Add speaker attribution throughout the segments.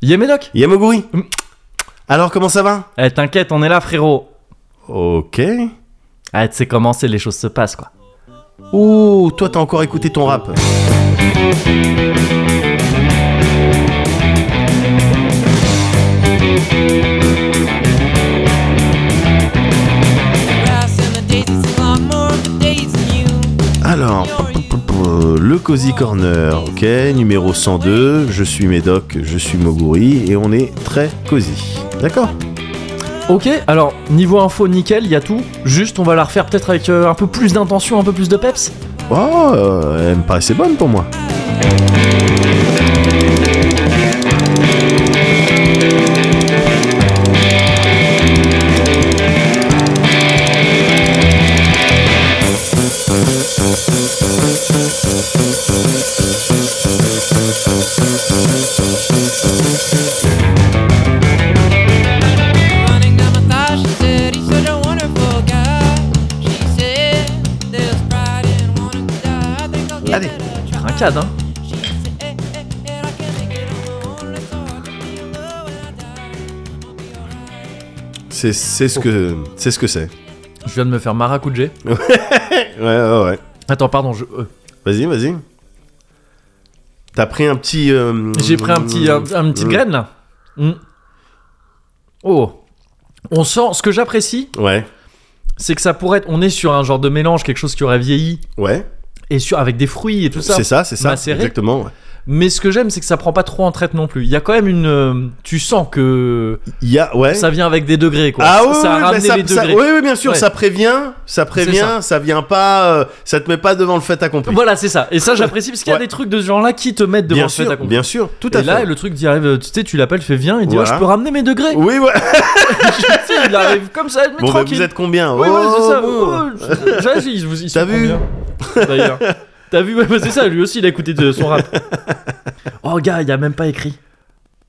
Speaker 1: Yemédoc
Speaker 2: Yamoguri
Speaker 1: Mm.
Speaker 2: Alors, comment ça va
Speaker 1: Eh, t'inquiète, on est là, frérot.
Speaker 2: Ok.
Speaker 1: Ah, tu sais comment c'est, les choses se passent, quoi.
Speaker 2: Ouh, toi, t'as encore écouté ton rap. Alors, pou- pou- pou- le Cozy Corner, ok, numéro 102, je suis Médoc, je suis Moguri, et on est très cozy. D'accord
Speaker 1: Ok, alors, niveau info, nickel, y a tout. Juste, on va la refaire peut-être avec euh, un peu plus d'intention, un peu plus de peps.
Speaker 2: Oh, euh, elle me paraissait bonne pour moi.
Speaker 3: Allez.
Speaker 1: Un cadre, hein.
Speaker 2: C'est c'est ce que c'est. Ce que c'est.
Speaker 1: Je viens de me faire maracujet.
Speaker 2: ouais, ouais, ouais.
Speaker 1: Attends, pardon, je. euh,
Speaker 2: Vas-y, vas-y. T'as pris un petit. euh,
Speaker 1: J'ai pris un petit, un, un petite
Speaker 2: Mm.
Speaker 1: graine, là. Mm. Oh. On sent. Ce que j'apprécie,
Speaker 2: Ouais,
Speaker 1: c'est que ça pourrait être. On est sur un genre de mélange, quelque chose qui aurait vieilli,
Speaker 2: ouais.
Speaker 1: et sur, avec des fruits et tout ça.
Speaker 2: C'est ça, c'est ça.
Speaker 1: macéré.
Speaker 2: Exactement. ouais.
Speaker 1: Mais ce que j'aime, c'est que ça prend pas trop en traite non plus. Il y a quand même une. euh, Tu sens que
Speaker 2: Il y a, ouais.
Speaker 1: ça vient avec des degrés, quoi.
Speaker 2: Eh ah
Speaker 1: Ça-
Speaker 2: oui,
Speaker 1: ça a
Speaker 2: oui, bah,
Speaker 1: ramené
Speaker 2: ça-
Speaker 1: les
Speaker 2: ça-
Speaker 1: degrés.
Speaker 2: oui, oui, bien sûr,
Speaker 1: Ouais.
Speaker 2: ça prévient, ça prévient, ça.
Speaker 1: ça.
Speaker 2: vient pas, euh, ça te met pas devant le fait accompli.
Speaker 1: Voilà, c'est ça. Et ça, j'apprécie parce qu'il y a
Speaker 2: Ouais.
Speaker 1: des trucs de ce genre-là qui te mettent devant
Speaker 2: bien
Speaker 1: le fait
Speaker 2: sûr,
Speaker 1: accompli.
Speaker 2: bien sûr, tout à
Speaker 1: et là,
Speaker 2: fait.
Speaker 1: le truc d'y arrive, tu sais, tu l'appelles, fait viens, il dit
Speaker 2: Voilà.
Speaker 1: oh, je peux ramener mes degrés.
Speaker 2: Oui, ouais.
Speaker 1: tu sais, il arrive comme ça, mais
Speaker 2: Bon, bah,
Speaker 1: tranquille.
Speaker 2: vous êtes combien
Speaker 1: Oui, voilà, c'est ça.
Speaker 2: Oh, bon.
Speaker 1: Ouais, je- J'agis, je vous y
Speaker 2: T'as vu
Speaker 1: D'ailleurs. T'as vu, ouais, bah, c'est ça, lui aussi il a écouté de son rap. Oh, gars, il a même pas écrit.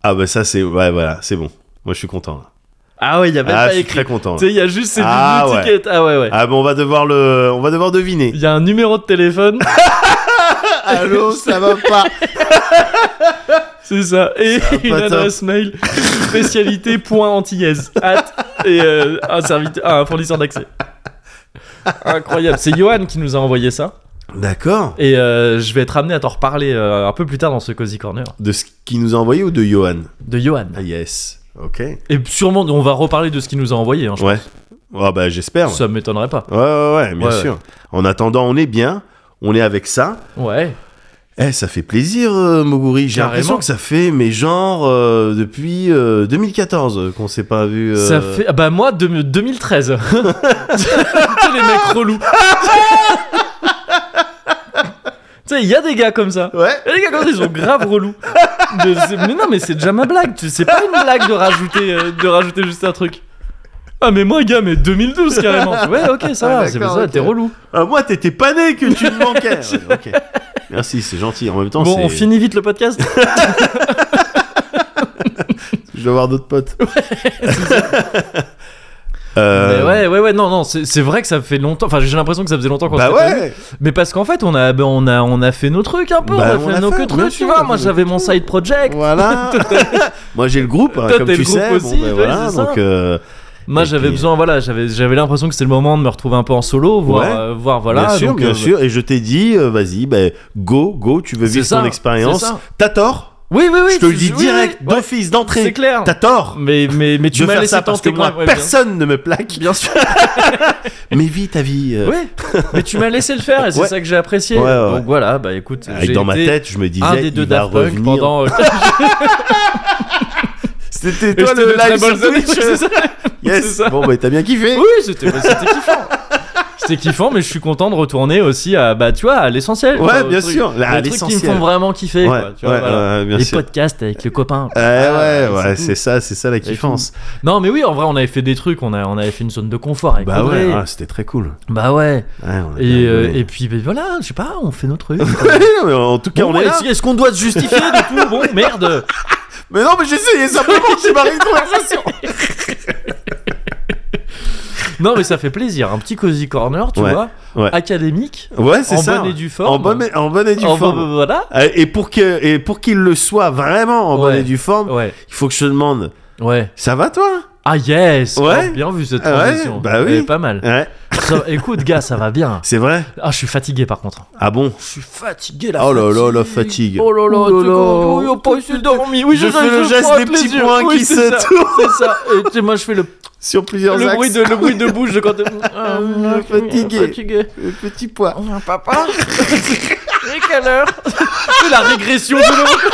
Speaker 2: Ah bah ça c'est, ouais, voilà, c'est bon. Moi je suis content. là.
Speaker 1: Ah ouais, il a même
Speaker 2: Ah,
Speaker 1: pas
Speaker 2: je suis
Speaker 1: écrit.
Speaker 2: très content. là.
Speaker 1: Tu sais, il y a juste ces
Speaker 2: Ah,
Speaker 1: petites
Speaker 2: ouais.
Speaker 1: étiquettes. Ah ouais, ouais.
Speaker 2: Ah bon, on va devoir le, on va devoir deviner.
Speaker 1: Il y a un numéro de téléphone,
Speaker 2: Allô, ça va pas.
Speaker 1: c'est ça, et
Speaker 2: Ah,
Speaker 1: une
Speaker 2: pas top.
Speaker 1: adresse mail spécialité point antillaise at et euh, un serviteur, ah, un fournisseur d'accès. Incroyable, c'est Johan qui nous a envoyé ça
Speaker 2: D'accord.
Speaker 1: et euh, je vais être amené à t'en reparler euh, un peu plus tard dans ce cozy corner
Speaker 2: De ce qu'il nous a envoyé ou de Johan
Speaker 1: de Johan.
Speaker 2: Ah yes. Ok.
Speaker 1: Et sûrement on va reparler de ce qu'il nous a envoyé. hein, je-
Speaker 2: Ouais. Ah bah j'espère. ouais.
Speaker 1: Ça m'étonnerait pas.
Speaker 2: Ouais, ouais, ouais, bien
Speaker 1: Ouais,
Speaker 2: sûr. En attendant, on est bien. On est avec ça.
Speaker 1: Ouais.
Speaker 2: Eh, ça fait plaisir, euh, Moguri. J'ai
Speaker 1: Carrément.
Speaker 2: l'impression que ça fait, mais genre, euh, depuis euh, 2014 euh, qu'on s'est pas vu. euh,
Speaker 1: Ça fait. ah Bah, moi, de- 2013. Tu sais, les mecs relous. tu sais, il y a des gars comme ça.
Speaker 2: Ouais.
Speaker 1: Et les gars, comme ça, ils sont grave relous. De- c'est- mais non, mais c'est déjà ma blague. tu- C'est pas une blague de rajouter, euh, de rajouter juste un truc. Ah, mais moi, gars, mais 2012 carrément. Ouais, ok, ça
Speaker 2: Ah,
Speaker 1: va. C'est
Speaker 2: d'accord,
Speaker 1: ça,
Speaker 2: ok.
Speaker 1: t'es relou.
Speaker 2: Ah, moi, t'étais pas né que tu me manquais. Ouais, ok. Merci, c'est gentil. En même temps,
Speaker 1: bon,
Speaker 2: c'est-
Speaker 1: on finit vite le podcast.
Speaker 2: je dois avoir d'autres potes. Euh,
Speaker 1: Mais ouais, ouais, ouais. Non, non, c'est c'est vrai que ça fait longtemps. Enfin, j'ai l'impression que ça faisait longtemps qu'on
Speaker 2: Bah
Speaker 1: s'était pas vu.
Speaker 2: ouais.
Speaker 1: Mais parce qu'en fait, on a, ben, on a, on a fait nos trucs un peu,
Speaker 2: Bah,
Speaker 1: on
Speaker 2: on
Speaker 1: a
Speaker 2: a
Speaker 1: fait nos
Speaker 2: fait,
Speaker 1: que
Speaker 2: bien
Speaker 1: trucs, tu
Speaker 2: sûr,
Speaker 1: vois.
Speaker 2: on
Speaker 1: Moi,
Speaker 2: a fait
Speaker 1: j'avais mon side project.
Speaker 2: Voilà. Moi, j'ai le groupe, hein,
Speaker 1: Toi,
Speaker 2: comme
Speaker 1: t'as
Speaker 2: tu
Speaker 1: le groupe
Speaker 2: sais.
Speaker 1: aussi,
Speaker 2: ben,
Speaker 1: ouais,
Speaker 2: voilà.
Speaker 1: c'est ça.
Speaker 2: Donc, euh,
Speaker 1: Moi,
Speaker 2: Et
Speaker 1: j'avais
Speaker 2: puis-
Speaker 1: besoin, voilà, j'avais, j'avais l'impression que c'était le moment de me retrouver un peu en solo, voir,
Speaker 2: Ouais.
Speaker 1: euh, voir, voilà.
Speaker 2: bien sûr,
Speaker 1: donc,
Speaker 2: bien
Speaker 1: euh,
Speaker 2: sûr. Et je t'ai dit, euh, vas-y, bah, go, go, tu veux
Speaker 1: C'est
Speaker 2: vivre
Speaker 1: ça,
Speaker 2: ton expérience.
Speaker 1: c'est ça.
Speaker 2: T'as tort.
Speaker 1: Oui, oui, oui.
Speaker 2: je te le
Speaker 1: tu-
Speaker 2: dis
Speaker 1: oui,
Speaker 2: direct,
Speaker 1: oui, ouais,
Speaker 2: d'office, d'entrée.
Speaker 1: c'est clair.
Speaker 2: T'as tort.
Speaker 1: Mais, mais, mais tu
Speaker 2: de
Speaker 1: m'as
Speaker 2: faire
Speaker 1: laissé
Speaker 2: ça parce que
Speaker 1: tenter
Speaker 2: moi,
Speaker 1: quand même, ouais, bien-
Speaker 2: personne ne me plaque.
Speaker 1: Bien sûr.
Speaker 2: Mais vis ta vie. euh,
Speaker 1: Oui. Mais tu m'as laissé le faire et c'est
Speaker 2: Ouais.
Speaker 1: ça que j'ai apprécié.
Speaker 2: Ouais, ouais, ouais.
Speaker 1: Donc voilà, bah écoute,
Speaker 2: avec-
Speaker 1: j'ai
Speaker 2: dans ma
Speaker 1: été
Speaker 2: tête, je me disais,
Speaker 1: un des deux
Speaker 2: il va
Speaker 1: Daft Punk
Speaker 2: revenir.
Speaker 1: pendant. euh,
Speaker 2: C'était
Speaker 1: et
Speaker 2: toi
Speaker 1: c'était
Speaker 2: le
Speaker 1: de très
Speaker 2: live sur
Speaker 1: bonnes années,
Speaker 2: Twitch.
Speaker 1: c'est ça. c'est
Speaker 2: Yes.
Speaker 1: ça.
Speaker 2: Bon, bah t'as bien kiffé.
Speaker 1: Oui, c'était bah, c'était kiffant. C'était kiffant, mais je suis content de retourner aussi à, bah, tu vois, à l'essentiel. quoi,
Speaker 2: Ouais,
Speaker 1: au
Speaker 2: bien
Speaker 1: truc.
Speaker 2: sûr. Là,
Speaker 1: Les trucs qui me
Speaker 2: l'essentiel.
Speaker 1: font vraiment kiffer.
Speaker 2: Ouais,
Speaker 1: quoi, tu vois,
Speaker 2: ouais,
Speaker 1: voilà.
Speaker 2: ouais, bien
Speaker 1: Les
Speaker 2: sûr.
Speaker 1: podcasts avec le copain.
Speaker 2: Ouais,
Speaker 1: Ah,
Speaker 2: ouais,
Speaker 1: c'est
Speaker 2: ouais,
Speaker 1: tout.
Speaker 2: c'est ça, c'est ça la kiffance.
Speaker 1: Non, mais oui, en vrai, on avait fait des trucs. On, a, on avait fait une zone de confort avec
Speaker 2: Bah
Speaker 1: Audrey.
Speaker 2: ouais, ah, c'était très cool.
Speaker 1: Bah ouais.
Speaker 2: Ouais, on a bien
Speaker 1: Et, euh,
Speaker 2: rigolé.
Speaker 1: et puis, bah, voilà, je sais pas, on fait nos trucs.
Speaker 2: Ouais, non, mais en tout cas,
Speaker 1: Bon,
Speaker 2: on est là.
Speaker 1: est-ce, est-ce qu'on doit se justifier du coup Bon, merde.
Speaker 2: Mais non, mais j'essayais simplement de démarrer une conversation.
Speaker 1: Non, mais ça fait plaisir. Un petit cozy corner, tu
Speaker 2: Ouais,
Speaker 1: vois,
Speaker 2: ouais.
Speaker 1: académique,
Speaker 2: Ouais, c'est
Speaker 1: en
Speaker 2: ça. hein.
Speaker 1: bonne et due forme.
Speaker 2: En bonne et, en bonne et due
Speaker 1: En
Speaker 2: forme.
Speaker 1: bonne- voilà.
Speaker 2: Euh, Et pour que et pour qu'il le soit vraiment en bonne
Speaker 1: Ouais.
Speaker 2: et due forme,
Speaker 1: Ouais,
Speaker 2: il faut que je te demande
Speaker 1: ouais.
Speaker 2: ça va toi
Speaker 1: Ah yes.
Speaker 2: Ouais.
Speaker 1: Oh, bien vu cette
Speaker 2: Ah ouais,
Speaker 1: transition.
Speaker 2: bah oui.
Speaker 1: Elle est pas mal.
Speaker 2: Ouais,
Speaker 1: Ça- écoute, gars, ça va bien.
Speaker 2: c'est vrai.
Speaker 1: Ah, je suis fatigué par contre.
Speaker 2: Ah bon
Speaker 1: Je suis fatigué là.
Speaker 2: Oh là là la fatigue.
Speaker 1: Oh là là,
Speaker 2: Oh là
Speaker 1: tu
Speaker 2: là.
Speaker 1: comprends, il a pas essayé de dormir. Oui,
Speaker 2: je fais le geste
Speaker 1: frotte
Speaker 2: des
Speaker 1: les
Speaker 2: petits
Speaker 1: yeux.
Speaker 2: points
Speaker 1: Oui,
Speaker 2: qui
Speaker 1: c'est
Speaker 2: se
Speaker 1: ça,
Speaker 2: tournent
Speaker 1: C'est ça. Et tu- moi, je fais le,
Speaker 2: sur plusieurs
Speaker 1: le
Speaker 2: axes.
Speaker 1: bruit de le bruit de bouche de quand.
Speaker 2: Euh, fatigué.
Speaker 1: Fatigué.
Speaker 2: Le petit poids.
Speaker 1: Oh, Papa. Et quelle heure C'est la régression de l'eau.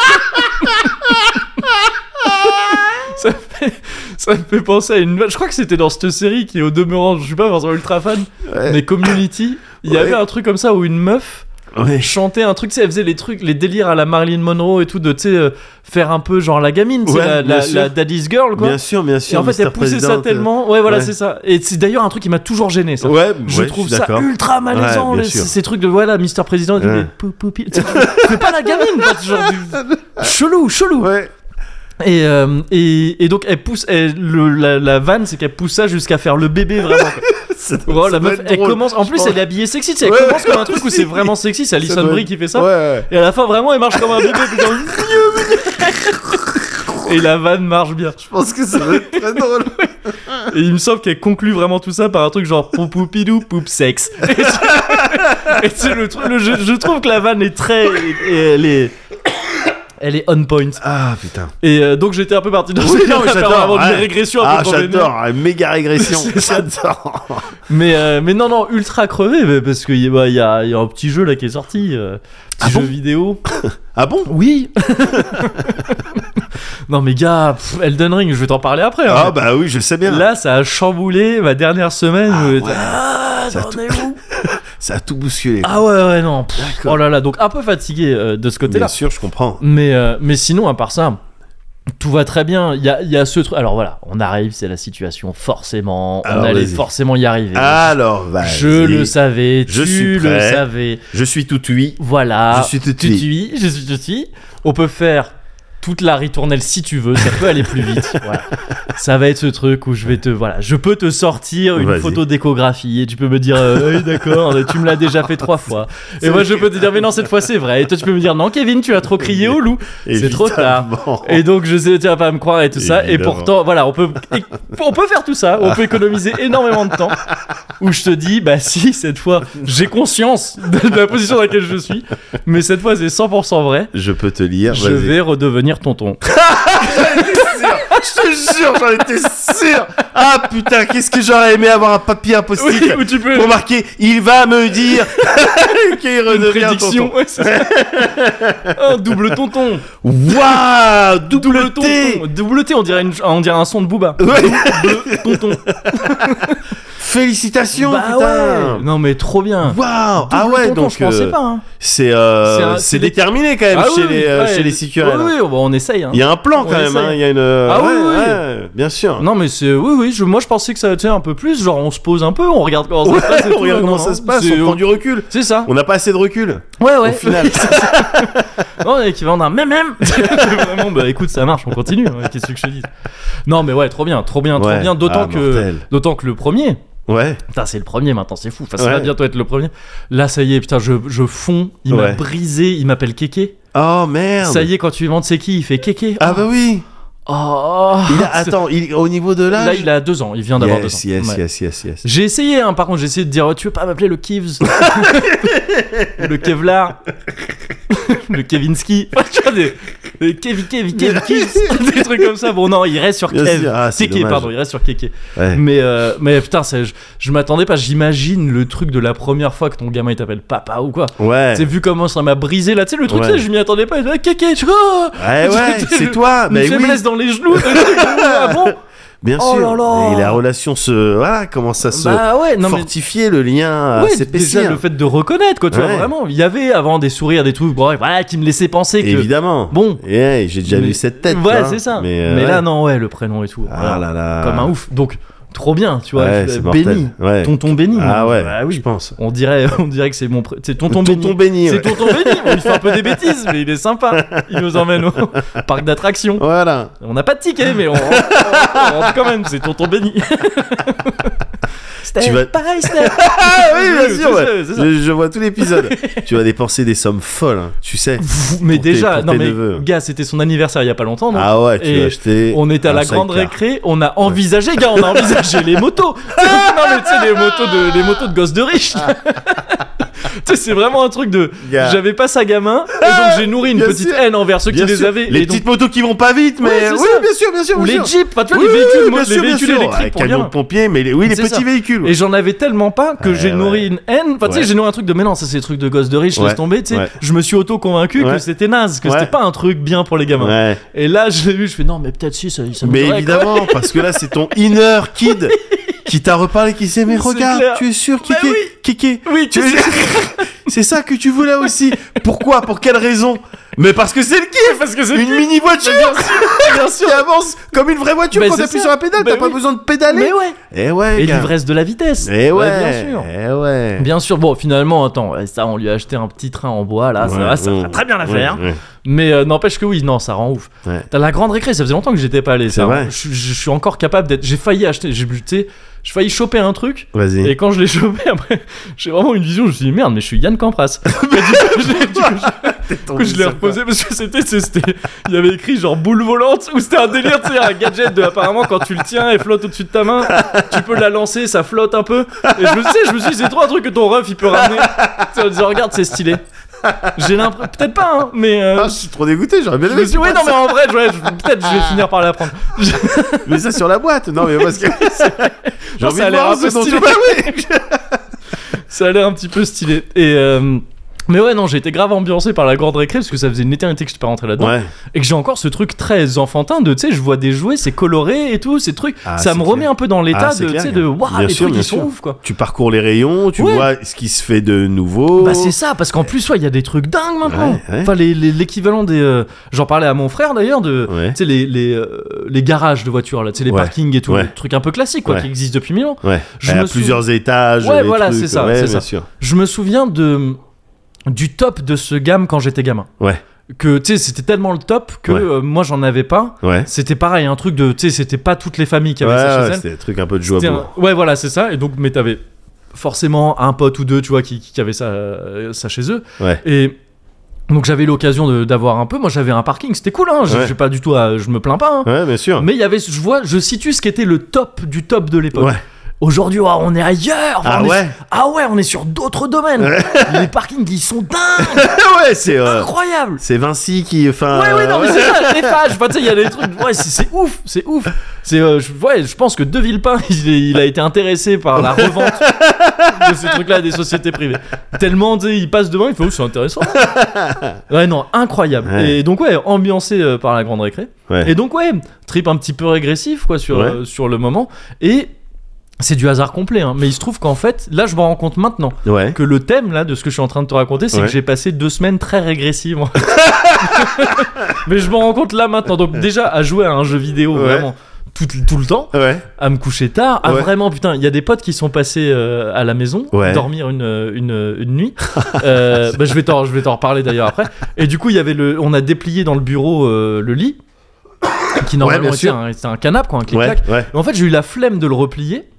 Speaker 1: ça, me fait, ça me fait penser à une. Je crois que c'était dans cette série qui est au demeurant, je suis pas forcément ultra fan,
Speaker 2: Ouais.
Speaker 1: mais Community. Il y
Speaker 2: Ouais.
Speaker 1: avait un truc comme ça où une meuf
Speaker 2: Ouais.
Speaker 1: chantait un truc, tu sais, elle faisait les trucs, les délires à la Marilyn Monroe et tout, de tu sais, euh, faire un peu genre la gamine, tu sais,
Speaker 2: Ouais,
Speaker 1: la,
Speaker 2: bien
Speaker 1: la-
Speaker 2: sûr.
Speaker 1: la Daddy's Girl, quoi.
Speaker 2: Bien sûr, bien
Speaker 1: et
Speaker 2: sûr.
Speaker 1: en fait,
Speaker 2: Mr.
Speaker 1: elle poussait ça
Speaker 2: President. euh,
Speaker 1: tellement. Ouais, voilà,
Speaker 2: Ouais.
Speaker 1: c'est ça. Et c'est d'ailleurs un truc qui m'a toujours gêné, ça.
Speaker 2: Ouais,
Speaker 1: Je
Speaker 2: ouais,
Speaker 1: trouve
Speaker 2: suis
Speaker 1: ça
Speaker 2: d'accord.
Speaker 1: ultra malaisant,
Speaker 2: Ouais, bien
Speaker 1: les-
Speaker 2: sûr.
Speaker 1: ces trucs de voilà, Mister Président, il dit,
Speaker 2: Ouais.
Speaker 1: mais pou- pou- pi- tu sais, c'est pas la gamine, quoi, genre du- chelou, chelou.
Speaker 2: Ouais.
Speaker 1: Et, euh, et, et donc elle pousse, elle- le- la, la vanne, c'est qu'elle pousse ça jusqu'à faire le bébé vraiment. quoi.
Speaker 2: Ça doit-
Speaker 1: Voilà,
Speaker 2: ça
Speaker 1: Oh, la
Speaker 2: doit
Speaker 1: meuf,
Speaker 2: être
Speaker 1: elle
Speaker 2: drôle.
Speaker 1: commence, en
Speaker 2: Je
Speaker 1: plus
Speaker 2: pense-
Speaker 1: elle est habillée sexy, tu sais, elle
Speaker 2: Ouais,
Speaker 1: commence comme un truc où
Speaker 2: aussi.
Speaker 1: c'est vraiment sexy, c'est
Speaker 2: Ça
Speaker 1: Alison
Speaker 2: doit
Speaker 1: Brie
Speaker 2: être-
Speaker 1: qui fait ça.
Speaker 2: Ouais, ouais.
Speaker 1: Et à la fin, vraiment, elle marche comme un bébé. puis genre, mieux, mieux. Et la vanne marche bien.
Speaker 2: Je pense que ça va être très drôle.
Speaker 1: Et il me semble qu'elle conclut vraiment tout ça par un truc genre poupoupidou, poupe sexe. Et c'est le truc, le- je, je trouve que la vanne est très. et elle est. Elle est on point.
Speaker 2: Ah putain.
Speaker 1: Et euh, donc j'étais un peu parti dans
Speaker 2: Oui,
Speaker 1: cette
Speaker 2: non, mais
Speaker 1: affaire
Speaker 2: j'adore,
Speaker 1: vraiment des
Speaker 2: ouais.
Speaker 1: régressions un
Speaker 2: Ah
Speaker 1: peu promenées.
Speaker 2: j'adore, méga régression.
Speaker 1: C'est ça.
Speaker 2: J'adore.
Speaker 1: Mais, euh, mais non, non, ultra crevé mais parce qu'il bah, il y, a, il y a un petit jeu là qui est sorti. euh, petit
Speaker 2: Ah
Speaker 1: jeu
Speaker 2: bon
Speaker 1: vidéo.
Speaker 2: Ah bon
Speaker 1: Oui Non mais gars, pff, Elden Ring, je vais t'en parler après. hein,
Speaker 2: Ah bah oui, je le sais bien.
Speaker 1: Là, ça a chamboulé ma dernière semaine.
Speaker 2: Ah
Speaker 1: où j'étais,
Speaker 2: ouais,
Speaker 1: Ah,
Speaker 2: ça a
Speaker 1: t'en
Speaker 2: tout-
Speaker 1: es où
Speaker 2: Ça a tout bousculé.
Speaker 1: Ah ouais, ouais, non. pff,
Speaker 2: D'accord.
Speaker 1: oh là là, donc un peu fatigué euh, de ce côté-là.
Speaker 2: Bien sûr, je comprends.
Speaker 1: Mais, euh, mais sinon, à part ça, tout va très bien. Il y a, il y a ce truc. Alors voilà, on arrive, c'est la situation, forcément.
Speaker 2: Alors,
Speaker 1: on allait
Speaker 2: vas-y.
Speaker 1: forcément y arriver.
Speaker 2: Alors, vas
Speaker 1: je le savais,
Speaker 2: Je
Speaker 1: tu
Speaker 2: suis
Speaker 1: le
Speaker 2: prêt.
Speaker 1: savais.
Speaker 2: Je suis tout oui.
Speaker 1: Voilà.
Speaker 2: Je suis tout de
Speaker 1: Ah, tu
Speaker 2: suite.
Speaker 1: tuis, je suis tuti. On peut faire toute la ritournelle si tu veux, ça peut aller plus vite. Voilà. Ça va être ce truc où je vais te voilà, je peux te sortir une
Speaker 2: Vas-y.
Speaker 1: photo d'échographie et tu peux me dire euh, oui, d'accord, tu me l'as déjà fait trois fois. Et
Speaker 2: c'est-
Speaker 1: moi je peux te dire mais non cette fois c'est vrai. Et toi tu peux me dire non Kevin tu as trop crié au loup. C'est trop tard.
Speaker 2: Évidemment.
Speaker 1: Et donc je sais tu vas pas me croire et tout ça. Et
Speaker 2: Évidemment.
Speaker 1: pourtant voilà on peut on peut faire tout ça, on peut économiser énormément de temps. Où je te dis bah si cette fois j'ai conscience de la position dans laquelle je suis, mais cette fois c'est 100% vrai.
Speaker 2: Je peux te lire.
Speaker 1: Je
Speaker 2: vas-y. Ah,
Speaker 1: vais redevenir tonton.
Speaker 2: Je te jure, j'en étais sûr. Ah putain, qu'est-ce que j'aurais aimé avoir un papier un post
Speaker 1: Oui, ou tu peux.
Speaker 2: pour marquer. Il va me dire qu'il
Speaker 1: Une
Speaker 2: redevient
Speaker 1: prédiction.
Speaker 2: tonton.
Speaker 1: ouais, c'est ça. un double tonton.
Speaker 2: Waouh, double T.
Speaker 1: tonton. Double T, on dirait, une- on dirait un son de Booba.
Speaker 2: Ouais.
Speaker 1: Double tonton.
Speaker 2: Félicitations,
Speaker 1: Bah
Speaker 2: putain.
Speaker 1: ouais. Non mais trop bien.
Speaker 2: Waouh.
Speaker 1: Double
Speaker 2: Ah ouais,
Speaker 1: tonton,
Speaker 2: donc
Speaker 1: je pensais
Speaker 2: euh,
Speaker 1: pas. hein.
Speaker 2: c'est
Speaker 1: C'est un-
Speaker 2: euh,
Speaker 1: c'est
Speaker 2: c'est
Speaker 1: des-
Speaker 2: déterminé quand même
Speaker 1: Ah
Speaker 2: chez
Speaker 1: oui,
Speaker 2: les euh,
Speaker 1: ouais,
Speaker 2: chez les
Speaker 1: Oui,
Speaker 2: sicurels, hein.
Speaker 1: oui, bon, on essaye. hein.
Speaker 2: Il y a un plan
Speaker 1: On
Speaker 2: quand même,
Speaker 1: essaye.
Speaker 2: hein, il y a une.
Speaker 1: Ah oui, oui.
Speaker 2: ouais, bien sûr.
Speaker 1: Non mais c'est oui oui je- moi je pensais que ça était un peu plus genre on se pose un peu on regarde comment ça se passe et
Speaker 2: on
Speaker 1: tout.
Speaker 2: regarde
Speaker 1: Non,
Speaker 2: comment
Speaker 1: non,
Speaker 2: ça se passe,
Speaker 1: c'est-
Speaker 2: hein. on prend du recul.
Speaker 1: c'est ça
Speaker 2: On n'a pas assez de recul.
Speaker 1: ouais ouais
Speaker 2: Au final.
Speaker 1: Non, et qui vendent un même même. Vraiment, bah écoute, ça marche, on continue. hein, Qu'est-ce que je te dis Non, mais ouais, trop bien, trop bien, trop
Speaker 2: Ouais,
Speaker 1: bien. D'autant
Speaker 2: ah,
Speaker 1: que,
Speaker 2: mortel.
Speaker 1: d'autant que le premier.
Speaker 2: Ouais.
Speaker 1: Putain, c'est le premier maintenant, c'est fou. Enfin, ça va
Speaker 2: Ouais.
Speaker 1: bientôt être le premier. Là, ça y est, putain, je, je fonds. Il m'a
Speaker 2: Ouais.
Speaker 1: brisé. Il m'appelle Kéké.
Speaker 2: Oh merde.
Speaker 1: Ça y est, quand tu lui demandes c'est qui, il fait Kéké.
Speaker 2: Ah bah oui.
Speaker 1: Oh.
Speaker 2: Il a- attends, il, au niveau de l'âge.
Speaker 1: Là, il a deux ans. Il vient d'avoir
Speaker 2: yes,
Speaker 1: deux ans.
Speaker 2: yes,
Speaker 1: Ouais.
Speaker 2: yes, yes, yes.
Speaker 1: J'ai essayé, hein, par contre, j'ai essayé de dire oh, Tu veux pas m'appeler le Kivs Le Kevlar Le Kevinsky Enfin, tu vois, des, des Kev, Kev, Kev, Kivs Des trucs comme ça. Bon, non, il reste sur
Speaker 2: Bien
Speaker 1: Kev.
Speaker 2: sûr, ah, c'est
Speaker 1: Kéké,
Speaker 2: dommage.
Speaker 1: pardon, il reste sur Kéké.
Speaker 2: Ouais.
Speaker 1: Mais, euh, mais putain, c'est- je, je m'attendais pas. J'imagine le truc de la première fois que ton gamin il t'appelle papa ou quoi.
Speaker 2: Ouais.
Speaker 1: C'est vu comment ça m'a brisé là, tu sais, le truc,
Speaker 2: Ouais.
Speaker 1: tu sais, je m'y attendais pas. Ah, Kéké, tu vois
Speaker 2: Ouais, Eh ouais,
Speaker 1: C'est-
Speaker 2: c'est toi.
Speaker 1: Une
Speaker 2: Mais Ah, bah oui,
Speaker 1: faiblesse dans les genoux. ah bon
Speaker 2: bien sûr.
Speaker 1: Oh là là.
Speaker 2: Et la relation se. Voilà, commence à se
Speaker 1: Bah ouais, non mais.
Speaker 2: fortifier, le lien euh,
Speaker 1: Ouais,
Speaker 2: à s'épaissir.
Speaker 1: déjà le fait de reconnaître, quoi, tu vois,
Speaker 2: Ah, Ouais.
Speaker 1: vraiment. Il y avait avant des sourires, des trucs, bon, voilà, qui me laissaient penser que.
Speaker 2: Évidemment.
Speaker 1: Bon.
Speaker 2: Et ouais, j'ai déjà
Speaker 1: Mais-
Speaker 2: vu cette tête.
Speaker 1: Ouais,
Speaker 2: hein.
Speaker 1: c'est ça. Mais,
Speaker 2: Mais, euh,
Speaker 1: là,
Speaker 2: ouais.
Speaker 1: non, ouais, le prénom et tout.
Speaker 2: Ah là là.
Speaker 1: Comme un ouf. Donc, trop bien, tu vois.
Speaker 2: Ouais,
Speaker 1: je-
Speaker 2: c'est
Speaker 1: béni.
Speaker 2: mortel. Ouais.
Speaker 1: Tonton béni.
Speaker 2: Ah ouais,
Speaker 1: Bah oui.
Speaker 2: je pense.
Speaker 1: On dirait, on dirait que c'est mon. pré- C'est tonton, béni.
Speaker 2: Tonton béni.
Speaker 1: C'est
Speaker 2: ouais.
Speaker 1: tonton béni. On lui fait un peu des bêtises, mais il est sympa. Il nous emmène au parc d'attractions.
Speaker 2: Voilà.
Speaker 1: On n'a pas de ticket, mais on rentre, on rentre quand même. C'est tonton béni.
Speaker 2: Tu vas-
Speaker 1: by step.
Speaker 2: Ah oui, bien
Speaker 1: C'est
Speaker 2: sûr,
Speaker 1: ça,
Speaker 2: ouais.
Speaker 1: c'est ça.
Speaker 2: Je, je vois tout l'épisode. tu vas dépenser des sommes folles, hein, tu sais.
Speaker 1: Pff, mais
Speaker 2: Pour tes-
Speaker 1: déjà,
Speaker 2: pour
Speaker 1: non
Speaker 2: tes
Speaker 1: mais
Speaker 2: neveux.
Speaker 1: gars, c'était son anniversaire il y a pas longtemps. donc
Speaker 2: Ah ouais, tu
Speaker 1: Et
Speaker 2: vas acheter.
Speaker 1: On était à
Speaker 2: un
Speaker 1: la grande
Speaker 2: sidecar.
Speaker 1: récré, on a envisagé, gars, on a envisagé les motos. Tu sais, non mais tu sais les motos de les motos de gosses de riches. tu sais, c'est vraiment un truc de.
Speaker 2: Ah. Gars.
Speaker 1: J'avais pas ça gamin, et donc j'ai nourri une
Speaker 2: Bien
Speaker 1: petite
Speaker 2: sûr.
Speaker 1: haine envers ceux
Speaker 2: Bien
Speaker 1: qui les
Speaker 2: sûr.
Speaker 1: avaient.
Speaker 2: Les
Speaker 1: et donc-
Speaker 2: petites motos qui vont pas vite, mais
Speaker 1: Ouais, c'est
Speaker 2: oui,
Speaker 1: ça.
Speaker 2: bien sûr, bien sûr.
Speaker 1: ou
Speaker 2: bien
Speaker 1: les
Speaker 2: sûr.
Speaker 1: jeeps, enfin tu vois
Speaker 2: Oui,
Speaker 1: les véhicules, mo-
Speaker 2: oui, bien
Speaker 1: les
Speaker 2: sûr, bien
Speaker 1: véhicules
Speaker 2: sûr.
Speaker 1: électriques
Speaker 2: Ouais,
Speaker 1: pour
Speaker 2: camions
Speaker 1: rien.
Speaker 2: de pompiers, mais les- oui, les
Speaker 1: C'est ça.
Speaker 2: petits véhicules. ouais.
Speaker 1: Et j'en avais tellement pas que
Speaker 2: Ouais,
Speaker 1: j'ai nourri
Speaker 2: ouais.
Speaker 1: une haine. Enfin, tu
Speaker 2: Ouais.
Speaker 1: sais, j'ai nourri un truc de mais non, ça c'est des trucs de gosse de riche,
Speaker 2: Ouais,
Speaker 1: laisse tomber. Tu sais,
Speaker 2: ouais.
Speaker 1: je me suis auto-convaincu que
Speaker 2: Ouais.
Speaker 1: c'était naze, que
Speaker 2: Ouais.
Speaker 1: c'était pas un truc bien pour les gamins.
Speaker 2: Ouais.
Speaker 1: Et là, je l'ai vu, je fais non, mais peut-être si, ça, ça me
Speaker 2: Mais
Speaker 1: ferait, quoi.
Speaker 2: évidemment, parce que là, c'est ton inner kid qui t'a reparlé, qui sait, mais
Speaker 1: C'est
Speaker 2: regarde,
Speaker 1: clair.
Speaker 2: tu es sûr,
Speaker 1: Bah
Speaker 2: Kéké,
Speaker 1: oui.
Speaker 2: Kéké.
Speaker 1: Oui,
Speaker 2: tu
Speaker 1: tu
Speaker 2: es- c'est ça que tu voulais aussi. Pourquoi Pour quelle raison Mais parce que c'est le kiff
Speaker 1: parce que c'est
Speaker 2: Une mini voiture qui avance comme une vraie voiture
Speaker 1: Mais
Speaker 2: quand
Speaker 1: c'est
Speaker 2: t'appuies
Speaker 1: ça.
Speaker 2: sur la pédale,
Speaker 1: Bah
Speaker 2: t'as pas
Speaker 1: oui.
Speaker 2: besoin de
Speaker 1: Mais
Speaker 2: pédaler.
Speaker 1: ouais.
Speaker 2: Eh ouais,
Speaker 1: Et
Speaker 2: gars.
Speaker 1: l'ivresse de la vitesse.
Speaker 2: Eh ouais,
Speaker 1: bien sûr.
Speaker 2: Eh ouais.
Speaker 1: Bien sûr, bon, finalement, attends, ouais, ça, on lui a acheté un petit train en bois, là, Ah, ça,
Speaker 2: Ouais,
Speaker 1: va, ça
Speaker 2: ouais,
Speaker 1: fera très bien l'affaire.
Speaker 2: ouais, ouais.
Speaker 1: Mais euh, n'empêche que oui, non, ça rend ouf.
Speaker 2: Ouais.
Speaker 1: T'as la grande récré, ça faisait longtemps que j'étais pas allé,
Speaker 2: C'est
Speaker 1: ça.
Speaker 2: vrai.
Speaker 1: Je, je suis encore capable d'être. J'ai failli acheter, j'ai tu sais, j'ai failli choper un truc.
Speaker 2: Vas-y.
Speaker 1: Et quand je l'ai chopé, après, j'ai vraiment une vision, je me suis dit merde, mais je suis Yann Campras. Et du coup, je l'ai- du coup, je- du coup, je l'ai reposé parce que c'était, c'est- c'était, il y avait écrit genre boule volante ou c'était un délire, tu sais, un gadget de apparemment quand tu le tiens, elle flotte au-dessus de ta main, tu peux la lancer, ça flotte un peu. Et je me suis, je me suis dit, c'est trop un truc que ton ref il peut ramener. Tu sais, en disant, regarde, c'est stylé. J'ai l'impression, peut-être pas, hein, mais. euh,
Speaker 2: Ah, je suis trop dégoûté, j'aurais bien
Speaker 1: je
Speaker 2: aimé.
Speaker 1: me suis dit, oui, non, mais en vrai, je- ouais, je- peut-être je vais finir par la prendre. Je-
Speaker 2: Mais ça sur la boîte. Non, mais parce que. J'ai
Speaker 1: Non,
Speaker 2: envie
Speaker 1: ça a
Speaker 2: de
Speaker 1: l'air
Speaker 2: voir
Speaker 1: un
Speaker 2: ce
Speaker 1: peu
Speaker 2: dont tu
Speaker 1: stylé.
Speaker 2: parles.
Speaker 1: ça a l'air un petit peu stylé. Et euh, mais ouais, non, j'ai été grave ambiancé par la grande récré parce que ça faisait une éternité que je suis pas rentré là-dedans
Speaker 2: Ouais.
Speaker 1: et que j'ai encore ce truc très enfantin de tu sais, je vois des jouets, c'est coloré et tout, ces trucs.
Speaker 2: Ah,
Speaker 1: ça
Speaker 2: c'est
Speaker 1: me remet
Speaker 2: clair.
Speaker 1: un peu dans l'état
Speaker 2: Ah, c'est
Speaker 1: de tu sais
Speaker 2: clair,
Speaker 1: de
Speaker 2: gars.
Speaker 1: waouh,
Speaker 2: Bien
Speaker 1: les
Speaker 2: sûr,
Speaker 1: trucs
Speaker 2: bien
Speaker 1: ils sont
Speaker 2: sûr.
Speaker 1: ouf quoi.
Speaker 2: Tu parcours les rayons, tu
Speaker 1: Ouais.
Speaker 2: vois ce qui se fait de nouveau.
Speaker 1: Bah c'est ça, parce qu'en plus, ouais, il y a des trucs dingues maintenant.
Speaker 2: Oh. Ouais, ouais.
Speaker 1: Enfin, les- les- l'équivalent des. euh, J'en parlais à mon frère d'ailleurs de.
Speaker 2: Ouais.
Speaker 1: Tu sais, les, les, euh, les garages de voitures, là, tu sais, les
Speaker 2: Ouais.
Speaker 1: parkings et tout,
Speaker 2: Ouais.
Speaker 1: les trucs un peu classiques, quoi,
Speaker 2: Ouais.
Speaker 1: qui existent depuis mille ans.
Speaker 2: Ouais.
Speaker 1: Je
Speaker 2: Il y a
Speaker 1: me
Speaker 2: plusieurs étages.
Speaker 1: Ouais,
Speaker 2: les
Speaker 1: voilà,
Speaker 2: trucs.
Speaker 1: c'est ça,
Speaker 2: Ouais,
Speaker 1: c'est
Speaker 2: bien
Speaker 1: ça.
Speaker 2: sûr.
Speaker 1: Je me souviens de du top de ce gamme quand j'étais gamin.
Speaker 2: Ouais.
Speaker 1: Que tu sais, c'était tellement le top que
Speaker 2: Ouais.
Speaker 1: euh, moi j'en avais pas.
Speaker 2: Ouais.
Speaker 1: C'était pareil, un truc de tu sais, c'était pas toutes les familles qui avaient ça
Speaker 2: Ouais,
Speaker 1: chez
Speaker 2: ouais,
Speaker 1: elles.
Speaker 2: c'était des trucs un peu de
Speaker 1: C'était
Speaker 2: jouable.
Speaker 1: un- Ouais, voilà, c'est ça. Et donc, mais t'avais forcément un pote ou deux, tu vois, qui, qui avait ça, euh, ça chez eux.
Speaker 2: Ouais.
Speaker 1: Et donc j'avais l'occasion de- d'avoir un peu. Moi j'avais un parking, c'était cool, hein. J'ai
Speaker 2: Ouais.
Speaker 1: j'ai pas du tout, à- je me plains pas. hein.
Speaker 2: Ouais, bien sûr.
Speaker 1: Mais il y avait, je vois, je situe ce qui était le top du top de l'époque.
Speaker 2: Ouais.
Speaker 1: Aujourd'hui, oh, on est ailleurs. Enfin,
Speaker 2: Ah
Speaker 1: on est-
Speaker 2: ouais
Speaker 1: Ah ouais, on est sur d'autres domaines.
Speaker 2: Ouais.
Speaker 1: Les parkings, ils sont dingues,
Speaker 2: ouais, c'est. euh,
Speaker 1: incroyables.
Speaker 2: C'est Vinci qui. Enfin. euh,
Speaker 1: Ouais, ouais, non, mais
Speaker 2: ouais.
Speaker 1: c'est ça, les pages. Enfin, tu sais, il y a des trucs. Ouais, c'est- c'est ouf, c'est ouf. C'est, euh, je- ouais, je pense que De Villepin, il, est- il a été intéressé par la revente de ces trucs-là des sociétés privées. Tellement, tu sais, il passe devant, il fait, oh, c'est intéressant. Ouais, non, incroyable.
Speaker 2: Ouais.
Speaker 1: Et donc, ouais, ambiancé euh, par la grande récré.
Speaker 2: Ouais.
Speaker 1: Et donc, ouais, trip un petit peu régressif, quoi, sur,
Speaker 2: Ouais.
Speaker 1: euh, sur le moment. Et. C'est du hasard complet, hein. mais il se trouve qu'en fait, là je me rends compte maintenant,
Speaker 2: Ouais.
Speaker 1: que le thème là de ce que je suis en train de te raconter, c'est
Speaker 2: Ouais.
Speaker 1: que j'ai passé deux semaines très régressives. en fait. Mais je m'en rends compte là maintenant. Donc déjà à jouer à un jeu vidéo
Speaker 2: Ouais.
Speaker 1: vraiment tout, tout le temps,
Speaker 2: Ouais.
Speaker 1: à me coucher tard, à
Speaker 2: Ouais.
Speaker 1: vraiment putain, il y a des potes qui sont passés euh, à la maison,
Speaker 2: Ouais.
Speaker 1: dormir une, une, euh, une nuit. Euh, bah, je vais t'en je vais t'en reparler d'ailleurs après. Et du coup il y avait le, on a déplié dans le bureau euh, le lit qui normalement
Speaker 2: bien
Speaker 1: était
Speaker 2: sûr.
Speaker 1: un, c'était un canapé quoi, un clic
Speaker 2: Ouais. Ouais.
Speaker 1: En fait j'ai eu la flemme de le replier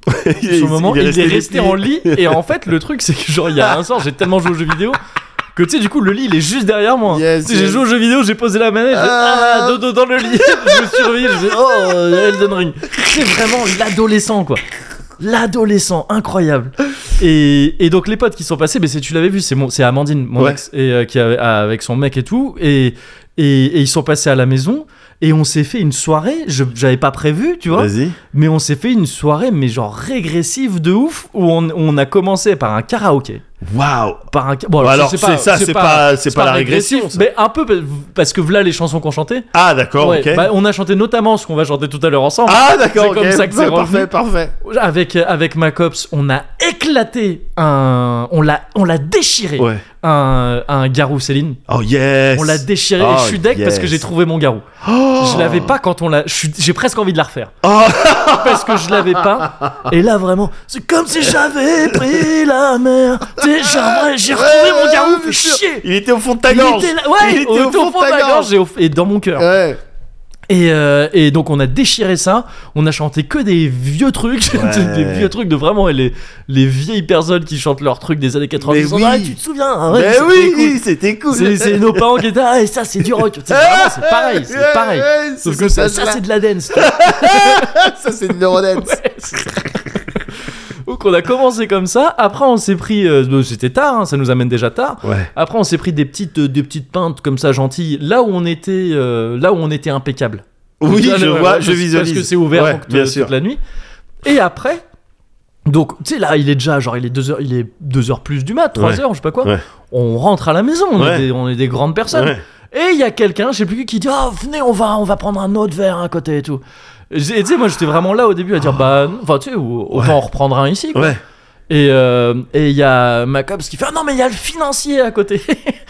Speaker 1: sur le moment, il, est resté en lit. Et en fait, le truc, c'est que genre, il y a un soir, j'ai tellement joué aux jeux vidéo que tu sais, du coup, le lit, il est juste derrière moi.
Speaker 2: Yes,
Speaker 1: Tu sais, J'ai
Speaker 2: yes.
Speaker 1: joué aux jeux vidéo, j'ai posé la manette, j'ai-
Speaker 2: Ah.
Speaker 1: ah, dodo dans le lit. je me suis réveillé, je fais, oh, euh, Elden Ring. C'est vraiment l'adolescent, quoi. L'adolescent, incroyable. Et, et donc les potes qui sont passés, mais c'est- tu l'avais vu, c'est mon- c'est Amandine, mon
Speaker 2: Ouais.
Speaker 1: ex, et, euh, qui avait- avec son mec et tout, et, et, et ils sont passés à la maison. Et on s'est fait une soirée, je- j'avais pas prévu, tu vois.
Speaker 2: Vas-y.
Speaker 1: Mais on s'est fait une soirée, mais genre régressive de ouf, où on, on a commencé par un karaoké.
Speaker 2: Waouh.
Speaker 1: Par un, ka- bon,
Speaker 2: Bah alors,
Speaker 1: je sais
Speaker 2: c'est ça, c'est pas- c'est pas la régression,
Speaker 1: régressif,
Speaker 2: ça.
Speaker 1: Mais un peu, pa- parce que voilà les chansons qu'on chantait.
Speaker 2: Ah, d'accord,
Speaker 1: Ouais,
Speaker 2: ok.
Speaker 1: bah, on a chanté notamment ce qu'on va chanter tout à l'heure ensemble.
Speaker 2: ah, d'accord,
Speaker 1: c'est comme
Speaker 2: ok.
Speaker 1: ça que c'est
Speaker 2: Bah, Parfait,
Speaker 1: revenu.
Speaker 2: parfait.
Speaker 1: Avec, avec Macops, on a éclaté un. On l'a on l'a déchiré.
Speaker 2: Ouais.
Speaker 1: Un, un garou Céline.
Speaker 2: Oh, yes.
Speaker 1: On l'a déchiré
Speaker 2: Oh,
Speaker 1: et je suis deck parce que
Speaker 2: yes.
Speaker 1: j'ai trouvé mon garou.
Speaker 2: Oh.
Speaker 1: Je l'avais pas quand on l'a. je suis- J'ai presque envie de la refaire.
Speaker 2: Oh.
Speaker 1: parce que je l'avais pas. Et là, vraiment, c'est comme si j'avais pris la mer. Déjà, ouais, j'ai retrouvé mon garou,
Speaker 2: Ouais,
Speaker 1: fais
Speaker 2: bien sûr.
Speaker 1: chier.
Speaker 2: Il était au fond de ta
Speaker 1: Il
Speaker 2: gorge.
Speaker 1: était là- ouais,
Speaker 2: Il était au fond de ta gorge.
Speaker 1: et, au- et dans mon cœur.
Speaker 2: Ouais.
Speaker 1: Et, euh, et donc on a déchiré ça, on a chanté que des vieux trucs,
Speaker 2: Ouais.
Speaker 1: des vieux trucs de vraiment les, les vieilles personnes qui chantent leurs trucs des années 90.
Speaker 2: Mais
Speaker 1: Ils sont, Ah,
Speaker 2: oui.
Speaker 1: tu te souviens hein, ouais,
Speaker 2: Mais
Speaker 1: c'était cool.
Speaker 2: Ben oui, c'était cool. Ah,
Speaker 1: C'est c'est nos parents qui étaient ah et ça c'est du rock. C'est vraiment, c'est pareil, c'est pareil. Sauf que ça, ça, c'est de la dance. tu vois.
Speaker 2: ça c'est de l'eurodance.
Speaker 1: Donc on a commencé comme ça. Après on s'est pris, euh, c'était tard, hein, ça nous amène déjà tard.
Speaker 2: Ouais.
Speaker 1: Après, on s'est pris des petites, euh, des petites pintes comme ça gentilles, là où on était, euh, là où on était impeccable.
Speaker 2: Oui,
Speaker 1: Ça,
Speaker 2: je
Speaker 1: ouais,
Speaker 2: vois,
Speaker 1: ouais,
Speaker 2: je
Speaker 1: parce-
Speaker 2: visualise.
Speaker 1: Parce que c'est ouvert
Speaker 2: Ouais,
Speaker 1: donc, t-
Speaker 2: bien
Speaker 1: toute
Speaker 2: sûr.
Speaker 1: la nuit. Et après, donc tu sais là, il est déjà genre il est 2 heures, il est deux heures plus du mat, 3
Speaker 2: Ouais.
Speaker 1: heures, je sais pas quoi.
Speaker 2: Ouais.
Speaker 1: On rentre à la maison, on,
Speaker 2: Ouais.
Speaker 1: est, des, on est des grandes personnes.
Speaker 2: Ouais.
Speaker 1: Et il y a quelqu'un, je sais plus qui, qui dit Ah, venez, on va, on va prendre un autre verre à côté et tout. Et j'ai- tu sais, moi j'étais vraiment là au début à dire Bah, non. enfin, tu sais, au- autant
Speaker 2: Ouais.
Speaker 1: en reprendre un ici. quoi.
Speaker 2: Ouais.
Speaker 1: Et euh, et il y a Macobs qui fait Ah non, mais il y a le financier à côté.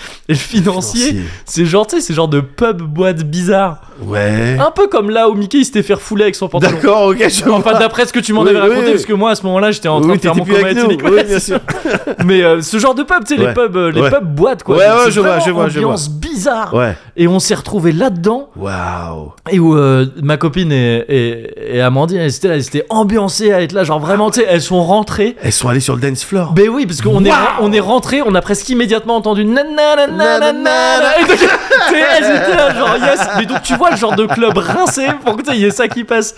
Speaker 1: et le financier, c'est genre, tu sais, c'est genre de pub boîte bizarre.
Speaker 2: Ouais.
Speaker 1: Un peu comme là où Mickey il s'était fait refouler avec son Ah, pantalon.
Speaker 2: D'accord, ok, je vois.
Speaker 1: Enfin, d'après ce que tu m'en
Speaker 2: Oui,
Speaker 1: avais
Speaker 2: oui,
Speaker 1: raconté,
Speaker 2: oui.
Speaker 1: parce que moi à ce moment-là j'étais en train
Speaker 2: oui,
Speaker 1: de faire
Speaker 2: t'étais
Speaker 1: mon
Speaker 2: plus
Speaker 1: coma
Speaker 2: avec nous.
Speaker 1: éthylique.
Speaker 2: Oui, bien sûr.
Speaker 1: Mais euh, ce genre de pub, tu sais, les
Speaker 2: Ouais.
Speaker 1: pubs, euh, les
Speaker 2: Ouais.
Speaker 1: pubs boîtes quoi.
Speaker 2: Ouais,
Speaker 1: Donc,
Speaker 2: ouais,
Speaker 1: c'est
Speaker 2: je vois,
Speaker 1: vraiment
Speaker 2: je vois, je vois.
Speaker 1: ambiance bizarre.
Speaker 2: Ouais.
Speaker 1: Et on s'est retrouvé là-dedans.
Speaker 2: Waouh.
Speaker 1: Et où euh, ma copine et, et, et Amandine, elles étaient là, elles étaient ambiancées à être là, genre vraiment, tu sais, elles sont rentrées.
Speaker 2: Elles sont allées sur le dance floor.
Speaker 1: Ben oui, parce qu'on est,
Speaker 2: Waouh
Speaker 1: on est rentré, on a presque immédiatement entendu nanana, nanana,
Speaker 2: Nanana.
Speaker 1: Et donc, tu sais, elles étaient là, genre yes. Mais donc tu vois le genre de club rincé pour que tu sais, il y ait ça qui passe.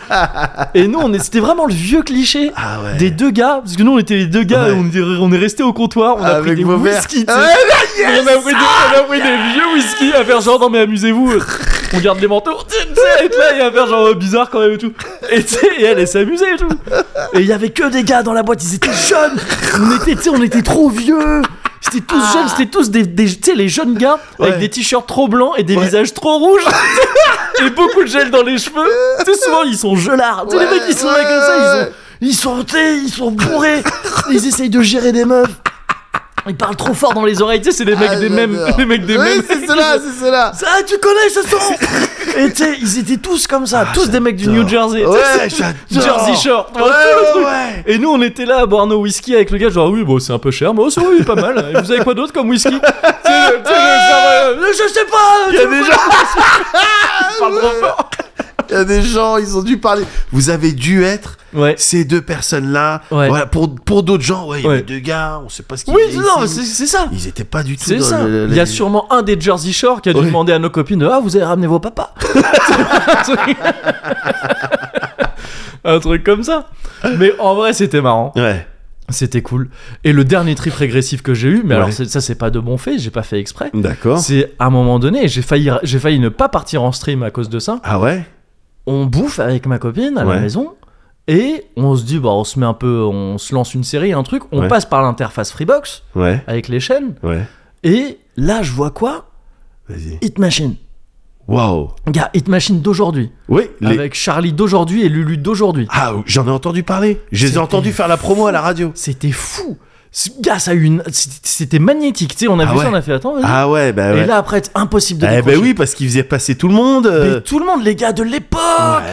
Speaker 1: Et nous, on est- c'était vraiment le vieux cliché.
Speaker 2: Ah ouais.
Speaker 1: Des deux gars, parce que nous on était les deux gars,
Speaker 2: Ouais.
Speaker 1: et on, est- on est restés au comptoir, on a
Speaker 2: Avec
Speaker 1: pris des
Speaker 2: vos verres.
Speaker 1: whisky, tu sais.
Speaker 2: Ah ouais,
Speaker 1: Et on a pris des, on a pris des
Speaker 2: Ah,
Speaker 1: vieux whisky à faire genre non mais amusez-vous, euh, on garde les manteaux, tu sais, tu sais, être là et à faire genre euh, bizarre quand même et tout. Et tu sais, et elle, elle s'amusait et tout. Et il y avait que des gars dans la boîte, ils étaient jeunes, on était, tu sais, on était trop vieux. C'était tous jeunes, c'était tous des, des- tu sais, les jeunes gars
Speaker 2: Ouais.
Speaker 1: avec des t-shirts trop blancs et des
Speaker 2: Ouais.
Speaker 1: visages trop rouges. et beaucoup de gel dans les cheveux. Tu sais, souvent ils sont gelards. Tu sais, les
Speaker 2: Ouais,
Speaker 1: mecs ils sont là
Speaker 2: ouais,
Speaker 1: comme ça, ils
Speaker 2: ouais.
Speaker 1: ont ils sont tés, ils sont bourrés, ils essayent de gérer des meufs. Ils parlent trop fort dans les oreilles, tu sais, c'est les mecs
Speaker 2: Ah,
Speaker 1: des mêmes.
Speaker 2: j'adore.
Speaker 1: Les mecs des
Speaker 2: oui,
Speaker 1: mêmes.
Speaker 2: c'est cela, c'est cela.
Speaker 1: Ça, tu connais ce son Et tu sais, ils étaient tous comme ça, tous des mecs du New Jersey. tu sais,
Speaker 2: Ouais,
Speaker 1: c'est-
Speaker 2: Ah, j'adore.
Speaker 1: Jersey Shore. tu
Speaker 2: Ouais,
Speaker 1: vois, tout le truc.
Speaker 2: ouais, ouais.
Speaker 1: Et nous, on était là à boire nos whisky avec le gars, genre, oui, bon, c'est un peu cher, mais aussi, oui, pas mal. Et vous avez quoi d'autre comme whisky Tu sais, le- tu sais, le- genre, euh, Je sais pas
Speaker 2: Il y a
Speaker 1: tu
Speaker 2: des
Speaker 1: vois,
Speaker 2: gens,
Speaker 1: ils parlent trop fort.
Speaker 2: il y a des gens, ils ont dû parler. Vous avez dû être
Speaker 1: Ouais.
Speaker 2: ces deux personnes-là.
Speaker 1: Ouais.
Speaker 2: Voilà, pour, pour d'autres gens, ouais, il y
Speaker 1: Ouais.
Speaker 2: avait deux gars, on sait pas ce qu'ils
Speaker 1: Oui,
Speaker 2: faisaient
Speaker 1: non, mais
Speaker 2: ici.
Speaker 1: c'est c'est ça.
Speaker 2: Ils étaient pas du tout
Speaker 1: C'est
Speaker 2: dans
Speaker 1: ça.
Speaker 2: le- le-
Speaker 1: Il y a
Speaker 2: les-
Speaker 1: sûrement un des Jersey Shore qui a dû
Speaker 2: Ouais.
Speaker 1: demander à nos copines Ah, vous avez ramené vos papas Un truc comme ça. Mais en vrai, c'était marrant.
Speaker 2: Ouais.
Speaker 1: C'était cool. Et le dernier trip régressif que j'ai eu, mais
Speaker 2: Ouais.
Speaker 1: alors c'est- ça, c'est pas de bon fait, j'ai pas fait exprès.
Speaker 2: D'accord.
Speaker 1: C'est à un moment donné, j'ai failli, j'ai failli ne pas partir en stream à cause de ça.
Speaker 2: Ah ouais
Speaker 1: On bouffe avec ma copine à
Speaker 2: Ouais.
Speaker 1: la maison. Et on se dit, bah, on se met un peu, on se lance une série, un truc. On
Speaker 2: Ouais.
Speaker 1: passe par l'interface Freebox
Speaker 2: Ouais.
Speaker 1: avec les chaînes.
Speaker 2: Ouais.
Speaker 1: Et là, je vois quoi
Speaker 2: Vas-y.
Speaker 1: Hit Machine.
Speaker 2: Waouh.
Speaker 1: Gars, Hit Machine d'aujourd'hui.
Speaker 2: Oui, les-
Speaker 1: Avec Charlie d'aujourd'hui et Lulu d'aujourd'hui.
Speaker 2: Ah, j'en ai entendu parler. Je les ai
Speaker 1: C'était
Speaker 2: entendus faire la promo à la radio.
Speaker 1: C'était fou. Ce gars, ça a eu une. C'était c'était magnétique. Tu sais, on a
Speaker 2: Ah
Speaker 1: vu
Speaker 2: ouais.
Speaker 1: ça, on a fait attends. vas-y.
Speaker 2: Ah ouais, bah ouais.
Speaker 1: Et là, après, c'est impossible de
Speaker 2: eh ben
Speaker 1: décrocher.
Speaker 2: oui, parce qu'ils faisaient passer tout le monde. euh,
Speaker 1: Mais tout le monde, les gars de l'époque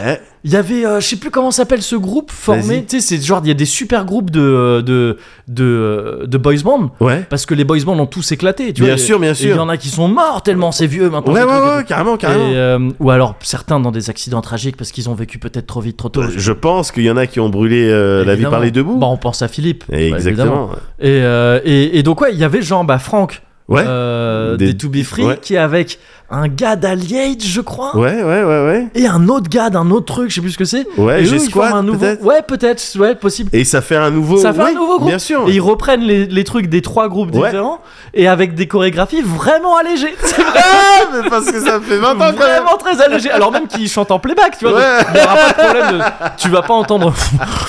Speaker 2: Ouais.
Speaker 1: Il y avait, euh, je sais plus comment s'appelle ce groupe
Speaker 2: Vas-y.
Speaker 1: formé. Tu sais, c'est genre, il y a des super groupes de, de, de, de boys band.
Speaker 2: Ouais.
Speaker 1: Parce que les boys band ont tous éclaté. Tu
Speaker 2: Bien
Speaker 1: vois,
Speaker 2: sûr, bien
Speaker 1: Et
Speaker 2: sûr.
Speaker 1: Il y en a qui sont morts tellement c'est vieux maintenant.
Speaker 2: Ouais,
Speaker 1: ces
Speaker 2: ouais,
Speaker 1: trucs et
Speaker 2: ouais,
Speaker 1: tout.
Speaker 2: carrément,
Speaker 1: Et,
Speaker 2: carrément.
Speaker 1: euh, ou alors certains dans des accidents tragiques parce qu'ils ont vécu peut-être trop vite, trop tôt.
Speaker 2: Bah, Je pense qu'il y en a qui ont brûlé euh, la vie
Speaker 1: Évidemment.
Speaker 2: par les deux bouts. Eh,
Speaker 1: Bah, on pense à Philippe. bah, évidemment.
Speaker 2: Exactement.
Speaker 1: et, euh, et, et donc, ouais, il y avait genre bah, Franck
Speaker 2: Ouais.
Speaker 1: euh,
Speaker 2: Des-
Speaker 1: des, To Be Free
Speaker 2: ouais.
Speaker 1: qui est avec un gars d'Alliage, je crois,
Speaker 2: Ouais, ouais, ouais, ouais.
Speaker 1: et un autre gars d'un autre truc, je sais plus ce que c'est.
Speaker 2: Ouais,
Speaker 1: et
Speaker 2: j'ai
Speaker 1: eux, ils forment
Speaker 2: squat,
Speaker 1: un nouveau.
Speaker 2: peut-être.
Speaker 1: Ouais, peut-être, ouais, possible.
Speaker 2: Et ça fait un nouveau.
Speaker 1: Ça fait un
Speaker 2: ouais,
Speaker 1: nouveau groupe.
Speaker 2: Bien sûr.
Speaker 1: Et ils reprennent les, les trucs des trois groupes
Speaker 2: Ouais.
Speaker 1: différents et avec des chorégraphies vraiment allégées. C'est vrai,
Speaker 2: Ah, mais parce que ça fait 20 ans quand même.
Speaker 1: vraiment très allégées. Alors même qu'ils chantent en playback, tu vois. donc
Speaker 2: Ouais.
Speaker 1: il y aura pas de problème de- Tu vas pas entendre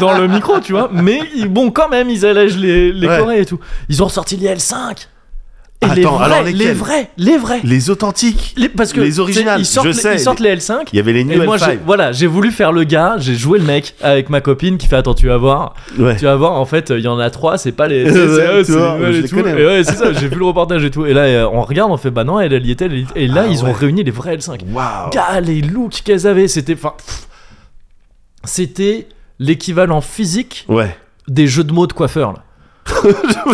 Speaker 1: dans le micro, tu vois. Mais ils- bon, quand même, ils allègent les, les
Speaker 2: Ouais.
Speaker 1: chorés et tout. Ils ont ressorti les L5. Et les
Speaker 2: Attends,
Speaker 1: vrais,
Speaker 2: alors
Speaker 1: les
Speaker 2: lesquels
Speaker 1: vrais, les vrais.
Speaker 2: Les authentiques.
Speaker 1: Les- parce que
Speaker 2: les
Speaker 1: tu sais,
Speaker 2: originales,
Speaker 1: ils sortent,
Speaker 2: je
Speaker 1: les-
Speaker 2: sais.
Speaker 1: ils sortent les L5.
Speaker 2: Il y avait les
Speaker 1: Et
Speaker 2: New
Speaker 1: moi, j'ai-
Speaker 2: L5.
Speaker 1: voilà, j'ai voulu faire le gars, j'ai joué le mec avec ma copine qui fait attends, tu vas voir,
Speaker 2: Ouais.
Speaker 1: tu vas voir, en fait, il y en a trois, c'est pas les, c'est-
Speaker 2: Ouais,
Speaker 1: c'est-
Speaker 2: tu
Speaker 1: c'est
Speaker 2: vois,
Speaker 1: les nouvelles
Speaker 2: je
Speaker 1: et
Speaker 2: les
Speaker 1: tout.
Speaker 2: connais,
Speaker 1: Et ouais, c'est ça, j'ai vu le reportage et tout. Et là, euh, on regarde, on fait bah non, elle, elle y était, elle y était. et là,
Speaker 2: Ah,
Speaker 1: ils
Speaker 2: ouais.
Speaker 1: ont réuni les vrais L5.
Speaker 2: Waouh.
Speaker 1: Gars, les looks qu'elles avaient, c'était, enfin, pff, c'était l'équivalent physique
Speaker 2: Ouais.
Speaker 1: des jeux de mots de coiffeur. Là.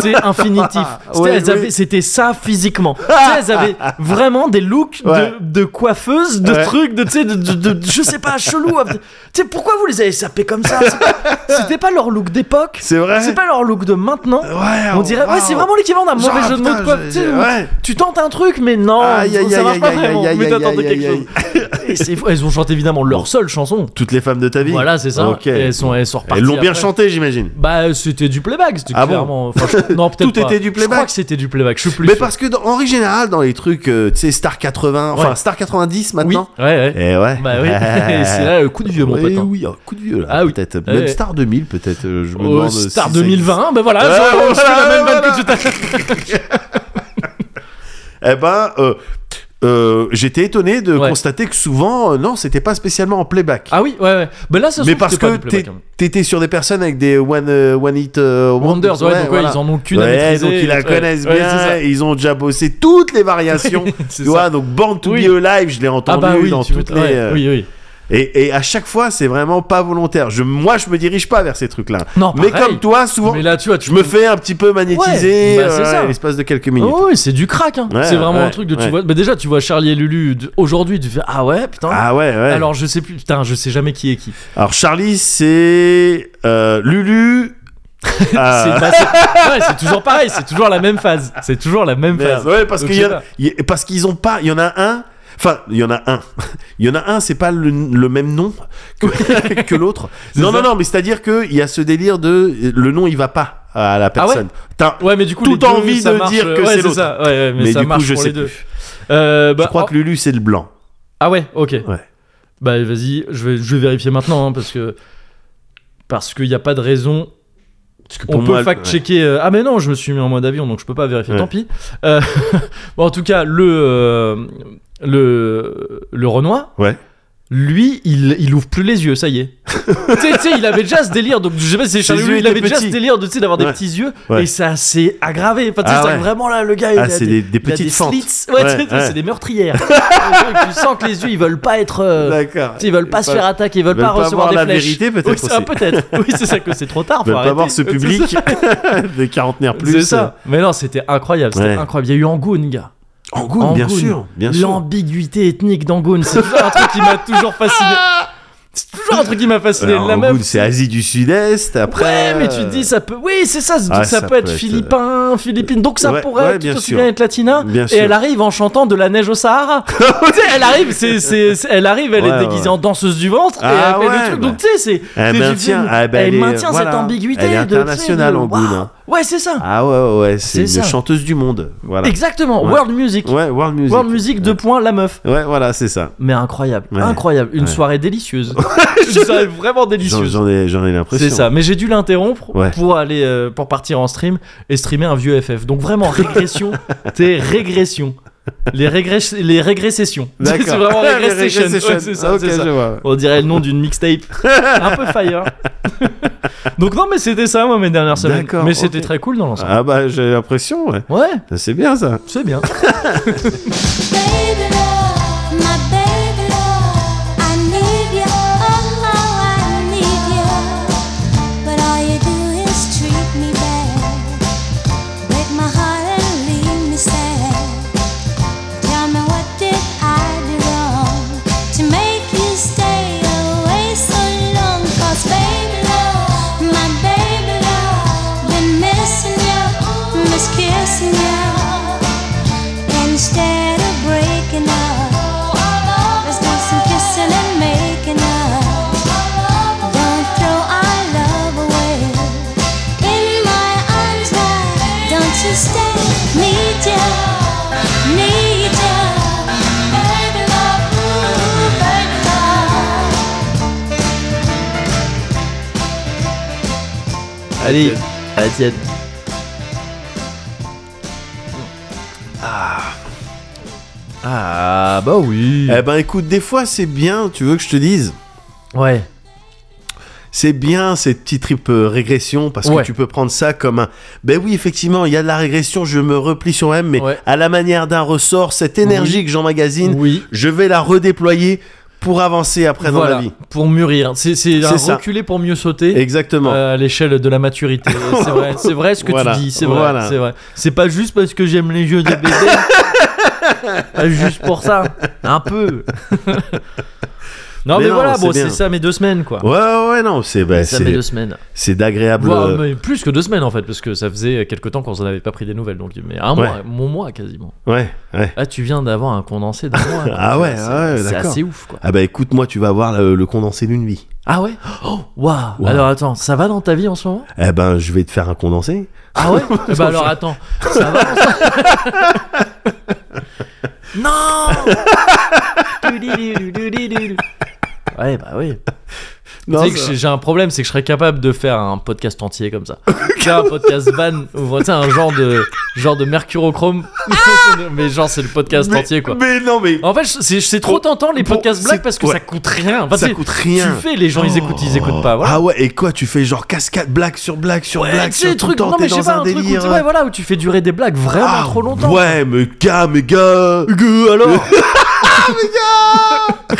Speaker 1: C'est infinitif. C'était-
Speaker 2: Ouais,
Speaker 1: elles
Speaker 2: oui.
Speaker 1: avaient- C'était ça physiquement. Tu sais, elles avaient vraiment des looks
Speaker 2: Ouais.
Speaker 1: de, de coiffeuses, de
Speaker 2: Ouais.
Speaker 1: trucs, de, tu sais, de, de- de- je sais pas, chelou. Tu sais, pourquoi vous les avez sapés comme ça C'est pas- C'était pas leur look d'époque.
Speaker 2: C'est vrai
Speaker 1: C'est pas leur look de maintenant.
Speaker 2: Ouais,
Speaker 1: On dirait, ouais, c'est vraiment l'équivalent d'un Ah, mauvais jeu de mots de coiffe. Tu sais, où
Speaker 2: Ouais.
Speaker 1: Tu tentes un truc, mais non,
Speaker 2: Aïe, aïe,
Speaker 1: ça
Speaker 2: aï,
Speaker 1: marche pas
Speaker 2: aïe,
Speaker 1: vraiment.
Speaker 2: aïe, aïe,
Speaker 1: Mais
Speaker 2: aïe,
Speaker 1: t'attendais
Speaker 2: aï,
Speaker 1: quelque
Speaker 2: aï,
Speaker 1: chose. Et c'est fou, Elles ont chanté évidemment leur seule chanson.
Speaker 2: Toutes les femmes de ta vie
Speaker 1: Voilà, c'est ça.
Speaker 2: Ok.
Speaker 1: Et elles sont, elles sont
Speaker 2: Elles
Speaker 1: reparties
Speaker 2: l'ont bien
Speaker 1: après.
Speaker 2: chanté, j'imagine.
Speaker 1: Bah, c'était du playback, c'était
Speaker 2: Ah bon
Speaker 1: clairement. enfin, je- Non, peut-être
Speaker 2: Tout
Speaker 1: pas.
Speaker 2: était du
Speaker 1: Je crois
Speaker 2: playback
Speaker 1: que c'était du playback, je suis plus.
Speaker 2: Mais
Speaker 1: sûr.
Speaker 2: parce que, dans, en règle générale, dans les trucs, euh, tu sais, Star 80, enfin
Speaker 1: Ouais.
Speaker 2: Star 90
Speaker 1: Oui,
Speaker 2: maintenant.
Speaker 1: ouais, ouais.
Speaker 2: Eh ouais.
Speaker 1: Bah oui, Et c'est là le coup de vieux, mon
Speaker 2: Eh
Speaker 1: pote. hein.
Speaker 2: oui, un coup de vieux là.
Speaker 1: Ah oui.
Speaker 2: Peut-être.
Speaker 1: Eh.
Speaker 2: Même Star 2000, peut-être. euh, je me
Speaker 1: Au
Speaker 2: demande
Speaker 1: Star
Speaker 2: si ça
Speaker 1: 2020, ben voilà,
Speaker 2: Ouais,
Speaker 1: je- je, fais
Speaker 2: voilà,
Speaker 1: la même vanne
Speaker 2: voilà.
Speaker 1: que tout à l'heure.
Speaker 2: Eh ben, euh, euh, j'étais étonné de
Speaker 1: Ouais.
Speaker 2: constater que souvent, euh, non, c'était pas spécialement en playback.
Speaker 1: Ah oui, ouais, ouais. Ben là, ça se
Speaker 2: mais
Speaker 1: trouve
Speaker 2: parce
Speaker 1: c'était pas
Speaker 2: que
Speaker 1: du playback,
Speaker 2: t'es-
Speaker 1: hein.
Speaker 2: t'étais sur des personnes avec des one, euh, one hit euh,
Speaker 1: Wonders, ouais, donc ouais,
Speaker 2: voilà.
Speaker 1: ils en ont qu'une à
Speaker 2: Ouais,
Speaker 1: maîtriser. euh,
Speaker 2: donc ils la
Speaker 1: Ouais,
Speaker 2: connaissent
Speaker 1: ouais,
Speaker 2: bien,
Speaker 1: c'est ça.
Speaker 2: ils ont déjà bossé toutes les variations.
Speaker 1: C'est
Speaker 2: tu vois,
Speaker 1: ça.
Speaker 2: donc Born to
Speaker 1: Oui.
Speaker 2: Be Alive, je l'ai entendu
Speaker 1: Ah bah oui,
Speaker 2: dans
Speaker 1: tu
Speaker 2: toutes
Speaker 1: veux-
Speaker 2: les.
Speaker 1: ouais,
Speaker 2: euh,
Speaker 1: oui, oui.
Speaker 2: Et, et à chaque fois, c'est vraiment pas volontaire. Je, moi, je me dirige pas vers ces trucs-là.
Speaker 1: Non,
Speaker 2: Mais
Speaker 1: Oh, pareil.
Speaker 2: comme toi, souvent,
Speaker 1: Mais là, tu vois, tu
Speaker 2: je me fais un petit peu magnétiser
Speaker 1: Ouais, bah, c'est
Speaker 2: euh,
Speaker 1: ça.
Speaker 2: à l'espace de quelques minutes.
Speaker 1: Oh, oui, c'est du crack, hein.
Speaker 2: Ouais,
Speaker 1: c'est vraiment
Speaker 2: ouais,
Speaker 1: un truc de tu
Speaker 2: ouais.
Speaker 1: vois. Bah déjà, tu vois Charlie et Lulu de- aujourd'hui, tu fais ah ouais, putain.
Speaker 2: Ah ouais, ouais. Alors,
Speaker 1: Alors je sais plus, putain, je sais jamais qui est qui.
Speaker 2: Charlie, c'est euh, Lulu. euh,
Speaker 1: C'est bah, c'est- ouais, c'est toujours pareil, c'est toujours la même phase. C'est toujours la même
Speaker 2: Merde.
Speaker 1: phase.
Speaker 2: Ouais, parce
Speaker 1: Donc,
Speaker 2: qu'il
Speaker 1: je
Speaker 2: y
Speaker 1: sais
Speaker 2: en a-
Speaker 1: pas.
Speaker 2: y- parce qu'ils ont pas, il y en a un. Enfin, il y en a un. Il y en a un, c'est pas le, le même nom que, que l'autre.
Speaker 1: C'est
Speaker 2: Non,
Speaker 1: ça.
Speaker 2: non, non, mais c'est-à-dire qu'il y a ce délire de le nom, il va pas à la
Speaker 1: Ah ouais
Speaker 2: personne. T'as-
Speaker 1: Ouais, mais du coup,
Speaker 2: Tout
Speaker 1: les deux,
Speaker 2: envie
Speaker 1: ça
Speaker 2: de
Speaker 1: marche.
Speaker 2: dire que
Speaker 1: Ouais,
Speaker 2: c'est
Speaker 1: c'est ça. Ouais, ouais, mais,
Speaker 2: Mais
Speaker 1: ça
Speaker 2: du coup,
Speaker 1: marche
Speaker 2: je
Speaker 1: pour
Speaker 2: sais
Speaker 1: les deux.
Speaker 2: plus.
Speaker 1: Euh, bah,
Speaker 2: je crois
Speaker 1: oh,
Speaker 2: que Lulu, c'est le blanc.
Speaker 1: Ah ouais, ok.
Speaker 2: Ouais.
Speaker 1: Bah vas-y, je vais, je vais vérifier maintenant hein, parce que parce qu'il n'y a pas de raison.
Speaker 2: Parce que
Speaker 1: On
Speaker 2: pour
Speaker 1: peut
Speaker 2: moi,
Speaker 1: fact-checker. euh, Ah mais non, je me suis mis en mode avion, donc je peux pas vérifier.
Speaker 2: Ouais.
Speaker 1: Tant pis. Euh, bon, en tout cas, le euh, le le Renoir,
Speaker 2: Ouais.
Speaker 1: lui, il, il ouvre plus les yeux, ça y est. tu sais, tu sais, il avait déjà ce délire, donc je sais pas si c'est Charlie
Speaker 2: Ses
Speaker 1: Louis,
Speaker 2: yeux
Speaker 1: il avait
Speaker 2: étaient
Speaker 1: déjà ce
Speaker 2: petits.
Speaker 1: délire de, tu sais, d'avoir des
Speaker 2: Ouais.
Speaker 1: petits yeux,
Speaker 2: Ouais.
Speaker 1: et ça s'est aggravé. Enfin, tu sais,
Speaker 2: Ah
Speaker 1: c'est-à-dire
Speaker 2: ouais.
Speaker 1: que vraiment là, le gars, il
Speaker 2: Ah,
Speaker 1: a
Speaker 2: c'est
Speaker 1: des,
Speaker 2: des, des
Speaker 1: il a des
Speaker 2: petites fentes.
Speaker 1: slits. Ouais,
Speaker 2: Ouais,
Speaker 1: tu sais,
Speaker 2: ouais.
Speaker 1: c'est des meurtrières. Donc, tu sens que les yeux, ils veulent pas être. euh,
Speaker 2: D'accord.
Speaker 1: tu sais, ils veulent pas se faire attaquer, ils veulent
Speaker 2: veulent
Speaker 1: pas
Speaker 2: pas
Speaker 1: recevoir
Speaker 2: voir
Speaker 1: des
Speaker 2: la
Speaker 1: flèches.
Speaker 2: vérité, peut-être
Speaker 1: Oui, c'est- ah,
Speaker 2: aussi.
Speaker 1: peut-être. Oui, c'est ça que c'est trop tard.
Speaker 2: Ils
Speaker 1: faut
Speaker 2: veulent pas
Speaker 1: arrêter. Euh,
Speaker 2: voir ce
Speaker 1: C'est ça.
Speaker 2: public des quarantenaires plus.
Speaker 1: C'est ça. Mais non, c'était incroyable. C'était
Speaker 2: Ouais.
Speaker 1: incroyable. Il y a eu Angoune, gars.
Speaker 2: Angoune, euh, bien
Speaker 1: Angoune.
Speaker 2: sûr, bien sûr.
Speaker 1: L'ambiguïté ethnique d'Angoune, c'est toujours un truc qui m'a toujours fasciné. C'est toujours un truc qui m'a fasciné.
Speaker 2: Alors,
Speaker 1: la
Speaker 2: Angoune,
Speaker 1: meuf.
Speaker 2: c'est Asie du Sud-Est. Après.
Speaker 1: Ouais, mais tu te dis, ça peut. Oui, c'est ça, donc
Speaker 2: Ah,
Speaker 1: ça, peut être philippin, philippine. Donc ça
Speaker 2: Ouais,
Speaker 1: pourrait
Speaker 2: ouais,
Speaker 1: être
Speaker 2: bien
Speaker 1: tout aussi
Speaker 2: sûr.
Speaker 1: bien être latina.
Speaker 2: Bien
Speaker 1: et
Speaker 2: sûr. Ah
Speaker 1: elle arrive en chantant de la neige au Sahara. tu sais, elle arrive, c'est, c'est, c'est- elle arrive, elle est
Speaker 2: Ouais,
Speaker 1: déguisée
Speaker 2: ouais.
Speaker 1: en danseuse du ventre.
Speaker 2: Ah,
Speaker 1: et elle fait le
Speaker 2: ouais,
Speaker 1: truc.
Speaker 2: bah.
Speaker 1: Donc tu sais, c'est. c'est
Speaker 2: Elle
Speaker 1: du
Speaker 2: maintient,
Speaker 1: film.
Speaker 2: ah, bah,
Speaker 1: Elle
Speaker 2: elle est-
Speaker 1: maintient cette
Speaker 2: voilà.
Speaker 1: ambiguïté.
Speaker 2: Elle est
Speaker 1: de- tu sais,
Speaker 2: internationale,
Speaker 1: de-
Speaker 2: Angoune,
Speaker 1: Waouh.
Speaker 2: hein.
Speaker 1: Ouais, c'est ça.
Speaker 2: Ah ouais, ouais, ouais, c'est une
Speaker 1: C'est ça.
Speaker 2: chanteuse du monde. Voilà.
Speaker 1: Exactement.
Speaker 2: Ouais.
Speaker 1: World Music.
Speaker 2: Ouais, World Music.
Speaker 1: World Music, deux points, la meuf.
Speaker 2: Ouais, voilà, c'est ça.
Speaker 1: Mais incroyable,
Speaker 2: Ouais.
Speaker 1: incroyable. Une
Speaker 2: Ouais.
Speaker 1: soirée délicieuse. Une soirée vraiment
Speaker 2: J'en
Speaker 1: délicieuse.
Speaker 2: j'en ai, j'en ai l'impression.
Speaker 1: C'est ça, mais j'ai dû l'interrompre
Speaker 2: Ouais.
Speaker 1: pour aller euh, pour partir en stream et streamer un vieux FF. Donc vraiment régression, t'es régression. Les régress les régressessions. C'est
Speaker 2: D'accord.
Speaker 1: vraiment
Speaker 2: Les
Speaker 1: régressation.
Speaker 2: régressation.
Speaker 1: Ouais, c'est ça,
Speaker 2: Ok,
Speaker 1: c'est ça.
Speaker 2: je vois.
Speaker 1: On dirait le nom d'une mixtape. un peu fire. Donc non mais c'était ça moi mes dernières semaines.
Speaker 2: D'accord,
Speaker 1: Mais
Speaker 2: ok.
Speaker 1: c'était très cool dans l'ensemble.
Speaker 2: Ah bah, j'ai l'impression, ouais.
Speaker 1: Ouais,
Speaker 2: C'est bien ça.
Speaker 1: c'est bien.
Speaker 3: Baby love, my baby love, I need you, oh how I need you. But all you do is treat me bad, break my heart and leave me sad. Tell me what did I do wrong to make you stay away so long? 'Cause baby love, my baby love, been missing you, miss kissing you. Instead of breaking up, let's do some kissing and making up. Don't throw our love away. In my arms, why don't you stay? Need ya, need ya, baby love, ooh, baby love.
Speaker 1: Allez, à la tienne. Ah. bah oui.
Speaker 2: Eh ben, écoute, des fois, c'est bien, tu veux que je te dise Eh,
Speaker 1: Ouais.
Speaker 2: c'est bien ces petits trips euh, régression parce
Speaker 1: Ouais.
Speaker 2: que tu peux prendre ça comme un ben oui effectivement il y a de la régression je me replie sur moi-même mais
Speaker 1: Ouais.
Speaker 2: à la manière d'un ressort cette énergie que j'emmagasine
Speaker 1: Oui.
Speaker 2: je vais la redéployer pour avancer après dans la
Speaker 1: Voilà,
Speaker 2: vie.
Speaker 1: pour mûrir. C'est- C'est un
Speaker 2: C'est ça.
Speaker 1: reculer pour mieux sauter
Speaker 2: Exactement.
Speaker 1: euh, à l'échelle de la maturité. c'est vrai, c'est vrai ce que
Speaker 2: Voilà,
Speaker 1: tu dis, c'est vrai,
Speaker 2: voilà.
Speaker 1: c'est vrai. C'est pas juste parce que j'aime les jeux de bébé. pas juste pour ça, un peu. non
Speaker 2: Mais
Speaker 1: mais,
Speaker 2: non,
Speaker 1: voilà,
Speaker 2: c'est
Speaker 1: bon,
Speaker 2: bien.
Speaker 1: c'est ça mes deux semaines quoi.
Speaker 2: Ouais, ouais, ouais, non, c'est bah,
Speaker 1: C'est ça mes
Speaker 2: c'est
Speaker 1: deux semaines.
Speaker 2: c'est d'agréable.
Speaker 1: Voire,
Speaker 2: euh,
Speaker 1: mais plus que deux semaines en fait, parce que ça faisait quelque temps qu'on s'en avait pas pris des nouvelles, donc mais un
Speaker 2: Ouais.
Speaker 1: mois, mon mois quasiment.
Speaker 2: Ouais, ouais.
Speaker 1: Ah, tu viens d'avoir un condensé d'un mois.
Speaker 2: Ah
Speaker 1: donc,
Speaker 2: ouais,
Speaker 1: c'est-
Speaker 2: ah ouais,
Speaker 1: c'est
Speaker 2: d'accord.
Speaker 1: assez ouf quoi.
Speaker 2: Ah bah écoute, moi, tu vas voir le, le condensé d'une vie.
Speaker 1: Ah ouais. Oh, waouh.
Speaker 2: Waouh.
Speaker 1: Alors attends, ça va dans ta vie en ce moment
Speaker 2: Eh ben, je vais te faire un condensé.
Speaker 1: Ah ouais Eh Bah alors attends, ça va Non Ouais, bah oui.
Speaker 2: Non,
Speaker 1: tu sais que
Speaker 2: ça-
Speaker 1: j'ai- j'ai un problème, c'est que je serais capable de faire un podcast entier comme ça. Faire un podcast van, ou tu sais, un genre de, genre de mercurochrome. mais genre, c'est le podcast
Speaker 2: mais,
Speaker 1: entier quoi. Oh,
Speaker 2: Mais non, mais
Speaker 1: En fait, je- c'est c'est trop tentant les
Speaker 2: Bon,
Speaker 1: podcasts
Speaker 2: c'est-
Speaker 1: blagues parce que
Speaker 2: ouais.
Speaker 1: ça coûte rien. Enfin,
Speaker 2: ça
Speaker 1: tu-
Speaker 2: coûte rien.
Speaker 1: Tu fais, les gens ils écoutent, ils écoutent pas. Voilà.
Speaker 2: Ah ouais, et quoi, tu fais genre cascade, blague sur blague sur
Speaker 1: Ouais,
Speaker 2: blague
Speaker 1: tu sais,
Speaker 2: sur
Speaker 1: le
Speaker 2: tout le
Speaker 1: truc,
Speaker 2: temps,
Speaker 1: non
Speaker 2: t'es
Speaker 1: mais je sais
Speaker 2: dans
Speaker 1: pas,
Speaker 2: un
Speaker 1: un truc où,
Speaker 2: délire.
Speaker 1: tu, ouais, voilà, où tu fais durer des blagues vraiment
Speaker 2: Ah,
Speaker 1: trop longtemps.
Speaker 2: Ouais, mais gars, mais gars Ah,
Speaker 1: Gueux, alors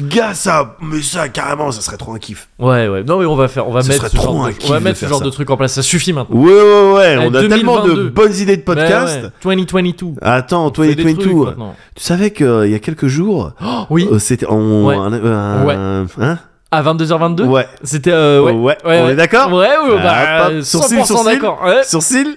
Speaker 2: Gars, ça, mais ça, carrément, ça serait trop un kiff.
Speaker 1: Ouais, ouais, non mais on va faire, on va
Speaker 2: Ce
Speaker 1: mettre
Speaker 2: serait
Speaker 1: ce
Speaker 2: trop
Speaker 1: genre,
Speaker 2: un
Speaker 1: de,
Speaker 2: kiff
Speaker 1: on va
Speaker 2: de
Speaker 1: mettre ce
Speaker 2: faire
Speaker 1: genre
Speaker 2: ça.
Speaker 1: de truc en place, ça suffit maintenant.
Speaker 2: Ouais, ouais, ouais,
Speaker 1: Eh,
Speaker 2: on a tellement de
Speaker 1: 2022. Bah,
Speaker 2: bonnes idées de podcast.
Speaker 1: Ouais, ouais. 2022.
Speaker 2: Attends,
Speaker 1: On fait des trucs
Speaker 2: 2022,
Speaker 1: maintenant.
Speaker 2: tu savais qu'il y a quelques jours,
Speaker 1: Oh, oui,
Speaker 2: euh, c'était on,
Speaker 1: Ouais.
Speaker 2: un, un- hein
Speaker 1: à 22h22
Speaker 2: ouais. Oh.
Speaker 1: C'était... euh,
Speaker 2: ouais,
Speaker 1: ouais. ouais,
Speaker 2: on
Speaker 1: ouais.
Speaker 2: est d'accord
Speaker 1: Ouais, ouais,
Speaker 2: Ah,
Speaker 1: bah,
Speaker 2: hop,
Speaker 1: euh, 100%
Speaker 2: sourcil, sourcil.
Speaker 1: d'accord. Ouais.
Speaker 2: Sourcil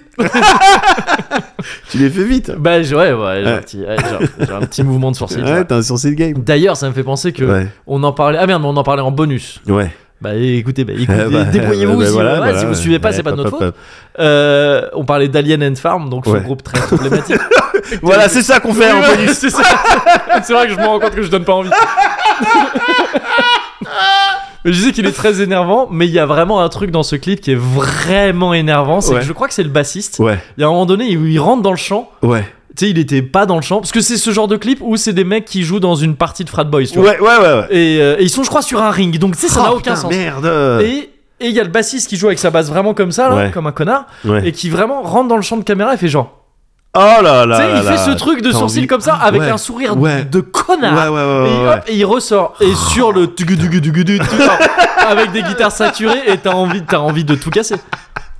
Speaker 2: Tu les fais vite.
Speaker 1: Bah, je- ouais, ouais, j'ai
Speaker 2: Ouais.
Speaker 1: un petit, ouais, j'ai un- j'ai un petit mouvement de sourcil.
Speaker 2: Ouais,
Speaker 1: là.
Speaker 2: t'as un sourcil game.
Speaker 1: D'ailleurs, ça me fait penser que
Speaker 2: Ouais,
Speaker 1: on en parlait. Ah merde, mais on en parlait en bonus.
Speaker 2: ouais.
Speaker 1: Bah écoutez, bah, écoutez
Speaker 2: Eh bah,
Speaker 1: débrouillez-vous
Speaker 2: bah,
Speaker 1: si,
Speaker 2: voilà,
Speaker 1: ouais,
Speaker 2: voilà,
Speaker 1: si vous
Speaker 2: ouais.
Speaker 1: suivez pas,
Speaker 2: Ouais,
Speaker 1: c'est pas de notre
Speaker 2: hop,
Speaker 1: faute.
Speaker 2: hop,
Speaker 1: Euh, on parlait d'Alien and Farm, donc
Speaker 2: Ouais.
Speaker 1: ce groupe très problématique.
Speaker 2: hop. Voilà, c'est ça qu'on fait en
Speaker 1: Ouais,
Speaker 2: bonus.
Speaker 1: c'est ça. C'est vrai que je me rends compte que je donne pas envie. Mais je disais qu'il est très énervant, mais il y a vraiment un truc dans ce clip qui est vraiment énervant. C'est
Speaker 2: Ouais.
Speaker 1: que je crois que c'est le bassiste.
Speaker 2: Ouais,
Speaker 1: Il y a un moment donné où il rentre dans le champ.
Speaker 2: ouais.
Speaker 1: Tu sais, il était pas dans le champ. Parce que c'est ce genre de clip où c'est des mecs qui jouent dans une partie de Frat Boys. tu
Speaker 2: Ouais,
Speaker 1: vois.
Speaker 2: ouais, ouais. ouais.
Speaker 1: Et, euh, et ils sont, je crois, sur un ring. Donc, tu sais, ça
Speaker 2: Oh,
Speaker 1: n'a aucun
Speaker 2: putain,
Speaker 1: sens.
Speaker 2: Merde.
Speaker 1: Et et il y a le bassiste qui joue avec sa basse vraiment comme ça, là,
Speaker 2: Ouais.
Speaker 1: comme un connard,
Speaker 2: Ouais.
Speaker 1: et qui vraiment rentre dans le champ de caméra et fait genre.
Speaker 2: Oh là là.
Speaker 1: Tu sais,
Speaker 2: là
Speaker 1: il fait
Speaker 2: là.
Speaker 1: ce truc de
Speaker 2: T'as
Speaker 1: sourcil
Speaker 2: envie-
Speaker 1: comme ça avec
Speaker 2: Ouais.
Speaker 1: un sourire
Speaker 2: Ouais.
Speaker 1: de
Speaker 2: Ouais, ouais,
Speaker 1: connard.
Speaker 2: ouais.
Speaker 1: Et,
Speaker 2: ouais, Oh.
Speaker 1: hop, et il ressort et sur le tugu tugu tugu tugu, tout ça, avec des guitares saturées et t'as envie t'as envie de tout casser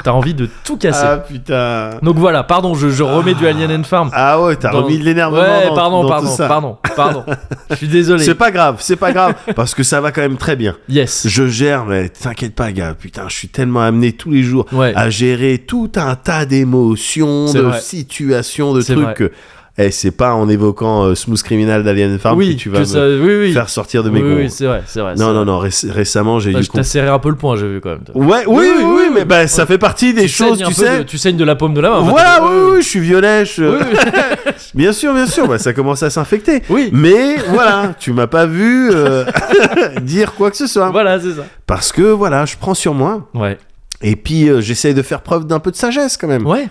Speaker 1: t'as envie de tout casser
Speaker 2: Ah putain.
Speaker 1: donc voilà pardon je, je remets du Alien and Farm
Speaker 2: Ah ouais, t'as
Speaker 1: Dans-
Speaker 2: remis de l'énervement.
Speaker 1: ouais
Speaker 2: dans-
Speaker 1: pardon
Speaker 2: dans
Speaker 1: pardon,
Speaker 2: tout ça.
Speaker 1: pardon pardon je suis désolé
Speaker 2: C'est pas grave, c'est pas grave, parce que ça va quand même très bien.
Speaker 1: yes
Speaker 2: Je gère, mais t'inquiète pas, gars. Putain, je suis tellement amené tous les jours
Speaker 1: ouais
Speaker 2: à gérer tout un tas d'émotions,
Speaker 1: C'est
Speaker 2: de
Speaker 1: vrai.
Speaker 2: situations, de
Speaker 1: C'est
Speaker 2: trucs
Speaker 1: vrai.
Speaker 2: que. Eh, c'est pas en évoquant euh, Smooth Criminal d'Alien Farm
Speaker 1: oui
Speaker 2: que tu vas
Speaker 1: que
Speaker 2: me
Speaker 1: ça- oui oui
Speaker 2: faire sortir de mes
Speaker 1: oui,
Speaker 2: gonds.
Speaker 1: oui, c'est vrai c'est vrai c'est
Speaker 2: non,
Speaker 1: vrai.
Speaker 2: non, non, réc- récemment, j'ai
Speaker 1: Bah,
Speaker 2: dû
Speaker 1: je t'ai serré un peu le poing j'ai vu quand même
Speaker 2: Ouais, oui, oui, oui, mais bah, ça fait partie des
Speaker 1: Tu saignes
Speaker 2: choses,
Speaker 1: un
Speaker 2: tu
Speaker 1: peu
Speaker 2: sais.
Speaker 1: de- tu saignes de la paume de la main en fait.
Speaker 2: Voilà,
Speaker 1: Ouais,
Speaker 2: oui, oui, je suis violet, je-
Speaker 1: ouais, ouais.
Speaker 2: bien sûr, bien sûr, bah, ça commence à s'infecter.
Speaker 1: oui oui
Speaker 2: Mais voilà, tu m'as pas vu euh, dire quoi que ce soit.
Speaker 1: voilà c'est ça
Speaker 2: Parce que voilà, je prends sur moi.
Speaker 1: ouais
Speaker 2: Et puis, euh, j'essaye de faire preuve d'un peu de sagesse quand même.
Speaker 1: ouais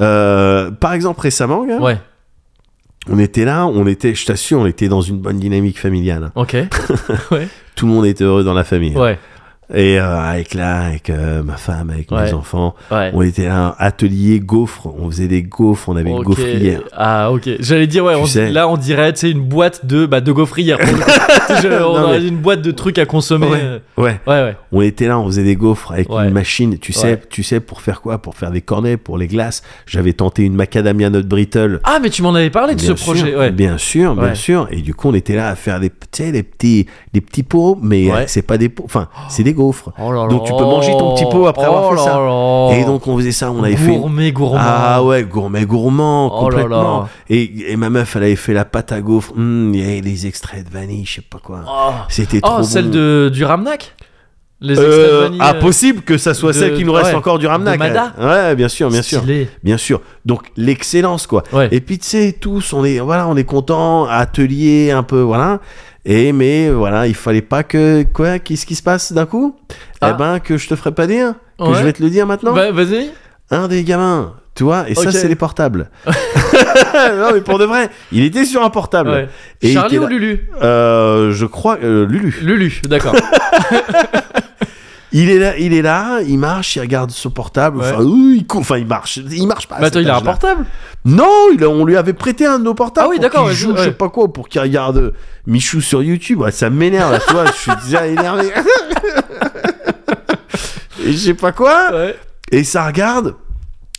Speaker 2: Euh, par exemple, récemment, gars,
Speaker 1: ouais
Speaker 2: on était là, on était, je t'assure, on était dans une bonne dynamique familiale.
Speaker 1: ok
Speaker 2: Tout le monde était heureux dans la famille.
Speaker 1: ouais
Speaker 2: Et euh, avec là, avec euh, ma femme, avec
Speaker 1: Ouais.
Speaker 2: mes enfants.
Speaker 1: ouais
Speaker 2: On était là, atelier gaufres, on faisait des gaufres, on avait une
Speaker 1: Ok.
Speaker 2: gaufrière.
Speaker 1: Ah ok. J'allais dire ouais.
Speaker 2: Tu
Speaker 1: on-
Speaker 2: sais.
Speaker 1: Là on dirait tu sais une boîte de bah de gaufrières. pour le coup. Tu sais, je- on
Speaker 2: Non,
Speaker 1: a
Speaker 2: mais-
Speaker 1: une boîte de trucs à consommer. euh,
Speaker 2: Ouais, ouais.
Speaker 1: Ouais ouais.
Speaker 2: On était là, on faisait des gaufres avec
Speaker 1: Ouais.
Speaker 2: une machine, tu sais,
Speaker 1: Ouais.
Speaker 2: tu sais pour faire quoi Pour faire des cornets, pour les glaces. J'avais tenté une macadamia nut brittle.
Speaker 1: Ah mais tu m'en avais parlé de
Speaker 2: Bien
Speaker 1: ce
Speaker 2: sûr,
Speaker 1: projet. Ouais.
Speaker 2: Bien sûr, bien
Speaker 1: Ouais.
Speaker 2: sûr. Et du coup, on était là à faire des, tu sais, des petits, des petits pots, mais
Speaker 1: Ouais.
Speaker 2: euh, c'est pas des pots, enfin, c'est des gaufres.
Speaker 1: Oh là là.
Speaker 2: Donc, tu peux manger ton petit pot après avoir
Speaker 1: Oh
Speaker 2: fait
Speaker 1: là
Speaker 2: ça.
Speaker 1: là.
Speaker 2: Et donc, on faisait ça, on avait fait. une-
Speaker 1: gourmet gourmand.
Speaker 2: Ah ouais, gourmet gourmand,
Speaker 1: Oh là
Speaker 2: complètement.
Speaker 1: là.
Speaker 2: Et, et ma meuf, elle avait fait la pâte à gaufres. Hum, il y avait les extraits de vanille, je sais pas quoi.
Speaker 1: Oh,
Speaker 2: C'était
Speaker 1: Oh,
Speaker 2: trop
Speaker 1: celle
Speaker 2: bon.
Speaker 1: de du Ramnac. Les
Speaker 2: Euh,
Speaker 1: extraits de vanille.
Speaker 2: ah,
Speaker 1: euh,
Speaker 2: possible que ça soit
Speaker 1: de-
Speaker 2: celle qui nous reste
Speaker 1: ouais,
Speaker 2: encore du Ramnac.
Speaker 1: de Mada.
Speaker 2: ouais. Ouais, bien sûr, bien sûr.
Speaker 1: stylés.
Speaker 2: Bien sûr. Donc, l'excellence, quoi.
Speaker 1: Ouais.
Speaker 2: Et puis, tu sais, tous, on est, voilà, on est content, atelier, un peu, voilà. Et, mais, voilà, il fallait pas que, quoi, qu'est-ce qui se passe d'un coup?
Speaker 1: Ah.
Speaker 2: Eh ben, que je te ferai pas dire. Que
Speaker 1: Ouais.
Speaker 2: je vais te le dire maintenant.
Speaker 1: Bah, vas-y.
Speaker 2: Un des gamins, tu vois, et ça,
Speaker 1: Ok.
Speaker 2: c'est les portables. non, mais pour de vrai, il était sur un portable.
Speaker 1: Ouais.
Speaker 2: Et il
Speaker 1: Charlie
Speaker 2: était
Speaker 1: ou
Speaker 2: là-
Speaker 1: Lulu Bah,
Speaker 2: Euh, je crois, euh, Lulu.
Speaker 1: Lulu, d'accord.
Speaker 2: Il est là, il est là, il marche, il regarde son portable.
Speaker 1: Ouais.
Speaker 2: Enfin, ouh, il court, enfin, il marche, il marche pas. à
Speaker 1: Mais attends,
Speaker 2: cet
Speaker 1: il a un
Speaker 2: âge-là.
Speaker 1: portable
Speaker 2: Non, il a- on lui avait prêté un de nos portables.
Speaker 1: Ah oui,
Speaker 2: pour
Speaker 1: d'accord,
Speaker 2: qu'il
Speaker 1: ouais,
Speaker 2: joue,
Speaker 1: ouais.
Speaker 2: je sais pas quoi, pour qu'il regarde euh, Michou sur YouTube. Ouais, ça m'énerve, là, tu vois, je suis déjà énervé. Et je sais pas quoi.
Speaker 1: Ouais.
Speaker 2: Et ça regarde.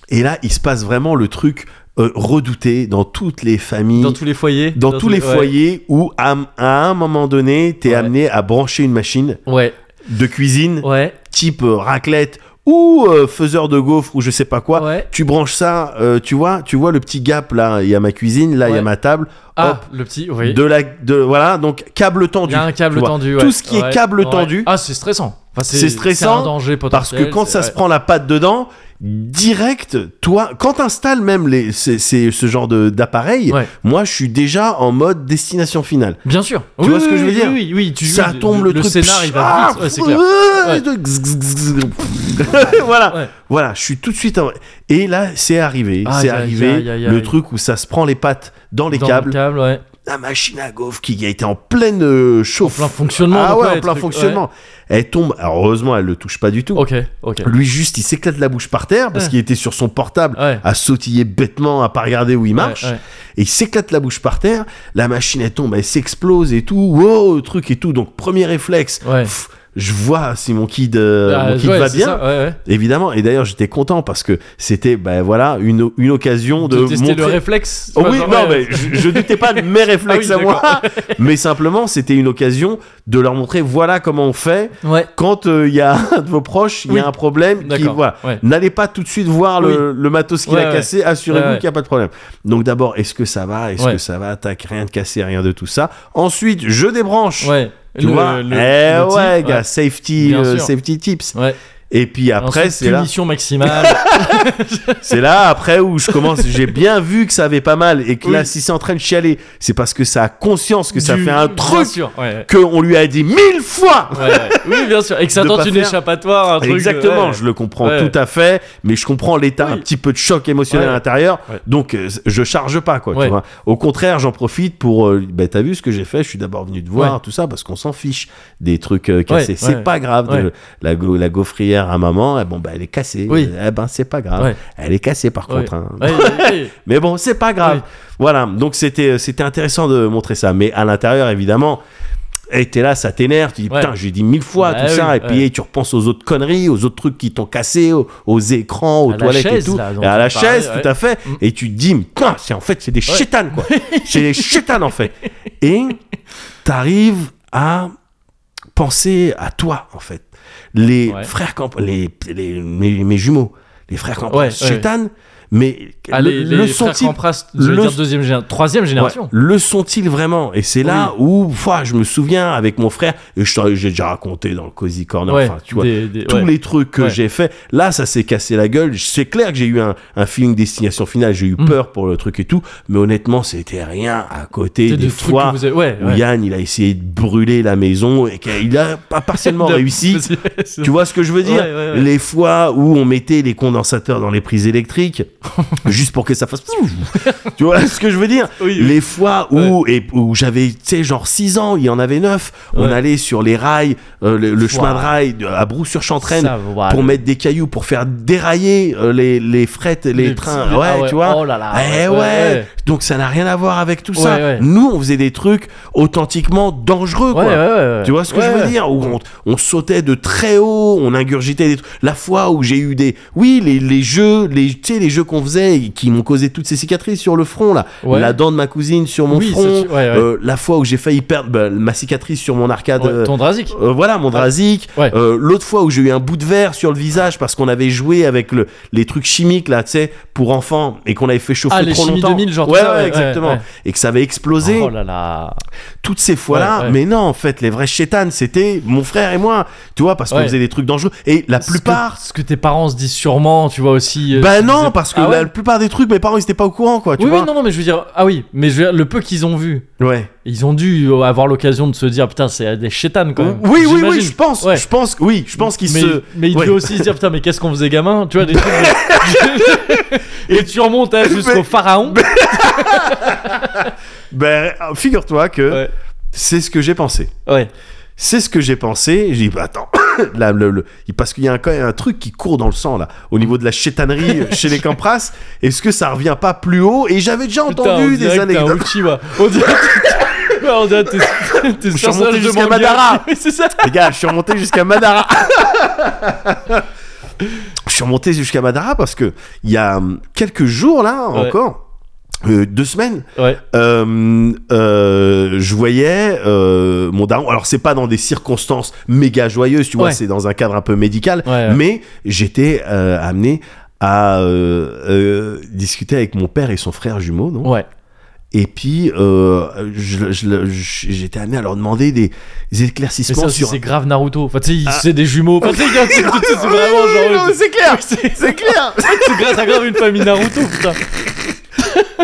Speaker 2: Et là, il se passe vraiment le truc euh, redouté dans toutes les familles,
Speaker 1: Dans tous les foyers.
Speaker 2: dans tous les
Speaker 1: ouais.
Speaker 2: foyers où à, m- à un moment donné, t'es
Speaker 1: Ouais.
Speaker 2: amené à brancher une machine
Speaker 1: Ouais,
Speaker 2: de cuisine
Speaker 1: ouais,
Speaker 2: type euh, raclette ou euh, faiseur de gaufres ou je sais pas quoi.
Speaker 1: ouais.
Speaker 2: Tu branches ça, euh, tu vois, tu vois le petit gap là, il y a ma cuisine, là il y a
Speaker 1: Ouais.
Speaker 2: ma table.
Speaker 1: Ah,
Speaker 2: Hop,
Speaker 1: le petit, oui.
Speaker 2: de la, de voilà, donc câble
Speaker 1: Il
Speaker 2: tendu.
Speaker 1: y a un câble
Speaker 2: tu vois.
Speaker 1: tendu.
Speaker 2: Tout
Speaker 1: ouais.
Speaker 2: ce qui est
Speaker 1: Ouais,
Speaker 2: câble
Speaker 1: ouais.
Speaker 2: tendu.
Speaker 1: Ah, c'est stressant. Enfin,
Speaker 2: C'est
Speaker 1: C'est
Speaker 2: stressant
Speaker 1: un danger potentiel.
Speaker 2: Parce que quand
Speaker 1: c'est-
Speaker 2: ça se
Speaker 1: ouais.
Speaker 2: prend la patte dedans, direct, toi, quand t'installes même les, c'est, ce genre de, d'appareil,
Speaker 1: Ouais.
Speaker 2: moi je suis déjà en mode destination finale.
Speaker 1: Bien sûr.
Speaker 2: Tu vois ce que je veux
Speaker 1: oui,
Speaker 2: dire
Speaker 1: Oui, oui, oui, tu
Speaker 2: ça
Speaker 1: oui,
Speaker 2: tombe le, truc.
Speaker 1: scénar, il va
Speaker 2: Ah,
Speaker 1: vite. Ouais, c'est clair.
Speaker 2: euh,
Speaker 1: Ouais.
Speaker 2: gzz, gzz, gzz, gzz. voilà,
Speaker 1: Ouais.
Speaker 2: voilà, je suis tout de suite. en- Et là, c'est arrivé,
Speaker 1: Ah,
Speaker 2: c'est
Speaker 1: y a-
Speaker 2: arrivé,
Speaker 1: y a- y a- y a-
Speaker 2: le truc où ça se prend les pattes dans les
Speaker 1: Dans le
Speaker 2: câbles.
Speaker 1: câble, ouais.
Speaker 2: La machine à gaufres qui a été en pleine euh, chauffe.
Speaker 1: Plein fonctionnement.
Speaker 2: ah
Speaker 1: donc,
Speaker 2: ouais, en
Speaker 1: le
Speaker 2: plein
Speaker 1: truc,
Speaker 2: fonctionnement. Elle tombe. Alors, heureusement, elle le touche pas du tout.
Speaker 1: ouais. Ok, ok.
Speaker 2: Lui juste, il s'éclate la bouche par terre parce
Speaker 1: Ouais.
Speaker 2: qu'il était sur son portable
Speaker 1: Ouais.
Speaker 2: à sautiller bêtement, à pas regarder où il marche.
Speaker 1: Ouais, ouais.
Speaker 2: Et il s'éclate la bouche par terre. La machine, elle tombe, elle s'explose et tout. Wow, le truc et tout. Donc, premier réflexe.
Speaker 1: Ouais.
Speaker 2: pff, je vois si mon kid, euh,
Speaker 1: Ah,
Speaker 2: mon kid
Speaker 1: ouais,
Speaker 2: va
Speaker 1: c'est
Speaker 2: bien.
Speaker 1: ça, ouais, ouais.
Speaker 2: Évidemment. Et d'ailleurs, j'étais content parce que c'était, ben voilà, une, une occasion de,
Speaker 1: De tester le
Speaker 2: montrer-
Speaker 1: réflexe.
Speaker 2: Oh
Speaker 1: tu vois,
Speaker 2: oui,
Speaker 1: genre,
Speaker 2: non,
Speaker 1: ouais.
Speaker 2: mais je, je doutais pas de mes réflexes
Speaker 1: Ah oui,
Speaker 2: à moi, mais simplement c'était une occasion de leur montrer voilà comment on fait
Speaker 1: Ouais.
Speaker 2: quand euh, il y a un de vos proches, il y a
Speaker 1: Oui.
Speaker 2: un problème. Qui,
Speaker 1: D'accord.
Speaker 2: voilà.
Speaker 1: Ouais.
Speaker 2: N'allez pas tout de suite voir le, le matos qu'il
Speaker 1: Ouais,
Speaker 2: a
Speaker 1: ouais.
Speaker 2: cassé, assurez-vous
Speaker 1: Ouais, ouais.
Speaker 2: qu'il n'y a pas de problème. Donc d'abord, est-ce que ça va Est-ce
Speaker 1: Ouais.
Speaker 2: que ça va Tac, rien de cassé, rien de tout ça. Ensuite, je débranche.
Speaker 1: Ouais.
Speaker 2: Tu
Speaker 1: Le-
Speaker 2: vois
Speaker 1: le-
Speaker 2: Eh
Speaker 1: le type,
Speaker 2: ouais, gars, safety,
Speaker 1: Bien
Speaker 2: euh,
Speaker 1: sûr.
Speaker 2: safety tips.
Speaker 1: Ouais.
Speaker 2: Et puis après,
Speaker 1: Ensuite,
Speaker 2: c'est là.
Speaker 1: punition maximale.
Speaker 2: C'est là après où je commence. J'ai bien vu que ça avait pas mal et que là,
Speaker 1: Oui.
Speaker 2: si c'est en train de chialer, c'est parce que ça a conscience que ça
Speaker 1: du-
Speaker 2: fait un
Speaker 1: bien
Speaker 2: truc
Speaker 1: sûr, ouais,
Speaker 2: que on lui a dit mille fois.
Speaker 1: ouais, ouais. Oui, bien sûr. Et que ça
Speaker 2: De
Speaker 1: tente
Speaker 2: pas
Speaker 1: une
Speaker 2: faire-
Speaker 1: échappatoire, un truc. euh,
Speaker 2: Exactement,
Speaker 1: ouais.
Speaker 2: je le comprends
Speaker 1: Ouais.
Speaker 2: tout à fait, mais je comprends l'état,
Speaker 1: Oui.
Speaker 2: un petit peu de choc émotionnel
Speaker 1: Ouais.
Speaker 2: à l'intérieur,
Speaker 1: Ouais.
Speaker 2: donc euh, je charge pas quoi. tu
Speaker 1: Ouais.
Speaker 2: vois. Au contraire, j'en profite pour, euh, bah, t'as vu ce que j'ai fait Je suis d'abord venu te voir, tout ça, parce qu'on s'en fiche des trucs euh, cassés.
Speaker 1: Ouais,
Speaker 2: C'est
Speaker 1: ouais.
Speaker 2: pas grave. de-
Speaker 1: Ouais.
Speaker 2: la, go- la gaufrière à maman, eh, bon bah elle est cassée.
Speaker 1: Oui.
Speaker 2: Eh ben c'est pas grave.
Speaker 1: Ouais.
Speaker 2: Elle est cassée par
Speaker 1: Ouais.
Speaker 2: contre. hein.
Speaker 1: Ouais, ouais, ouais.
Speaker 2: Mais bon, c'est pas grave.
Speaker 1: Oui.
Speaker 2: Voilà, donc c'était euh, c'était intéressant de montrer ça. Mais à l'intérieur, évidemment, et t'es là, ça t'énerve. Tu dis,
Speaker 1: Ouais.
Speaker 2: putain, j'ai dit mille fois
Speaker 1: Bah
Speaker 2: tout ça.
Speaker 1: oui,
Speaker 2: et puis
Speaker 1: ouais.
Speaker 2: eh, tu repenses aux autres conneries, aux autres trucs qui t'ont cassé, aux, aux écrans, aux
Speaker 1: À la
Speaker 2: toilettes
Speaker 1: chaise,
Speaker 2: et tout.
Speaker 1: là, dont
Speaker 2: Et à
Speaker 1: tu parlais,
Speaker 2: la chaise, tout à fait.
Speaker 1: Mm.
Speaker 2: Et tu te dis, putain, c'est en fait, c'est des chétanes, quoi. c'est des chétanes, en fait. Et t'arrives à penser à toi, en fait. Les
Speaker 1: Ouais.
Speaker 2: frères Camp, les, les, mes, mes jumeaux, les frères Camp,
Speaker 1: Ouais, ouais.
Speaker 2: chétanes, mais
Speaker 1: Ah,
Speaker 2: le,
Speaker 1: les,
Speaker 2: le
Speaker 1: les frères
Speaker 2: sont-ils
Speaker 1: Campras, j'allais
Speaker 2: le-
Speaker 1: dire deuxième génération, troisième génération.
Speaker 2: Ouais. Le sont-ils vraiment Et c'est là où, fois, je me souviens avec mon frère, et je t'en- j'ai déjà raconté dans le Cozy Corner,
Speaker 1: Ouais,
Speaker 2: enfin, tu vois,
Speaker 1: des- des-
Speaker 2: tous
Speaker 1: ouais.
Speaker 2: les trucs que
Speaker 1: Ouais.
Speaker 2: j'ai fait. Là, ça s'est cassé la gueule. C'est clair que j'ai eu un, un feeling destination finale, j'ai eu
Speaker 1: Hmm.
Speaker 2: peur pour le truc et tout, mais honnêtement, c'était rien à côté
Speaker 1: C'est
Speaker 2: des,
Speaker 1: des trucs
Speaker 2: fois
Speaker 1: que vous avez- ouais,
Speaker 2: où
Speaker 1: ouais.
Speaker 2: Yann, il a essayé de brûler la maison et qu'il a pas partiellement
Speaker 1: De-
Speaker 2: réussi.
Speaker 1: C'est-
Speaker 2: Tu vois ce que je veux dire
Speaker 1: Ouais, ouais, ouais.
Speaker 2: Les fois où on mettait les condensateurs dans les prises électriques, juste pour que ça fasse. tu vois ce que je veux dire
Speaker 1: Oui, oui.
Speaker 2: Les fois où, et, où j'avais, tu sais, genre 6 ans, il y en avait 9, on
Speaker 1: Ouais.
Speaker 2: allait sur les rails, euh, le, le chemin de rail de- à Brou-sur-Chantraine,
Speaker 1: Ça va,
Speaker 2: pour
Speaker 1: le-
Speaker 2: mettre des cailloux, pour faire dérailler euh, les, les frettes, les,
Speaker 1: Les
Speaker 2: trains.
Speaker 1: petits-
Speaker 2: ouais,
Speaker 1: ah ouais.
Speaker 2: tu vois
Speaker 1: Oh là là, ouais,
Speaker 2: Eh ouais,
Speaker 1: ouais.
Speaker 2: Donc ça n'a rien à voir avec tout
Speaker 1: Ouais,
Speaker 2: ça.
Speaker 1: ouais.
Speaker 2: Nous, on faisait des trucs authentiquement dangereux,
Speaker 1: Ouais,
Speaker 2: quoi.
Speaker 1: ouais, ouais, ouais.
Speaker 2: Tu vois ce que
Speaker 1: Ouais,
Speaker 2: je veux
Speaker 1: ouais.
Speaker 2: dire Où on, on sautait de très haut, on ingurgitait des trucs. La fois où j'ai eu des. Oui, les, les jeux, les, tu sais, les jeux qu'on faisait et qui m'ont causé toutes ces cicatrices sur le front, là.
Speaker 1: Ouais.
Speaker 2: La dent de ma cousine sur mon
Speaker 1: Oui,
Speaker 2: front.
Speaker 1: ça, tu- ouais, ouais.
Speaker 2: Euh, la fois où j'ai failli perdre bah, ma cicatrice sur mon arcade.
Speaker 1: Ouais,
Speaker 2: euh,
Speaker 1: ton Drazik.
Speaker 2: euh, voilà mon drasique
Speaker 1: Ouais.
Speaker 2: Euh, l'autre fois où j'ai eu un bout de verre sur le visage parce qu'on avait joué avec le, les trucs chimiques là tu sais pour enfants et qu'on avait fait chauffer
Speaker 1: Ah, les
Speaker 2: trop
Speaker 1: chimies
Speaker 2: longtemps
Speaker 1: 2000, genre,
Speaker 2: ouais,
Speaker 1: tout ça,
Speaker 2: ouais,
Speaker 1: ouais,
Speaker 2: exactement
Speaker 1: ouais, ouais.
Speaker 2: et que ça avait explosé
Speaker 1: Oh là là.
Speaker 2: toutes ces fois-là.
Speaker 1: Ouais, ouais.
Speaker 2: Mais non, en fait, les vrais chétanes, c'était mon frère et moi. Tu vois, parce qu'on
Speaker 1: Ouais.
Speaker 2: faisait des trucs dangereux. Et la
Speaker 1: Ce que-
Speaker 2: plupart.
Speaker 1: Ce que tes parents se disent sûrement, tu vois aussi. euh,
Speaker 2: Bah
Speaker 1: ce qu'ils
Speaker 2: non,
Speaker 1: disaient-
Speaker 2: parce que
Speaker 1: Ah
Speaker 2: la
Speaker 1: ouais.
Speaker 2: plupart des trucs, mes parents, ils étaient pas au courant, quoi. Tu
Speaker 1: Oui,
Speaker 2: vois
Speaker 1: oui, non, non, mais je veux dire. Ah oui, mais je veux dire, le peu qu'ils ont vu,
Speaker 2: Ouais.
Speaker 1: ils ont dû euh, avoir l'occasion de se dire, putain, c'est des chétanes quand même.
Speaker 2: Oui, oui, oui,
Speaker 1: J'imagine.
Speaker 2: je pense.
Speaker 1: Ouais.
Speaker 2: Je pense, oui, je pense qu'ils
Speaker 1: mais,
Speaker 2: se.
Speaker 1: mais il
Speaker 2: ouais.
Speaker 1: peut aussi se dire putain mais qu'est-ce qu'on faisait gamin tu vois des trucs de- et tu remontes hein, jusqu'au
Speaker 2: Mais-
Speaker 1: pharaon
Speaker 2: Ben, figure-toi que
Speaker 1: ouais
Speaker 2: c'est ce que j'ai pensé.
Speaker 1: ouais
Speaker 2: C'est ce que j'ai pensé. J'ai dit, bah attends, la- le- le- parce qu'il y a quand même un truc qui court dans le sang là, au niveau de la chétanerie chez les Campras. Est-ce que ça revient pas plus haut Et j'avais déjà
Speaker 1: Putain, on
Speaker 2: entendu
Speaker 1: dirait
Speaker 2: des
Speaker 1: que t'es un
Speaker 2: anecdotes.
Speaker 1: Uchiwa. On dirait que t'es- on dirait que t'es- t'es
Speaker 2: Je suis
Speaker 1: un personnage
Speaker 2: remonté
Speaker 1: de
Speaker 2: jusqu'à
Speaker 1: manga.
Speaker 2: Madara.
Speaker 1: Oui, c'est ça.
Speaker 2: Les gars, je suis remonté jusqu'à Madara. je suis remonté jusqu'à Madara parce que il y a hum, quelques jours là
Speaker 1: Ouais.
Speaker 2: encore, euh, deux semaines,
Speaker 1: Ouais.
Speaker 2: euh, euh, je voyais euh, mon daron. Alors c'est pas dans des circonstances méga joyeuses, tu vois,
Speaker 1: Ouais.
Speaker 2: c'est dans un cadre un peu médical,
Speaker 1: Ouais, ouais.
Speaker 2: mais j'étais euh, amené à euh, euh, discuter avec mon père et son frère jumeau, non
Speaker 1: Ouais.
Speaker 2: et puis, euh, je- je- je- j'étais amené à leur demander des, des
Speaker 1: Mais
Speaker 2: éclaircissements
Speaker 1: ça, aussi,
Speaker 2: sur.
Speaker 1: c'est grave Naruto. Enfin, tu sais, ils- c'est des jumeaux. Enfin, tu sais, c'est c'est vraiment
Speaker 2: Oui,
Speaker 1: genre.
Speaker 2: Ah. non, c'est clair,
Speaker 1: c'est-
Speaker 2: c'est clair.
Speaker 1: C'est grâce à grave une famille Naruto, putain.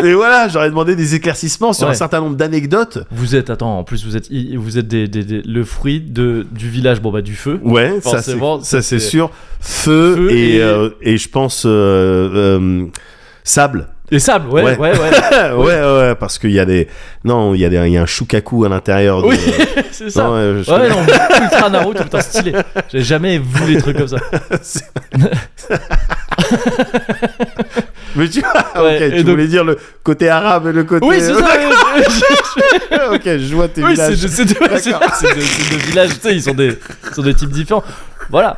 Speaker 2: Et voilà, j'aurais demandé des éclaircissements sur
Speaker 1: Ouais.
Speaker 2: un certain nombre d'anecdotes.
Speaker 1: Vous êtes, attends, en plus, vous êtes, i- vous êtes des, des- des- le fruit de, du village, bon bah du feu.
Speaker 2: Ouais, ça c'est
Speaker 1: Forcément,
Speaker 2: ça
Speaker 1: ça,
Speaker 2: c'est
Speaker 1: c'est-
Speaker 2: sûr. Feu,
Speaker 1: Feu
Speaker 2: et
Speaker 1: et-
Speaker 2: euh, et je pense euh, euh, sable.
Speaker 1: Et sable, ouais,
Speaker 2: Ouais.
Speaker 1: ouais, ouais.
Speaker 2: ouais, ouais, ouais, parce qu'il y a des non, il y a des il y a un shukaku à l'intérieur. de-
Speaker 1: Oui, c'est ça.
Speaker 2: Non, ouais, je-
Speaker 1: ouais, non, ultra Naruto, putain, stylé. J'ai jamais vu des trucs comme ça.
Speaker 2: Mais tu vois,
Speaker 1: Ouais,
Speaker 2: ok,
Speaker 1: et
Speaker 2: tu
Speaker 1: donc-
Speaker 2: voulais dire le côté arabe et le côté.
Speaker 1: Oui, c'est ça. ouais,
Speaker 2: ok, je vois tes
Speaker 1: oui, c'est
Speaker 2: villages.
Speaker 1: de- c'est de- ouais, c'est-
Speaker 2: D'accord.
Speaker 1: c'est de- c'est de villages, tu sais, ils sont des, sont des types différents. Voilà.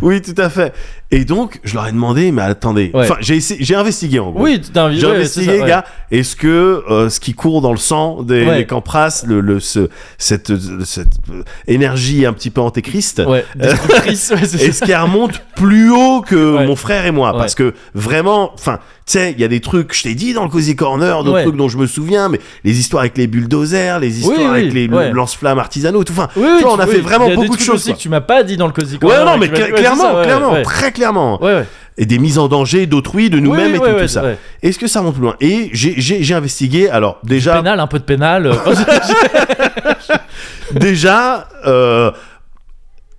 Speaker 2: Oui, tout à fait. Et donc, je leur ai demandé, mais attendez.
Speaker 1: Ouais.
Speaker 2: Enfin, j'ai essayé- j'ai investigué en gros.
Speaker 1: Oui, t'as un
Speaker 2: J'ai
Speaker 1: ouais, c'est
Speaker 2: investigué,
Speaker 1: ça, ouais.
Speaker 2: gars. Est-ce que euh, ce qui court dans le sang des,
Speaker 1: Ouais.
Speaker 2: des Campras, le, le- ce- cette, cette euh, énergie un petit peu antéchrist,
Speaker 1: Ouais, destructrice, ouais, c'est
Speaker 2: est-ce
Speaker 1: ça.
Speaker 2: qu'elle remonte plus haut que
Speaker 1: Ouais.
Speaker 2: mon frère et moi
Speaker 1: Ouais.
Speaker 2: Parce que vraiment, enfin, tu sais, il y a des trucs, je t'ai dit dans le Cozy Corner, d'autres
Speaker 1: Ouais.
Speaker 2: trucs dont je me souviens, mais les histoires avec les bulldozers, les histoires
Speaker 1: Oui, oui,
Speaker 2: avec les
Speaker 1: ouais.
Speaker 2: lance-flammes artisanaux, et tout. Enfin,
Speaker 1: Oui,
Speaker 2: tu
Speaker 1: oui,
Speaker 2: vois, on a
Speaker 1: oui,
Speaker 2: fait
Speaker 1: il
Speaker 2: vraiment
Speaker 1: y a des
Speaker 2: beaucoup de
Speaker 1: trucs
Speaker 2: choses.
Speaker 1: aussi
Speaker 2: quoi.
Speaker 1: que tu m'as pas dit dans le Cozy
Speaker 2: Ouais,
Speaker 1: Corner,
Speaker 2: non,
Speaker 1: et
Speaker 2: mais
Speaker 1: tu m'as dit-
Speaker 2: cla-
Speaker 1: ouais, c'est
Speaker 2: clairement,
Speaker 1: ça, ouais,
Speaker 2: clairement,
Speaker 1: ouais.
Speaker 2: très clairement
Speaker 1: Ouais, ouais.
Speaker 2: et des mises en danger d'autrui, de nous-mêmes
Speaker 1: Oui,
Speaker 2: et
Speaker 1: oui,
Speaker 2: tout,
Speaker 1: ouais,
Speaker 2: tout ça.
Speaker 1: ouais.
Speaker 2: Est-ce que ça monte plus loin Et j'ai- j'ai j'ai investigué. Alors déjà,
Speaker 1: Pénal, un peu de pénal. euh,
Speaker 2: déjà, euh,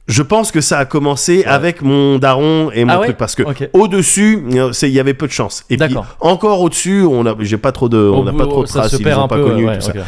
Speaker 2: je pense que ça a commencé avec mon daron et mon
Speaker 1: Ah ouais
Speaker 2: truc parce que
Speaker 1: Ok.
Speaker 2: au dessus, il y avait peu de chance. Et puis
Speaker 1: D'accord.
Speaker 2: encore au dessus, on a, j'ai pas trop de, on n'a pas trop de
Speaker 1: ça
Speaker 2: traces,
Speaker 1: se
Speaker 2: ils
Speaker 1: perd
Speaker 2: les ont
Speaker 1: un
Speaker 2: pas
Speaker 1: peu,
Speaker 2: connus,
Speaker 1: ouais,
Speaker 2: tout ça.
Speaker 1: ok.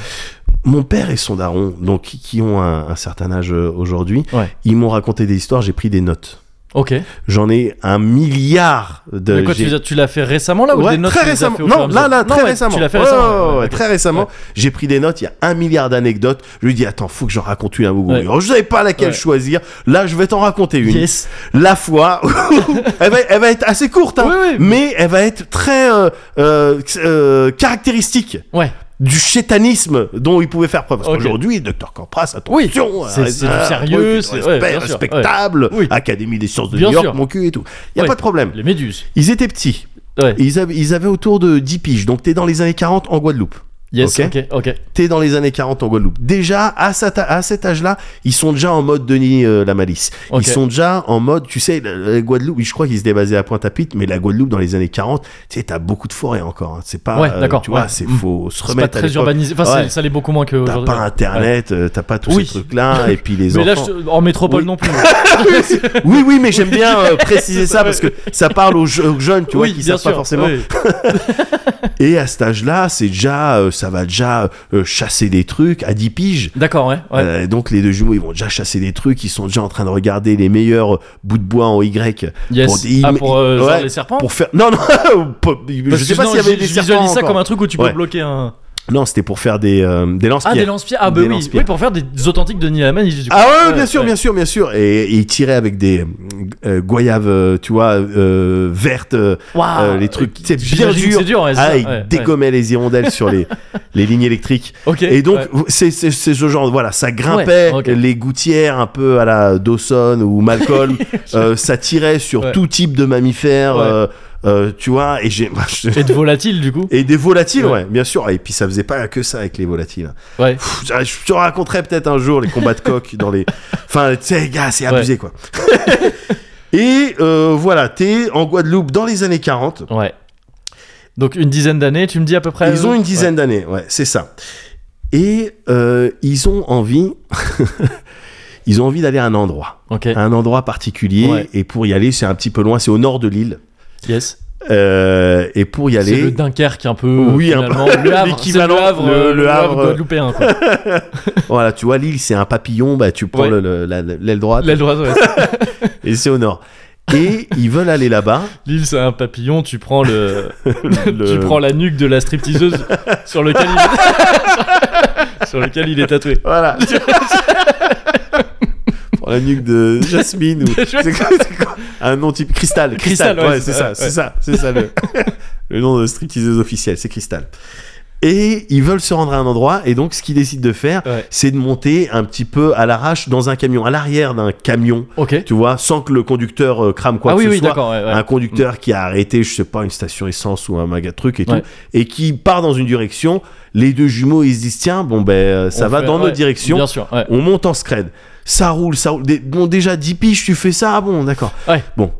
Speaker 2: Mon père et son daron, donc qui, qui ont un, un certain âge euh, aujourd'hui,
Speaker 1: Ouais.
Speaker 2: ils m'ont raconté des histoires. J'ai pris des notes.
Speaker 1: Ok.
Speaker 2: J'en ai un milliard de.
Speaker 1: Mais quoi,
Speaker 2: j'ai-
Speaker 1: tu, veux dire, tu l'as fait récemment là Ah, ou
Speaker 2: Ouais,
Speaker 1: des notes
Speaker 2: très
Speaker 1: tu les as fait
Speaker 2: récemment.
Speaker 1: au fur et à
Speaker 2: Non,
Speaker 1: mesure
Speaker 2: là, là,
Speaker 1: Non,
Speaker 2: très
Speaker 1: ouais,
Speaker 2: récemment.
Speaker 1: Tu l'as fait
Speaker 2: Ouais,
Speaker 1: récemment.
Speaker 2: ouais, ouais,
Speaker 1: ok.
Speaker 2: très récemment.
Speaker 1: Ouais.
Speaker 2: J'ai pris des notes. Il y a un milliard d'anecdotes. Je lui dis, attends, faut que j'en raconte une à Bougou.
Speaker 1: Ouais.
Speaker 2: Alors, Je savais pas laquelle
Speaker 1: Ouais.
Speaker 2: choisir. Là, je vais t'en raconter une.
Speaker 1: Yes.
Speaker 2: La fois, où- elle, va, elle va être assez courte, hein,
Speaker 1: Oui, oui.
Speaker 2: mais elle va être très euh, euh, euh, caractéristique
Speaker 1: Ouais.
Speaker 2: du chétanisme dont il pouvait faire preuve. Parce
Speaker 1: Ok.
Speaker 2: qu'aujourd'hui, Dr Campras, attention,
Speaker 1: Oui.
Speaker 2: euh,
Speaker 1: C'est- c'est du
Speaker 2: euh,
Speaker 1: sérieux,
Speaker 2: ouais,
Speaker 1: c'est- ouais,
Speaker 2: respect-
Speaker 1: bien sûr, ouais.
Speaker 2: respectable,
Speaker 1: Oui.
Speaker 2: Académie des sciences de
Speaker 1: Bien
Speaker 2: New York,
Speaker 1: sûr.
Speaker 2: mon cul et tout. Il y a
Speaker 1: Ouais.
Speaker 2: pas de problème.
Speaker 1: Les méduses.
Speaker 2: Ils étaient petits.
Speaker 1: Ouais.
Speaker 2: Ils avaient, ils avaient autour de 10 piges, donc t'es dans les années 40 en Guadeloupe.
Speaker 1: Yes.
Speaker 2: Ok.
Speaker 1: Ok. Ok.
Speaker 2: T'es dans les années 40 en Guadeloupe. Déjà, à, cet a- à cet âge-là, ils sont déjà en mode Denis euh, la malice.
Speaker 1: Ok.
Speaker 2: Ils sont déjà en mode, tu sais, la, la Guadeloupe, je crois qu'ils se débasaient à Pointe-à-Pitre, mais la Guadeloupe dans les années 40, tu sais, t'as beaucoup de forêts encore. hein. C'est pas,
Speaker 1: Ouais,
Speaker 2: euh,
Speaker 1: d'accord,
Speaker 2: tu vois,
Speaker 1: ouais.
Speaker 2: c'est
Speaker 1: Mm.
Speaker 2: faut se
Speaker 1: C'est pas
Speaker 2: remettre
Speaker 1: très
Speaker 2: à l'époque.
Speaker 1: urbanisé. Enfin,
Speaker 2: Ouais.
Speaker 1: c'est- ça l'est beaucoup moins
Speaker 2: T'as
Speaker 1: qu'aujourd'hui.
Speaker 2: pas
Speaker 1: ouais.
Speaker 2: internet, euh, t'as pas tous
Speaker 1: Oui.
Speaker 2: ces trucs-là, et puis les
Speaker 1: Mais là,
Speaker 2: enfants.
Speaker 1: je- en métropole
Speaker 2: Oui.
Speaker 1: non plus.
Speaker 2: Oui, oui, mais j'aime bien euh,
Speaker 1: c'est
Speaker 2: préciser ça
Speaker 1: ça,
Speaker 2: parce que ça parle aux, je- aux jeunes, tu vois,
Speaker 1: oui,
Speaker 2: qui
Speaker 1: bien
Speaker 2: savent
Speaker 1: sûr.
Speaker 2: pas forcément.
Speaker 1: oui.
Speaker 2: Et à cet âge-là, c'est déjà, euh, ça va déjà euh, chasser des trucs à 10 piges.
Speaker 1: D'accord. Ouais. ouais.
Speaker 2: Euh, donc les deux jumeaux, ils vont déjà chasser des trucs. Ils sont déjà en train de regarder les meilleurs euh, bouts de bois en Y
Speaker 1: Yes.
Speaker 2: pour des-
Speaker 1: ah, pour euh, genre
Speaker 2: ouais,
Speaker 1: les serpents.
Speaker 2: pour faire. Non, non. pour- je
Speaker 1: Parce que
Speaker 2: sais pas
Speaker 1: sinon,
Speaker 2: s'il y avait
Speaker 1: je-
Speaker 2: des
Speaker 1: je
Speaker 2: serpents.
Speaker 1: visualise ça
Speaker 2: encore.
Speaker 1: comme un truc où tu peux
Speaker 2: Ouais.
Speaker 1: bloquer un.
Speaker 2: Non, c'était pour faire des euh, des lance-pierres.
Speaker 1: Ah, des lance-pierres. Ah, bah
Speaker 2: Des
Speaker 1: oui.
Speaker 2: lance-pierres.
Speaker 1: Oui, pour faire des authentiques de Nilaman.
Speaker 2: Ah ouais, bien sûr, bien sûr, bien sûr. Et, et ils tiraient avec des euh, goyaves, euh, tu vois, euh, vertes, euh, euh, les trucs. C'est bien
Speaker 1: Ah, j'imagine que
Speaker 2: dur.
Speaker 1: c'est dur, ouais, c'est
Speaker 2: ah,
Speaker 1: ça,
Speaker 2: ils
Speaker 1: ouais, ouais.
Speaker 2: dégommaient les hirondelles sur les les lignes électriques.
Speaker 1: Ok.
Speaker 2: Et donc,
Speaker 1: ouais.
Speaker 2: c'est c'est- c'est ce genre, voilà, ça grimpait
Speaker 1: Ouais, ok.
Speaker 2: les gouttières un peu à la Dawson ou Malcolm, euh, ça tirait sur
Speaker 1: Ouais.
Speaker 2: tout type de mammifères,
Speaker 1: Ouais.
Speaker 2: euh, euh, tu vois, et j'ai.
Speaker 1: Et de volatile du coup.
Speaker 2: Et des volatiles, ouais.
Speaker 1: Ouais.
Speaker 2: bien sûr. Et puis ça faisait pas que ça avec les volatiles.
Speaker 1: Ouais.
Speaker 2: Pff, je- je te raconterai peut-être un jour les combats de coq dans les. Enfin, tu sais, gars, c'est abusé quoi. et euh, voilà, t'es en Guadeloupe dans les années 40.
Speaker 1: Ouais. Donc une dizaine d'années, tu me dis à peu près.
Speaker 2: Ils
Speaker 1: euh,
Speaker 2: ont une dizaine d'années, ouais, c'est ça. Et euh, ils ont envie, ils ont envie d'aller à un endroit,
Speaker 1: ouais. Ok.
Speaker 2: à un endroit particulier.
Speaker 1: Ouais.
Speaker 2: Et pour y aller, c'est un petit peu loin, c'est au nord de l'île.
Speaker 1: Yes.
Speaker 2: Euh, et pour y
Speaker 1: C'est le
Speaker 2: aller,
Speaker 1: Dunkerque un peu.
Speaker 2: Oui, un
Speaker 1: finalement.
Speaker 2: peu.
Speaker 1: Le Havre, c'est
Speaker 2: L'équivalent,
Speaker 1: le Havre,
Speaker 2: le-
Speaker 1: euh,
Speaker 2: le
Speaker 1: le Havre
Speaker 2: Havre.
Speaker 1: guadeloupéen. quoi.
Speaker 2: voilà, tu vois, l'île, c'est un papillon, bah, tu prends
Speaker 1: Ouais.
Speaker 2: le- le- la- l'aile droite
Speaker 1: L'aile droite, ouais.
Speaker 2: et c'est au nord. Et ils veulent aller là-bas.
Speaker 1: L'île, c'est un papillon. Tu prends le,
Speaker 2: le-
Speaker 1: tu prends la nuque de la stripteaseuse sur lequel il est... sur lequel il est tatoué.
Speaker 2: Voilà. Pour la nuque de Jasmine ou c'est quoi- c'est quoi un nom type Cristal. Cristal,
Speaker 1: Cristal, ouais,
Speaker 2: ouais, c'est
Speaker 1: c'est ça,
Speaker 2: ça, c'est
Speaker 1: ouais.
Speaker 2: ça, c'est ça le, le nom de stripteaseuse officielle, c'est Cristal. Et ils veulent se rendre à un endroit et donc ce qu'ils décident de faire,
Speaker 1: Ouais.
Speaker 2: c'est de monter un petit peu à l'arrache dans un camion, à l'arrière d'un camion,
Speaker 1: Ok.
Speaker 2: tu vois, sans que le conducteur euh, crame quoi
Speaker 1: ah
Speaker 2: que
Speaker 1: oui,
Speaker 2: ce
Speaker 1: oui,
Speaker 2: soit
Speaker 1: d'accord. ouais, ouais.
Speaker 2: un conducteur qui a arrêté, je sais pas, une station essence ou un maga truc et
Speaker 1: Ouais.
Speaker 2: tout, et qui part dans une direction. Les deux jumeaux, ils se disent tiens, bon ben euh, ça
Speaker 1: On
Speaker 2: va
Speaker 1: fait-
Speaker 2: dans
Speaker 1: ouais,
Speaker 2: notre direction.
Speaker 1: Bien sûr. ouais.
Speaker 2: On monte en scred. Ça roule, ça roule. Des- bon, déjà 10 piges, tu fais ça, ah bon, d'accord.
Speaker 1: Ouais.
Speaker 2: Bon,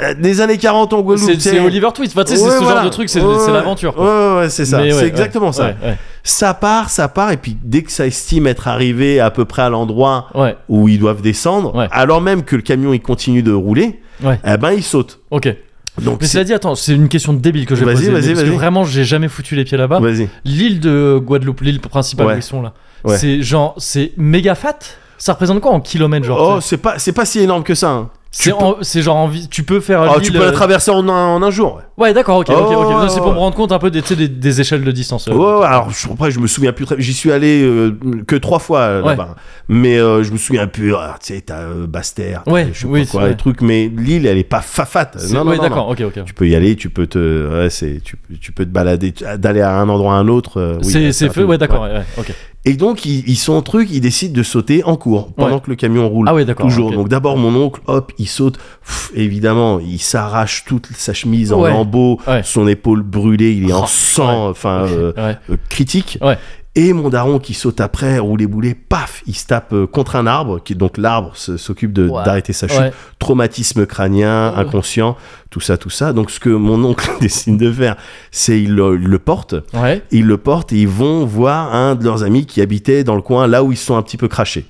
Speaker 2: euh, des années 40 en Guadeloupe.
Speaker 1: C'est c'est Oliver Twist. Enfin, tu sais,
Speaker 2: Ouais,
Speaker 1: c'est ce
Speaker 2: voilà.
Speaker 1: genre de truc. C'est
Speaker 2: Ouais,
Speaker 1: c'est
Speaker 2: ouais.
Speaker 1: l'aventure.
Speaker 2: Ouais,
Speaker 1: quoi.
Speaker 2: ouais, ouais, c'est ça.
Speaker 1: Mais ouais,
Speaker 2: c'est
Speaker 1: ouais,
Speaker 2: exactement ça.
Speaker 1: Ouais. ouais.
Speaker 2: Ça part, ça part, et puis dès que ça estime être arrivé à peu près à l'endroit
Speaker 1: Ouais,
Speaker 2: où ils doivent descendre,
Speaker 1: Ouais.
Speaker 2: alors même que le camion il continue de rouler,
Speaker 1: Ouais.
Speaker 2: eh ben ils sautent.
Speaker 1: Ok.
Speaker 2: Donc
Speaker 1: Mais
Speaker 2: c'est-
Speaker 1: cela dit, attends, c'est une question débile que j'ai
Speaker 2: Vas-y,
Speaker 1: posée. mais
Speaker 2: vas-y,
Speaker 1: parce que
Speaker 2: vas-y.
Speaker 1: vraiment, j'ai jamais foutu les pieds là-bas.
Speaker 2: vas-y.
Speaker 1: L'île de Guadeloupe, l'île principale
Speaker 2: Ouais.
Speaker 1: où ils sont là.
Speaker 2: Ouais.
Speaker 1: C'est genre, c'est méga fat. Ça représente quoi en kilomètres genre
Speaker 2: Oh, c'est pas, c'est pas si énorme que ça. hein.
Speaker 1: C'est
Speaker 2: tu peux-
Speaker 1: en- c'est genre en vi- tu peux faire.
Speaker 2: Oh,
Speaker 1: l'île,
Speaker 2: tu peux la
Speaker 1: euh,
Speaker 2: traverser en un, en un jour. ouais.
Speaker 1: Ouais, d'accord, ok, ok, ok.
Speaker 2: Oh,
Speaker 1: Non, C'est pour
Speaker 2: ouais.
Speaker 1: me rendre compte un peu des, tu sais, des, des échelles de distance. euh.
Speaker 2: Ouais, ouais, alors je, après, je me souviens plus très J'y suis allé euh, que trois fois euh,
Speaker 1: Ouais.
Speaker 2: là-bas. Mais euh, je me souviens plus. ah, tu sais, t'as euh, Bastère, t'as
Speaker 1: Ouais,
Speaker 2: je sais
Speaker 1: oui,
Speaker 2: pas quoi,
Speaker 1: c'est
Speaker 2: les
Speaker 1: vrai.
Speaker 2: trucs. Mais l'île, elle est pas fafate.
Speaker 1: C'est-
Speaker 2: Non, non,
Speaker 1: ouais,
Speaker 2: non,
Speaker 1: d'accord,
Speaker 2: non.
Speaker 1: ok, ok.
Speaker 2: Tu peux y aller, tu peux te, ouais, c'est, tu, tu peux te balader, tu- d'aller à un endroit à un autre. euh, oui,
Speaker 1: c'est
Speaker 2: assez
Speaker 1: c'est fait,
Speaker 2: rapide.
Speaker 1: ouais, d'accord, ouais, ouais, ok.
Speaker 2: Et donc, ils, ils sont en truc, ils décident de sauter en cours pendant
Speaker 1: Ouais.
Speaker 2: que le camion roule.
Speaker 1: Ah ouais, d'accord,
Speaker 2: Toujours.
Speaker 1: ok.
Speaker 2: Donc, d'abord, mon oncle, hop, il saute. Pff, évidemment, il s'arrache toute sa chemise en
Speaker 1: Ouais.
Speaker 2: lambeaux,
Speaker 1: Ouais
Speaker 2: son épaule brûlée, il est en
Speaker 1: Oh,
Speaker 2: sang, enfin, euh,
Speaker 1: Ouais.
Speaker 2: euh, critique.
Speaker 1: Ouais.
Speaker 2: Et mon daron qui saute après, roulé boulé, paf, il se tape euh, contre un arbre, qui, donc l'arbre se- s'occupe de-
Speaker 1: Ouais.
Speaker 2: d'arrêter sa chute.
Speaker 1: Ouais.
Speaker 2: Traumatisme crânien,
Speaker 1: Oh.
Speaker 2: inconscient, tout ça, tout ça. Donc, ce que mon oncle décide de faire, c'est il le- il le porte
Speaker 1: Ouais.
Speaker 2: ils le portent et ils vont voir un de leurs amis qui habitait dans le coin là où ils se sont un petit peu crachés.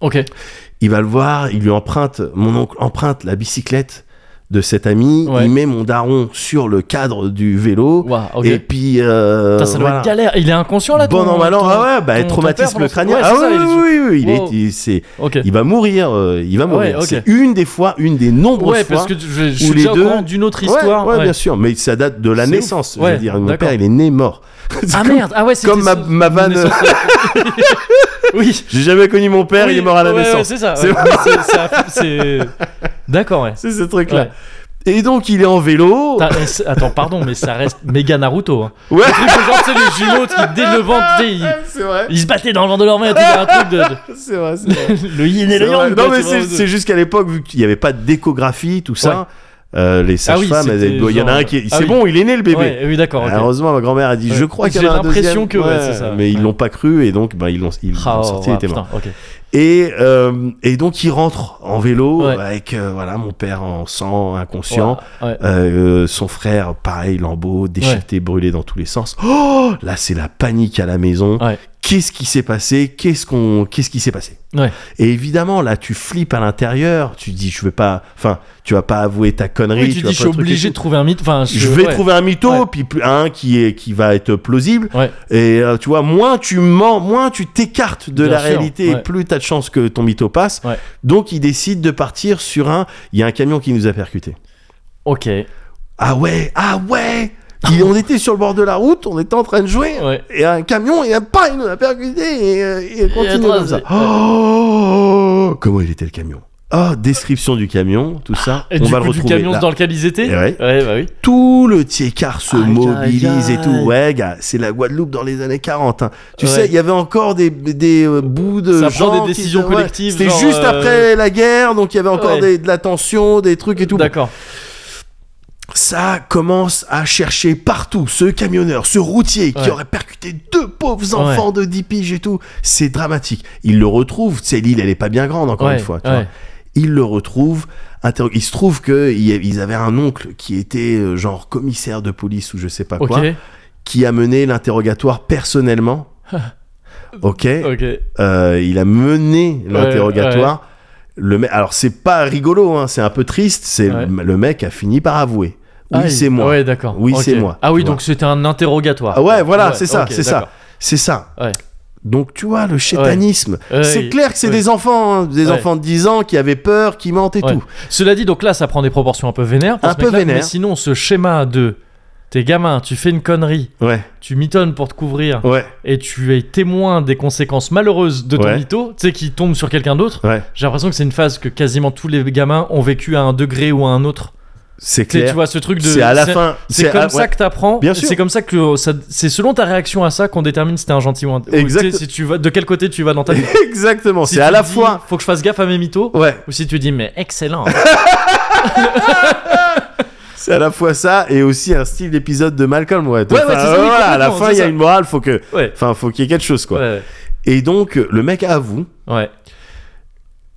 Speaker 1: Ok.
Speaker 2: Il va le voir, il lui emprunte, mon oncle emprunte la bicyclette de cet ami,
Speaker 1: Ouais.
Speaker 2: il met mon daron sur le cadre du vélo
Speaker 1: Waouh, ok.
Speaker 2: et puis euh,
Speaker 1: Putain, ça doit
Speaker 2: voilà.
Speaker 1: être galère. Il est inconscient là
Speaker 2: Bon
Speaker 1: ton-
Speaker 2: an, mal an,
Speaker 1: ton-
Speaker 2: ah ouais, bah,
Speaker 1: ton père,
Speaker 2: traumatisme
Speaker 1: pendant ce-
Speaker 2: crânien.
Speaker 1: Ouais,
Speaker 2: ah
Speaker 1: c'est ça,
Speaker 2: oui,
Speaker 1: il est
Speaker 2: oui,
Speaker 1: sous-
Speaker 2: oui, oui, il, est-
Speaker 1: Wow.
Speaker 2: il- c'est-
Speaker 1: Ok.
Speaker 2: il va mourir, euh, il va mourir.
Speaker 1: Ouais, ok.
Speaker 2: C'est une des fois, une des nombreuses
Speaker 1: Ouais,
Speaker 2: fois.
Speaker 1: parce que je, je suis
Speaker 2: où les
Speaker 1: déjà
Speaker 2: deux-
Speaker 1: au courant d'une autre
Speaker 2: Ouais,
Speaker 1: histoire.
Speaker 2: ouais, bien sûr, mais ça date de
Speaker 1: C'est
Speaker 2: la
Speaker 1: ouf.
Speaker 2: naissance. je
Speaker 1: Ouais,
Speaker 2: veux dire, mon
Speaker 1: d'accord.
Speaker 2: père, il est né mort.
Speaker 1: Ah merde, ah ouais, c'était
Speaker 2: comme ma-
Speaker 1: ça-
Speaker 2: ma vanne.
Speaker 1: oui.
Speaker 2: J'ai jamais connu mon père,
Speaker 1: Oui,
Speaker 2: il est mort à la
Speaker 1: ouais,
Speaker 2: naissance.
Speaker 1: ouais, c'est ça.
Speaker 2: C'est-
Speaker 1: ouais. Oui, c'est- c'est aff- C'est. D'accord, ouais.
Speaker 2: C'est ce truc-là.
Speaker 1: Ouais.
Speaker 2: Et donc il est en vélo.
Speaker 1: Putain, eh, c'est- Attends, pardon, mais ça reste méga Naruto. Hein.
Speaker 2: Ouais.
Speaker 1: Le truc, genre, c'est les jumeaux qui, dès le ventre, tu sais, ils,
Speaker 2: c'est vrai.
Speaker 1: ils se battaient dans le ventre de leur mère et tout. il y a Un truc de,
Speaker 2: C'est vrai. c'est vrai.
Speaker 1: de- le yin et
Speaker 2: C'est
Speaker 1: le
Speaker 2: vrai.
Speaker 1: yang.
Speaker 2: Non
Speaker 1: quoi, tu
Speaker 2: mais
Speaker 1: vois,
Speaker 2: c'est
Speaker 1: de-
Speaker 2: c'est juste qu'à l'époque vu qu'il n'y avait pas d'échographie tout ça, euh, les
Speaker 1: Ah oui,
Speaker 2: sages-femmes, elles-
Speaker 1: c'était
Speaker 2: il y en a
Speaker 1: genre-
Speaker 2: un qui, est-
Speaker 1: Ah
Speaker 2: c'est
Speaker 1: oui.
Speaker 2: bon, il est né le bébé.
Speaker 1: Ouais, oui, d'accord. ok.
Speaker 2: Heureusement, ma grand-mère a dit
Speaker 1: Ouais.
Speaker 2: Je crois qu'il y
Speaker 1: J'ai
Speaker 2: en a un
Speaker 1: l'impression
Speaker 2: deuxième.
Speaker 1: que, ouais, c'est ça.
Speaker 2: Mais ils
Speaker 1: Ouais.
Speaker 2: l'ont pas cru et donc ben, ils l'ont ils l'ont
Speaker 1: Ah, oh,
Speaker 2: sorti, il
Speaker 1: ouais,
Speaker 2: était mort.
Speaker 1: putain, ok.
Speaker 2: Et, euh, et donc il rentre en vélo
Speaker 1: Ouais.
Speaker 2: avec euh, voilà mon père en sang inconscient,
Speaker 1: Ouais, ouais.
Speaker 2: Euh, euh, son frère pareil lambeau déchiqueté brûlé dans tous les sens. Oh là c'est la panique à la maison.
Speaker 1: Ouais.
Speaker 2: Qu'est-ce qui s'est passé Qu'est-ce qu'on Qu'est-ce qui s'est passé
Speaker 1: Ouais.
Speaker 2: Et évidemment là tu flippes à l'intérieur, tu te dis je vais pas, enfin tu vas pas avouer ta connerie.
Speaker 1: Oui, tu
Speaker 2: vas
Speaker 1: dis,
Speaker 2: pas
Speaker 1: je suis
Speaker 2: truc et
Speaker 1: obligé de
Speaker 2: tout.
Speaker 1: trouver un mythe. Enfin,
Speaker 2: Je vais
Speaker 1: ouais.
Speaker 2: trouver un mytho,
Speaker 1: Ouais.
Speaker 2: puis plus- un qui est qui va être plausible.
Speaker 1: Ouais.
Speaker 2: Et euh, tu vois, moins tu mens, moins tu t'écartes de
Speaker 1: Bien
Speaker 2: la
Speaker 1: sûr,
Speaker 2: réalité, et
Speaker 1: ouais.
Speaker 2: plus t'as de chances que ton mytho passe.
Speaker 1: Ouais.
Speaker 2: Donc il décide de partir sur un. Il y a un camion qui nous a percuté.
Speaker 1: Ok.
Speaker 2: Ah ouais, ah ouais. Il- on était sur le bord de la route, on était en train de jouer.
Speaker 1: Ouais.
Speaker 2: Et un camion, et un pas, il nous a percuté et, euh, et
Speaker 1: Il a
Speaker 2: continue comme ça.
Speaker 1: écrasé.
Speaker 2: Oh, comment il était le camion Oh, description du camion, tout ça.
Speaker 1: Ah, Et
Speaker 2: on
Speaker 1: du
Speaker 2: va
Speaker 1: coup,
Speaker 2: le
Speaker 1: du
Speaker 2: retrouver.
Speaker 1: camion
Speaker 2: là.
Speaker 1: dans lequel ils étaient
Speaker 2: Eh ouais.
Speaker 1: bah oui.
Speaker 2: Tout le Tiécar se
Speaker 1: Aïe,
Speaker 2: mobilise
Speaker 1: aïe,
Speaker 2: et tout.
Speaker 1: aïe.
Speaker 2: Ouais, gars, c'est la Guadeloupe dans les années 40. hein. Tu
Speaker 1: Ouais.
Speaker 2: sais, il y avait encore des, des euh, bouts de.
Speaker 1: Ça prend
Speaker 2: gens
Speaker 1: des
Speaker 2: qui-
Speaker 1: décisions
Speaker 2: ouais,
Speaker 1: collectives,
Speaker 2: C'était
Speaker 1: genre,
Speaker 2: juste
Speaker 1: euh,
Speaker 2: après la guerre, donc il y avait encore
Speaker 1: Ouais.
Speaker 2: des- de la tension, des trucs et tout.
Speaker 1: D'accord.
Speaker 2: Ça commence à chercher partout ce camionneur, ce routier qui
Speaker 1: Ouais.
Speaker 2: aurait percuté deux pauvres enfants de 10 piges et tout. C'est dramatique. Il le retrouve. C'est l'île, elle est pas bien grande, encore
Speaker 1: Ouais,
Speaker 2: une fois. tu
Speaker 1: ouais.
Speaker 2: vois. Il le retrouve. interro- Il se trouve que il y a- ils avaient un oncle qui était euh, genre commissaire de police ou je sais pas
Speaker 1: Ok.
Speaker 2: quoi, qui a mené l'interrogatoire personnellement. ok,
Speaker 1: Ok.
Speaker 2: Euh, il a mené l'interrogatoire. Le mec, alors c'est pas rigolo, hein, c'est un peu triste. C'est
Speaker 1: Ouais.
Speaker 2: le mec a fini par avouer. Oui,
Speaker 1: Ah,
Speaker 2: c'est moi.
Speaker 1: Ouais, d'accord.
Speaker 2: Oui,
Speaker 1: Ok.
Speaker 2: c'est moi.
Speaker 1: Ah oui,
Speaker 2: Tu
Speaker 1: donc c'était un interrogatoire.
Speaker 2: Ah ouais, voilà, c'est ça,
Speaker 1: ok,
Speaker 2: c'est ça.
Speaker 1: d'accord.
Speaker 2: C'est ça.
Speaker 1: Ouais.
Speaker 2: Donc tu vois, le chétanisme.
Speaker 1: Ouais,
Speaker 2: c'est
Speaker 1: Euh, il-
Speaker 2: clair que c'est
Speaker 1: ouais.
Speaker 2: des enfants, hein, des
Speaker 1: Ouais.
Speaker 2: enfants de 10 ans qui avaient peur, qui mentent et
Speaker 1: Ouais.
Speaker 2: tout.
Speaker 1: Cela dit, donc là, ça prend des proportions un peu vénères. pour
Speaker 2: Un
Speaker 1: ce
Speaker 2: peu
Speaker 1: mec-là,
Speaker 2: vénère.
Speaker 1: Mais sinon, ce schéma de t'es gamin, tu fais une connerie,
Speaker 2: Ouais,
Speaker 1: tu mitonnes pour te couvrir
Speaker 2: ouais,
Speaker 1: et tu es témoin des conséquences malheureuses de ton
Speaker 2: Ouais.
Speaker 1: mytho, tu sais, qui tombe sur quelqu'un d'autre.
Speaker 2: ouais.
Speaker 1: J'ai l'impression que c'est une phase que quasiment tous les gamins ont vécu à un degré ou à un autre.
Speaker 2: C'est
Speaker 1: Tu sais,
Speaker 2: clair.
Speaker 1: tu vois ce truc de.
Speaker 2: c'est à la
Speaker 1: c'est-
Speaker 2: fin.
Speaker 1: C'est comme
Speaker 2: à-
Speaker 1: ça
Speaker 2: ouais.
Speaker 1: que t'apprends.
Speaker 2: Bien
Speaker 1: et
Speaker 2: sûr.
Speaker 1: C'est comme ça que euh, ça- c'est selon ta réaction à ça qu'on détermine si t'es un gentil ou un. ou, tu sais,
Speaker 2: Exact.
Speaker 1: Si tu vas, de quel côté tu vas dans ta vie.
Speaker 2: Exactement.
Speaker 1: Si
Speaker 2: c'est
Speaker 1: tu
Speaker 2: à la
Speaker 1: dis,
Speaker 2: fois.
Speaker 1: Faut que je fasse gaffe à mes mythos.
Speaker 2: Ouais,
Speaker 1: Ou si tu dis mais excellent.
Speaker 2: c'est à la fois ça et aussi un style d'épisode de Malcolm. Ouais,
Speaker 1: Ouais, ouais, c'est ça, oui,
Speaker 2: voilà, à la
Speaker 1: complètement,
Speaker 2: fin, il y
Speaker 1: c'est
Speaker 2: a
Speaker 1: ça.
Speaker 2: une morale, faut que.
Speaker 1: Ouais.
Speaker 2: Enfin, faut qu'il y ait quelque chose, quoi.
Speaker 1: Ouais.
Speaker 2: Et donc, le mec avoue,
Speaker 1: Ouais.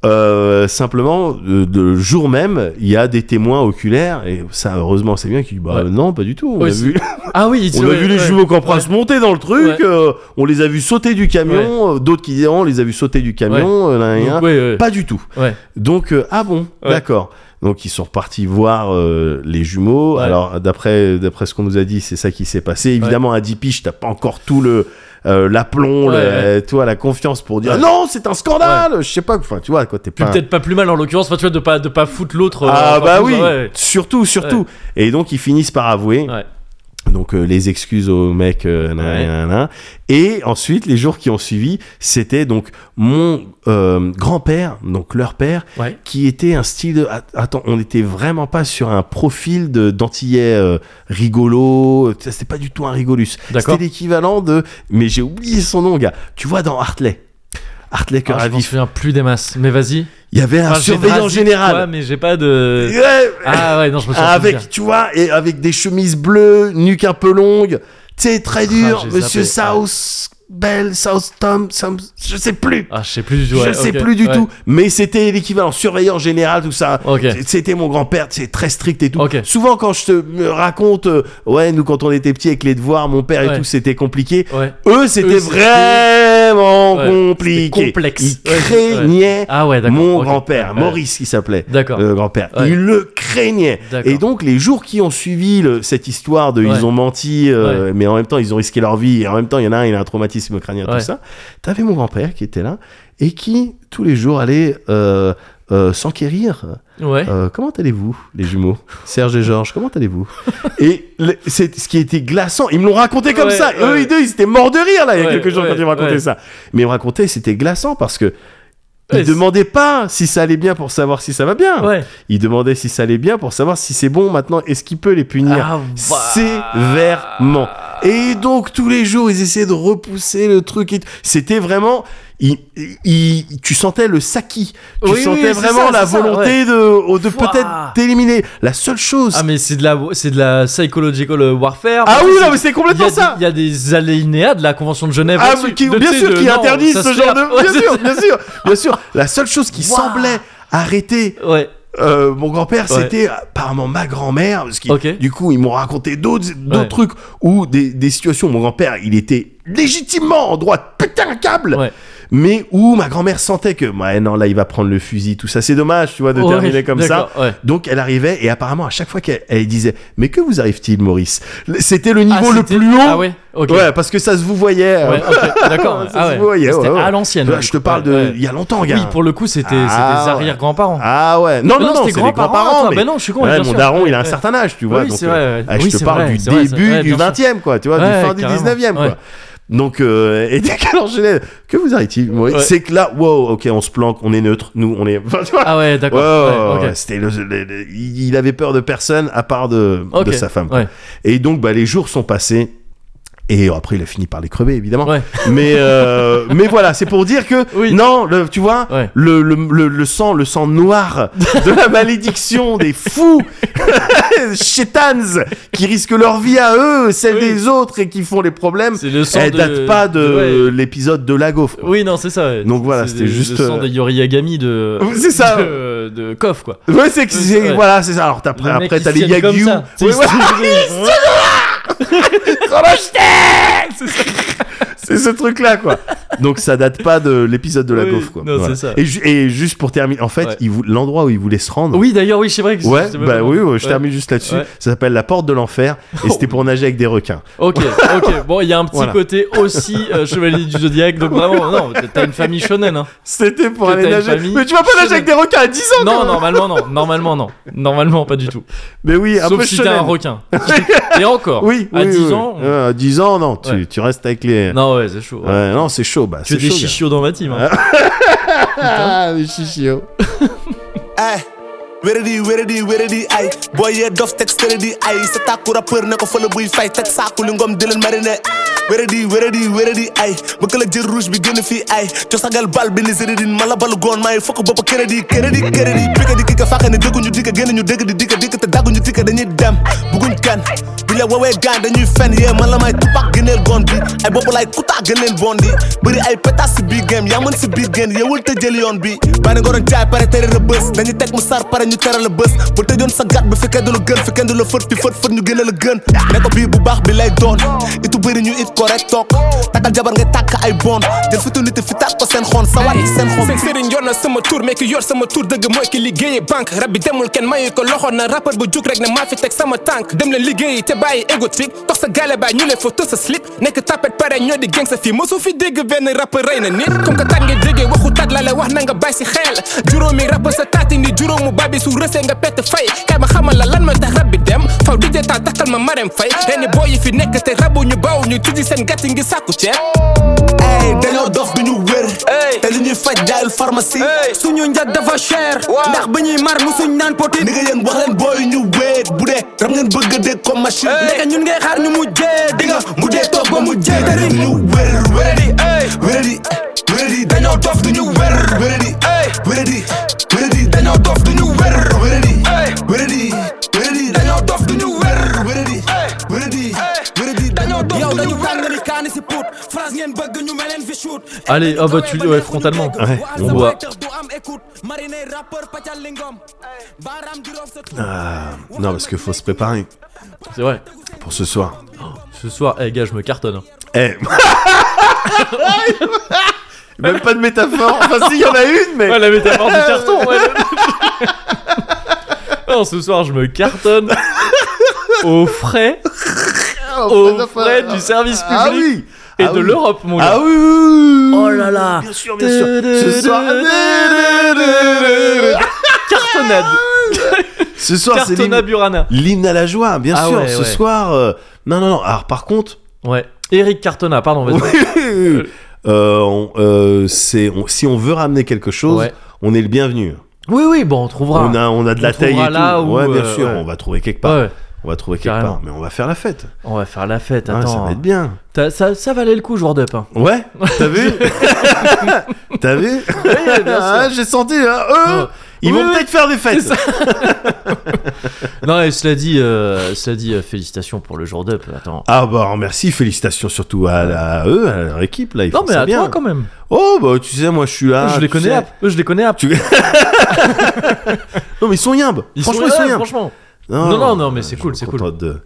Speaker 2: euh, simplement, de, de- le jour même, il y a des témoins oculaires, et ça, heureusement, c'est bien qu'il dit,
Speaker 1: Ouais.
Speaker 2: bah non, pas du tout. On
Speaker 1: Ouais,
Speaker 2: a
Speaker 1: c'est-
Speaker 2: vu,
Speaker 1: Ah oui.
Speaker 2: on a
Speaker 1: ouais,
Speaker 2: vu les
Speaker 1: ouais.
Speaker 2: jumeaux Campras
Speaker 1: Ouais.
Speaker 2: monter dans le truc,
Speaker 1: Ouais.
Speaker 2: euh, on les a vus sauter du camion, euh, d'autres qui disent, on les a vus sauter du camion, euh, là, là, là.
Speaker 1: Donc, ouais, ouais.
Speaker 2: pas du tout.
Speaker 1: Ouais.
Speaker 2: Donc, euh, ah bon,
Speaker 1: Ouais.
Speaker 2: d'accord. Donc, ils sont repartis voir euh, les jumeaux.
Speaker 1: Ouais.
Speaker 2: Alors, d'après d'après ce qu'on nous a dit, c'est ça qui s'est passé. Évidemment, à 10 piges, t'as pas encore tout le. euh, l'aplomb,
Speaker 1: Ouais,
Speaker 2: le-
Speaker 1: ouais.
Speaker 2: euh, toi, la confiance pour dire
Speaker 1: Ouais.
Speaker 2: non, c'est un scandale. Je sais pas, enfin, tu vois, quoi, t'es
Speaker 1: Puis
Speaker 2: pas.
Speaker 1: peut-être pas plus mal en l'occurrence. Enfin, tu vois, de pas de pas foutre l'autre. euh,
Speaker 2: ah
Speaker 1: enfin,
Speaker 2: bah
Speaker 1: tout
Speaker 2: oui,
Speaker 1: ça, ouais.
Speaker 2: surtout, surtout. Et donc, ils finissent par avouer.
Speaker 1: Ouais.
Speaker 2: Donc, euh, les excuses au mec, euh, nan,
Speaker 1: Ouais.
Speaker 2: nan, nan. Et ensuite, les jours qui ont suivi, c'était donc mon euh, grand-père, donc leur père,
Speaker 1: Ouais.
Speaker 2: qui était un style de... Att- Attends, on n'était vraiment pas sur un profil de d'antillais euh, rigolo, Ça, c'était pas du tout un rigolus.
Speaker 1: D'accord.
Speaker 2: C'était l'équivalent de... Mais j'ai oublié son nom, gars. Tu vois, dans Hartley, Hartley Cœur
Speaker 1: Ah,
Speaker 2: à
Speaker 1: je m'en
Speaker 2: vif,
Speaker 1: souviens plus des masses. Mais vas-y.
Speaker 2: il y avait un
Speaker 1: Enfin, j'ai
Speaker 2: surveillant
Speaker 1: drasé, quoi,
Speaker 2: général.
Speaker 1: mais j'ai pas de.
Speaker 2: Ouais,
Speaker 1: Ah ouais, non, je me souviens. plus bien.
Speaker 2: avec, tu vois, et avec des chemises bleues, nuque un peu longue, tu sais, très dur,
Speaker 1: Ah, j'ai
Speaker 2: monsieur
Speaker 1: zappé, Ah. ouais.
Speaker 2: South... Bell, South Tom, Sam- je sais plus,
Speaker 1: Ah, je sais plus du tout.
Speaker 2: je
Speaker 1: ouais,
Speaker 2: sais
Speaker 1: ok,
Speaker 2: plus du
Speaker 1: ouais.
Speaker 2: tout, mais c'était l'équivalent surveillant général, tout ça.
Speaker 1: Ok.
Speaker 2: C- C'était mon grand-père, c'est très strict et tout.
Speaker 1: Ok.
Speaker 2: Souvent, quand je te me raconte, euh, ouais, nous, quand on était petits avec les devoirs, mon père et
Speaker 1: Ouais.
Speaker 2: tout, c'était compliqué.
Speaker 1: Ouais.
Speaker 2: Eux, c'était
Speaker 1: c'était-
Speaker 2: vraiment
Speaker 1: Ouais,
Speaker 2: compliqué.
Speaker 1: c'était complexe.
Speaker 2: Ils
Speaker 1: Ouais, ouais.
Speaker 2: craignaient
Speaker 1: Ah ouais, d'accord.
Speaker 2: mon
Speaker 1: ok.
Speaker 2: grand-père,
Speaker 1: Ouais.
Speaker 2: Maurice, il s'appelait.
Speaker 1: D'accord.
Speaker 2: Le grand-père.
Speaker 1: Ouais.
Speaker 2: Il le craignait.
Speaker 1: D'accord.
Speaker 2: Et donc, les jours qui ont suivi le- cette histoire de
Speaker 1: Ouais.
Speaker 2: ils ont menti, euh, mais en même temps, ils ont risqué leur vie, et en même temps, il y en a un, il a un traumatisme crânien,
Speaker 1: Ouais.
Speaker 2: tout ça. T'avais mon grand-père qui était là, et qui, tous les jours, allait euh, euh, s'enquérir.
Speaker 1: Ouais.
Speaker 2: Euh, comment allez-vous, les jumeaux Serge et Georges, comment allez-vous Et le- c'est ce qui était glaçant. Ils me l'ont raconté comme
Speaker 1: Ouais,
Speaker 2: ça.
Speaker 1: ouais.
Speaker 2: Eux, ils deux, ils étaient morts de rire, là, il y a
Speaker 1: Ouais,
Speaker 2: quelques jours,
Speaker 1: ouais,
Speaker 2: quand ils me racontaient
Speaker 1: ouais.
Speaker 2: ça. Mais ils me racontaient, c'était glaçant parce que. Ils
Speaker 1: Ouais, c'est-
Speaker 2: demandaient pas si ça allait bien pour savoir si ça va bien.
Speaker 1: Ouais.
Speaker 2: Ils demandaient si ça allait bien pour savoir si c'est bon maintenant. Est-ce qu'il peut les punir
Speaker 1: Ah, bah.
Speaker 2: sévèrement Et donc tous les jours, ils essayaient de repousser le truc. et t- C'était vraiment, il- il- tu sentais le saki. Tu
Speaker 1: Oui,
Speaker 2: sentais
Speaker 1: oui, c'est
Speaker 2: vraiment
Speaker 1: ça,
Speaker 2: la
Speaker 1: c'est ça,
Speaker 2: volonté de, de
Speaker 1: Fouah.
Speaker 2: peut-être t'éliminer. La seule chose.
Speaker 1: Ah, mais c'est de la, c'est de la psychological euh, warfare.
Speaker 2: Ah
Speaker 1: Parce
Speaker 2: oui,
Speaker 1: que
Speaker 2: non,
Speaker 1: c'est-
Speaker 2: mais
Speaker 1: Il
Speaker 2: c'est
Speaker 1: y, a
Speaker 2: complètement
Speaker 1: des-
Speaker 2: ça.
Speaker 1: il y a des alinéas de la Convention de Genève.
Speaker 2: Ah,
Speaker 1: là-dessus.
Speaker 2: mais qui-
Speaker 1: De-
Speaker 2: bien
Speaker 1: tu sais,
Speaker 2: sûr,
Speaker 1: de-
Speaker 2: qui
Speaker 1: non,
Speaker 2: interdisent
Speaker 1: ça se
Speaker 2: ce genre
Speaker 1: perd.
Speaker 2: de.
Speaker 1: Ouais,
Speaker 2: Bien
Speaker 1: c'est-
Speaker 2: sûr, bien sûr, bien sûr. La seule chose qui
Speaker 1: Waouh.
Speaker 2: semblait arrêter
Speaker 1: Ouais.
Speaker 2: Euh, mon grand-père,
Speaker 1: Ouais.
Speaker 2: c'était apparemment ma grand-mère, parce que
Speaker 1: Ok.
Speaker 2: du coup, ils m'ont raconté d'autres d'autres
Speaker 1: Ouais.
Speaker 2: trucs ou des, des situations où mon grand-père, il était légitimement en droit de péter un câble,
Speaker 1: Ouais.
Speaker 2: mais où ma grand-mère sentait que, ouais, non, là, il va prendre le fusil, tout ça, c'est dommage, tu vois, de
Speaker 1: Ouais,
Speaker 2: terminer comme ça.
Speaker 1: d'accord, ouais.
Speaker 2: Donc, elle arrivait et apparemment, à chaque fois qu'elle elle disait, mais que vous arrive-t-il, Maurice C'était le niveau
Speaker 1: Ah,
Speaker 2: le
Speaker 1: c'était-
Speaker 2: plus haut.
Speaker 1: Ah ouais. Ok.
Speaker 2: Ouais, parce que ça se vous voyait.
Speaker 1: Ouais, ok, d'accord. ah
Speaker 2: Ça se
Speaker 1: ouais.
Speaker 2: voyait,
Speaker 1: C'était
Speaker 2: ouais, ouais.
Speaker 1: à l'ancienne.
Speaker 2: Là, je te parle de
Speaker 1: Ouais, ouais.
Speaker 2: il y a longtemps, gars.
Speaker 1: Oui, pour le coup, c'était c'était
Speaker 2: Ah,
Speaker 1: des
Speaker 2: ouais.
Speaker 1: arrière-grands-parents.
Speaker 2: Ah ouais, non, non, non,
Speaker 1: c'était
Speaker 2: c'est les grands-parents.
Speaker 1: toi.
Speaker 2: mais-
Speaker 1: Ben non, je suis con.
Speaker 2: Ouais,
Speaker 1: bien
Speaker 2: mon
Speaker 1: sûr.
Speaker 2: daron, il a un
Speaker 1: Ouais.
Speaker 2: certain âge, tu vois.
Speaker 1: Oui,
Speaker 2: donc,
Speaker 1: c'est vrai,
Speaker 2: euh,
Speaker 1: ouais.
Speaker 2: ah, je
Speaker 1: Oui,
Speaker 2: te
Speaker 1: c'est
Speaker 2: parle
Speaker 1: vrai,
Speaker 2: du
Speaker 1: c'est vrai, c'est
Speaker 2: début
Speaker 1: vrai,
Speaker 2: du
Speaker 1: bien sûr.
Speaker 2: 20e, quoi, tu vois,
Speaker 1: Ouais,
Speaker 2: du fin du
Speaker 1: carrément,
Speaker 2: 19e, quoi.
Speaker 1: ouais.
Speaker 2: Donc, euh, et dès qu'elle enchaînait, que vous arrive-t-il Maurice
Speaker 1: Ouais.
Speaker 2: C'est que là, wow, ok, on se planque, on est neutre, nous, on est. Enfin, tu vois.
Speaker 1: Ah ouais,
Speaker 2: Ouais, ouais,
Speaker 1: d'accord. Ouais,
Speaker 2: ouais,
Speaker 1: ok.
Speaker 2: c'était le- le- le- il avait peur de personne à part de, de
Speaker 1: Ok.
Speaker 2: sa femme.
Speaker 1: Ouais.
Speaker 2: Et donc, bah, les jours sont passés. Et après, il a fini par les crever, évidemment.
Speaker 1: Ouais.
Speaker 2: Mais, euh, mais voilà, c'est pour dire que
Speaker 1: Oui.
Speaker 2: non, le- tu vois,
Speaker 1: Ouais.
Speaker 2: le, le, le, le sang, le sang noir de la malédiction des fous, chétans, qui risquent leur vie à eux, celle
Speaker 1: Oui.
Speaker 2: des autres et qui font les problèmes,
Speaker 1: C'est le sang
Speaker 2: elle
Speaker 1: de-
Speaker 2: date pas de
Speaker 1: ouais.
Speaker 2: l'épisode de la gaufre. quoi.
Speaker 1: Oui, non, c'est ça. ouais.
Speaker 2: Donc voilà,
Speaker 1: C'est
Speaker 2: c'était
Speaker 1: le-
Speaker 2: juste,
Speaker 1: le sang
Speaker 2: euh,
Speaker 1: des Yoriyagami de.
Speaker 2: C'est ça.
Speaker 1: De, de Koff, quoi.
Speaker 2: Ouais, c'est que
Speaker 1: Ouais,
Speaker 2: c'est-
Speaker 1: ouais.
Speaker 2: voilà, c'est ça. Alors t'as- après,
Speaker 1: Le mec,
Speaker 2: après
Speaker 1: il
Speaker 2: t'as
Speaker 1: se
Speaker 2: les
Speaker 1: tienne comme
Speaker 2: Yagyu.
Speaker 1: ça.
Speaker 2: Ouais,
Speaker 1: Tu sais,
Speaker 2: ouais.
Speaker 1: il se-
Speaker 2: Trop lâcheté C'est ce truc-là, quoi. Donc ça date pas de l'épisode de la
Speaker 1: Oui,
Speaker 2: gaufre quoi.
Speaker 1: non, c'est ça.
Speaker 2: Et, ju- et juste pour terminer, en fait,
Speaker 1: Ouais.
Speaker 2: il vou- l'endroit où il voulait se rendre.
Speaker 1: Oui, d'ailleurs, oui, c'est vrai que c'est-
Speaker 2: Ouais,
Speaker 1: c'est
Speaker 2: bah
Speaker 1: vraiment-
Speaker 2: oui, ouais, je
Speaker 1: Ouais.
Speaker 2: termine juste là-dessus.
Speaker 1: Ouais. Oh.
Speaker 2: Ça s'appelle la porte de l'enfer et c'était pour nager avec des requins.
Speaker 1: Ok, ok. Bon, il y a un petit
Speaker 2: Voilà.
Speaker 1: côté aussi euh, Chevalier du Zodiac, donc vraiment, non, t'as une famille shonen. Hein.
Speaker 2: C'était pour
Speaker 1: Que
Speaker 2: aller
Speaker 1: t'as une
Speaker 2: nager.
Speaker 1: famille
Speaker 2: Mais tu vas pas nager
Speaker 1: shonen.
Speaker 2: avec des requins à 10 ans quand
Speaker 1: Non,
Speaker 2: même.
Speaker 1: normalement, non. Normalement, non. Normalement, pas du tout.
Speaker 2: Mais oui, un
Speaker 1: Sauf
Speaker 2: peu
Speaker 1: si
Speaker 2: shonen.
Speaker 1: t'es un requin. Et encore.
Speaker 2: Oui,
Speaker 1: À
Speaker 2: oui,
Speaker 1: 10
Speaker 2: oui.
Speaker 1: ans. on-
Speaker 2: Euh, à 10 ans, non, tu,
Speaker 1: Ouais.
Speaker 2: tu restes avec les.
Speaker 1: Non, ouais, c'est chaud. ouais.
Speaker 2: Ouais, non, c'est chaud, bah.
Speaker 1: que
Speaker 2: c'est
Speaker 1: des
Speaker 2: chaud, gars.
Speaker 1: chichiots dans ma team. hein.
Speaker 2: Ah, les chichiots.
Speaker 4: Ay, weredi, weredi, weredi, ay. Boy, je dof tekst, weredi, ay. Zet haar koer op haar nek of volle boei feit. Tet zakeling om Dylan Marine. Weredi, weredi, weredi, ay. We kunnen je roes beginnen via ay. Just a gal bal binnen zitten in malabal gone. Maar je fokken boppen Kennedy, Kennedy, Kennedy. Pikken die kikken vakken en dukken je dikke. Genen je dikke, die dikke, dikke. Te dagen je dikke, dan je dem. Boegun kan. Bila wewe gaan, dan je fan. Yeah, malamai tupak genel gondi. Ay boppen like kuta genel bondi. Buri ay peta si big game. Yaman si big game. Yewul te jeli on bi. Bani goron jaay pare tere la bës. dañu teg mu sar pare ñu teral la bës bu tëjoon sa gat bi fekkee du la gën fekkee du la fët fi fët fët ñu gën a la gën ne ko bii bu baax bi lay doon itu bëri ñu it ko rek toog takkal jabar ngay tàkk ay bon jël fitu nit fi tàkk ko seen xon sa war ci seen xon
Speaker 5: seen sëriñ yor na sama tour mais ki yor sama tour dëgg mooy ki liggéeyee banque rab bi demul kenn mayu ko loxo na rappeur bu jug rek ne maa fi teg sama tànk dem leen liggéeyi te bàyyi égotique tox sa gaale baay ñu leen fa tës sa slip nekk tapet pare ñoo di geng sa fii mësu fi dégg benn rappeur rey na nit comme que taat ngay déggee waxu taat la la wax na nga bàyyi si xel juróomi rappeur sa taati ni juróomu babi su rësee nga pett fay kay ma xamal la lan mooy tax rab bi dem faw di taa takkal ma marem fay lenn booy yi fi nekk te rabu ñu baw ñu tijji seen gàtt ngi sàkku ceeb
Speaker 4: ay dañoo dof du ñu wér
Speaker 5: Hey.
Speaker 4: te li ñuy faj jaayul pharmacie
Speaker 5: suñu njëg dafa cher ndax ba ñuy mar musuñ naan potit
Speaker 4: ni nga yéen wax leen booy ñu wéet bu dee rab ngeen bëgg a dégg comme machine
Speaker 5: ndeke ñun ngay xaar ñu mujjee di nga
Speaker 4: mu dee toog ba mu jee dëriñ ñu wér wéredi wéredi wéredi dañoo dof du ñu wér wéredi wéredi wéredi dañoo dof du ñu wér wéredi wéredi wéredi dañoo dof du ñu wér wéredi wéredi wéredi dañoo dof
Speaker 5: yow
Speaker 4: du ñu
Speaker 5: dañu
Speaker 4: wér
Speaker 5: tàng ni kaani si puut France ngeen bëgg ñu meleen fi shoot
Speaker 1: Allez, ah bah, tu- ouais, frontalement.
Speaker 2: Ouais,
Speaker 1: on voit.
Speaker 2: Ah, non, parce qu'il faut se préparer
Speaker 1: C'est vrai.
Speaker 2: pour ce soir.
Speaker 1: Ce soir, eh gars, je me cartonne.
Speaker 2: Eh. Même pas de métaphore. Enfin, si, il y en a une, mais.
Speaker 1: Ouais, la métaphore du carton, ouais. non, ce soir, je me cartonne au frais, au frais du service public
Speaker 2: Ah oui
Speaker 1: et
Speaker 2: Ah
Speaker 1: de
Speaker 2: oui.
Speaker 1: l'Europe, mon gars.
Speaker 2: Ah oui, oui, oui, oui,
Speaker 1: Oh là là.
Speaker 2: Bien sûr, bien sûr Ce soir
Speaker 1: Cartonnade.
Speaker 2: Ce soir, Ah, c'est
Speaker 1: Cartona
Speaker 2: l'hymne-
Speaker 1: Burana.
Speaker 2: l'hymne à la joie, bien
Speaker 1: Ah
Speaker 2: sûr
Speaker 1: ouais,
Speaker 2: Ce
Speaker 1: ouais.
Speaker 2: soir... euh, Non, non, non, alors par contre...
Speaker 1: Ouais. Eric Cartona, pardon, vas-y.
Speaker 2: euh, on- euh, c'est- on- si on veut ramener quelque chose,
Speaker 1: Ouais.
Speaker 2: on est le bienvenu.
Speaker 1: Oui, oui, bon, on trouvera.
Speaker 2: On a, on a de
Speaker 1: On
Speaker 2: la taille et
Speaker 1: trouvera
Speaker 2: tout.
Speaker 1: là où,
Speaker 2: ouais, bien
Speaker 1: euh,
Speaker 2: sûr,
Speaker 1: ouais.
Speaker 2: on va trouver quelque part.
Speaker 1: Ouais, ouais.
Speaker 2: On va trouver quelque
Speaker 1: Carrément. hein.
Speaker 2: part, mais on va faire la fête.
Speaker 1: On va faire la fête,
Speaker 2: Ah, ça
Speaker 1: attends.
Speaker 2: va être bien.
Speaker 1: T'as- ça, ça valait le coup, joueur d'up. hein.
Speaker 2: Ouais, t'as vu T'as vu
Speaker 1: bien sûr.
Speaker 2: Ah, J'ai senti, hein, eux,
Speaker 1: Ouais.
Speaker 2: ils
Speaker 1: Oui,
Speaker 2: vont
Speaker 1: oui,
Speaker 2: peut-être faire des fêtes.
Speaker 1: Non, et cela dit, euh, cela dit euh, félicitations pour le joueur d'up. Attends.
Speaker 2: Ah bah merci, félicitations surtout à, la- à eux, à leur équipe là, ils
Speaker 1: Non,
Speaker 2: font
Speaker 1: mais
Speaker 2: ça
Speaker 1: à
Speaker 2: bien.
Speaker 1: toi quand même.
Speaker 2: Oh bah tu sais, moi je suis là.
Speaker 1: Eux, je les
Speaker 2: tu
Speaker 1: connais
Speaker 2: sais.
Speaker 1: up. Eux, je les connais up.
Speaker 2: Tu- Non mais ils sont yambes.
Speaker 1: Ils sont-
Speaker 2: franchement ils sont
Speaker 1: ouais,
Speaker 2: yambes.
Speaker 1: Franchement. Non, non, non, mais c'est
Speaker 2: je
Speaker 1: cool,
Speaker 2: suis
Speaker 1: c'est cool.
Speaker 2: content de-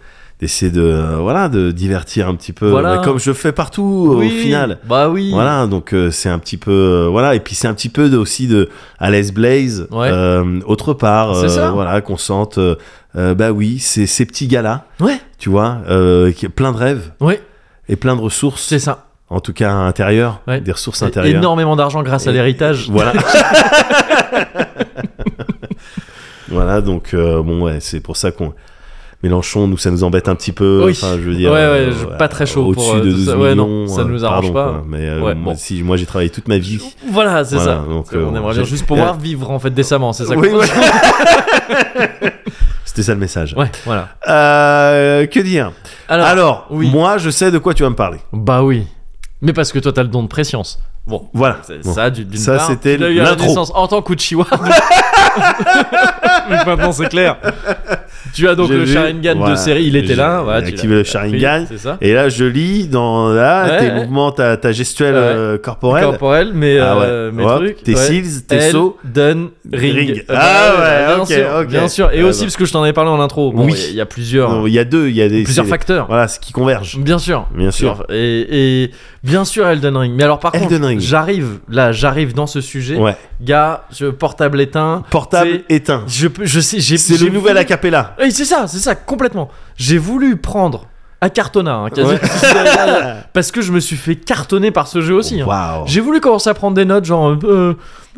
Speaker 2: d'essayer de euh, voilà de divertir un petit peu,
Speaker 1: Voilà.
Speaker 2: mais comme je fais partout
Speaker 1: Oui,
Speaker 2: au final.
Speaker 1: Bah oui.
Speaker 2: Voilà, donc euh, c'est un petit peu euh, voilà et puis c'est un petit peu de, aussi de Alice Blaze
Speaker 1: Ouais.
Speaker 2: euh, autre part
Speaker 1: C'est
Speaker 2: euh,
Speaker 1: ça.
Speaker 2: voilà qu'on sente euh, euh, bah oui, c'est ces petits gars là,
Speaker 1: Ouais.
Speaker 2: tu vois, euh, qui- plein de rêves
Speaker 1: Ouais.
Speaker 2: et plein de ressources.
Speaker 1: C'est ça.
Speaker 2: en tout cas intérieur,
Speaker 1: Ouais.
Speaker 2: des ressources
Speaker 1: Et-
Speaker 2: intérieures.
Speaker 1: Énormément d'argent grâce à
Speaker 2: Et-
Speaker 1: l'héritage.
Speaker 2: Voilà. voilà, donc euh, bon ouais, c'est pour ça qu'on Mélenchon, nous ça nous embête un petit peu.
Speaker 1: Oui.
Speaker 2: Enfin, je veux dire,
Speaker 1: Ouais, ouais, je- pas très chaud
Speaker 2: Au-dessus
Speaker 1: pour, euh,
Speaker 2: de
Speaker 1: tout
Speaker 2: 12
Speaker 1: ça.
Speaker 2: millions,
Speaker 1: Ouais, non, ça
Speaker 2: euh,
Speaker 1: nous arrange
Speaker 2: pardon,
Speaker 1: pas.
Speaker 2: quoi. Mais euh,
Speaker 1: Ouais,
Speaker 2: moi,
Speaker 1: bon.
Speaker 2: si moi j'ai travaillé toute ma vie.
Speaker 1: Voilà, c'est
Speaker 2: Voilà,
Speaker 1: ça.
Speaker 2: donc,
Speaker 1: C'est- on
Speaker 2: euh,
Speaker 1: aimerait
Speaker 2: j'ai-
Speaker 1: bien juste pouvoir vivre en fait décemment, c'est ça.
Speaker 2: Oui,
Speaker 1: qu'on-
Speaker 2: ouais. C'était ça le message.
Speaker 1: ouais, voilà.
Speaker 2: Euh, que dire
Speaker 1: Alors,
Speaker 2: Alors,
Speaker 1: oui.
Speaker 2: moi je sais de quoi tu vas me parler.
Speaker 1: bah oui. Mais parce que toi t'as le don de préscience. Bon.
Speaker 2: Voilà.
Speaker 1: C'est-
Speaker 2: Bon.
Speaker 1: Ça, du- d'une
Speaker 2: Ça,
Speaker 1: part,
Speaker 2: c'était
Speaker 1: il a eu à la
Speaker 2: l'intro.
Speaker 1: naissance en tant qu'Uchiwa. Donc maintenant, c'est clair. Tu as donc
Speaker 2: J'ai
Speaker 1: le
Speaker 2: vu.
Speaker 1: Sharingan
Speaker 2: Voilà.
Speaker 1: de série, il était
Speaker 2: J'ai
Speaker 1: là. hein. Voilà, tu
Speaker 2: activé
Speaker 1: l'as-
Speaker 2: le
Speaker 1: tu l'as pris,
Speaker 2: Sharingan.
Speaker 1: C'est ça.
Speaker 2: Et là, je lis dans là,
Speaker 1: Ouais,
Speaker 2: tes
Speaker 1: ouais.
Speaker 2: mouvements, ta, ta gestuelle
Speaker 1: Ouais.
Speaker 2: euh, corporelle.
Speaker 1: Corporel, mais,
Speaker 2: Ah ouais.
Speaker 1: euh, mes
Speaker 2: Hop,
Speaker 1: trucs.
Speaker 2: tes
Speaker 1: ouais.
Speaker 2: seals, tes
Speaker 1: Elle
Speaker 2: sauts.
Speaker 1: donne ring.
Speaker 2: Ring.
Speaker 1: Euh,
Speaker 2: Ah
Speaker 1: bah,
Speaker 2: ouais,
Speaker 1: bien
Speaker 2: ok,
Speaker 1: sûr,
Speaker 2: ok.
Speaker 1: Bien sûr. Et
Speaker 2: Ah
Speaker 1: aussi
Speaker 2: bah.
Speaker 1: parce que je t'en avais parlé en intro. Bon,
Speaker 2: Oui.
Speaker 1: Il y a plusieurs,
Speaker 2: Non, Il y a deux, il y a des
Speaker 1: plusieurs
Speaker 2: c'est-
Speaker 1: facteurs.
Speaker 2: Voilà, ce qui converge.
Speaker 1: Bien sûr.
Speaker 2: Bien sûr.
Speaker 1: Et, et bien sûr Elden Ring. Mais alors par
Speaker 2: Elden
Speaker 1: contre,
Speaker 2: Ring.
Speaker 1: j'arrive là, j'arrive dans ce sujet.
Speaker 2: Ouais.
Speaker 1: Gars, je, portable éteint.
Speaker 2: Portable éteint.
Speaker 1: Je peux, je sais, j'ai.
Speaker 2: C'est
Speaker 1: j'ai
Speaker 2: le nouvel
Speaker 1: voulu-
Speaker 2: acapella.
Speaker 1: Oui, c'est ça, c'est ça, complètement. J'ai voulu prendre à Cartona, hein, quasi- parce que je me suis fait cartonner par ce jeu aussi. hein.
Speaker 2: Waouh.
Speaker 1: J'ai voulu commencer à prendre des notes genre euh,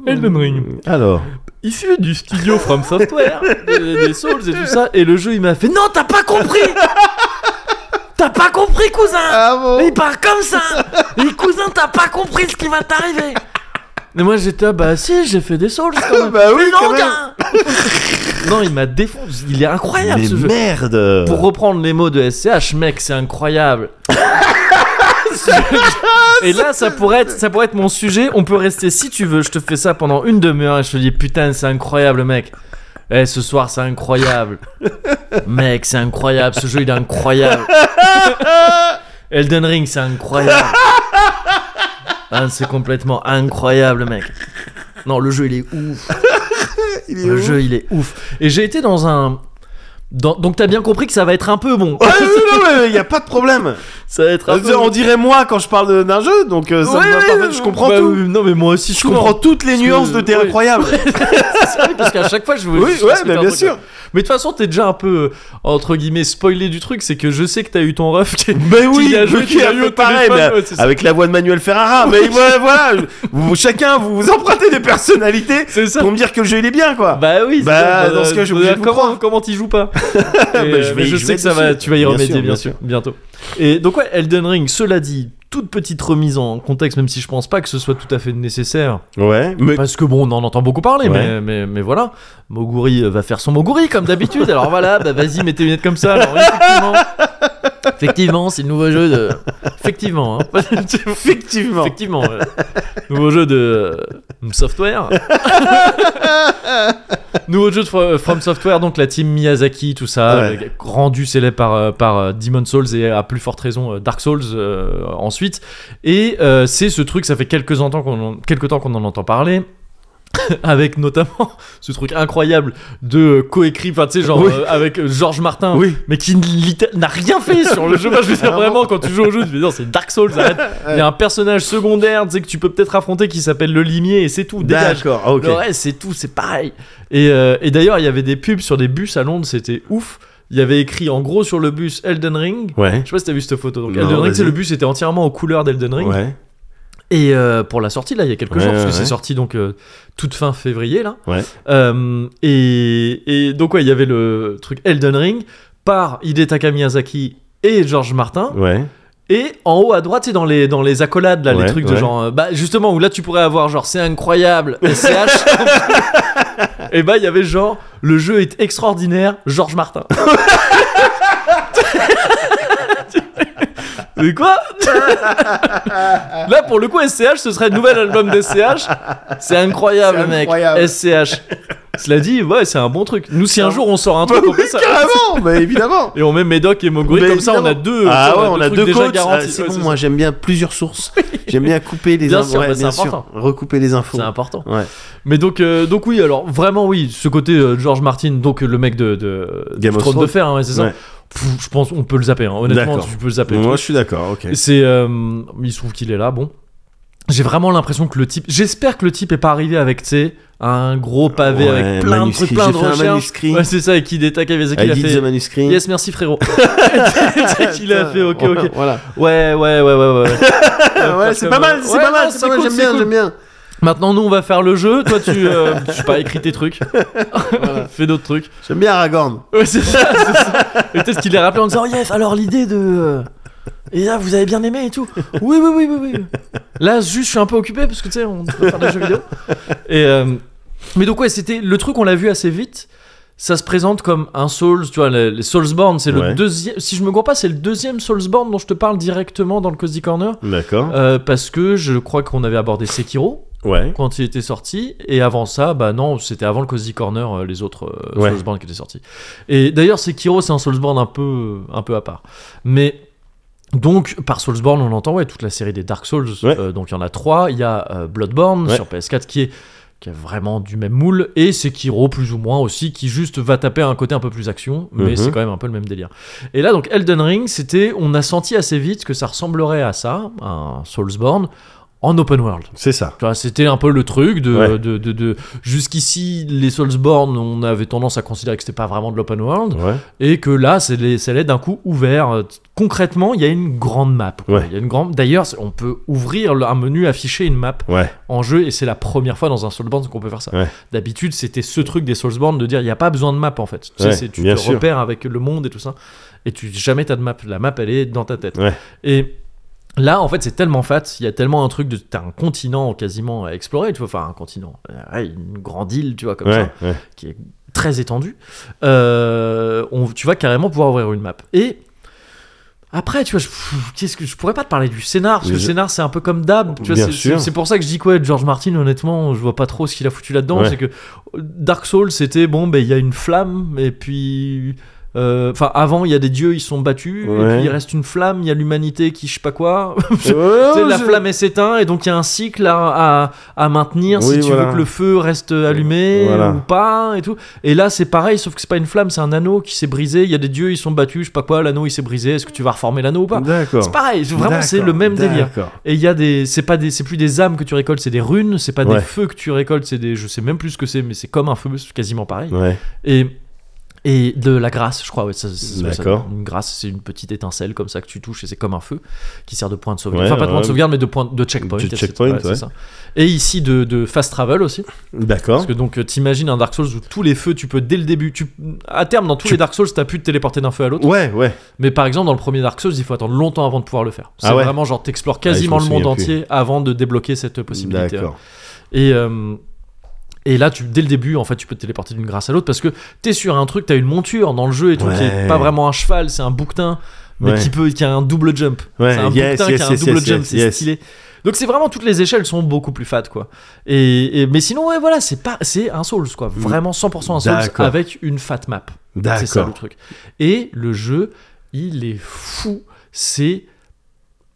Speaker 1: Elden Ring
Speaker 2: Alors.
Speaker 1: issu du studio From Software, des, des Souls et tout ça, et le jeu il m'a fait Non, t'as pas compris T'as pas compris, cousin
Speaker 2: Ah bon
Speaker 1: Il part comme ça Et cousin, t'as pas compris ce qui va t'arriver Mais moi j'étais ah, Bah si, j'ai fait des Souls quand même
Speaker 2: Bah oui,
Speaker 1: Mais
Speaker 2: quand
Speaker 1: non,
Speaker 2: même.
Speaker 1: gars Non, il m'a défoncé, il est incroyable
Speaker 2: Mais
Speaker 1: ce jeu
Speaker 2: merde.
Speaker 1: pour reprendre les mots de SCH, mec, c'est incroyable. et là, ça pourrait, être, ça pourrait être mon sujet. On peut rester si tu veux. Je te fais ça pendant une demi-heure et je te dis putain, c'est incroyable, mec. Eh, ce soir, c'est incroyable. mec, c'est incroyable. Ce jeu, il est incroyable. Elden Ring, c'est incroyable. Ah, c'est complètement incroyable, mec. Non, le jeu, il est ouf. le jeu, il est ouf. Et j'ai été dans un. dans- Donc, t'as bien compris que ça va être un peu bon.
Speaker 2: Ah, non, non, mais il y a pas de problème. Euh,
Speaker 1: Ça va être un peu.
Speaker 2: On dirait moi quand je parle de- d'un jeu, donc euh, ça
Speaker 1: Ouais,
Speaker 2: me va
Speaker 1: ouais,
Speaker 2: parfait,
Speaker 1: ouais,
Speaker 2: je comprends
Speaker 1: bah,
Speaker 2: tout.
Speaker 1: oui, Non, mais moi aussi,
Speaker 2: Je comprends toutes les
Speaker 1: Parce que-
Speaker 2: nuances de tes
Speaker 1: ouais.
Speaker 2: incroyables.
Speaker 1: Oui, parce qu'à chaque fois, je veux.
Speaker 2: Oui,
Speaker 1: je
Speaker 2: ouais,
Speaker 1: discute
Speaker 2: bah,
Speaker 1: un
Speaker 2: bien
Speaker 1: truc,
Speaker 2: sûr.
Speaker 1: ouais. Mais de toute façon, t'es déjà un peu, euh, entre guillemets, spoilé du truc. C'est que je sais que t'as eu ton ref qui est.
Speaker 2: Mais oui,
Speaker 1: Qui a joué,
Speaker 2: le
Speaker 1: qui
Speaker 2: cul
Speaker 1: a
Speaker 2: a
Speaker 1: eu
Speaker 2: fait
Speaker 1: au
Speaker 2: pareil,
Speaker 1: téléphone,
Speaker 2: mais
Speaker 1: ouais, c'est ça.
Speaker 2: avec la voix de Manuel Ferrara. Mais voilà, voilà, je- vous- chacun vous, vous empruntez des personnalités
Speaker 1: C'est ça.
Speaker 2: pour me dire que le jeu il est bien, quoi.
Speaker 1: Bah oui, c'est
Speaker 2: Bah,
Speaker 1: ça.
Speaker 2: dans ce cas, j'ai
Speaker 1: bah,
Speaker 2: obligé de vous
Speaker 1: comment,
Speaker 2: croire. Bah,
Speaker 1: comment t'y joues pas Et, euh,
Speaker 2: je
Speaker 1: mais
Speaker 2: vais-
Speaker 1: je
Speaker 2: je
Speaker 1: sais
Speaker 2: vais
Speaker 1: que ça va,
Speaker 2: dessus.
Speaker 1: tu vas y
Speaker 2: Bien
Speaker 1: remédier,
Speaker 2: sûr,
Speaker 1: bien
Speaker 2: bien
Speaker 1: sûr, bientôt. Et donc, ouais, Elden Ring, cela dit, toute petite remise en contexte, même si je pense pas que ce soit tout à fait nécessaire.
Speaker 2: Ouais, mais
Speaker 1: Parce que bon, on en entend beaucoup parler,
Speaker 2: Ouais.
Speaker 1: mais, mais, mais voilà. Moguri euh, va faire son Moguri comme d'habitude. Alors voilà, bah vas-y, mets tes lunettes comme ça. Alors, effectivement, effectivement c'est le nouveau jeu de. Effectivement, hein.
Speaker 2: effectivement.
Speaker 1: effectivement. ouais. Nouveau jeu de euh, Software. nouveau jeu de Fro- euh, From Software, donc la team Miyazaki, tout ça,
Speaker 2: Ouais.
Speaker 1: euh, rendu célèbre par, euh, par euh, Demon Souls et à plus forte raison euh, Dark Souls euh, ensuite. Et euh, c'est ce truc, ça fait quelques en- temps qu'on en- quelques temps qu'on en entend parler. avec notamment ce truc incroyable de euh, coécrit, enfin tu sais, genre
Speaker 2: Oui.
Speaker 1: euh, avec euh, Georges Martin,
Speaker 2: Oui.
Speaker 1: mais qui litté- n'a rien fait sur le jeu. Moi, je veux dire, vraiment, quand tu joues au jeu, tu veux dire, c'est Dark Souls, arrête. Il y a un personnage secondaire, tu sais, que tu peux peut-être affronter qui s'appelle le limier et c'est tout, dégage. Ah,
Speaker 2: D'accord, ok.
Speaker 1: Le reste, c'est tout, c'est pareil. Et, euh, et d'ailleurs, il y avait des pubs sur des bus à Londres, c'était ouf. Il y avait écrit en gros sur le bus Elden Ring.
Speaker 2: Ouais.
Speaker 1: Je sais pas si t'as vu cette photo. Donc,
Speaker 2: Non,
Speaker 1: Elden Ring,
Speaker 2: vas-y.
Speaker 1: c'est le bus était entièrement aux couleurs d'Elden Ring.
Speaker 2: Ouais,
Speaker 1: Et euh, pour la sortie, là, il y a quelques
Speaker 2: Ouais,
Speaker 1: jours, parce
Speaker 2: ouais,
Speaker 1: que c'est
Speaker 2: ouais.
Speaker 1: sorti donc euh, toute fin février, là.
Speaker 2: Ouais.
Speaker 1: Euh, et, et donc, ouais, il y avait le truc Elden Ring par Hidetaka Miyazaki et George Martin.
Speaker 2: ouais.
Speaker 1: Et en haut à droite, c'est dans les, dans les accolades, là,
Speaker 2: Ouais,
Speaker 1: les trucs de
Speaker 2: ouais.
Speaker 1: genre. euh, bah, justement, où là, tu pourrais avoir genre, c'est incroyable, SCH. et bah, il y avait genre, le jeu est extraordinaire, Georges Martin. Mais quoi Là, pour le coup, SCH, ce serait le nouvel album d'SCH. C'est incroyable,
Speaker 2: C'est
Speaker 1: mec.
Speaker 2: incroyable.
Speaker 1: SCH. Cela dit, ouais, c'est un bon truc. Nous, si un jour on sort un truc, on fait ça.
Speaker 2: Carrément, mais évidemment.
Speaker 1: Et on met Médoc et Moguri,
Speaker 2: Mais
Speaker 1: comme ça, on a
Speaker 2: évidemment.
Speaker 1: deux.
Speaker 2: Ah ouais, on a
Speaker 1: trucs
Speaker 2: deux
Speaker 1: déjà
Speaker 2: coachs.
Speaker 1: garantis.
Speaker 2: Ah, C'est
Speaker 1: Ouais,
Speaker 2: bon,
Speaker 1: ça.
Speaker 2: moi j'aime bien plusieurs sources. J'aime bien couper les
Speaker 1: Bien
Speaker 2: infos.
Speaker 1: sûr,
Speaker 2: Ouais,
Speaker 1: bah, c'est
Speaker 2: bien sûr.
Speaker 1: important.
Speaker 2: Recouper les infos.
Speaker 1: C'est important.
Speaker 2: Ouais.
Speaker 1: Mais donc, euh, donc oui, alors vraiment oui, ce côté euh, George Martin, donc euh, le mec de, de
Speaker 2: Game
Speaker 1: du
Speaker 2: of
Speaker 1: Trône de
Speaker 2: Thrones.
Speaker 1: Fer, hein, ouais, c'est ça.
Speaker 2: Ouais.
Speaker 1: Pff, je pense on peut le zapper. hein. Honnêtement,
Speaker 2: D'accord.
Speaker 1: tu peux le zapper.
Speaker 2: Moi je suis d'accord, ok.
Speaker 1: C'est, euh, il se trouve qu'il est là, bon. J'ai vraiment l'impression que le type. J'espère que le type est pas arrivé avec tu sais un gros pavé
Speaker 2: Ouais,
Speaker 1: avec plein de
Speaker 2: manuscrit.
Speaker 1: truc, plein
Speaker 2: J'ai
Speaker 1: de
Speaker 2: fait un
Speaker 1: recherches.
Speaker 2: manuscrit.
Speaker 1: Ouais, c'est ça. Et qui détaque avec
Speaker 2: I
Speaker 1: a
Speaker 2: did the
Speaker 1: fait.
Speaker 2: manuscrit.
Speaker 1: Yes, merci frérot. qu'il a fait. Ok, ok.
Speaker 2: Voilà.
Speaker 1: Ouais, ouais, ouais, ouais, ouais.
Speaker 2: Ah ouais,
Speaker 1: Parce
Speaker 2: c'est
Speaker 1: que
Speaker 2: pas
Speaker 1: moi-
Speaker 2: mal, c'est
Speaker 1: Ouais,
Speaker 2: pas
Speaker 1: non,
Speaker 2: mal,
Speaker 1: c'est
Speaker 2: c'est pas mal,
Speaker 1: cool,
Speaker 2: j'aime
Speaker 1: c'est
Speaker 2: bien,
Speaker 1: cool.
Speaker 2: j'aime bien.
Speaker 1: Maintenant, nous, on va faire le jeu. Toi, tu, euh, je sais pas, écrit tes trucs. Fais d'autres trucs.
Speaker 2: J'aime bien Aragorn.
Speaker 1: Ouais, c'est ça, c'est ça. Et peut-être qu'il les rappelé en disant oh, Yes, alors l'idée de. euh, Et là, vous avez bien aimé et tout. Oui, oui, oui, oui, oui. Là, juste, je suis un peu occupé parce que tu sais, on doit faire des jeux vidéo. Et, euh, Mais donc, ouais, c'était le truc, on l'a vu assez vite. ça se présente comme un Souls, tu vois, les, les Soulsborne, c'est
Speaker 2: Ouais.
Speaker 1: le deuxième, si je me gourre pas, c'est le deuxième Soulsborne dont je te parle directement dans le Cozy Corner,
Speaker 2: D'accord.
Speaker 1: euh, parce que je crois qu'on avait abordé Sekiro
Speaker 2: Ouais.
Speaker 1: quand il était sorti, et avant ça, bah non, c'était avant le Cozy Corner, euh, les autres euh,
Speaker 2: Ouais.
Speaker 1: Soulsborne qui étaient sortis. Et d'ailleurs, Sekiro, c'est un Soulsborne un peu, un peu à part. Mais donc, par Soulsborne, on entend ouais, toute la série des Dark Souls.
Speaker 2: Ouais.
Speaker 1: Euh, donc, il y en a trois. Il y a euh, Bloodborne
Speaker 2: Ouais.
Speaker 1: sur PS4 qui est qui est vraiment du même moule, et Sekiro plus ou moins aussi, qui juste va taper un côté un peu plus action, mais
Speaker 2: Mhm.
Speaker 1: c'est quand même un peu le même délire. Et là, donc Elden Ring, c'était, on a senti assez vite que ça ressemblerait à ça, un Soulsborne, en open world.
Speaker 2: C'est ça.
Speaker 1: Tu vois, C'était un peu le truc de,
Speaker 2: Ouais.
Speaker 1: de, de, de- jusqu'ici les Soulsborne, on avait tendance à considérer que c'était pas vraiment de l'open world
Speaker 2: Ouais.
Speaker 1: et que là c'est les- ça l'est d'un coup ouvert. Euh, Concrètement, il y a une grande map. quoi.
Speaker 2: Ouais.
Speaker 1: Il y a une grande. D'ailleurs, c'est- on peut ouvrir le- un menu, afficher une map
Speaker 2: Ouais.
Speaker 1: en jeu et c'est la première fois dans un Soulsborne qu'on peut faire ça.
Speaker 2: Ouais.
Speaker 1: D'habitude, c'était ce truc des Soulsborne de dire il n'y a pas besoin de map en fait. Tu, sais,
Speaker 2: Ouais,
Speaker 1: c'est- tu
Speaker 2: bien
Speaker 1: te
Speaker 2: sûr.
Speaker 1: repères avec le monde et tout ça et tu jamais t'as de map. La map elle est dans ta tête.
Speaker 2: Ouais.
Speaker 1: Et là en fait c'est tellement fat, il y a tellement un truc de t'as un continent quasiment à explorer. Tu vois, enfin un continent, euh, ouais, une grande île, tu vois comme ça
Speaker 2: Ouais. ouais.
Speaker 1: qui est très étendue, euh, on- tu vas carrément pouvoir ouvrir une map. Et après, tu vois, je, pff, qu'est-ce que je pourrais pas te parler du scénar parce que
Speaker 2: Mais
Speaker 1: le
Speaker 2: je-
Speaker 1: scénar c'est un peu comme d'hab. tu vois,
Speaker 2: Bien
Speaker 1: c'est-
Speaker 2: sûr.
Speaker 1: c'est- C'est pour ça que je dis quoi, George Martin. Honnêtement, je vois pas trop ce qu'il a foutu là-dedans.
Speaker 2: Ouais.
Speaker 1: C'est que Dark Souls, c'était bon, ben il y a une flamme et puis. euh, Enfin, avant, il y a des dieux, ils sont battus, et
Speaker 2: Ouais.
Speaker 1: puis il reste une flamme, il y a l'humanité qui je sais pas quoi.
Speaker 2: Ouais,
Speaker 1: Tu sais, la
Speaker 2: Oh, je-
Speaker 1: flamme elle s'éteint et donc il y a un cycle à, à, à maintenir si
Speaker 2: Oui,
Speaker 1: tu
Speaker 2: voilà. Euh,
Speaker 1: veux que le feu reste allumé
Speaker 2: Voilà.
Speaker 1: ou pas et tout. Et là c'est pareil sauf que c'est pas une flamme, c'est un anneau qui s'est brisé, il y a des dieux, ils sont battus, je sais pas quoi, l'anneau il s'est brisé, est-ce que tu vas reformer l'anneau ou pas
Speaker 2: D'accord.
Speaker 1: C'est pareil, c'est- vraiment c'est le même délire.
Speaker 2: D'accord.
Speaker 1: Et il y a des c'est pas des c'est plus des âmes que tu récoltes, c'est des runes, c'est pas
Speaker 2: Ouais.
Speaker 1: des feux que tu récoltes, c'est des je sais même plus ce que c'est mais c'est comme un feu, c'est quasiment pareil.
Speaker 2: Ouais.
Speaker 1: Et et de la grâce, je crois, ouais, ça, ça- ça-
Speaker 2: D'accord.
Speaker 1: Une grâce, c'est une petite étincelle comme ça que tu touches et c'est comme un feu qui sert de point de sauvegarde.
Speaker 2: Ouais,
Speaker 1: enfin, pas de point
Speaker 2: ouais.
Speaker 1: de sauvegarde, mais de point de checkpoint.
Speaker 2: De
Speaker 1: etc.
Speaker 2: checkpoint,
Speaker 1: c'est
Speaker 2: ouais.
Speaker 1: ça. Et ici de, de fast travel aussi,
Speaker 2: D'accord.
Speaker 1: parce que donc euh, t'imagines un Dark Souls où tous les feux, tu peux dès le début, tu à terme dans tous
Speaker 2: Tu-
Speaker 1: les Dark Souls, t'as pu te téléporter d'un feu à l'autre.
Speaker 2: Ouais, ouais.
Speaker 1: Mais par exemple dans le premier Dark Souls, il faut attendre longtemps avant de pouvoir le faire. C'est
Speaker 2: Ah ouais.
Speaker 1: vraiment genre t'explores
Speaker 2: je me
Speaker 1: quasiment le monde
Speaker 2: souviens plus.
Speaker 1: entier avant de débloquer cette possibilité.
Speaker 2: D'accord.
Speaker 1: Et, euh, et là, tu, dès le début, en fait, tu peux te téléporter d'une grâce à l'autre parce que t'es sur un truc, t'as une monture dans le jeu et tout,
Speaker 2: Ouais.
Speaker 1: qui est pas vraiment un cheval, c'est un bouquetin, mais
Speaker 2: Ouais.
Speaker 1: qui, peut, qui a un double jump.
Speaker 2: Ouais,
Speaker 1: c'est un
Speaker 2: yes,
Speaker 1: bouquetin
Speaker 2: yes,
Speaker 1: qui a un
Speaker 2: yes,
Speaker 1: double
Speaker 2: yes,
Speaker 1: jump,
Speaker 2: yes,
Speaker 1: c'est
Speaker 2: yes.
Speaker 1: stylé. Donc c'est vraiment toutes les échelles sont beaucoup plus fat quoi. Et, et- mais sinon ouais voilà c'est pas c'est un Souls quoi vraiment 100% un Souls
Speaker 2: Mm. D'accord.
Speaker 1: avec une fat map. C'est ça le
Speaker 2: D'accord.
Speaker 1: truc. Et le jeu il est fou c'est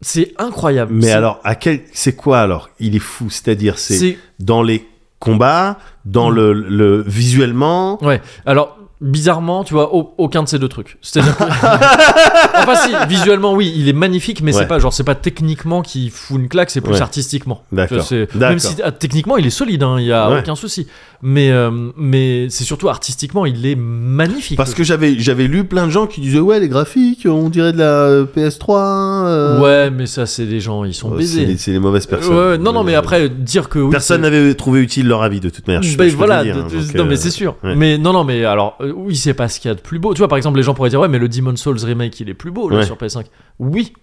Speaker 1: c'est incroyable.
Speaker 2: Mais
Speaker 1: C'est-
Speaker 2: alors, à quel, c'est quoi alors Il est fou, c'est-à-dire c'est
Speaker 1: c'est
Speaker 2: dans les combats, dans le, le visuellement.
Speaker 1: Ouais, alors bizarrement, tu vois, au- aucun de ces deux trucs. C'est-à-dire que... enfin si, visuellement oui, il est magnifique, mais
Speaker 2: Ouais.
Speaker 1: c'est pas genre c'est pas techniquement qui fout une claque, c'est plus
Speaker 2: Ouais.
Speaker 1: artistiquement.
Speaker 2: D'accord.
Speaker 1: Tu vois, c'est-
Speaker 2: D'accord.
Speaker 1: Même si ah, techniquement il est solide, hein, il y a
Speaker 2: Ouais.
Speaker 1: aucun souci. Mais euh, mais c'est surtout artistiquement il est magnifique.
Speaker 2: Parce que j'avais j'avais lu plein de gens qui disaient ouais les graphiques on dirait de la euh, PS3 euh,
Speaker 1: ouais, mais ça c'est les gens, ils sont
Speaker 2: euh, c'est
Speaker 1: baisés.
Speaker 2: les, c'est les mauvaises personnes Euh,
Speaker 1: Ouais, ouais, non non, mais après dire que oui,
Speaker 2: personne
Speaker 1: c'est-
Speaker 2: n'avait trouvé utile leur avis de toute manière je sais
Speaker 1: Ben
Speaker 2: pas ce que
Speaker 1: voilà,
Speaker 2: je veux
Speaker 1: de-
Speaker 2: dire, hein,
Speaker 1: de-
Speaker 2: donc,
Speaker 1: non
Speaker 2: euh,
Speaker 1: mais c'est sûr.
Speaker 2: ouais.
Speaker 1: Mais non non mais alors euh, oui c'est pas ce qu'il y a de plus beau. Tu vois par exemple les gens pourraient dire ouais mais le Demon Souls remake il est plus beau là
Speaker 2: Ouais.
Speaker 1: sur PS5. Oui,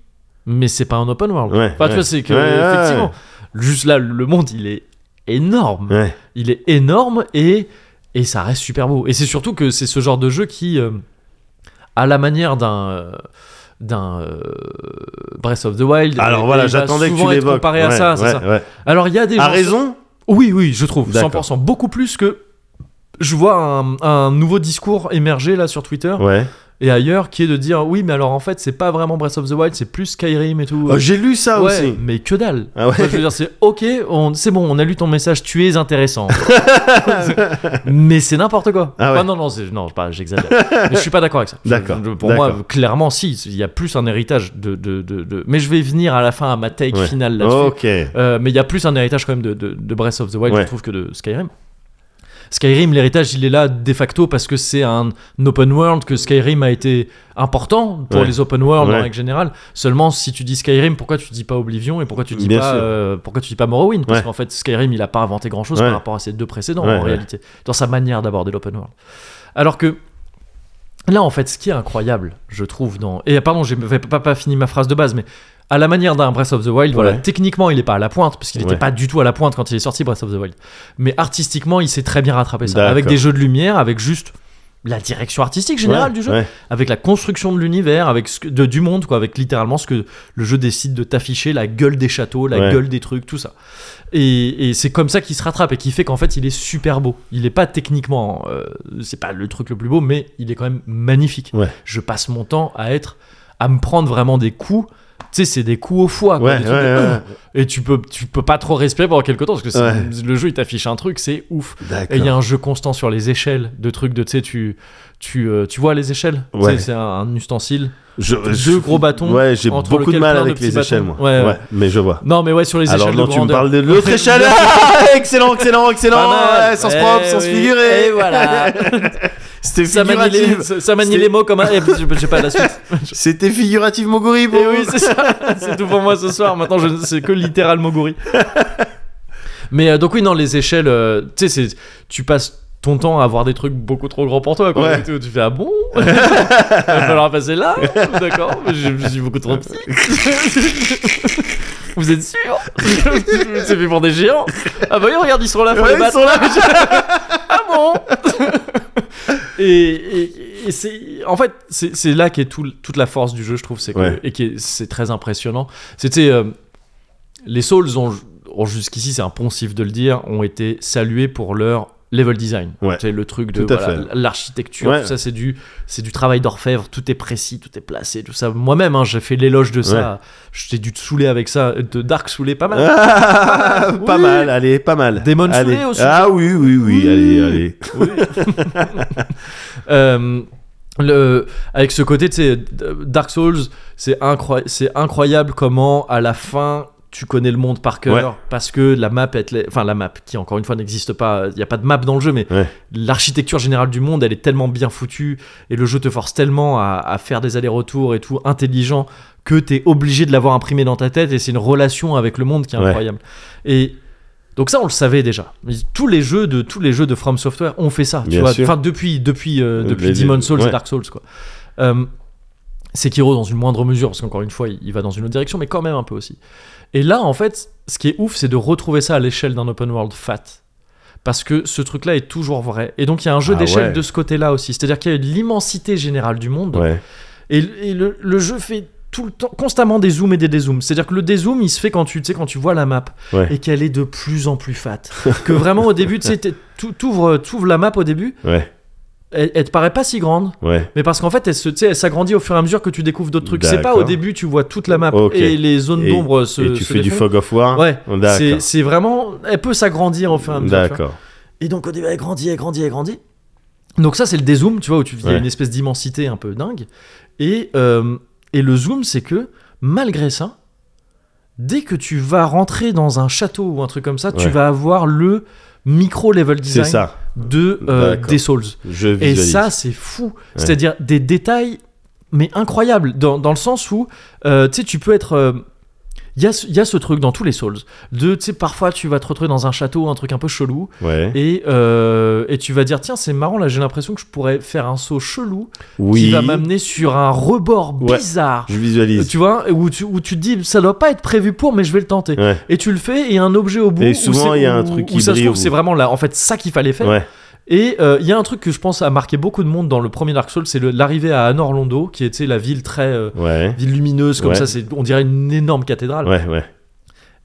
Speaker 1: mais c'est pas un open world.
Speaker 2: Ouais,
Speaker 1: enfin tu
Speaker 2: ouais.
Speaker 1: vois c'est que
Speaker 2: Ouais, ouais,
Speaker 1: effectivement juste là le monde il est énorme,
Speaker 2: ouais.
Speaker 1: il est énorme et et ça reste super beau. Et c'est surtout que c'est ce genre de jeu qui euh, à la manière d'un euh, d'un euh, Breath of the Wild.
Speaker 2: alors
Speaker 1: et-
Speaker 2: voilà
Speaker 1: et va
Speaker 2: j'attendais que
Speaker 1: souvent
Speaker 2: tu
Speaker 1: être
Speaker 2: l'évoques
Speaker 1: Comparé à
Speaker 2: Ouais,
Speaker 1: ça, c'est
Speaker 2: ouais,
Speaker 1: ça.
Speaker 2: ouais.
Speaker 1: Alors il y a des
Speaker 2: à
Speaker 1: gens-
Speaker 2: raison
Speaker 1: oui, oui, je trouve,
Speaker 2: D'accord.
Speaker 1: 100%. Beaucoup plus que. Je vois un, un nouveau discours émerger là sur Twitter
Speaker 2: ouais
Speaker 1: et ailleurs qui est de dire oui, mais alors en fait, c'est pas vraiment Breath of the Wild, c'est plus Skyrim et tout.
Speaker 2: Oh, j'ai lu ça
Speaker 1: ouais,
Speaker 2: aussi
Speaker 1: mais que dalle.
Speaker 2: Ah ouais.
Speaker 1: Moi, je veux dire, c'est ok, on- c'est bon, on a lu ton message, tu es intéressant. mais c'est n'importe quoi.
Speaker 2: Ah ouais.
Speaker 1: Enfin, non, non, c'est- non pas, j'exagère. Mais je suis pas d'accord avec ça.
Speaker 2: D'accord,
Speaker 1: Je- Pour moi,
Speaker 2: d'accord.
Speaker 1: clairement, si, il y a plus un héritage de, de, de, de- Mais je vais venir à la fin à ma take
Speaker 2: Ouais.
Speaker 1: finale là-dessus.
Speaker 2: ok
Speaker 1: Euh, mais il y a plus un héritage quand même de, de- de Breath of the Wild,
Speaker 2: Ouais.
Speaker 1: je trouve, que de Skyrim. Skyrim, l'héritage, il est là de facto parce que c'est un open world, que Skyrim a été important pour
Speaker 2: Ouais.
Speaker 1: les open world
Speaker 2: Ouais.
Speaker 1: en règle générale. Seulement, si tu dis Skyrim, pourquoi tu dis pas Oblivion et pourquoi tu dis
Speaker 2: Bien
Speaker 1: pas
Speaker 2: sûr.
Speaker 1: euh, pourquoi tu dis pas Morrowind Parce
Speaker 2: Ouais.
Speaker 1: qu'en fait, Skyrim, il a pas inventé grand chose
Speaker 2: Ouais.
Speaker 1: par rapport à ses deux précédents
Speaker 2: Ouais,
Speaker 1: en
Speaker 2: ouais.
Speaker 1: réalité, dans sa manière d'aborder l'open world. Alors que Là, en fait, ce qui est incroyable, je trouve, dans. Et pardon, j'ai j'ai pas, pas fini ma phrase de base, mais à la manière d'un Breath of the Wild, voilà,
Speaker 2: Ouais.
Speaker 1: techniquement, il est pas à la pointe, parce qu'il n'était
Speaker 2: Ouais.
Speaker 1: pas du tout à la pointe quand il est sorti Breath of the Wild. Mais artistiquement, il s'est très bien rattrapé ça.
Speaker 2: D'accord.
Speaker 1: Avec des jeux de lumière, avec juste la direction artistique générale
Speaker 2: Ouais,
Speaker 1: du jeu,
Speaker 2: ouais.
Speaker 1: avec la construction de l'univers, avec ce que- de, du monde, quoi, avec littéralement ce que le jeu décide de t'afficher, la gueule des châteaux, la
Speaker 2: Ouais.
Speaker 1: gueule des trucs, tout ça. Et, et c'est comme ça qu'il se rattrape et qui fait qu'en fait il est super beau. Il est pas techniquement, euh, c'est pas le truc le plus beau, mais il est quand même magnifique.
Speaker 2: Ouais.
Speaker 1: Je passe mon temps à être, à me prendre vraiment des coups. Tu sais, c'est des coups au foie. quoi,
Speaker 2: Ouais,
Speaker 1: des
Speaker 2: ouais,
Speaker 1: trucs de-
Speaker 2: ouais,
Speaker 1: Et tu peux, tu peux pas trop respirer pendant quelques temps parce que c'est-
Speaker 2: Ouais.
Speaker 1: le jeu il t'affiche un truc, c'est ouf. Et il y
Speaker 2: D'accord.
Speaker 1: a un jeu constant sur les échelles de trucs de tu sais tu tu euh, tu vois les échelles Tu sais,
Speaker 2: Ouais.
Speaker 1: c'est un, un ustensile
Speaker 2: Je- je-
Speaker 1: deux gros bâtons
Speaker 2: Ouais, j'ai
Speaker 1: entre
Speaker 2: beaucoup de
Speaker 1: lequel
Speaker 2: mal
Speaker 1: plein
Speaker 2: avec
Speaker 1: petits
Speaker 2: les
Speaker 1: bâtons.
Speaker 2: échelles, moi.
Speaker 1: ouais, ouais.
Speaker 2: Ouais, mais je vois.
Speaker 1: non mais ouais sur les
Speaker 2: Alors
Speaker 1: échelles
Speaker 2: non,
Speaker 1: de
Speaker 2: tu me
Speaker 1: grandeur
Speaker 2: parles de l'autre échelle. Ah, excellent, excellent, excellent. Ouais, sans se propre, sans se figurer.
Speaker 1: et Eh voilà
Speaker 2: C'était
Speaker 1: ça manie les,
Speaker 2: figuratif.
Speaker 1: ça ça manie
Speaker 2: C'est-
Speaker 1: les mots comme un eh, je- j'ai pas la suite
Speaker 2: C'était figuratif, Moguri.
Speaker 1: et Eh oui c'est ça c'est tout pour moi ce soir maintenant je ne sais que littéral Moguri mais euh, donc oui non les échelles euh, tu sais c'est tu passes ton temps à avoir des trucs beaucoup trop grands pour toi quoi,
Speaker 2: Ouais.
Speaker 1: et tout. tu fais ah bon il va falloir passer là d'accord je, je suis beaucoup trop petit vous êtes sûr c'est fait pour des géants ah bah oui regarde ils sont là pour les
Speaker 2: ils
Speaker 1: battre
Speaker 2: sont là.
Speaker 1: ah bon et, et- et c'est en fait c'est c'est là qu'est tout- toute la force du jeu je trouve c'est que-
Speaker 2: Ouais.
Speaker 1: et qui est- c'est très impressionnant c'était euh, les Souls ont, ont jusqu'ici c'est impensif de le dire ont été salués pour leur level design
Speaker 2: Ouais.
Speaker 1: c'est le truc de
Speaker 2: Tout à
Speaker 1: voilà,
Speaker 2: fait.
Speaker 1: l'architecture
Speaker 2: Ouais.
Speaker 1: tout ça c'est du c'est du travail d'orfèvre tout est précis tout est placé tout ça moi-même hein, j'ai fait l'éloge de ça j'étais dû te saouler avec ça de Dark saouler pas mal
Speaker 2: Ah, pas
Speaker 1: Oui.
Speaker 2: mal, allez, pas mal.
Speaker 1: Demon Slayer
Speaker 2: allez.
Speaker 1: aussi.
Speaker 2: Ah oui, oui, oui,
Speaker 1: Oui.
Speaker 2: allez, allez.
Speaker 1: Euh, le, avec ce côté, tu sais, Dark Souls, c'est incroy- c'est incroyable comment à la fin tu connais le monde par cœur
Speaker 2: Ouais.
Speaker 1: parce que la map, est la- enfin la map qui encore une fois n'existe pas, il n'y a pas de map dans le jeu, mais
Speaker 2: Ouais.
Speaker 1: l'architecture générale du monde, elle est tellement bien foutue et le jeu te force tellement à, à faire des allers-retours et tout intelligent que t'es obligé de l'avoir imprimé dans ta tête et c'est une relation avec le monde qui est
Speaker 2: Ouais.
Speaker 1: incroyable. Et donc ça, on le savait déjà. Mais Tous les jeux de tous les jeux de From Software ont fait ça. Tu
Speaker 2: Bien
Speaker 1: vois,
Speaker 2: sûr.
Speaker 1: enfin depuis depuis euh,
Speaker 2: Les-
Speaker 1: depuis
Speaker 2: les-
Speaker 1: Demon Souls
Speaker 2: ouais.
Speaker 1: et Dark Souls quoi. Euh, Sekiro dans une moindre mesure parce qu'encore une fois, il, il va dans une autre direction, mais quand même un peu aussi. Et là, en fait, ce qui est ouf, c'est de retrouver ça à l'échelle d'un open world fat. Parce que ce truc-là est toujours vrai. Et donc il y a un jeu
Speaker 2: Ah
Speaker 1: d'échelle
Speaker 2: ouais.
Speaker 1: de ce côté-là aussi. C'est-à-dire qu'il y a l'immensité générale du monde.
Speaker 2: Ouais.
Speaker 1: Et, et le, le jeu fait tout le temps, constamment des zooms et des dézooms. C'est-à-dire que le dézoom, il se fait quand tu, tu sais, quand tu vois la map
Speaker 2: Ouais.
Speaker 1: et qu'elle est de plus en plus fat. que vraiment, au début, tu sais, t'es- t'ou- t'ouvres t'ouvres la map au début,
Speaker 2: Ouais,
Speaker 1: elle, elle te paraît pas si grande,
Speaker 2: ouais.
Speaker 1: mais parce qu'en fait, elle se- tu sais, elle s'agrandit au fur et à mesure que tu découvres d'autres trucs. C'est pas
Speaker 2: D'accord.
Speaker 1: au début, tu vois toute la map
Speaker 2: Ok.
Speaker 1: et les zones
Speaker 2: Et-
Speaker 1: d'ombre se.
Speaker 2: Et tu
Speaker 1: se
Speaker 2: fais du
Speaker 1: défont.
Speaker 2: fog of war Oh,
Speaker 1: Ouais, c'est-
Speaker 2: D'accord.
Speaker 1: c'est vraiment. Elle peut s'agrandir au fur et à mesure. tu vois.
Speaker 2: D'accord.
Speaker 1: Et donc au début, elle grandit, elle grandit, elle grandit. Donc ça, c'est le dézoom, tu vois, où tu il y a
Speaker 2: Ouais.
Speaker 1: une espèce d'immensité un peu dingue. Et, euh, et le zoom, c'est que malgré ça, dès que tu vas rentrer dans un château ou un truc comme ça, tu
Speaker 2: Ouais.
Speaker 1: vas avoir le micro level
Speaker 2: C'est
Speaker 1: design
Speaker 2: ça.
Speaker 1: de euh,
Speaker 2: D'accord.
Speaker 1: des souls.
Speaker 2: Je
Speaker 1: Et
Speaker 2: visualise.
Speaker 1: ça, c'est fou. C'est-à-dire des détails, mais incroyables, dans, dans le sens où, euh, tu sais, tu peux être... euh, il y, a ce- il y a ce truc dans tous les Souls. De, tu sais, parfois tu vas te retrouver dans un château, un truc un peu chelou,
Speaker 2: Ouais.
Speaker 1: et, euh, et tu vas dire tiens c'est marrant là j'ai l'impression que je pourrais faire un saut chelou
Speaker 2: Oui.
Speaker 1: qui va m'amener sur un rebord
Speaker 2: Ouais.
Speaker 1: bizarre Euh,
Speaker 2: Je visualise.
Speaker 1: tu vois où tu, où tu te dis ça doit pas être prévu pour mais je vais le tenter
Speaker 2: Ouais.
Speaker 1: et tu le fais et il y a un objet au bout
Speaker 2: Et
Speaker 1: où
Speaker 2: souvent,
Speaker 1: c'est-
Speaker 2: il y a un
Speaker 1: où-
Speaker 2: truc qui
Speaker 1: où ça se
Speaker 2: brille
Speaker 1: trouve
Speaker 2: au bout.
Speaker 1: c'est vraiment là en fait ça qu'il fallait faire
Speaker 2: Ouais.
Speaker 1: et euh, il y a un truc que je pense a marqué beaucoup de monde dans le premier Dark Souls c'est le- l'arrivée à Anor Londo qui était la ville très euh,
Speaker 2: Ouais.
Speaker 1: ville lumineuse comme
Speaker 2: Ouais.
Speaker 1: ça c'est on dirait une énorme cathédrale
Speaker 2: Ouais, ouais.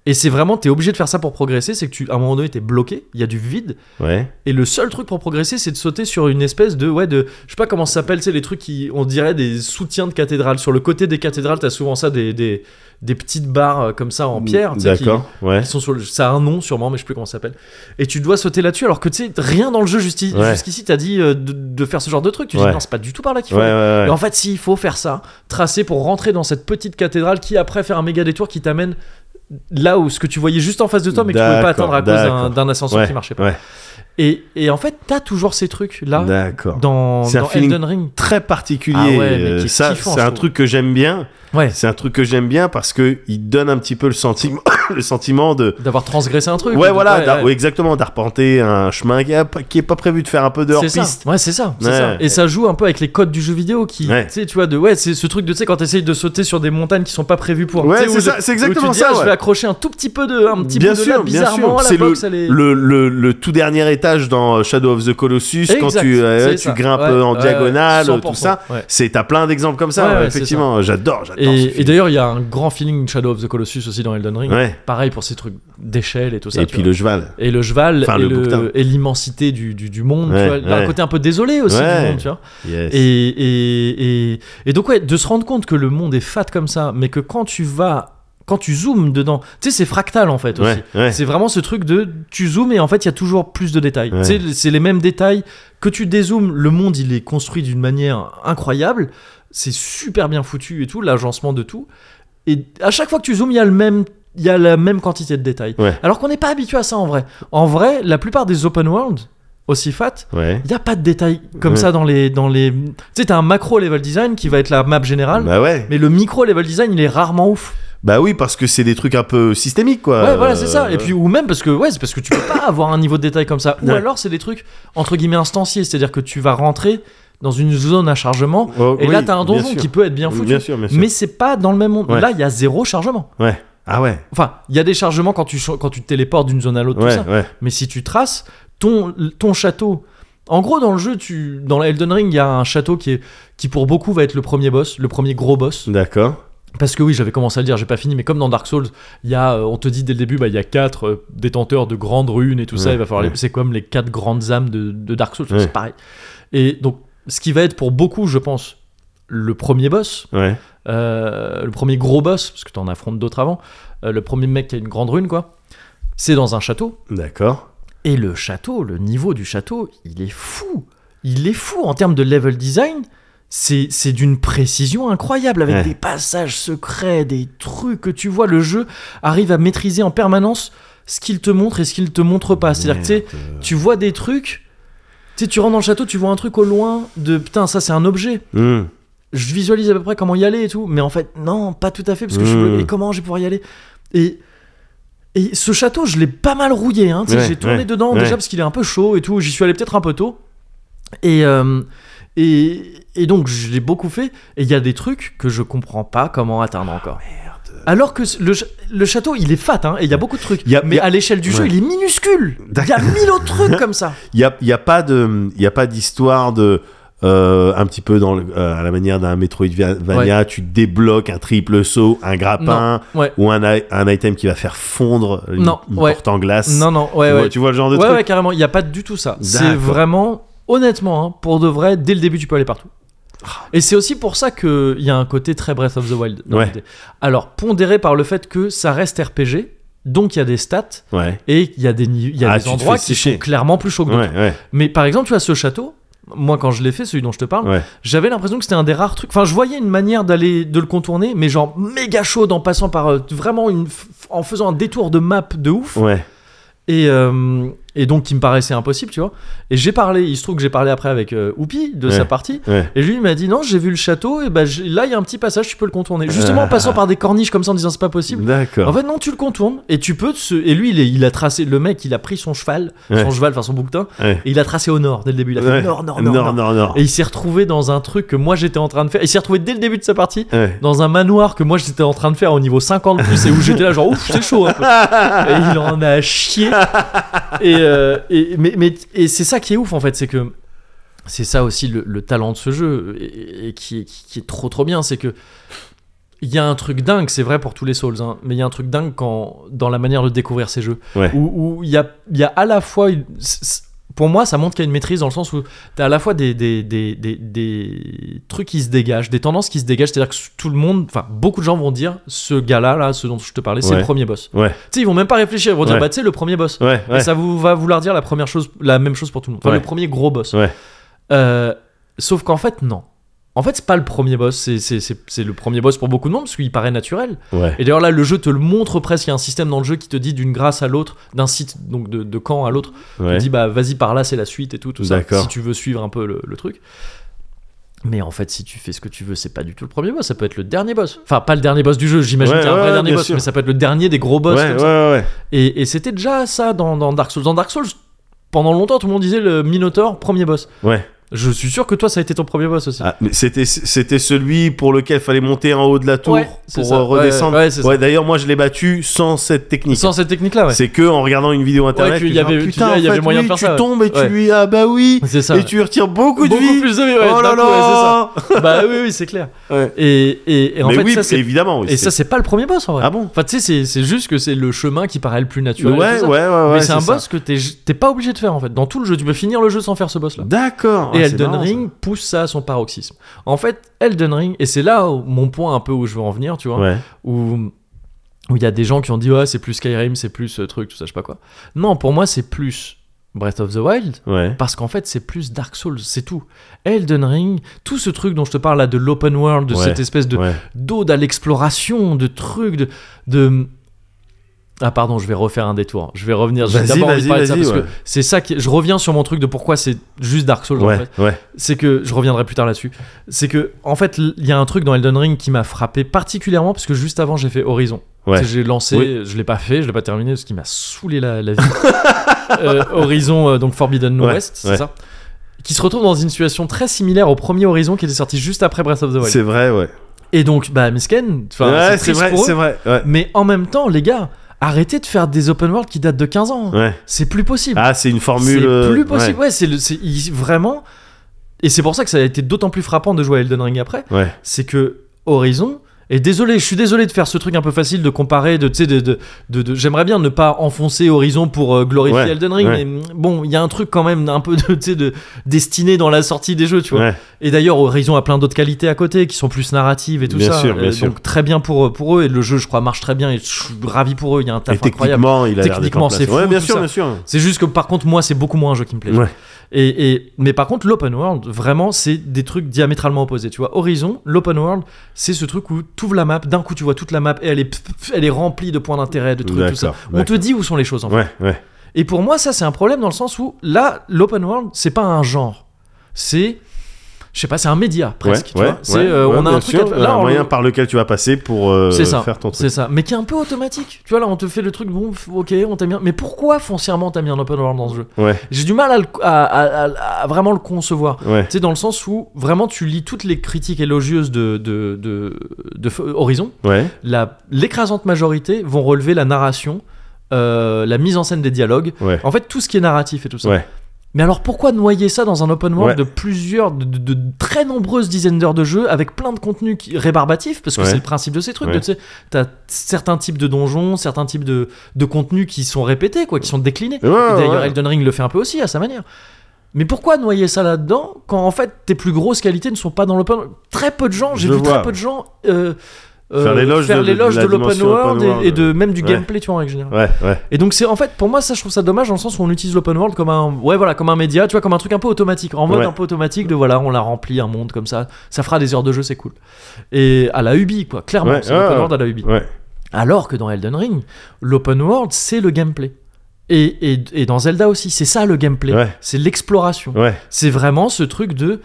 Speaker 1: et c'est vraiment t'es obligé de faire ça pour progresser c'est que tu à un moment donné t'es bloqué il y a du vide
Speaker 2: Ouais.
Speaker 1: et le seul truc pour progresser, c'est de sauter sur une espèce de ouais de je sais pas comment ça s'appelle, c'est les trucs qui on dirait des soutiens de cathédrales. Sur le côté des cathédrales, t'as souvent ça des, des, des petites barres euh, comme ça en pierre. tu sais, qui-
Speaker 2: Mm, D'accord. Ouais.
Speaker 1: qui sont sur le- ça a un nom sûrement, mais je sais plus comment ça s'appelle. Et tu dois sauter là-dessus alors que tu sais rien dans le jeu justi-
Speaker 2: Ouais.
Speaker 1: jusqu'ici t'as dit euh, de, de faire ce genre de truc. Tu
Speaker 2: Ouais.
Speaker 1: dis non c'est pas du tout par là qu'il
Speaker 2: Ouais,
Speaker 1: faut. aller. Et
Speaker 2: ouais, ouais.
Speaker 1: en fait, s'il faut faire ça, tracer pour rentrer dans cette petite cathédrale qui, après, faire un méga détour qui t'amène là où ce que tu voyais juste en face de toi, mais que tu pouvais pas atteindre
Speaker 2: D'accord,
Speaker 1: à cause d'un-
Speaker 2: d'accord.
Speaker 1: d'un ascenseur qui marchait pas.
Speaker 2: Ouais.
Speaker 1: Et, et en fait, t'as toujours ces trucs là
Speaker 2: D'accord.
Speaker 1: dans,
Speaker 2: C'est un
Speaker 1: dans
Speaker 2: feeling
Speaker 1: Elden Ring.
Speaker 2: Très particulier.
Speaker 1: Ah ouais, mais
Speaker 2: euh,
Speaker 1: qui est
Speaker 2: ça,
Speaker 1: kiffant,
Speaker 2: c'est
Speaker 1: je
Speaker 2: un
Speaker 1: trouve.
Speaker 2: truc que j'aime bien.
Speaker 1: Ouais.
Speaker 2: C'est un truc que j'aime bien parce que il donne un petit peu le sentiment, le sentiment de
Speaker 1: D'avoir transgressé un truc.
Speaker 2: ouais
Speaker 1: ou- euh,
Speaker 2: voilà d'ar-
Speaker 1: ouais.
Speaker 2: ouais, exactement d'arpenter un chemin qui, a pas- qui est pas prévu de faire un peu de hors
Speaker 1: C'est ça.
Speaker 2: piste.
Speaker 1: Ouais, c'est ça, c'est
Speaker 2: Ouais.
Speaker 1: ça. Et ça joue un peu avec les codes du jeu vidéo qui,
Speaker 2: Ouais.
Speaker 1: tu sais, tu vois, de ouais, c'est ce truc de tu sais quand t'essayes de sauter sur des montagnes qui sont pas prévues pour.
Speaker 2: Ouais,
Speaker 1: tu sais,
Speaker 2: c'est
Speaker 1: où de-
Speaker 2: ça, c'est
Speaker 1: où tu
Speaker 2: exactement
Speaker 1: dis,
Speaker 2: ça,
Speaker 1: ah, Je
Speaker 2: ouais.
Speaker 1: vais à accrocher un tout petit peu de, un petit
Speaker 2: Bien
Speaker 1: peu de
Speaker 2: sûr,
Speaker 1: là,
Speaker 2: bien
Speaker 1: bizarrement
Speaker 2: sûr.
Speaker 1: à la
Speaker 2: C'est le,
Speaker 1: boxe, elle est-
Speaker 2: le, le, le tout dernier étage dans Shadow of the Colossus, quand
Speaker 1: Exact,
Speaker 2: tu, euh,
Speaker 1: c'est
Speaker 2: tu
Speaker 1: ça.
Speaker 2: grimpes
Speaker 1: Ouais,
Speaker 2: euh, en
Speaker 1: ouais,
Speaker 2: diagonale, tout
Speaker 1: 100%,
Speaker 2: ça.
Speaker 1: ouais.
Speaker 2: C'est T'as plein d'exemples comme ça,
Speaker 1: Ouais,
Speaker 2: ouais,
Speaker 1: ouais, c'est
Speaker 2: effectivement. J'adore, j'adore. ce
Speaker 1: Et, et
Speaker 2: film.
Speaker 1: d'ailleurs, il y a un grand feeling Shadow of the Colossus aussi dans Elden Ring.
Speaker 2: Ouais.
Speaker 1: Pareil pour ces trucs d'échelle et tout ça.
Speaker 2: Et
Speaker 1: tu
Speaker 2: puis
Speaker 1: vois.
Speaker 2: le cheval.
Speaker 1: et le cheval
Speaker 2: Enfin,
Speaker 1: et
Speaker 2: le
Speaker 1: le-
Speaker 2: bouquetin.
Speaker 1: et l'immensité du, du, du monde.
Speaker 2: Ouais,
Speaker 1: tu vois. Il y a
Speaker 2: ouais.
Speaker 1: Un côté un peu désolé aussi
Speaker 2: Ouais.
Speaker 1: du monde, tu vois.
Speaker 2: Yes.
Speaker 1: Et, et, et, et donc, ouais, de se rendre compte que le monde est fat comme ça, mais que quand tu vas. Quand tu zoomes dedans, tu sais, c'est fractal en fait aussi.
Speaker 2: Ouais, ouais.
Speaker 1: C'est vraiment ce truc de tu zoomes et en fait il y a toujours plus de détails.
Speaker 2: Ouais.
Speaker 1: Tu sais, C'est les mêmes détails que tu dézoomes. Le monde il est construit d'une manière incroyable. C'est super bien foutu et tout, l'agencement de tout. Et à chaque fois que tu zoomes, il y a le même, il y a la même quantité de détails.
Speaker 2: Ouais.
Speaker 1: Alors qu'on n'est pas habitué à ça en vrai. En vrai, la plupart des open world aussi fat,
Speaker 2: Ouais.
Speaker 1: il y a pas de détails comme
Speaker 2: Ouais.
Speaker 1: ça dans les dans les. Tu sais, t'as un macro level design qui va être la map générale,
Speaker 2: Bah ouais.
Speaker 1: mais le micro level design il est rarement ouf.
Speaker 2: Bah oui, parce que c'est des trucs un peu systémiques, quoi.
Speaker 1: Ouais, voilà, c'est ça.
Speaker 2: Euh,
Speaker 1: Et puis, ou même parce que, ouais, c'est parce que tu peux pas avoir un niveau de détail comme ça. Ou
Speaker 2: Ouais.
Speaker 1: alors, c'est des trucs entre guillemets instanciés, c'est-à-dire que tu vas rentrer dans une zone à chargement.
Speaker 2: Oh,
Speaker 1: Et
Speaker 2: oui,
Speaker 1: là, t'as un
Speaker 2: bien
Speaker 1: donjon
Speaker 2: sûr.
Speaker 1: qui peut être bien foutu.
Speaker 2: Bien sûr, bien sûr.
Speaker 1: Mais c'est pas dans le même monde.
Speaker 2: Ouais.
Speaker 1: Là, il y a zéro chargement.
Speaker 2: Ouais. Ah ouais.
Speaker 1: Enfin, il y a des chargements quand tu, cho- quand tu te téléportes d'une zone à l'autre, tout
Speaker 2: Ouais,
Speaker 1: ça.
Speaker 2: ouais.
Speaker 1: Mais si tu traces ton, ton château. En gros, dans le jeu, tu, dans la Elden Ring, il y a un château qui, est, qui, pour beaucoup, va être le premier boss, le premier gros boss.
Speaker 2: D'accord.
Speaker 1: Parce que oui, j'avais commencé à le dire, j'ai pas fini, mais comme dans Dark Souls, il y a, euh, on te dit dès le début, bah, il y a quatre euh, détenteurs de grandes runes et tout ça,
Speaker 2: Ouais,
Speaker 1: il va falloir
Speaker 2: ouais.
Speaker 1: les... c'est comme les quatre grandes âmes de, de Dark Souls,
Speaker 2: Ouais.
Speaker 1: c'est pareil. Et donc, ce qui va être pour beaucoup, je pense, le premier boss,
Speaker 2: Ouais.
Speaker 1: euh, le premier gros boss, parce que t'en affrontes d'autres avant, euh, le premier mec qui a une grande rune, quoi, c'est dans un château.
Speaker 2: D'accord.
Speaker 1: Et le château, le niveau du château, il est fou. Il est fou en termes de level design. C'est c'est d'une précision incroyable avec
Speaker 2: Ouais.
Speaker 1: des passages secrets, des trucs que tu vois. Le jeu arrive à maîtriser en permanence ce qu'il te montre et ce qu'il te montre pas. C'est-à-dire que tu sais,
Speaker 2: Merde.
Speaker 1: tu vois des trucs. Tu sais, tu rentres dans le château, tu vois un truc au loin de putain, ça c'est un objet.
Speaker 2: Hmm.
Speaker 1: Je visualise à peu près comment y aller et tout. Mais en fait, non, pas tout à fait parce que je suis
Speaker 2: Mmh.
Speaker 1: bloqué. Et comment j'ai pouvoir y aller et, et ce château, je l'ai pas mal rouillé. Hein, tu sais,
Speaker 2: Ouais,
Speaker 1: j'ai tourné
Speaker 2: ouais,
Speaker 1: dedans
Speaker 2: ouais.
Speaker 1: déjà parce qu'il est un peu chaud et tout. J'y suis allé peut-être un peu tôt. Et, euh, et, et donc, je l'ai beaucoup fait. Et il y a des trucs que je comprends pas comment atteindre encore.
Speaker 2: Ah,
Speaker 1: Alors que le, ch- le château, il est fat, hein, et il y a beaucoup de trucs.
Speaker 2: Y a-
Speaker 1: mais
Speaker 2: y a-
Speaker 1: à l'échelle du jeu,
Speaker 2: Ouais.
Speaker 1: il est minuscule. Il y a
Speaker 2: D'accord.
Speaker 1: mille autres trucs comme ça.
Speaker 2: Il y a, y a pas de, y a pas d'histoire de. euh, un petit peu dans le- euh, à la manière d'un Metroidvania, tu débloques un triple saut, un grappin
Speaker 1: Non, ouais.
Speaker 2: ou un, i- un item qui va faire fondre une,
Speaker 1: Non,
Speaker 2: une
Speaker 1: ouais.
Speaker 2: porte en glace.
Speaker 1: Non, non, ouais,
Speaker 2: tu,
Speaker 1: ouais.
Speaker 2: vois, tu vois le genre de
Speaker 1: ouais,
Speaker 2: truc
Speaker 1: ouais, carrément. Il n'y a pas du tout ça. C'est
Speaker 2: D'accord.
Speaker 1: vraiment, honnêtement, hein, pour de vrai, dès le début, tu peux aller partout. Et c'est aussi pour ça qu'il y a un côté très Breath of the Wild. dans
Speaker 2: Ah. Ouais.
Speaker 1: l'idée. Alors, pondéré par le fait que ça reste RPG, donc il y a des stats
Speaker 2: Ouais,
Speaker 1: et il y a des, niveaux- il y a
Speaker 2: Ah,
Speaker 1: des
Speaker 2: tu te
Speaker 1: endroits
Speaker 2: fais
Speaker 1: qui
Speaker 2: sécher.
Speaker 1: sont clairement plus chauds que d'autres.
Speaker 2: ouais, ouais.
Speaker 1: Mais par exemple, tu as ce château. Moi, quand je l'ai fait, celui dont je te parle,
Speaker 2: Ouais.
Speaker 1: j'avais l'impression que c'était un des rares trucs. Enfin, je voyais une manière d'aller de le contourner, mais genre méga chaude en passant par euh, vraiment une, f- en faisant un détour de map de ouf
Speaker 2: ouais.
Speaker 1: et, euh, et donc qui me paraissait impossible, tu vois. Et j'ai parlé, il se trouve que j'ai parlé après avec euh, Oupi de
Speaker 2: Ouais.
Speaker 1: sa partie.
Speaker 2: Ouais.
Speaker 1: Et lui, il m'a dit non, j'ai vu le château, et ben j'ai- là, il y a un petit passage, tu peux le contourner. Justement, en passant par des corniches comme ça en disant c'est pas possible. En
Speaker 2: Ah. D'accord.
Speaker 1: fait, non, tu le contournes et tu peux. Se... Et lui, il, est- il a tracé, le mec, il a pris son cheval,
Speaker 2: Ouais.
Speaker 1: son cheval, enfin son bouquetin,
Speaker 2: Ouais.
Speaker 1: et il a tracé au nord dès le début. Il a fait
Speaker 2: Ouais.
Speaker 1: nord, nord, nord, nord.
Speaker 2: non, non.
Speaker 1: Et il s'est retrouvé dans un truc que moi j'étais en train de faire. Il s'est retrouvé dès le début de sa partie
Speaker 2: Ouais.
Speaker 1: dans un manoir que moi j'étais en train de faire au niveau 50 plus et où j'étais là genre ouf c'est chaud un peu. et il en a chié et, euh, et- mais, mais et c'est ça qui est ouf en fait c'est que c'est ça aussi le, le talent de ce jeu et, et qui, est- qui- qui est trop trop bien c'est que il y a un truc dingue, c'est vrai pour tous les Souls, hein, mais il y a un truc dingue quand, dans la manière de découvrir ces jeux.
Speaker 2: Ouais.
Speaker 1: Où où il y, a, il y a à la fois. une- c- c- Pour moi, ça montre qu'il y a une maîtrise dans le sens où t'as à la fois des, des, des, des, des trucs qui se dégagent, des tendances qui se dégagent, c'est-à-dire que tout le monde, enfin beaucoup de gens vont dire ce gars-là, là, ce dont je te parlais, c'est
Speaker 2: Ouais.
Speaker 1: le premier boss.
Speaker 2: Ouais.
Speaker 1: Tu sais, ils vont même pas réfléchir, ils vont dire
Speaker 2: Ouais.
Speaker 1: bah tu sais, le premier boss.
Speaker 2: Ouais,
Speaker 1: Et
Speaker 2: ouais.
Speaker 1: ça vous va vouloir dire la, première chose, la même chose pour tout le monde, enfin
Speaker 2: Ouais.
Speaker 1: le premier gros boss.
Speaker 2: Ouais.
Speaker 1: Euh, sauf qu'en fait, non. En fait, c'est pas le premier boss, c'est- c'est c'est- c'est le premier boss pour beaucoup de monde parce qu'il paraît naturel.
Speaker 2: Ouais.
Speaker 1: Et d'ailleurs là, le jeu te le montre presque. Il y a un système dans le jeu qui te dit d'une grâce à l'autre, d'un site donc de, de camp à l'autre, te
Speaker 2: Ouais.
Speaker 1: dit bah vas-y par là, c'est la suite et tout, tout ça.
Speaker 2: D'accord.
Speaker 1: Si tu veux suivre un peu le, le truc. Mais en fait, si tu fais ce que tu veux, c'est pas du tout le premier boss. Ça peut être le dernier boss. Enfin, pas le dernier boss du jeu. J'imagine
Speaker 2: Ouais,
Speaker 1: qu'il y a un
Speaker 2: ouais,
Speaker 1: vrai
Speaker 2: ouais,
Speaker 1: dernier
Speaker 2: bien
Speaker 1: boss,
Speaker 2: sûr.
Speaker 1: mais ça peut être le dernier des gros boss.
Speaker 2: ouais,
Speaker 1: comme
Speaker 2: ouais,
Speaker 1: ça.
Speaker 2: ouais, ouais.
Speaker 1: Et, et c'était déjà ça dans, dans Dark Souls. Dans Dark Souls, pendant longtemps, tout le monde disait le Minotaur premier boss.
Speaker 2: Ouais.
Speaker 1: Je suis sûr que toi, ça a été ton premier boss aussi.
Speaker 2: Ah, mais c'était c'était celui pour lequel fallait monter en haut de la tour
Speaker 1: Ouais, c'est
Speaker 2: pour
Speaker 1: ça.
Speaker 2: euh, redescendre.
Speaker 1: Ouais, ouais, ouais, c'est ça.
Speaker 2: d'ailleurs moi je l'ai battu sans cette technique.
Speaker 1: Sans cette technique-là, ouais.
Speaker 2: C'est que en regardant une vidéo internet
Speaker 1: qu'il
Speaker 2: que
Speaker 1: y
Speaker 2: tu
Speaker 1: avait-
Speaker 2: dis, ah,
Speaker 1: tu
Speaker 2: putain,
Speaker 1: dis, ah, il y
Speaker 2: en
Speaker 1: avait
Speaker 2: fait,
Speaker 1: moyen de
Speaker 2: oui,
Speaker 1: faire
Speaker 2: tu
Speaker 1: ça, ouais.
Speaker 2: tombes et tu
Speaker 1: Ouais.
Speaker 2: lui ah bah oui
Speaker 1: C'est ça.
Speaker 2: et tu retires beaucoup de
Speaker 1: Beaucoup
Speaker 2: vie.
Speaker 1: plus de vie, ouais,
Speaker 2: oh
Speaker 1: d'un
Speaker 2: là
Speaker 1: coup, ouais, c'est ça.
Speaker 2: là.
Speaker 1: Bah oui, oui, c'est clair.
Speaker 2: Ouais.
Speaker 1: Et, et, et en
Speaker 2: Mais
Speaker 1: fait,
Speaker 2: oui
Speaker 1: ça, c'est...
Speaker 2: évidemment. oui,
Speaker 1: et
Speaker 2: c'est-
Speaker 1: ça, c'est pas le premier boss en vrai.
Speaker 2: ah bon.
Speaker 1: Enfin, tu sais, c'est, c'est juste que c'est le chemin qui paraît le plus
Speaker 2: Ouais
Speaker 1: naturel. et
Speaker 2: ouais
Speaker 1: tout ça.
Speaker 2: ouais ouais.
Speaker 1: Mais c'est, un
Speaker 2: ça.
Speaker 1: boss que t'es, t'es pas obligé de faire en fait. Dans tout le jeu, tu peux finir le jeu sans faire ce boss là.
Speaker 2: D'accord.
Speaker 1: Et
Speaker 2: Ah, c'est
Speaker 1: Elden
Speaker 2: marrant, ça.
Speaker 1: Ring pousse ça à son paroxysme. En fait, Elden Ring, et c'est là où- mon point un peu où je veux en venir, tu vois,
Speaker 2: Ouais.
Speaker 1: où où il y a des gens qui ont dit ouais c'est plus Skyrim, c'est plus euh, truc, tout ça, je sais pas quoi. Non, pour moi c'est plus Breath of the Wild,
Speaker 2: Ouais.
Speaker 1: parce qu'en fait, c'est plus Dark Souls, c'est tout. Elden Ring, tout ce truc dont je te parle là, de l'open world, de
Speaker 2: Ouais,
Speaker 1: cette espèce de
Speaker 2: ouais.
Speaker 1: d'ode à l'exploration, de trucs, de, de. Ah, pardon, je vais refaire un détour. Je vais revenir. J'ai
Speaker 2: Vas-y,
Speaker 1: d'abord envie
Speaker 2: vas-y,
Speaker 1: de parler de ça
Speaker 2: vas-y,
Speaker 1: parce
Speaker 2: ouais.
Speaker 1: que c'est ça qui. Je reviens sur mon truc de pourquoi c'est juste Dark Souls en
Speaker 2: Ouais,
Speaker 1: fait.
Speaker 2: ouais.
Speaker 1: C'est que je reviendrai plus tard là-dessus. C'est que, en fait, l- il y a un truc dans Elden Ring qui m'a frappé particulièrement parce que juste avant, j'ai fait Horizon.
Speaker 2: Ouais.
Speaker 1: Tu sais, J'ai lancé,
Speaker 2: Oui.
Speaker 1: je l'ai pas fait, je l'ai pas terminé parce qu'il m'a saoulé la, la vie. Euh, Horizon, euh, donc Forbidden
Speaker 2: Ouais,
Speaker 1: West, c'est
Speaker 2: ouais.
Speaker 1: ça Qui se retrouve dans une situation très similaire au premier Horizon qui était sorti juste après Breath of the Wild.
Speaker 2: C'est vrai, ouais.
Speaker 1: Et donc, bah, Misken, enfin,
Speaker 2: ouais,
Speaker 1: c'est
Speaker 2: c'est
Speaker 1: triste
Speaker 2: vrai,
Speaker 1: pour eux,
Speaker 2: c'est vrai. Ouais.
Speaker 1: Mais en même temps, les gars, arrêtez de faire des open world qui datent de 15 ans.
Speaker 2: Ouais.
Speaker 1: C'est plus possible.
Speaker 2: Ah, c'est une
Speaker 1: c'est
Speaker 2: formule. euh,
Speaker 1: plus possible. Ouais, c'est le- c'est il- vraiment. Et c'est pour ça que ça a été d'autant plus frappant de jouer à Elden Ring après.
Speaker 2: Ouais.
Speaker 1: C'est que Horizon. Et désolé, je suis désolé de faire ce truc un peu facile de comparer, de, tu sais, de, de, de- de- j'aimerais bien ne pas enfoncer Horizon pour euh, glorifier
Speaker 2: Ouais,
Speaker 1: Elden Ring,
Speaker 2: ouais.
Speaker 1: mais mm, bon, il y a un truc quand même un peu de, tu sais, de destiné dans la sortie des jeux, tu vois.
Speaker 2: Ouais.
Speaker 1: Et d'ailleurs, Horizon a plein d'autres qualités à côté qui sont plus narratives et tout
Speaker 2: Bien
Speaker 1: ça.
Speaker 2: sûr, bien
Speaker 1: Euh,
Speaker 2: sûr.
Speaker 1: Donc très bien pour, eux- pour eux et le jeu, je crois, marche très bien et je suis ravi pour eux. Il y a un
Speaker 2: Et
Speaker 1: taf incroyable.
Speaker 2: techniquement, il a l'air d'être en
Speaker 1: Techniquement,
Speaker 2: place.
Speaker 1: c'est fou,
Speaker 2: Ouais, bien
Speaker 1: tout
Speaker 2: sûr,
Speaker 1: ça.
Speaker 2: bien sûr.
Speaker 1: C'est juste que par contre, moi, c'est beaucoup moins un jeu qui me plaît.
Speaker 2: Ouais.
Speaker 1: Et, et- mais par contre, l'open world, vraiment, c'est des trucs diamétralement opposés. Tu vois, Horizon, l'open world, c'est ce truc où t'ouvres la map, d'un coup tu vois toute la map et elle est, pf, pf, elle est remplie de points d'intérêt, de trucs, tout ça.
Speaker 2: D'accord,
Speaker 1: On te dit où sont les choses en fait.
Speaker 2: Ouais, ouais.
Speaker 1: Et pour moi, ça, c'est un problème dans le sens où là, l'open world, c'est pas un genre. C'est. Je sais pas, c'est un média presque. tu
Speaker 2: ouais,
Speaker 1: vois.
Speaker 2: ouais,
Speaker 1: c'est, euh,
Speaker 2: ouais,
Speaker 1: on a
Speaker 2: bien
Speaker 1: un truc
Speaker 2: sûr,
Speaker 1: à- là,
Speaker 2: un
Speaker 1: on
Speaker 2: moyen
Speaker 1: le-
Speaker 2: par lequel tu vas passer pour euh,
Speaker 1: c'est ça,
Speaker 2: faire ton
Speaker 1: c'est
Speaker 2: truc.
Speaker 1: ça, mais qui est un peu automatique. Tu vois là, on te fait le truc, bon, f- ok, on t'aime bien, mais pourquoi foncièrement t'as mis un open world dans ce jeu
Speaker 2: Ouais,
Speaker 1: J'ai du mal à, le- à- à- à- à vraiment le concevoir.
Speaker 2: ouais,
Speaker 1: Tu sais, dans le sens où vraiment tu lis toutes les critiques élogieuses de, de, de, de F- Horizon,
Speaker 2: ouais,
Speaker 1: la- l'écrasante majorité vont relever la narration, euh, la mise en scène des dialogues,
Speaker 2: ouais.
Speaker 1: en fait tout ce qui est narratif et tout ça.
Speaker 2: Ouais.
Speaker 1: Mais alors pourquoi noyer ça dans un open world
Speaker 2: Ouais.
Speaker 1: de plusieurs, de, de- de très nombreuses dizaines d'heures de jeu avec plein de contenus qui- rébarbatifs Parce que
Speaker 2: Ouais.
Speaker 1: c'est le principe de ces trucs.
Speaker 2: Ouais.
Speaker 1: de, Tu sais, t'as certains types de donjons, certains types de, de contenus qui sont répétés, quoi, qui sont déclinés.
Speaker 2: Ouais,
Speaker 1: Et D'ailleurs,
Speaker 2: ouais.
Speaker 1: Elden Ring le fait un peu aussi à sa manière. Mais pourquoi noyer ça là-dedans quand en fait tes plus grosses qualités ne sont pas dans l'open world Très peu de gens, j'ai
Speaker 2: Je
Speaker 1: vu
Speaker 2: vois.
Speaker 1: très peu de gens euh, euh,
Speaker 2: Faire l'éloge de- de- de
Speaker 1: l'éloge
Speaker 2: la
Speaker 1: de l'open
Speaker 2: dimension
Speaker 1: world,
Speaker 2: open world. euh.
Speaker 1: et, et de même du
Speaker 2: Ouais.
Speaker 1: gameplay, tu vois, en règle générale.
Speaker 2: Ouais, ouais.
Speaker 1: Et donc c'est en fait pour moi ça je trouve ça dommage dans le sens où on utilise l'open world comme un ouais voilà comme un média tu vois comme un truc un peu automatique en mode
Speaker 2: Ouais.
Speaker 1: un peu automatique de voilà on l'a rempli un monde comme ça ça fera des heures de jeu c'est cool et à la Ubi quoi clairement
Speaker 2: Ouais,
Speaker 1: c'est l'open
Speaker 2: ouais,
Speaker 1: world à la Ubi
Speaker 2: ouais.
Speaker 1: alors que dans Elden Ring l'open world c'est le gameplay et, et, et dans Zelda aussi c'est ça le gameplay
Speaker 2: Ouais.
Speaker 1: c'est l'exploration
Speaker 2: Ouais,
Speaker 1: c'est vraiment ce truc de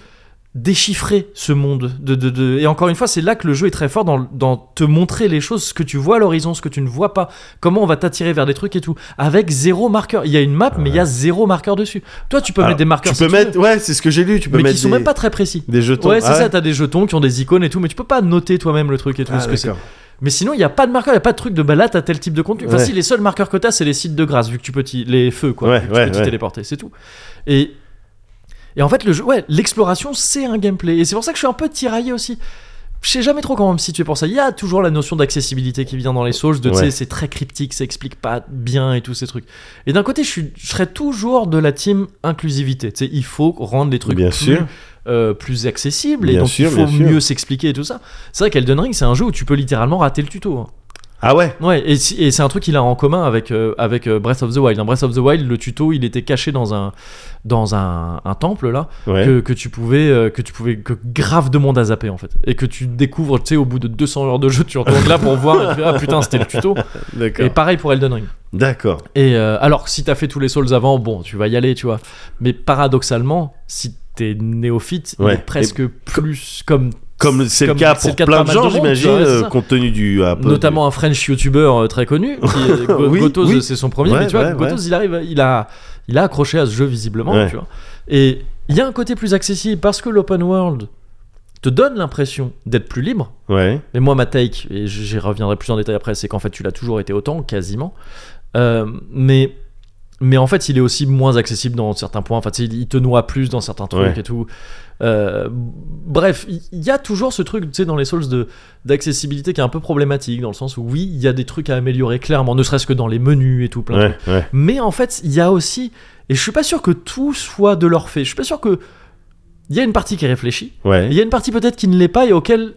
Speaker 1: déchiffrer ce monde. De, de, de- Et encore une fois, c'est là que le jeu est très fort dans, dans te montrer les choses, ce que tu vois à l'horizon, ce que tu ne vois pas, comment on va t'attirer vers des trucs et tout, avec zéro marqueur. Il y a une map, mais il y a zéro marqueur dessus. Toi, tu peux
Speaker 2: Alors,
Speaker 1: mettre des marqueurs
Speaker 2: tu peux
Speaker 1: si
Speaker 2: mettre,
Speaker 1: veux,
Speaker 2: ouais, c'est ce que j'ai lu. Tu peux
Speaker 1: mais
Speaker 2: mettre
Speaker 1: qui sont
Speaker 2: des-
Speaker 1: même pas très précis.
Speaker 2: des jetons.
Speaker 1: Ouais, c'est
Speaker 2: Ah
Speaker 1: ça, t'as des jetons qui ont des icônes et tout, mais tu peux pas noter toi-même le truc et tout,
Speaker 2: Ah,
Speaker 1: ce que c'est.
Speaker 2: d'accord.
Speaker 1: Mais sinon, il n'y a pas de marqueur, il n'y a pas de truc de bah là, t'as tel type de contenu. Enfin,
Speaker 2: Ouais.
Speaker 1: si, les seuls marqueurs que t'as, c'est les sites de grâce, vu que tu peux t'y- les feux, quoi.
Speaker 2: Ouais,
Speaker 1: vu que
Speaker 2: ouais,
Speaker 1: tu peux t'y
Speaker 2: ouais.
Speaker 1: téléporter, c'est tout. Et, et en fait, le jeu, ouais, l'exploration, c'est un gameplay. Et c'est pour ça que je suis un peu tiraillé aussi. Je sais jamais trop comment me situer pour ça. Il y a toujours la notion d'accessibilité qui vient dans les sources, de tu sais,
Speaker 2: Ouais.
Speaker 1: c'est très cryptique, ça explique pas bien et tous ces trucs. Et d'un côté, je, suis, je serais toujours de la team inclusivité. Tu sais, il faut rendre les trucs
Speaker 2: Bien
Speaker 1: plus,
Speaker 2: sûr.
Speaker 1: euh, plus accessibles et
Speaker 2: Bien
Speaker 1: donc
Speaker 2: sûr,
Speaker 1: il faut
Speaker 2: bien sûr.
Speaker 1: mieux s'expliquer et tout ça. C'est vrai qu'Elden Ring, c'est un jeu où tu peux littéralement rater le tuto. hein.
Speaker 2: Ah ouais.
Speaker 1: Ouais, et, si- et c'est un truc qu'il a en commun avec, euh, avec euh, Breath of the Wild. Dans Breath of the Wild, le tuto, il était caché dans un, dans un, un temple, là,
Speaker 2: Ouais.
Speaker 1: que, que tu pouvais, euh, que tu pouvais, que grave de monde à zapper, en fait. Et que tu découvres, tu sais, au bout de 200 heures de jeu, tu retournes là pour voir, et tu fais, ah putain, c'était le tuto. Et
Speaker 2: D'accord.
Speaker 1: pareil pour Elden Ring.
Speaker 2: D'accord.
Speaker 1: Et euh, alors, si t'as fait tous les Souls avant, bon, tu vas y aller, tu vois. Mais paradoxalement, si t'es néophyte, il
Speaker 2: Ouais.
Speaker 1: est presque plus comme.
Speaker 2: Comme c'est le cas
Speaker 1: c'est
Speaker 2: pour plein
Speaker 1: pas
Speaker 2: de
Speaker 1: mal
Speaker 2: gens,
Speaker 1: monde, tu vois,
Speaker 2: j'imagine,
Speaker 1: ouais, c'est
Speaker 2: euh,
Speaker 1: ça.
Speaker 2: compte tenu du. un peu
Speaker 1: notamment un French YouTuber euh, très connu, qui est Go-
Speaker 2: Oui,
Speaker 1: Gotos, euh,
Speaker 2: oui.
Speaker 1: c'est son premier,
Speaker 2: Ouais,
Speaker 1: mais tu vois,
Speaker 2: ouais,
Speaker 1: Gotos, il arrive, il a, il a accroché à ce jeu visiblement,
Speaker 2: Ouais.
Speaker 1: tu vois. Et, Il y a un côté plus accessible parce que l'open world te donne l'impression d'être plus libre.
Speaker 2: Ouais.
Speaker 1: Mais moi, ma take, et j- j'y reviendrai plus en détail après, c'est qu'en fait, tu l'as toujours été autant, quasiment. Euh, mais, mais en fait, il est aussi moins accessible dans certains points. Enfin, tu sais, il il te noie plus dans certains trucs
Speaker 2: Ouais.
Speaker 1: et tout. Euh, bref, il il y a toujours ce truc, tu sais, dans les Souls de d'accessibilité qui est un peu problématique, dans le sens où oui, il y a des trucs à améliorer clairement, ne serait-ce que dans les menus et tout, plein de
Speaker 2: Ouais, ouais.
Speaker 1: mais en fait, il y a aussi, et je suis pas sûr que tout soit de leur fait. Je suis pas sûr que il y a une partie qui réfléchit, et il
Speaker 2: Ouais.
Speaker 1: y a une partie peut-être qui ne l'est pas et auquel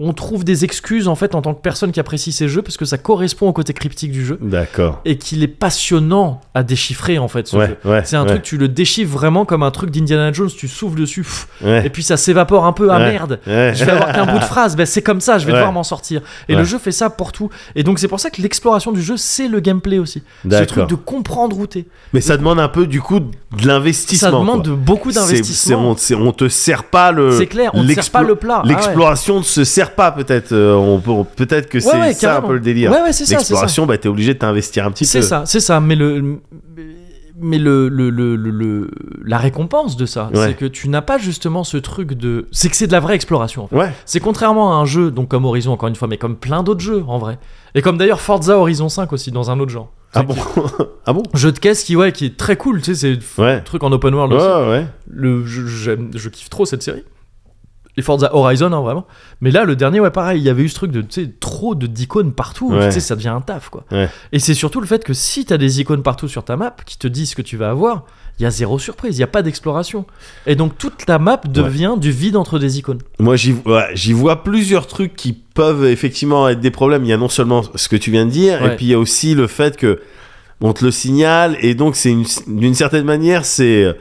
Speaker 1: on trouve des excuses en fait en tant que personne qui apprécie ces jeux parce que ça correspond au côté cryptique du jeu
Speaker 2: D'accord.
Speaker 1: et qu'il est passionnant à déchiffrer en fait. ce jeu.
Speaker 2: Ouais, ouais.
Speaker 1: C'est un
Speaker 2: ouais,
Speaker 1: truc, tu le déchiffres vraiment comme un truc d'Indiana Jones, tu souffles dessus, pff,
Speaker 2: Ouais.
Speaker 1: et puis ça s'évapore un peu, ah
Speaker 2: Ouais.
Speaker 1: merde,
Speaker 2: Ouais.
Speaker 1: je vais avoir qu'un bout de phrase, ben, c'est comme ça, je vais
Speaker 2: Ouais.
Speaker 1: devoir m'en sortir. Et
Speaker 2: Ouais.
Speaker 1: le jeu fait ça pour tout. Et donc c'est pour ça que l'exploration du jeu, c'est le gameplay aussi. Ce truc
Speaker 2: D'accord.
Speaker 1: de comprendre où t'es.
Speaker 2: Mais ça demande un peu du coup de l'investissement.
Speaker 1: Ça demande
Speaker 2: quoi.
Speaker 1: de- beaucoup
Speaker 2: C'est- c'est-
Speaker 1: d'investissement.
Speaker 2: on, c'est- on te sert pas le.
Speaker 1: C'est clair, on ne sert pas
Speaker 2: l'explo-
Speaker 1: le plat. Ah ouais.
Speaker 2: L'exploration ne se sert pas peut-être. euh, on peut- on- peut-être que
Speaker 1: Ouais,
Speaker 2: c'est
Speaker 1: ouais,
Speaker 2: ça
Speaker 1: carrément.
Speaker 2: un peu le délire.
Speaker 1: Ouais, ouais, c'est ça, c'est ça.
Speaker 2: L'exploration, bah t'es obligé de t'investir un petit peu.
Speaker 1: C'est ça, c'est ça. Mais le, mais le, le, le- le- le- la récompense de ça,
Speaker 2: Ouais.
Speaker 1: c'est que tu n'as pas justement ce truc de. C'est que c'est de la vraie exploration. en fait.
Speaker 2: Ouais.
Speaker 1: C'est contrairement à un jeu, donc comme Horizon encore une fois, mais comme plein d'autres jeux en vrai, et comme d'ailleurs Forza Horizon 5 aussi dans un autre genre.
Speaker 2: Ah
Speaker 1: C'est
Speaker 2: bon.
Speaker 1: qui-
Speaker 2: ah bon.
Speaker 1: Jeu de caisse qui ouais qui est très cool, tu sais, c'est f-
Speaker 2: Ouais.
Speaker 1: un truc en open world
Speaker 2: Ouais,
Speaker 1: aussi.
Speaker 2: ouais.
Speaker 1: Le, je, j'aime- je kiffe trop cette série. Les Forza Horizon, hein, vraiment. Mais là, le dernier, ouais, pareil, il y avait eu ce truc de tu sais, trop de d'icônes partout.
Speaker 2: Ouais.
Speaker 1: Tu sais, ça devient un taf, quoi.
Speaker 2: Ouais.
Speaker 1: Et c'est surtout le fait que si t'as des icônes partout sur ta map qui te disent ce que tu vas avoir, il y a zéro surprise, il y a pas d'exploration. Et donc toute ta map devient du vide entre des icônes.
Speaker 2: Moi, j'y ouais, j'y vois plusieurs trucs qui peuvent effectivement être des problèmes. Il y a non seulement ce que tu viens de dire,
Speaker 1: Ouais.
Speaker 2: et puis il y a aussi le fait que on te le signale, et donc c'est une- d'une certaine manière, c'est euh,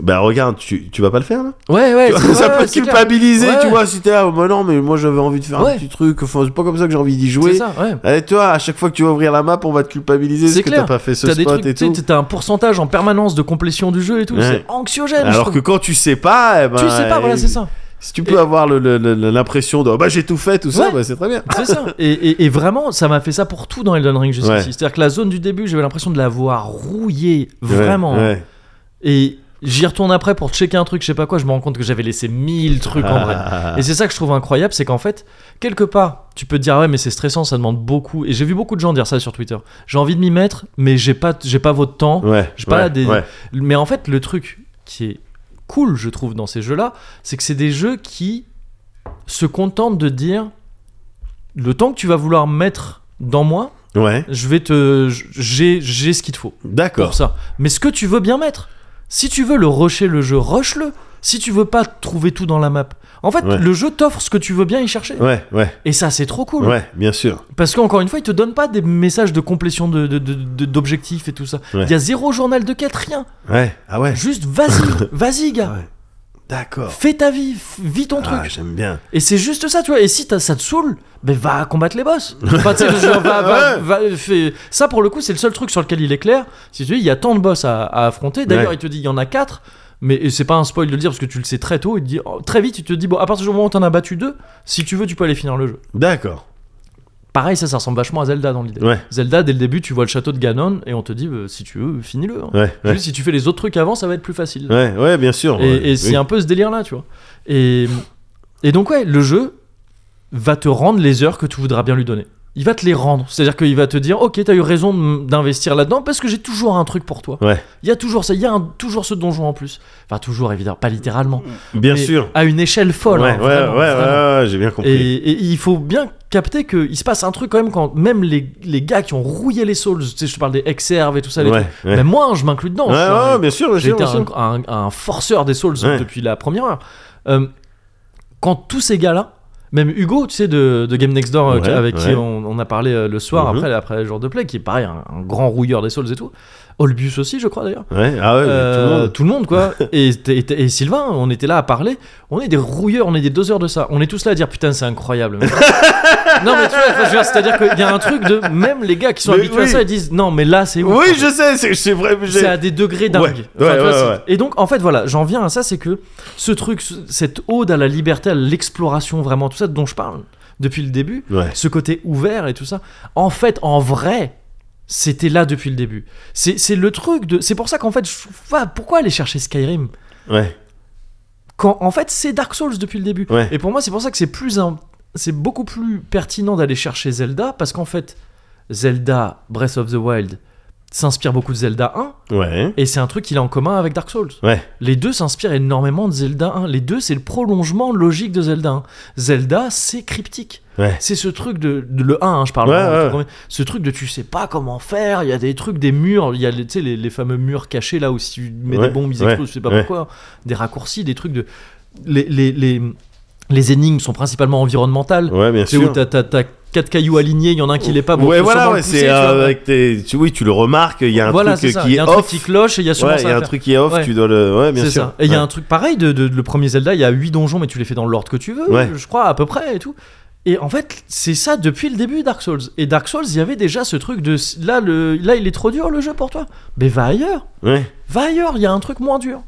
Speaker 2: bah regarde, tu, tu vas pas le faire là.
Speaker 1: Ouais, ouais.
Speaker 2: Tu vois,
Speaker 1: c'est- ouais,
Speaker 2: ça peut
Speaker 1: ouais,
Speaker 2: te
Speaker 1: c'est clair.
Speaker 2: culpabiliser,
Speaker 1: Ouais,
Speaker 2: tu
Speaker 1: ouais.
Speaker 2: vois, si t'es là, oh, bah non, mais moi j'avais envie de faire un
Speaker 1: Ouais.
Speaker 2: petit truc, enfin, c'est pas comme ça que j'ai envie d'y
Speaker 1: C'est
Speaker 2: jouer.
Speaker 1: ça, ouais.
Speaker 2: Allez, toi, à chaque fois que tu vas ouvrir la map, on va te culpabiliser
Speaker 1: C'est
Speaker 2: parce que
Speaker 1: clair.
Speaker 2: t'as pas fait ce
Speaker 1: T'as des
Speaker 2: spot
Speaker 1: trucs,
Speaker 2: et
Speaker 1: tu sais,
Speaker 2: tout.
Speaker 1: t'as un pourcentage en permanence de complétion du jeu et tout.
Speaker 2: Ouais.
Speaker 1: C'est anxiogène. je
Speaker 2: Alors
Speaker 1: trouve.
Speaker 2: que quand tu sais pas, eh ben,
Speaker 1: tu sais pas, voilà,
Speaker 2: eh,
Speaker 1: c'est ça.
Speaker 2: Si tu peux
Speaker 1: Et-
Speaker 2: avoir le- le- le- l'impression de, oh, bah j'ai tout fait, tout ça,
Speaker 1: Ouais.
Speaker 2: bah, c'est très bien.
Speaker 1: C'est ça. Et, et- et vraiment, ça m'a fait ça pour tout dans Elden Ring
Speaker 2: Ouais.
Speaker 1: jusqu'ici. C'est-à-dire que la zone du début, j'avais l'impression de l'avoir rouillée,
Speaker 2: Ouais,
Speaker 1: vraiment.
Speaker 2: ouais.
Speaker 1: Et j'y retourne après pour checker un truc, je sais pas quoi, je me rends compte que j'avais laissé mille trucs en vrai.
Speaker 2: Ah.
Speaker 1: Et c'est ça que je trouve incroyable, c'est qu'en fait, quelque part, tu peux te dire, ah ouais, mais c'est stressant, ça demande beaucoup. Et j'ai vu beaucoup de gens dire ça sur Twitter. J'ai envie de m'y mettre, mais j'ai pas, j'ai pas votre temps.
Speaker 2: Ouais.
Speaker 1: J'ai pas
Speaker 2: ouais,
Speaker 1: la dé-
Speaker 2: ouais.
Speaker 1: Mais en fait, le truc qui est cool, je trouve, dans ces jeux-là, c'est que c'est des jeux qui se contentent de dire le temps que tu vas vouloir mettre dans moi,
Speaker 2: Ouais.
Speaker 1: je vais te. J'ai j'ai ce qu'il te faut pour
Speaker 2: D'accord.
Speaker 1: ça. Mais ce que tu veux bien mettre, si tu veux le rusher le jeu, rush-le. Si tu veux pas trouver tout dans la map. En fait,
Speaker 2: Ouais.
Speaker 1: le jeu t'offre ce que tu veux bien y chercher.
Speaker 2: Ouais, ouais,
Speaker 1: Et ça, c'est trop cool.
Speaker 2: ouais, bien sûr.
Speaker 1: Parce qu'encore une fois, il te donne pas des messages de complétion de- de- de- de- d'objectifs de, et tout ça. Il
Speaker 2: Ouais.
Speaker 1: y a zéro journal de quête, rien.
Speaker 2: Ouais, ah ouais, Ah
Speaker 1: Juste vas-y, vas-y gars,
Speaker 2: Ouais. d'accord.
Speaker 1: fais ta vie, f- vis ton
Speaker 2: Ah,
Speaker 1: truc.
Speaker 2: j'aime bien.
Speaker 1: Et c'est juste ça, tu vois. Et si t'as- ça te saoule, ben va combattre les boss. Enfin, tu sais, genre, va- va-
Speaker 2: Ouais.
Speaker 1: va- fais- Ça pour le coup, c'est le seul truc sur lequel il est clair. Si tu dis, il y a tant de boss à, à affronter. D'ailleurs,
Speaker 2: Ouais.
Speaker 1: il te dit, il y en a quatre. Mais et c'est pas un spoil de le dire parce que tu le sais très tôt. Il te dit oh, très vite, il te dit bon, à partir du moment où t'en as battu deux, si tu veux, tu peux aller finir le jeu.
Speaker 2: D'accord.
Speaker 1: Pareil, ça, ça ressemble vachement à Zelda dans l'idée.
Speaker 2: Ouais,
Speaker 1: Zelda, dès le début, tu vois le château de Ganon et on te dit euh, si tu veux, finis-le. hein.
Speaker 2: ouais, ouais,
Speaker 1: Juste si tu fais les autres trucs avant, ça va être plus facile.
Speaker 2: ouais, ouais, bien sûr.
Speaker 1: Et,
Speaker 2: Ah ouais.
Speaker 1: et c'est
Speaker 2: Oui.
Speaker 1: un peu ce délire là, tu vois. Et, et donc, ouais, le jeu va te rendre les heures que tu voudras bien lui donner. Il va te les rendre. C'est-à-dire qu'il va te dire Ok, t'as eu raison de m- d'investir là-dedans parce que j'ai toujours un truc pour toi.
Speaker 2: Ouais.
Speaker 1: Il y a toujours ça, il y a un- toujours ce donjon en plus. Enfin, toujours, évidemment, pas littéralement.
Speaker 2: Bien
Speaker 1: mais
Speaker 2: sûr.
Speaker 1: À une échelle folle.
Speaker 2: ouais,
Speaker 1: hein,
Speaker 2: ouais,
Speaker 1: vraiment,
Speaker 2: ouais, ouais,
Speaker 1: vraiment.
Speaker 2: ouais, ouais, j'ai bien
Speaker 1: Et,
Speaker 2: compris.
Speaker 1: et il faut bien capter qu'il se passe un truc quand même quand même les, les gars qui ont rouillé les souls, tu sais, je te parle des Exerve et tout ça,
Speaker 2: ouais,
Speaker 1: les
Speaker 2: ouais.
Speaker 1: trucs. Même moi, hein, je m'inclus dedans.
Speaker 2: Ouais,
Speaker 1: je suis
Speaker 2: ouais,
Speaker 1: un-
Speaker 2: bien sûr, bien sûr,
Speaker 1: J'étais
Speaker 2: bien sûr.
Speaker 1: un, un- un forceur des Souls
Speaker 2: Ouais.
Speaker 1: depuis la première heure. Euh, quand tous ces gars-là, même Hugo, tu sais, de, de Game Next Door, euh,
Speaker 2: Ouais,
Speaker 1: avec qui
Speaker 2: ouais.
Speaker 1: on, on a parlé euh, le soir
Speaker 2: Mhm.
Speaker 1: après, après le jour de play, qui est pareil, un, un grand rouilleur des Souls et tout. Olbius aussi, je crois d'ailleurs.
Speaker 2: Ouais, ah ouais,
Speaker 1: Euh,
Speaker 2: tout le monde.
Speaker 1: quoi. et, t- et t- et Sylvain, on était là à parler. On est des rouilleurs, on est des deux heures de ça. On est tous là à dire putain, c'est incroyable. mec. non, mais tu vois, enfin, je veux dire, c'est-à-dire qu'il y a un truc de même les gars qui sont
Speaker 2: Mais
Speaker 1: habitués à
Speaker 2: oui.
Speaker 1: ça, ils disent non, mais là, c'est ouf.
Speaker 2: Oui, je sais, c'est- c'est vrai. mais j'ai-
Speaker 1: C'est à des degrés dingues.
Speaker 2: Ouais,
Speaker 1: Enfin,
Speaker 2: ouais,
Speaker 1: tu vois,
Speaker 2: ouais,
Speaker 1: c'est-
Speaker 2: ouais.
Speaker 1: Et donc, en fait, voilà, j'en viens à ça, c'est que ce truc, ce- cette ode à la liberté, à l'exploration, vraiment, tout ça dont je parle depuis le début,
Speaker 2: Ouais.
Speaker 1: ce côté ouvert et tout ça, en fait, en vrai, c'était là depuis le début. C'est c'est le truc de. C'est pour ça qu'en fait, je trouve pas- pourquoi aller chercher Skyrim
Speaker 2: Ouais,
Speaker 1: Quand en fait, c'est Dark Souls depuis le début.
Speaker 2: Ouais.
Speaker 1: Et pour moi, c'est pour ça que c'est plus un- c'est beaucoup plus pertinent d'aller chercher Zelda parce qu'en fait, Zelda Breath of the Wild s'inspire beaucoup de Zelda 1
Speaker 2: Ouais.
Speaker 1: et c'est un truc qu'il a en commun avec Dark Souls.
Speaker 2: Ouais.
Speaker 1: Les deux s'inspirent énormément de Zelda 1. Les deux, c'est le prolongement logique de Zelda 1. Zelda, c'est cryptique.
Speaker 2: Ouais.
Speaker 1: C'est ce truc de, de- le 1, hein, je parle.
Speaker 2: Ouais,
Speaker 1: hein,
Speaker 2: ouais,
Speaker 1: le premier. Ce truc de tu sais pas comment faire. Il y a des trucs, des murs. Il y a les, tu sais, les, les fameux murs cachés là où si tu mets
Speaker 2: Ouais,
Speaker 1: des bombes, ils
Speaker 2: ouais,
Speaker 1: explosent. Je sais pas
Speaker 2: ouais.
Speaker 1: pourquoi. Des raccourcis, des trucs de. Les, les, les, les énigmes sont principalement environnementales.
Speaker 2: Ouais, bien
Speaker 1: c'est où
Speaker 2: sûr.
Speaker 1: t'as, t'as, t'as quatre cailloux alignés, il y en a un qui l'est pas. bon,
Speaker 2: ouais,
Speaker 1: faut
Speaker 2: voilà,
Speaker 1: sûrement le
Speaker 2: ouais,
Speaker 1: pousser,
Speaker 2: c'est
Speaker 1: tu vois.
Speaker 2: euh, avec tes- tu- oui, tu le remarques, il y a un
Speaker 1: voilà, c'est
Speaker 2: truc euh,
Speaker 1: ça.
Speaker 2: qui
Speaker 1: Il y
Speaker 2: est
Speaker 1: a un
Speaker 2: off.
Speaker 1: truc qui cloche et il y a sûrement
Speaker 2: ouais, il
Speaker 1: ça
Speaker 2: y
Speaker 1: à
Speaker 2: a un
Speaker 1: faire.
Speaker 2: truc qui est off,
Speaker 1: Ouais.
Speaker 2: tu dois le ouais, bien
Speaker 1: C'est
Speaker 2: sûr.
Speaker 1: ça. Et il y a
Speaker 2: Ouais.
Speaker 1: un truc pareil de, de- de le premier Zelda, il y a 8 donjons, mais tu les fais dans l'ordre que tu veux,
Speaker 2: Ouais.
Speaker 1: je crois, à peu près et tout. Et en fait, c'est ça depuis le début Dark Souls. Et Dark Souls, il y avait déjà ce truc de là, le, là, il est trop dur le jeu pour toi. Mais va ailleurs,
Speaker 2: Ouais.
Speaker 1: va ailleurs, il y a un truc moins dur.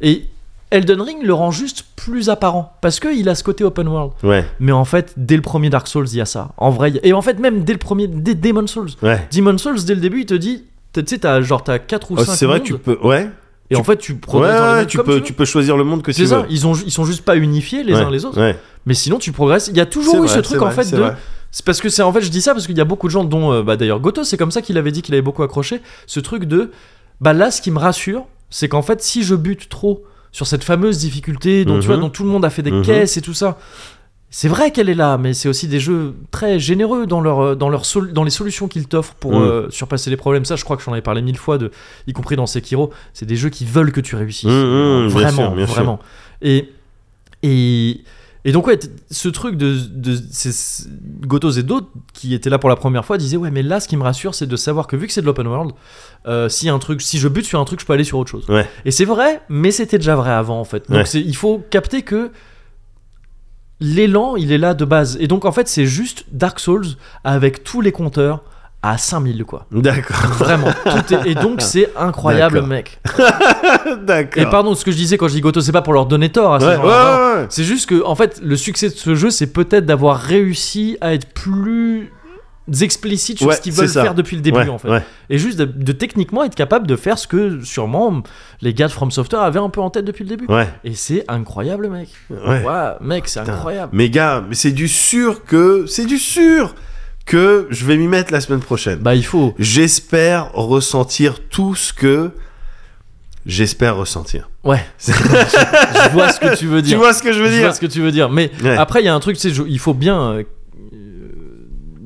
Speaker 1: Et Elden Ring le rend juste plus apparent parce qu'il a ce côté open world.
Speaker 2: Ouais.
Speaker 1: Mais en fait, dès le premier Dark Souls, il y a ça. En vrai, il y a- et en fait, même dès le premier, dès Demon Souls.
Speaker 2: Ouais.
Speaker 1: Demon Souls, dès le début, il te dit, tu sais, t'as genre t'as 4 ou
Speaker 2: Oh,
Speaker 1: 5
Speaker 2: c'est vrai que tu peux ouais.
Speaker 1: Et en
Speaker 2: tu-
Speaker 1: fait, tu
Speaker 2: Ouais,
Speaker 1: progresses dans les
Speaker 2: ouais,
Speaker 1: modes
Speaker 2: tu
Speaker 1: comme
Speaker 2: peux
Speaker 1: veux.
Speaker 2: tu peux choisir le monde que tu
Speaker 1: C'est
Speaker 2: veux.
Speaker 1: ça, ils, ont, ju- ils sont juste pas unifiés les
Speaker 2: Ouais,
Speaker 1: uns les autres.
Speaker 2: ouais.
Speaker 1: Mais sinon, tu progresses. Il y a toujours
Speaker 2: C'est
Speaker 1: eu ce
Speaker 2: vrai,
Speaker 1: truc
Speaker 2: c'est
Speaker 1: en
Speaker 2: vrai,
Speaker 1: fait
Speaker 2: c'est
Speaker 1: de.
Speaker 2: vrai.
Speaker 1: C'est parce que c'est en fait, je dis ça parce qu'il y a beaucoup de gens, dont euh, bah, d'ailleurs Goto, c'est comme ça qu'il avait dit qu'il avait beaucoup accroché. Ce truc de. Bah là, ce qui me rassure, c'est qu'en fait, si je bute trop sur cette fameuse difficulté dont, tu vois,
Speaker 2: Mhm.
Speaker 1: dont tout le monde a fait des
Speaker 2: Mhm.
Speaker 1: caisses et tout ça. C'est vrai qu'elle est là, mais c'est aussi des jeux très généreux dans, leur, euh, dans, leur sol- dans les solutions qu'ils t'offrent pour
Speaker 2: Mhm.
Speaker 1: euh, surpasser les problèmes. Ça, je crois que j'en avais parlé mille fois, de, y compris dans Sekiro. C'est des jeux qui veulent que tu réussisses.
Speaker 2: Mhm, mhm, bien
Speaker 1: vraiment,
Speaker 2: sûr, bien sûr.
Speaker 1: vraiment. Et, et, et donc, ouais, t- ce truc de, de c'est- c'est- Gotos et d'autres qui étaient là pour la première fois disaient Ouais, mais là, ce qui me rassure, c'est de savoir que vu que c'est de l'open world, euh, si, un truc, si je bute sur un truc, je peux aller sur autre chose.
Speaker 2: Ouais.
Speaker 1: Et c'est vrai, mais c'était déjà vrai avant, en fait. Donc,
Speaker 2: Ouais.
Speaker 1: c'est- il faut capter que l'élan, il est là de base. Et donc, en fait, c'est juste Dark Souls avec tous les compteurs à 5000, quoi.
Speaker 2: D'accord.
Speaker 1: Vraiment. Tout est- et donc, c'est incroyable,
Speaker 2: D'accord.
Speaker 1: mec.
Speaker 2: D'accord.
Speaker 1: Et pardon, ce que je disais quand je dis Goto, c'est pas pour leur donner tort à ces
Speaker 2: Ouais,
Speaker 1: gens-là,
Speaker 2: ouais,
Speaker 1: vraiment.
Speaker 2: ouais, ouais.
Speaker 1: C'est juste que, en fait, le succès de ce jeu, c'est peut-être d'avoir réussi à être plus explicite sur
Speaker 2: Ouais,
Speaker 1: ce qu'ils
Speaker 2: c'est
Speaker 1: veulent
Speaker 2: ça.
Speaker 1: faire depuis le début,
Speaker 2: Ouais,
Speaker 1: en fait.
Speaker 2: ouais.
Speaker 1: Et juste de, de techniquement être capable de faire ce que sûrement les gars de From Software avaient un peu en tête depuis le début.
Speaker 2: Ouais.
Speaker 1: Et c'est incroyable, mec.
Speaker 2: Ouais.
Speaker 1: Ouais, mec, c'est
Speaker 2: Putain.
Speaker 1: incroyable.
Speaker 2: Mais gars, mais c'est du sûr que c'est du sûr que je vais m'y mettre la semaine prochaine.
Speaker 1: Bah, il faut.
Speaker 2: J'espère ressentir tout ce que j'espère ressentir.
Speaker 1: Ouais. je vois ce que tu veux
Speaker 2: Tu
Speaker 1: dire.
Speaker 2: vois ce que je veux
Speaker 1: Je vois
Speaker 2: dire
Speaker 1: ce que tu veux dire. Mais
Speaker 2: Ouais.
Speaker 1: après, il y a un truc, tu sais, je- il faut bien. euh,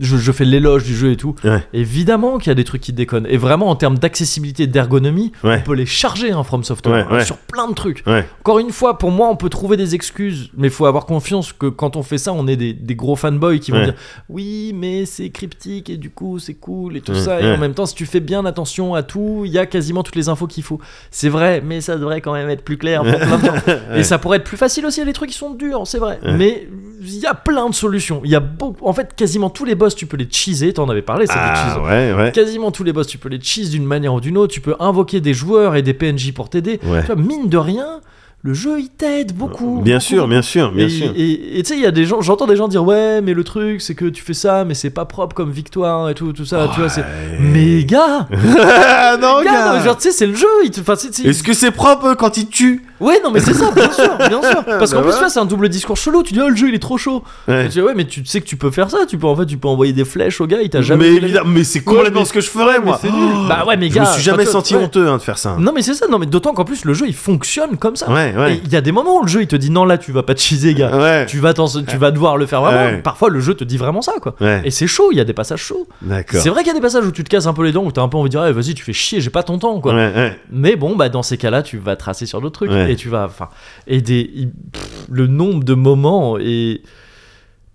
Speaker 1: je, je fais l'éloge du jeu et tout.
Speaker 2: Ouais.
Speaker 1: Évidemment qu'il y a des trucs qui déconnent. Et vraiment, en termes d'accessibilité et d'ergonomie, on
Speaker 2: Ouais.
Speaker 1: peut les charger, hein, From Software,
Speaker 2: Ouais,
Speaker 1: hein,
Speaker 2: ouais.
Speaker 1: sur plein de trucs.
Speaker 2: Ouais.
Speaker 1: Encore une fois, pour moi, on peut trouver des excuses, mais il faut avoir confiance que quand on fait ça, on est des, des gros fanboys qui vont
Speaker 2: Ouais.
Speaker 1: dire Oui, mais c'est cryptique et du coup, c'est cool et tout
Speaker 2: Ouais,
Speaker 1: ça. Et
Speaker 2: ouais.
Speaker 1: en même temps, si tu fais bien attention à tout, il y a quasiment toutes les infos qu'il faut. C'est vrai, mais ça devrait quand même être plus clair pour plein de gens.
Speaker 2: Ouais.
Speaker 1: Et ça pourrait être plus facile aussi, il y a des trucs qui sont durs, c'est vrai.
Speaker 2: Ouais.
Speaker 1: Mais il y a plein de solutions. Il y a beaucoup, en fait, quasiment tous les boss, tu peux les cheeser. T'en avais parlé, ça, des hein. cheese.
Speaker 2: Ah ouais, ouais.
Speaker 1: Quasiment tous les boss, tu peux les cheese d'une manière ou d'une autre. Tu peux invoquer des joueurs et des PNJ pour t'aider.
Speaker 2: Ouais.
Speaker 1: Tu vois, mine de rien, le jeu, il t'aide beaucoup.
Speaker 2: Bien
Speaker 1: beaucoup.
Speaker 2: sûr, bien sûr, bien
Speaker 1: Et-
Speaker 2: sûr.
Speaker 1: Et et tu sais, il y a des gens, j'entends des gens dire ouais, mais le truc, c'est que tu fais ça, mais c'est pas propre comme victoire et tout, tout ça. Tu vois, c'est.
Speaker 2: Ouais.
Speaker 1: Mais gars,
Speaker 2: Ah, non,
Speaker 1: gars, non,
Speaker 2: gars.
Speaker 1: mais genre, tu sais, c'est le jeu. Il te... enfin, tu sais,
Speaker 2: Est-ce que c'est propre euh, quand il tue
Speaker 1: Ouais, non, mais c'est ça, bien sûr, bien sûr. Parce
Speaker 2: Bah
Speaker 1: qu'en plus,
Speaker 2: ouais.
Speaker 1: tu vois, c'est un double discours chelou. Tu dis, oh, le jeu, il est trop chaud.
Speaker 2: Ouais.
Speaker 1: Et tu dis, ouais, mais tu sais que tu peux faire ça. Tu peux, en fait, tu peux envoyer des flèches au gars, il t'a jamais.
Speaker 2: Mais
Speaker 1: fait la-
Speaker 2: évidemment, mais c'est complètement
Speaker 1: mais-
Speaker 2: ce que je ferais
Speaker 1: Mais
Speaker 2: moi.
Speaker 1: c'est nul. Bah ouais, mais
Speaker 2: Je
Speaker 1: gars.
Speaker 2: me suis
Speaker 1: enfin,
Speaker 2: jamais
Speaker 1: tu vois,
Speaker 2: senti
Speaker 1: ouais.
Speaker 2: honteux hein, de faire ça.
Speaker 1: Non, mais c'est ça, non, mais d'autant qu'en plus, le jeu, il fonctionne comme ça.
Speaker 2: Ouais,
Speaker 1: Et
Speaker 2: ouais.
Speaker 1: Il y a des moments où le jeu, il te dit, non, là, tu vas pas te cheeser, gars.
Speaker 2: Ouais.
Speaker 1: Tu vas, t'en- tu vas devoir le faire vraiment.
Speaker 2: Ouais.
Speaker 1: Parfois, le jeu te dit vraiment ça, quoi.
Speaker 2: Ouais.
Speaker 1: Et c'est chaud, il y a des passages chauds.
Speaker 2: D'accord.
Speaker 1: C'est vrai qu'il y a des passages où tu te casses un peu les dents, où t'as un peu envie de dire, Eh, vas-y, tu fais chier, j'ai pas ton temps, quoi.
Speaker 2: Ouais, ouais.
Speaker 1: Mais bon, bah dans ces cas-là, tu vas tracer sur d'autres trucs
Speaker 2: Ouais.
Speaker 1: et tu vas, enfin, et des, il- pff, le nombre de moments et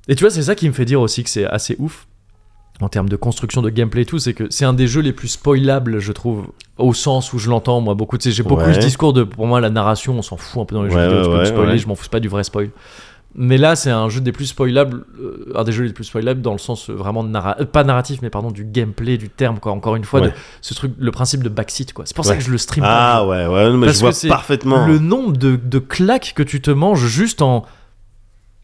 Speaker 1: et tu vois, c'est ça qui me fait dire aussi que c'est assez ouf en termes de construction de gameplay et tout, c'est que c'est un des jeux les plus spoilables, je trouve, au sens où je l'entends moi beaucoup. Tu sais, j'ai beaucoup
Speaker 2: Ouais.
Speaker 1: eu ce discours de, pour moi, la narration, on s'en fout un peu dans les
Speaker 2: Ouais,
Speaker 1: jeux vidéo,
Speaker 2: ouais,
Speaker 1: tu peux me
Speaker 2: ouais,
Speaker 1: spoiler,
Speaker 2: ouais.
Speaker 1: je m'en fous c'est pas du vrai spoil. Mais là, c'est un jeu des plus spoilables, euh, un des jeux les plus spoilables dans le sens euh, vraiment de narra- euh, pas narratif, mais pardon du gameplay, du terme quoi. Encore une fois,
Speaker 2: Ouais.
Speaker 1: de- ce truc, le principe de backseat quoi. C'est pour ça
Speaker 2: Ouais.
Speaker 1: que je le stream. pas.
Speaker 2: Ah ouais, ouais, non, mais
Speaker 1: Parce
Speaker 2: je
Speaker 1: que
Speaker 2: vois
Speaker 1: c'est
Speaker 2: parfaitement.
Speaker 1: Le nombre de, de claques que tu te manges juste en,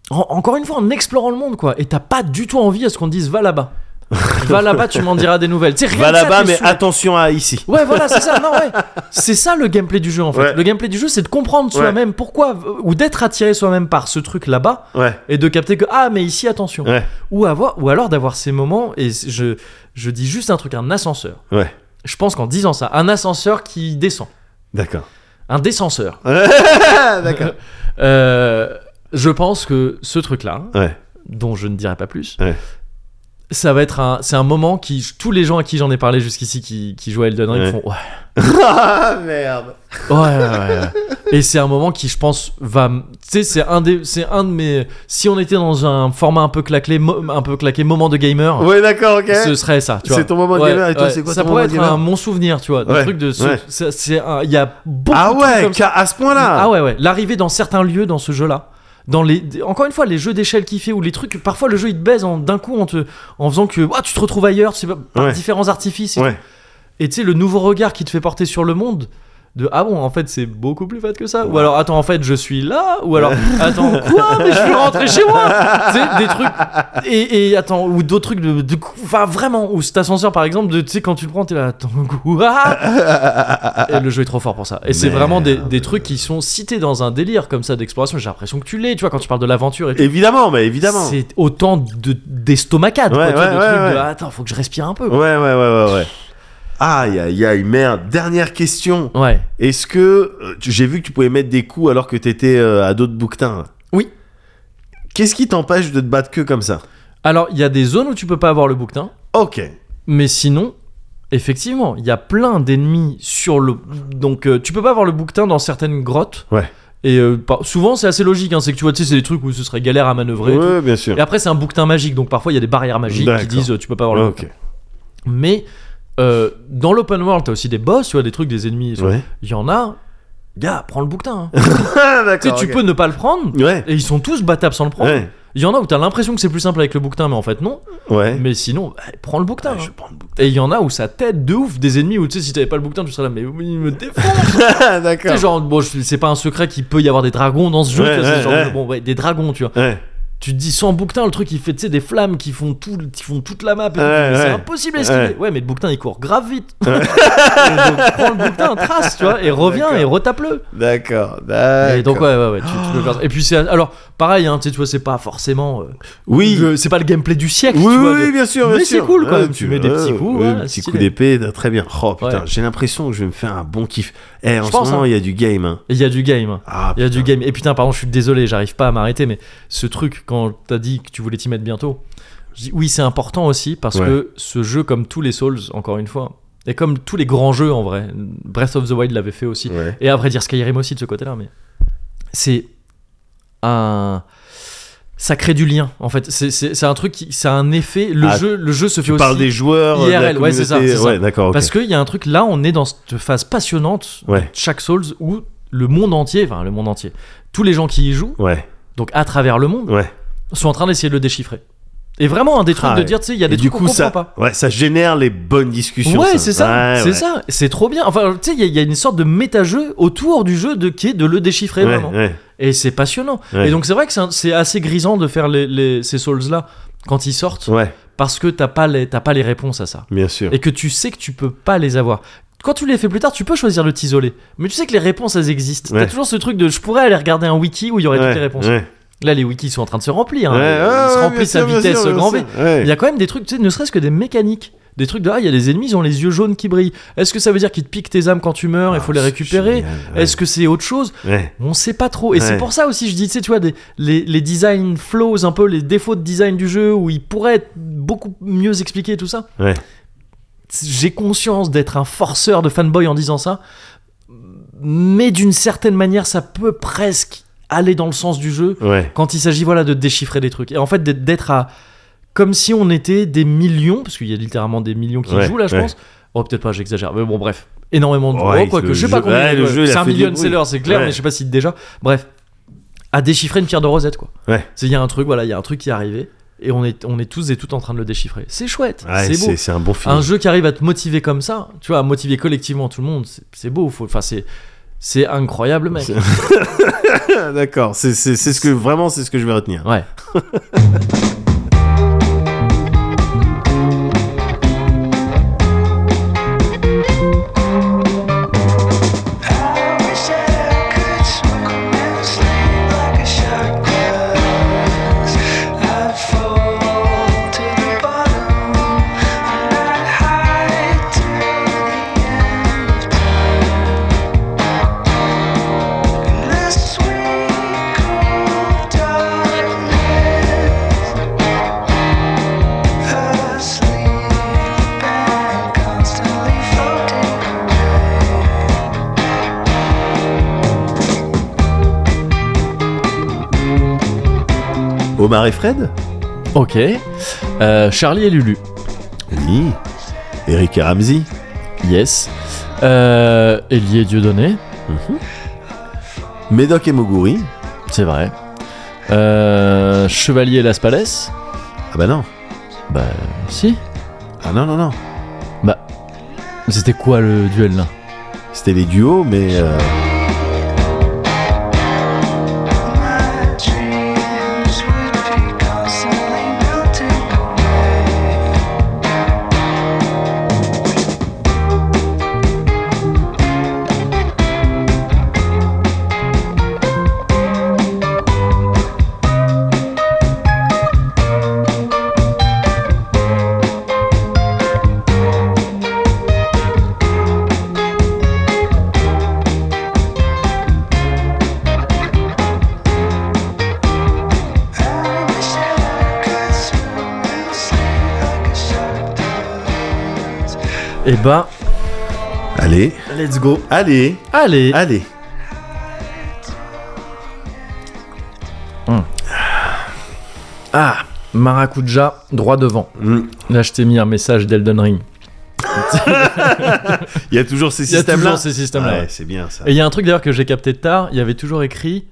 Speaker 1: en- Encore une fois, en explorant le monde, quoi. Et t'as pas du tout envie à ce qu'on te dise va là-bas. Va là-bas, tu m'en diras des nouvelles. Tu sais, rien
Speaker 2: Va
Speaker 1: que ça,
Speaker 2: là-bas,
Speaker 1: t'es
Speaker 2: mais
Speaker 1: saoulé.
Speaker 2: attention à ici.
Speaker 1: Ouais, voilà, c'est ça. Non, ouais. C'est ça le gameplay du jeu en fait.
Speaker 2: Ouais.
Speaker 1: Le gameplay du jeu, c'est de comprendre
Speaker 2: Ouais.
Speaker 1: soi-même pourquoi ou d'être attiré soi-même par ce truc là-bas
Speaker 2: Ouais.
Speaker 1: et de capter que ah mais ici attention.
Speaker 2: Ouais.
Speaker 1: Ou avoir ou alors d'avoir ces moments et c- je je dis juste un truc un ascenseur.
Speaker 2: Ouais.
Speaker 1: Je pense qu'en disant ça, un ascenseur qui descend,
Speaker 2: D'accord.
Speaker 1: un descenseur.
Speaker 2: D'accord.
Speaker 1: Euh, je pense que ce truc là,
Speaker 2: Ouais.
Speaker 1: dont je ne dirai pas plus.
Speaker 2: Ouais.
Speaker 1: Ça va être un, c'est un moment qui tous les gens à qui j'en ai parlé jusqu'ici qui, qui jouent à Elden Ring
Speaker 2: Ouais.
Speaker 1: font ouais,
Speaker 2: ah merde.
Speaker 1: Ouais, ouais, ouais, ouais. Et c'est un moment qui, je pense, va. m- Tu sais, c'est un des, c'est un de mes. Si on était dans un format un peu claqué, mo- un peu claqué, moment de gamer,
Speaker 2: Ouais, d'accord, ok.
Speaker 1: ce serait ça. tu vois.
Speaker 2: C'est ton moment de
Speaker 1: Ouais,
Speaker 2: gamer et toi,
Speaker 1: ouais.
Speaker 2: c'est quoi
Speaker 1: Ça
Speaker 2: ton
Speaker 1: pourrait
Speaker 2: moment de
Speaker 1: être
Speaker 2: gamer
Speaker 1: un mon souvenir, tu vois. Un
Speaker 2: Ouais,
Speaker 1: truc de. ce-
Speaker 2: ouais.
Speaker 1: ça- C'est un. Il y a beaucoup.
Speaker 2: Ah
Speaker 1: de trucs
Speaker 2: ouais,
Speaker 1: comme ça.
Speaker 2: ca- à ce point-là.
Speaker 1: Ah ouais, ouais. L'arrivée dans certains lieux dans ce jeu-là. Dans les, encore une fois, les jeux d'échelle qu'il fait ou les trucs, parfois le jeu il te baise en- d'un coup en, te, en faisant que ah, tu te retrouves ailleurs, tu sais pas, par
Speaker 2: Ouais.
Speaker 1: différents artifices. et
Speaker 2: Ouais.
Speaker 1: et tu sais, le nouveau regard qui te fait porter sur le monde, de ah bon, en fait, c'est beaucoup plus fat que ça. Ou alors, attends, en fait, je suis là. Ou alors, attends, quoi Mais je suis rentré chez moi Tu sais, des trucs. Et, et attends, ou d'autres trucs de. de- Enfin, vraiment, ou cet ascenseur, par exemple, de tu sais, quand tu le prends, t'es là, attends, quoi Et le jeu est trop fort pour ça. Et c'est
Speaker 2: Merde.
Speaker 1: vraiment des, des trucs qui sont cités dans un délire comme ça d'exploration. J'ai l'impression que tu l'es, tu vois, quand tu parles de l'aventure et tout.
Speaker 2: Évidemment, mais évidemment. Ouais,
Speaker 1: C'est autant de- d'estomacades,
Speaker 2: Ouais,
Speaker 1: quoi, tu vois,
Speaker 2: ouais,
Speaker 1: de
Speaker 2: ouais,
Speaker 1: trucs de,
Speaker 2: ouais.
Speaker 1: attends, faut que je respire un peu. quoi.
Speaker 2: ouais, ouais, ouais, ouais. Aïe, aïe, aïe, merde. Dernière question.
Speaker 1: ouais.
Speaker 2: Est-ce que euh, tu- j'ai vu que tu pouvais mettre des coups alors que t'étais euh, à dos de bouquetin là.
Speaker 1: Oui.
Speaker 2: Qu'est-ce qui t'empêche de te battre que comme ça
Speaker 1: Alors, il y a des zones où tu peux pas avoir le bouquetin,
Speaker 2: Ok.
Speaker 1: mais sinon, effectivement, il y a plein d'ennemis sur le. Donc, euh, tu peux pas avoir le bouquetin dans certaines grottes.
Speaker 2: Ouais.
Speaker 1: Et euh, par- souvent, c'est assez logique, hein, c'est que tu vois, tu sais, c'est des trucs où ce serait galère à manœuvrer. et tout.
Speaker 2: Ouais, bien sûr.
Speaker 1: Et après, c'est un bouquetin magique, donc parfois, il y a des barrières magiques qui
Speaker 2: D'accord.
Speaker 1: disent euh, tu peux pas avoir le
Speaker 2: Ok.
Speaker 1: bouquetin. Mais euh, dans l'open world, t'as aussi des boss, tu vois, des trucs, des ennemis. et tout. Il
Speaker 2: Ouais.
Speaker 1: y en a, gars, prends le bouquetin. hein. tu sais,
Speaker 2: D'accord.
Speaker 1: tu peux ne pas le prendre,
Speaker 2: Ouais.
Speaker 1: et ils sont tous battables sans le prendre. Il
Speaker 2: Ouais.
Speaker 1: y en a où t'as l'impression que c'est plus simple avec le bouquetin, mais en fait, non.
Speaker 2: Ouais.
Speaker 1: Mais sinon, bah, prends le bouquetin.
Speaker 2: Ouais,
Speaker 1: hein.
Speaker 2: je prends le bouquetin.
Speaker 1: Et il y en a où ça t'aide de ouf des ennemis où tu sais si t'avais pas le bouquetin tu serais là mais il me défonce Tu sais,
Speaker 2: D'accord.
Speaker 1: genre bon je- c'est pas un secret qu'il peut y avoir des dragons dans ce jeu
Speaker 2: Ouais,
Speaker 1: tu vois, c'est
Speaker 2: ouais,
Speaker 1: genre,
Speaker 2: ouais.
Speaker 1: bon ouais des dragons tu vois
Speaker 2: Ouais.
Speaker 1: tu te dis sans bouquetin le truc il fait tu sais des flammes qui font tout qui font toute la map et tout,
Speaker 2: Ouais,
Speaker 1: mais c'est
Speaker 2: ouais.
Speaker 1: impossible à esquiver ouais.
Speaker 2: Ouais.
Speaker 1: mais le bouquetin il court grave vite donc prends le bouquetin trace tu vois et reviens
Speaker 2: D'accord.
Speaker 1: et retape le
Speaker 2: D'accord.
Speaker 1: et donc
Speaker 2: D'accord.
Speaker 1: ouais ouais ouais tu, tu peux faire ça. et puis c'est alors pareil hein, tu sais, tu vois c'est pas forcément euh,
Speaker 2: Oui.
Speaker 1: le- c'est pas le gameplay du siècle
Speaker 2: Oui,
Speaker 1: tu vois,
Speaker 2: oui,
Speaker 1: de-
Speaker 2: bien sûr,
Speaker 1: Mais
Speaker 2: bien
Speaker 1: c'est
Speaker 2: sûr.
Speaker 1: cool, quand
Speaker 2: Ouais,
Speaker 1: même, tu mets des petits
Speaker 2: ouais,
Speaker 1: coups,
Speaker 2: ouais,
Speaker 1: voilà,
Speaker 2: petits
Speaker 1: stylé.
Speaker 2: coups d'épée, t'as- très bien. Oh putain,
Speaker 1: Ouais.
Speaker 2: j'ai l'impression que je vais me faire un bon kiff. Eh, en
Speaker 1: Je
Speaker 2: ce
Speaker 1: pense,
Speaker 2: moment,
Speaker 1: hein.
Speaker 2: il y a du game. Hein.
Speaker 1: il y a du game hein.
Speaker 2: Ah,
Speaker 1: Il y a
Speaker 2: putain.
Speaker 1: du game. Et putain, pardon, je suis désolé, j'arrive pas à m'arrêter, mais ce truc, quand t'as dit que tu voulais t'y mettre bientôt, je dis oui, c'est important aussi parce
Speaker 2: Ouais.
Speaker 1: que ce jeu, comme tous les Souls, encore une fois, et comme tous les grands jeux en vrai, Breath of the Wild l'avait fait aussi,
Speaker 2: Ouais.
Speaker 1: et après dire Skyrim aussi de ce côté-là, mais c'est un. Ça crée du lien en fait. C'est- C'est c'est un truc qui. C'est un effet. Le,
Speaker 2: Ah,
Speaker 1: jeu, le jeu se fait
Speaker 2: Tu
Speaker 1: aussi.
Speaker 2: parles des joueurs. euh, de la
Speaker 1: IRL, ouais, c'est ça,
Speaker 2: communauté.
Speaker 1: c'est ça.
Speaker 2: Ouais, d'accord. ok.
Speaker 1: Parce qu'il y a un truc là, on est dans cette phase passionnante
Speaker 2: Ouais,
Speaker 1: de chaque Souls où le monde entier, enfin le monde entier, tous les gens qui y jouent
Speaker 2: ouais,
Speaker 1: donc à travers le monde,
Speaker 2: ouais.
Speaker 1: sont en train d'essayer de le déchiffrer. Et vraiment, un des trucs
Speaker 2: Ah
Speaker 1: de
Speaker 2: ouais.
Speaker 1: dire, tu sais, il y a des
Speaker 2: Et du
Speaker 1: trucs qu'on
Speaker 2: coup,
Speaker 1: comprend
Speaker 2: ça,
Speaker 1: pas.
Speaker 2: ouais, ça génère les bonnes discussions.
Speaker 1: Ouais, c'est ça,
Speaker 2: Ouais,
Speaker 1: c'est
Speaker 2: ouais.
Speaker 1: ça, c'est trop bien. Enfin, tu sais, il y, a- il y a une sorte de méta-jeu autour du jeu de, qui est de le déchiffrer
Speaker 2: Ouais,
Speaker 1: vraiment.
Speaker 2: ouais.
Speaker 1: Et c'est passionnant.
Speaker 2: Ouais.
Speaker 1: Et donc, c'est vrai que c'est un- c'est assez grisant de faire les, les- ces Souls-là quand ils sortent,
Speaker 2: Ouais,
Speaker 1: parce que t'as pas, les- t'as pas les réponses à ça.
Speaker 2: bien sûr.
Speaker 1: Et que tu sais que tu peux pas les avoir. Quand tu les fais plus tard, tu peux choisir de t'isoler. Mais tu sais que les réponses, elles existent.
Speaker 2: Ouais.
Speaker 1: T'as toujours ce truc de je pourrais aller regarder un wiki où il y aurait
Speaker 2: ouais,
Speaker 1: toutes les réponses.
Speaker 2: ouais,
Speaker 1: Là, les wikis sont en train de se remplir. hein.
Speaker 2: ouais,
Speaker 1: ils se
Speaker 2: ouais, bien
Speaker 1: remplissent
Speaker 2: sûr,
Speaker 1: à
Speaker 2: bien
Speaker 1: vitesse
Speaker 2: sûr, bien
Speaker 1: grand V.
Speaker 2: sûr. Ouais.
Speaker 1: Il y a quand même des trucs, tu sais, ne serait-ce que des mécaniques. Des trucs de ah, il y a des ennemis, ils ont les yeux jaunes qui brillent. Est-ce que ça veut dire qu'ils te piquent tes âmes quand tu meurs Il faut les
Speaker 2: Ah,
Speaker 1: récupérer
Speaker 2: génial, ouais.
Speaker 1: Est-ce que c'est autre chose
Speaker 2: Ouais.
Speaker 1: On sait pas trop. Et c'est
Speaker 2: Ouais.
Speaker 1: pour ça aussi, je dis, tu sais, tu vois, des, les, les design flows, un peu les défauts de design du jeu où ils pourraient être beaucoup mieux expliqués tout ça.
Speaker 2: Ouais.
Speaker 1: J'ai conscience d'être un forceur de fanboy en disant ça, mais d'une certaine manière, ça peut presque aller dans le sens du jeu
Speaker 2: Ouais.
Speaker 1: quand il s'agit voilà de déchiffrer des trucs et en fait d'être- d'être à comme si on était des millions parce qu'il y a littéralement des millions qui
Speaker 2: Ouais,
Speaker 1: jouent là je
Speaker 2: ouais.
Speaker 1: pense oh peut-être pas j'exagère mais bon bref énormément de
Speaker 2: Ouais,
Speaker 1: oh, quoi
Speaker 2: le
Speaker 1: que je sais pas
Speaker 2: jeu-
Speaker 1: combien
Speaker 2: ouais, le
Speaker 1: ouais,
Speaker 2: jeu, il a
Speaker 1: c'est un
Speaker 2: fait des
Speaker 1: million
Speaker 2: bruits.
Speaker 1: seller c'est clair
Speaker 2: Ouais.
Speaker 1: mais je sais pas si déjà bref à déchiffrer une pierre de rosette quoi
Speaker 2: Ouais.
Speaker 1: c'est il y a un truc voilà il y a un truc qui est arrivé et on est on est tous et toutes en train de le déchiffrer c'est chouette
Speaker 2: Ouais,
Speaker 1: c'est beau
Speaker 2: c'est un bon film.
Speaker 1: un jeu qui arrive à te motiver comme ça tu vois à motiver collectivement tout le monde c'est- c'est beau faut enfin c'est c'est incroyable mec
Speaker 2: C'est-
Speaker 1: Ah,
Speaker 2: D'accord, c'est c'est- c'est ce que vraiment c'est ce que je vais retenir.
Speaker 1: ouais hein.
Speaker 2: Omar et Fred
Speaker 1: Ok. Euh, Charlie et Lulu.
Speaker 2: Oui. Eric et Ramsey
Speaker 1: Yes. Euh, Elie Dieudonné.
Speaker 2: Médoc et Moguri
Speaker 1: C'est vrai. Euh, Chevalier et Las Palais.
Speaker 2: Ah bah non.
Speaker 1: Bah, si.
Speaker 2: Ah non, non, non.
Speaker 1: Bah, c'était quoi le duel là
Speaker 2: C'était les duos, mais... euh,
Speaker 1: Eh bah,
Speaker 2: Allez.
Speaker 1: let's go.
Speaker 2: Allez.
Speaker 1: Allez.
Speaker 2: Allez.
Speaker 1: Ah, Maracuja, droit devant.
Speaker 2: Mm.
Speaker 1: Là, je t'ai mis un message d'Elden Ring.
Speaker 2: Il y a toujours ces
Speaker 1: Il y a
Speaker 2: systèmes-là.
Speaker 1: toujours ces systèmes-là. ouais.
Speaker 2: Ouais, c'est bien ça.
Speaker 1: Et il y a un truc d'ailleurs que j'ai capté tard, il y avait toujours écrit,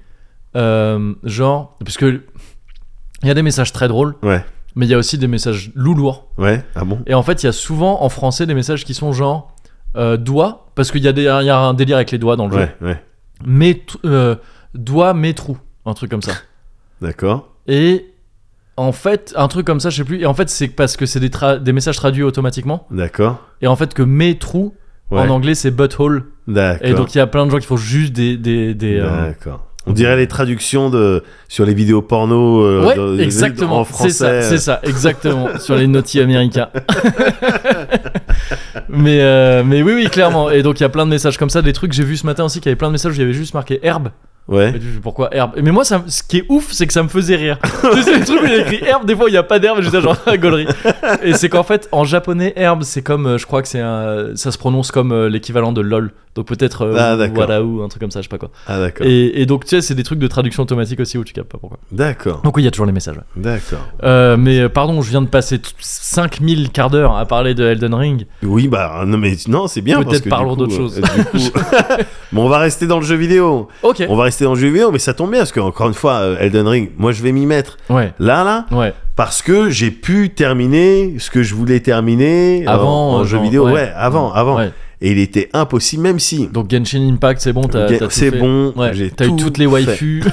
Speaker 1: euh, genre, parce que il y a des messages très drôles,
Speaker 2: Ouais.
Speaker 1: mais il y a aussi des messages loulours.
Speaker 2: Ouais. Ah bon
Speaker 1: Et en fait, il y a souvent en français des messages qui sont genre euh, doigt, parce qu'il y, a des- il y a un délire avec les doigts dans le jeu.
Speaker 2: Ouais, ouais.
Speaker 1: Mais t- euh, doigt, mais trou, un truc comme ça.
Speaker 2: D'accord.
Speaker 1: Et en fait, un truc comme ça, je sais plus. Et en fait, c'est parce que c'est des, tra- des messages traduits automatiquement.
Speaker 2: D'accord.
Speaker 1: Et en fait, que mes trous
Speaker 2: Ouais.
Speaker 1: en anglais c'est butthole.
Speaker 2: D'accord.
Speaker 1: Et donc il y a plein de gens qui font juste des des, des, euh,
Speaker 2: D'accord. On dirait les traductions de sur les vidéos porno euh,
Speaker 1: Ouais,
Speaker 2: de- de- en
Speaker 1: exactement.
Speaker 2: français.
Speaker 1: C'est ça,
Speaker 2: euh.
Speaker 1: c'est ça, exactement. sur les naughty américains. mais, euh, mais oui, oui, clairement. Et donc, il y a plein de messages comme ça. Des trucs que j'ai vu ce matin aussi, qu'il y avait plein de messages où il y avait juste marqué herbe.
Speaker 2: euh, Ouais.
Speaker 1: Et tu fais, pourquoi herbe Mais moi, ça, ce qui est ouf, c'est que ça me faisait rire. tu sais, le truc où il y a écrit herbe, des fois, il n'y a pas d'herbe, et j'étais genre, ah, gaulerie. Et c'est qu'en fait, en japonais, herbe, c'est comme, euh, je crois que c'est un. Ça se prononce comme euh, l'équivalent de lol. Donc peut-être euh,
Speaker 2: Ah, d'accord.
Speaker 1: voilà ou un truc comme ça, je sais pas quoi.
Speaker 2: Ah d'accord.
Speaker 1: Et, et donc, tu sais, c'est des trucs de traduction automatique aussi où tu capes pas pourquoi.
Speaker 2: D'accord.
Speaker 1: Donc, oui, il y a toujours les messages. ouais.
Speaker 2: D'accord.
Speaker 1: Euh, mais euh, pardon, je viens de passer t- 5000 quarts d'heure à parler de Elden Ring.
Speaker 2: Oui, bah non, mais non, c'est bien.
Speaker 1: Peut-être
Speaker 2: parce que du
Speaker 1: parlons
Speaker 2: coup,
Speaker 1: d'autre
Speaker 2: euh,
Speaker 1: chose.
Speaker 2: du coup- mais on va rester dans le jeu vidéo.
Speaker 1: Ok.
Speaker 2: On va rester dans le jeu vidéo, mais ça tombe bien parce que encore une fois, euh, Elden Ring, moi je vais m'y mettre
Speaker 1: Ouais.
Speaker 2: là, là,
Speaker 1: Ouais.
Speaker 2: parce que j'ai pu terminer ce que je voulais terminer en-
Speaker 1: Avant,
Speaker 2: en,
Speaker 1: euh,
Speaker 2: jeu
Speaker 1: genre,
Speaker 2: vidéo.
Speaker 1: ouais.
Speaker 2: Ouais, avant, avant.
Speaker 1: Ouais.
Speaker 2: Et il était impossible, même si.
Speaker 1: Donc Genshin Impact, c'est bon, t'as
Speaker 2: Ga-
Speaker 1: t'as tout
Speaker 2: c'est
Speaker 1: fait.
Speaker 2: bon,
Speaker 1: Ouais.
Speaker 2: j'ai
Speaker 1: T'as eu
Speaker 2: tout
Speaker 1: toutes les
Speaker 2: fait.
Speaker 1: waifus.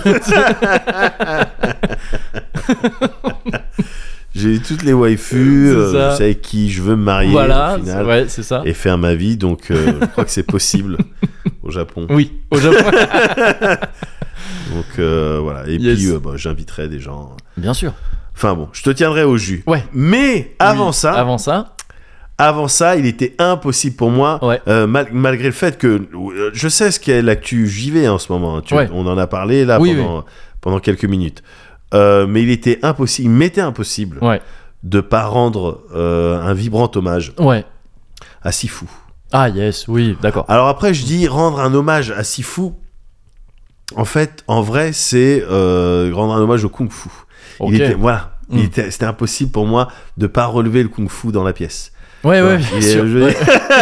Speaker 2: J'ai eu toutes les waifus,
Speaker 1: C'est
Speaker 2: euh,
Speaker 1: ça.
Speaker 2: je sais avec qui je veux me marier
Speaker 1: voilà.
Speaker 2: au final,
Speaker 1: Ouais, c'est ça.
Speaker 2: et faire ma vie, donc euh, je crois que c'est possible au Japon.
Speaker 1: Oui. Au Japon.
Speaker 2: Donc euh, voilà, et
Speaker 1: Yes.
Speaker 2: puis euh, bah, j'inviterai des gens.
Speaker 1: Bien sûr.
Speaker 2: Enfin bon, je te tiendrai au jus.
Speaker 1: Ouais.
Speaker 2: Mais avant
Speaker 1: Oui.
Speaker 2: ça, avant...
Speaker 1: Avant ça.
Speaker 2: ça, il était impossible pour moi,
Speaker 1: Ouais.
Speaker 2: euh, mal- malgré le fait que euh, je sais ce qu'est l'actu JV en ce moment. hein, tu-
Speaker 1: Ouais.
Speaker 2: On en a parlé là
Speaker 1: Oui,
Speaker 2: pendant, pendant quelques minutes. Euh, mais il était impossible, il m'était impossible
Speaker 1: Ouais.
Speaker 2: de pas rendre euh, un vibrant hommage
Speaker 1: Ouais.
Speaker 2: à Sifu.
Speaker 1: Ah yes, oui, d'accord.
Speaker 2: Alors après, je dis rendre un hommage à Sifu. En fait, en vrai, c'est euh, rendre un hommage au Kung Fu.
Speaker 1: Ok.
Speaker 2: Il était, voilà. Il
Speaker 1: Mm.
Speaker 2: était- C'était impossible pour moi de pas relever le kung fu dans la pièce.
Speaker 1: Ouais, Eh ouais,
Speaker 2: Voilà.
Speaker 1: bien
Speaker 2: Il est-
Speaker 1: sûr.
Speaker 2: je veux dire-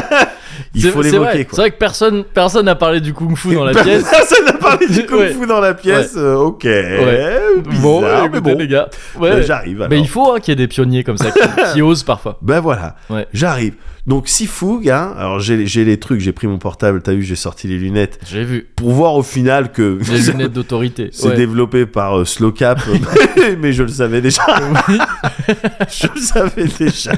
Speaker 2: Il
Speaker 1: C'est-
Speaker 2: faut
Speaker 1: c'est vrai.
Speaker 2: l'évoquer.
Speaker 1: C'est
Speaker 2: quoi.
Speaker 1: vrai que personne, personne n'a parlé du kung fu dans la pièce.
Speaker 2: Personne n'a parlé du kung
Speaker 1: Ouais.
Speaker 2: fu dans la pièce. euh, ok. Bizarre,
Speaker 1: bon,
Speaker 2: mais
Speaker 1: écoutez,
Speaker 2: bon.
Speaker 1: les gars. Ouais.
Speaker 2: Ben, J'arrive. alors.
Speaker 1: mais il faut hein, qu'il y ait des pionniers comme ça qui, qui osent parfois.
Speaker 2: Ben voilà,
Speaker 1: Ouais.
Speaker 2: j'arrive. Donc Sifu, gars, alors j'ai j'ai les trucs, j'ai pris mon portable, t'as vu, j'ai sorti les lunettes
Speaker 1: J'ai vu.
Speaker 2: pour voir au final que
Speaker 1: Les lunettes d'autorité.
Speaker 2: c'est
Speaker 1: Ouais.
Speaker 2: développé par euh, Slowcap, mais je le savais déjà,
Speaker 1: Oui.
Speaker 2: je le savais déjà.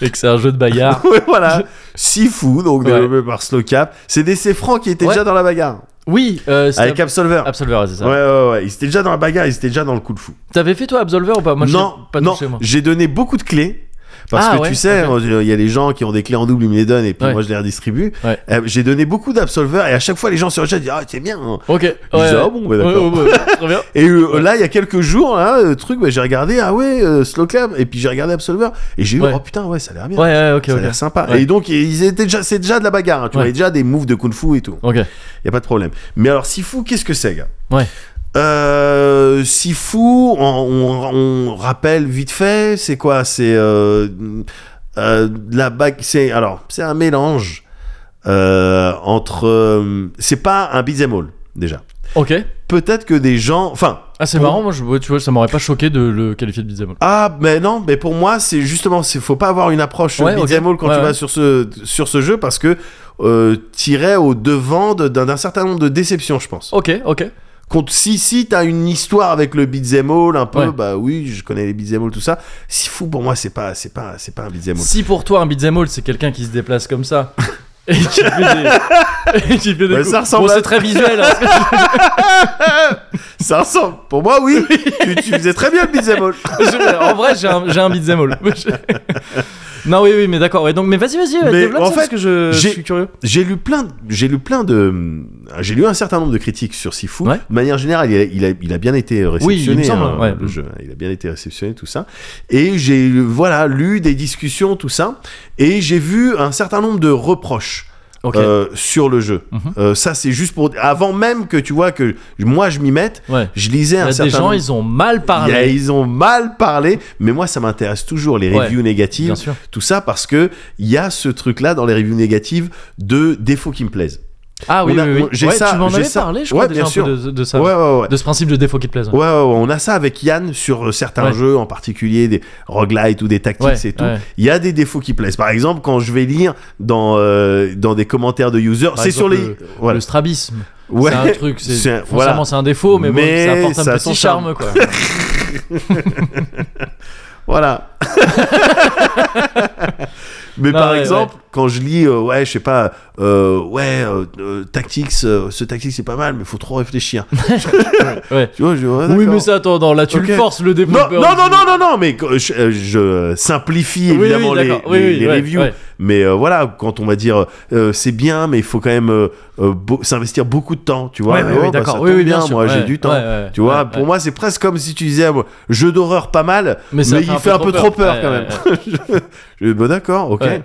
Speaker 1: et que c'est un jeu de bagarre.
Speaker 2: Ouais, voilà. Sifu, donc
Speaker 1: Ah. Ouais.
Speaker 2: développé par Slowcap. C'est des Cefrans qui étaient
Speaker 1: Ouais.
Speaker 2: déjà dans la bagarre.
Speaker 1: Oui, euh, c'était
Speaker 2: Avec Absolver.
Speaker 1: Absolver, c'est ça.
Speaker 2: Ouais, ouais, ouais. Ils étaient déjà dans la bagarre, ils étaient déjà dans le coup de fou.
Speaker 1: T'avais fait toi Absolver ou pas Moi, je
Speaker 2: non,
Speaker 1: l'ai pas
Speaker 2: non.
Speaker 1: touché moi.
Speaker 2: J'ai donné beaucoup de clés. Parce
Speaker 1: Ah,
Speaker 2: que
Speaker 1: ouais,
Speaker 2: tu sais, euh, il y a les gens qui ont des clés en double, ils me les donnent et puis
Speaker 1: Ouais.
Speaker 2: moi je les redistribue.
Speaker 1: Ouais.
Speaker 2: Euh, J'ai donné beaucoup d'absolvers et à chaque fois les gens sur le chat disent Ah, c'est bien. hein.
Speaker 1: Ok. Ouais.
Speaker 2: Ils disent,
Speaker 1: ouais.
Speaker 2: Ah bon, bah, d'accord.
Speaker 1: Ouais, ouais, ouais, très bien.
Speaker 2: Et euh, là, il y a quelques jours, là, euh, truc, bah, j'ai regardé Ah ouais, euh, Slow Clap, et puis j'ai regardé Absolver et j'ai eu
Speaker 1: Ouais.
Speaker 2: Oh putain, ouais, ça a l'air bien.
Speaker 1: Ouais, ouais, ok,
Speaker 2: ça a
Speaker 1: ok.
Speaker 2: l'air sympa.
Speaker 1: Ouais.
Speaker 2: Et donc, ils étaient déjà, c'est déjà de la bagarre. hein, tu
Speaker 1: Ouais.
Speaker 2: vois, il y a déjà des moves de kung fu et tout.
Speaker 1: Ok.
Speaker 2: Il y a pas de problème. Mais alors, Sifu, qu'est-ce que c'est, gars
Speaker 1: Ouais.
Speaker 2: Euh, Sifu, on, on- on rappelle vite fait, c'est quoi C'est euh, euh, de la bague. C'est alors, c'est un mélange euh, entre. euh, c'est pas un beat'em all déjà.
Speaker 1: Ok.
Speaker 2: Peut-être que des gens, enfin,
Speaker 1: Ah, c'est
Speaker 2: Bon.
Speaker 1: marrant, moi, je, ouais, tu vois, ça m'aurait pas choqué de le qualifier de beat'em all.
Speaker 2: Ah mais non, mais pour moi c'est justement, c'est faut pas avoir une approche
Speaker 1: Ouais,
Speaker 2: beat
Speaker 1: ok.
Speaker 2: 'em all quand
Speaker 1: Ouais,
Speaker 2: tu vas
Speaker 1: ouais.
Speaker 2: sur ce sur ce jeu parce que euh, t'irais au devant de- d'un d'un certain nombre de déceptions, je pense.
Speaker 1: Ok, ok.
Speaker 2: Contre si si t'as une histoire avec le beat'em all un peu,
Speaker 1: Ouais.
Speaker 2: bah oui, je connais les beat'em all tout ça. Si fou pour moi c'est pas c'est pas c'est pas un beat'em all.
Speaker 1: Si pour toi un beat'em all c'est quelqu'un qui se déplace comme ça et qui fait des, et qui fait des
Speaker 2: Ouais,
Speaker 1: coups.
Speaker 2: ça ressemble
Speaker 1: bon,
Speaker 2: à-
Speaker 1: c'est très visuel. hein, parce
Speaker 2: Ça ressemble. Pour moi oui, tu, tu faisais très bien le beat'em all.
Speaker 1: que je- en vrai, j'ai un, j'ai un beat'em all. non, oui, oui, mais d'accord. ouais, donc, mais vas-y, vas-y, euh,
Speaker 2: Mais
Speaker 1: développe
Speaker 2: en
Speaker 1: ça,
Speaker 2: fait,
Speaker 1: parce que je, je
Speaker 2: j'ai-
Speaker 1: suis curieux.
Speaker 2: J'ai lu plein, j'ai lu plein de, j'ai lu un certain nombre de critiques sur Sifu.
Speaker 1: Ouais.
Speaker 2: De manière générale, il a, il a, il a bien été réceptionné.
Speaker 1: il me semble,
Speaker 2: hein,
Speaker 1: ouais.
Speaker 2: le jeu. Il a bien été réceptionné, tout ça. Et j'ai, voilà, lu des discussions, tout ça. Et j'ai vu un certain nombre de reproches.
Speaker 1: Ok.
Speaker 2: euh, sur le jeu.
Speaker 1: Mhm.
Speaker 2: Euh, ça, c'est juste pour. Avant même que tu vois que moi je m'y mette,
Speaker 1: ouais.
Speaker 2: je lisais
Speaker 1: Il y
Speaker 2: un
Speaker 1: a
Speaker 2: certain
Speaker 1: des gens,
Speaker 2: nombre-
Speaker 1: ils ont mal
Speaker 2: Il y a-
Speaker 1: parlé.
Speaker 2: ils ont mal parlé, mais moi ça m'intéresse toujours les
Speaker 1: Ouais.
Speaker 2: reviews négatives
Speaker 1: Bien sûr.
Speaker 2: tout ça parce que il y a ce truc là dans les reviews négatives de défauts qui me plaisent.
Speaker 1: Ah oui,
Speaker 2: On a-
Speaker 1: oui, oui.
Speaker 2: on- j'ai
Speaker 1: Ouais,
Speaker 2: ça-
Speaker 1: tu m'en
Speaker 2: j'ai
Speaker 1: avais
Speaker 2: ça.
Speaker 1: parlé, je crois,
Speaker 2: Ouais,
Speaker 1: déjà
Speaker 2: bien
Speaker 1: un
Speaker 2: sûr.
Speaker 1: peu de, de ça.
Speaker 2: ouais, ouais, ouais.
Speaker 1: De ce principe de défaut qui te plaise.
Speaker 2: Ouais, ouais, ouais, on a ça avec Yann sur euh, certains
Speaker 1: Ouais.
Speaker 2: jeux, en particulier des roguelites ou des tactiques
Speaker 1: Ouais,
Speaker 2: et tout. Il
Speaker 1: ouais.
Speaker 2: y a des défauts qui plaisent. Par exemple, quand je vais lire dans, euh, dans des commentaires de users,
Speaker 1: Par
Speaker 2: c'est sur les.
Speaker 1: exemple,
Speaker 2: voilà.
Speaker 1: Le strabisme.
Speaker 2: Ouais.
Speaker 1: C'est un truc, c'est,
Speaker 2: C'est un-
Speaker 1: foncièrement,
Speaker 2: voilà.
Speaker 1: c'est un défaut, mais, bon,
Speaker 2: Mais
Speaker 1: ça apporte un
Speaker 2: ça a son
Speaker 1: petit charme, quoi.
Speaker 2: Voilà. Mais
Speaker 1: Non,
Speaker 2: par
Speaker 1: ouais,
Speaker 2: exemple, quand je lis, euh, ouais, je sais pas, euh, ouais, euh, euh, Tactics, euh, ce Tactics c'est pas mal, mais faut trop réfléchir.
Speaker 1: Ouais.
Speaker 2: Tu vois, je ouais,
Speaker 1: Oui,
Speaker 2: d'accord.
Speaker 1: mais ça, attends, non, là, tu
Speaker 2: Ok.
Speaker 1: le forces, le
Speaker 2: Non,
Speaker 1: développeur.
Speaker 2: non, non, non, non, non, mais que- je, euh, je simplifie
Speaker 1: Oui, oui,
Speaker 2: évidemment les,
Speaker 1: d'accord. Oui,
Speaker 2: les-
Speaker 1: oui,
Speaker 2: les
Speaker 1: ouais,
Speaker 2: reviews.
Speaker 1: ouais.
Speaker 2: Mais euh, voilà, quand on va dire euh, c'est bien, mais il faut quand même euh, euh, beau- s'investir beaucoup de temps, tu vois.
Speaker 1: Ouais, ouais,
Speaker 2: Oh,
Speaker 1: ouais,
Speaker 2: bah,
Speaker 1: d'accord.
Speaker 2: ça
Speaker 1: Oui,
Speaker 2: tombe
Speaker 1: oui, bien sûr,
Speaker 2: moi j'ai
Speaker 1: ouais,
Speaker 2: du temps.
Speaker 1: ouais, ouais,
Speaker 2: tu vois,
Speaker 1: ouais,
Speaker 2: pour
Speaker 1: ouais.
Speaker 2: moi c'est presque comme si tu disais euh, jeu d'horreur pas mal, mais,
Speaker 1: ça
Speaker 2: il fait un peu trop peur, quand
Speaker 1: Ouais,
Speaker 2: même.
Speaker 1: ouais, ouais.
Speaker 2: Je- bon, d'accord, ok.
Speaker 1: Ouais.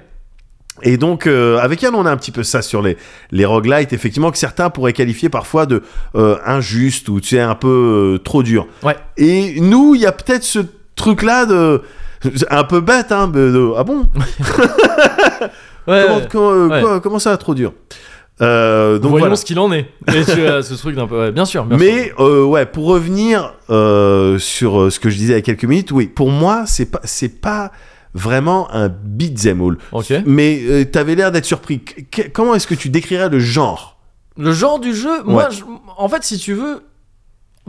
Speaker 2: Et donc, euh, avec Yann, on a un petit peu ça sur les, les roguelites, effectivement, que certains pourraient qualifier parfois de euh, injuste ou, tu sais, un peu euh, trop dur.
Speaker 1: Ouais.
Speaker 2: Et nous, il y a peut-être ce truc-là de. Un peu bête, hein, mais de- ah bon
Speaker 1: Ouais,
Speaker 2: comment,
Speaker 1: ouais.
Speaker 2: comment, euh,
Speaker 1: Ouais.
Speaker 2: quoi- comment ça, trop dur Euh, Donc
Speaker 1: Voyons
Speaker 2: voilà.
Speaker 1: ce qu'il en est. Et tu as ce truc d'un peu. ouais, bien sûr, bien sûr.
Speaker 2: Mais euh, ouais, pour revenir euh, sur euh, ce que je disais il y a quelques minutes, oui, pour moi, c'est pas c'est pas vraiment un beat'em all.
Speaker 1: Ok.
Speaker 2: Mais euh, t'avais l'air d'être surpris. Qu- qu- comment est-ce que tu décrirais le genre
Speaker 1: Le genre du jeu, moi,
Speaker 2: Ouais.
Speaker 1: je- en fait, si tu veux.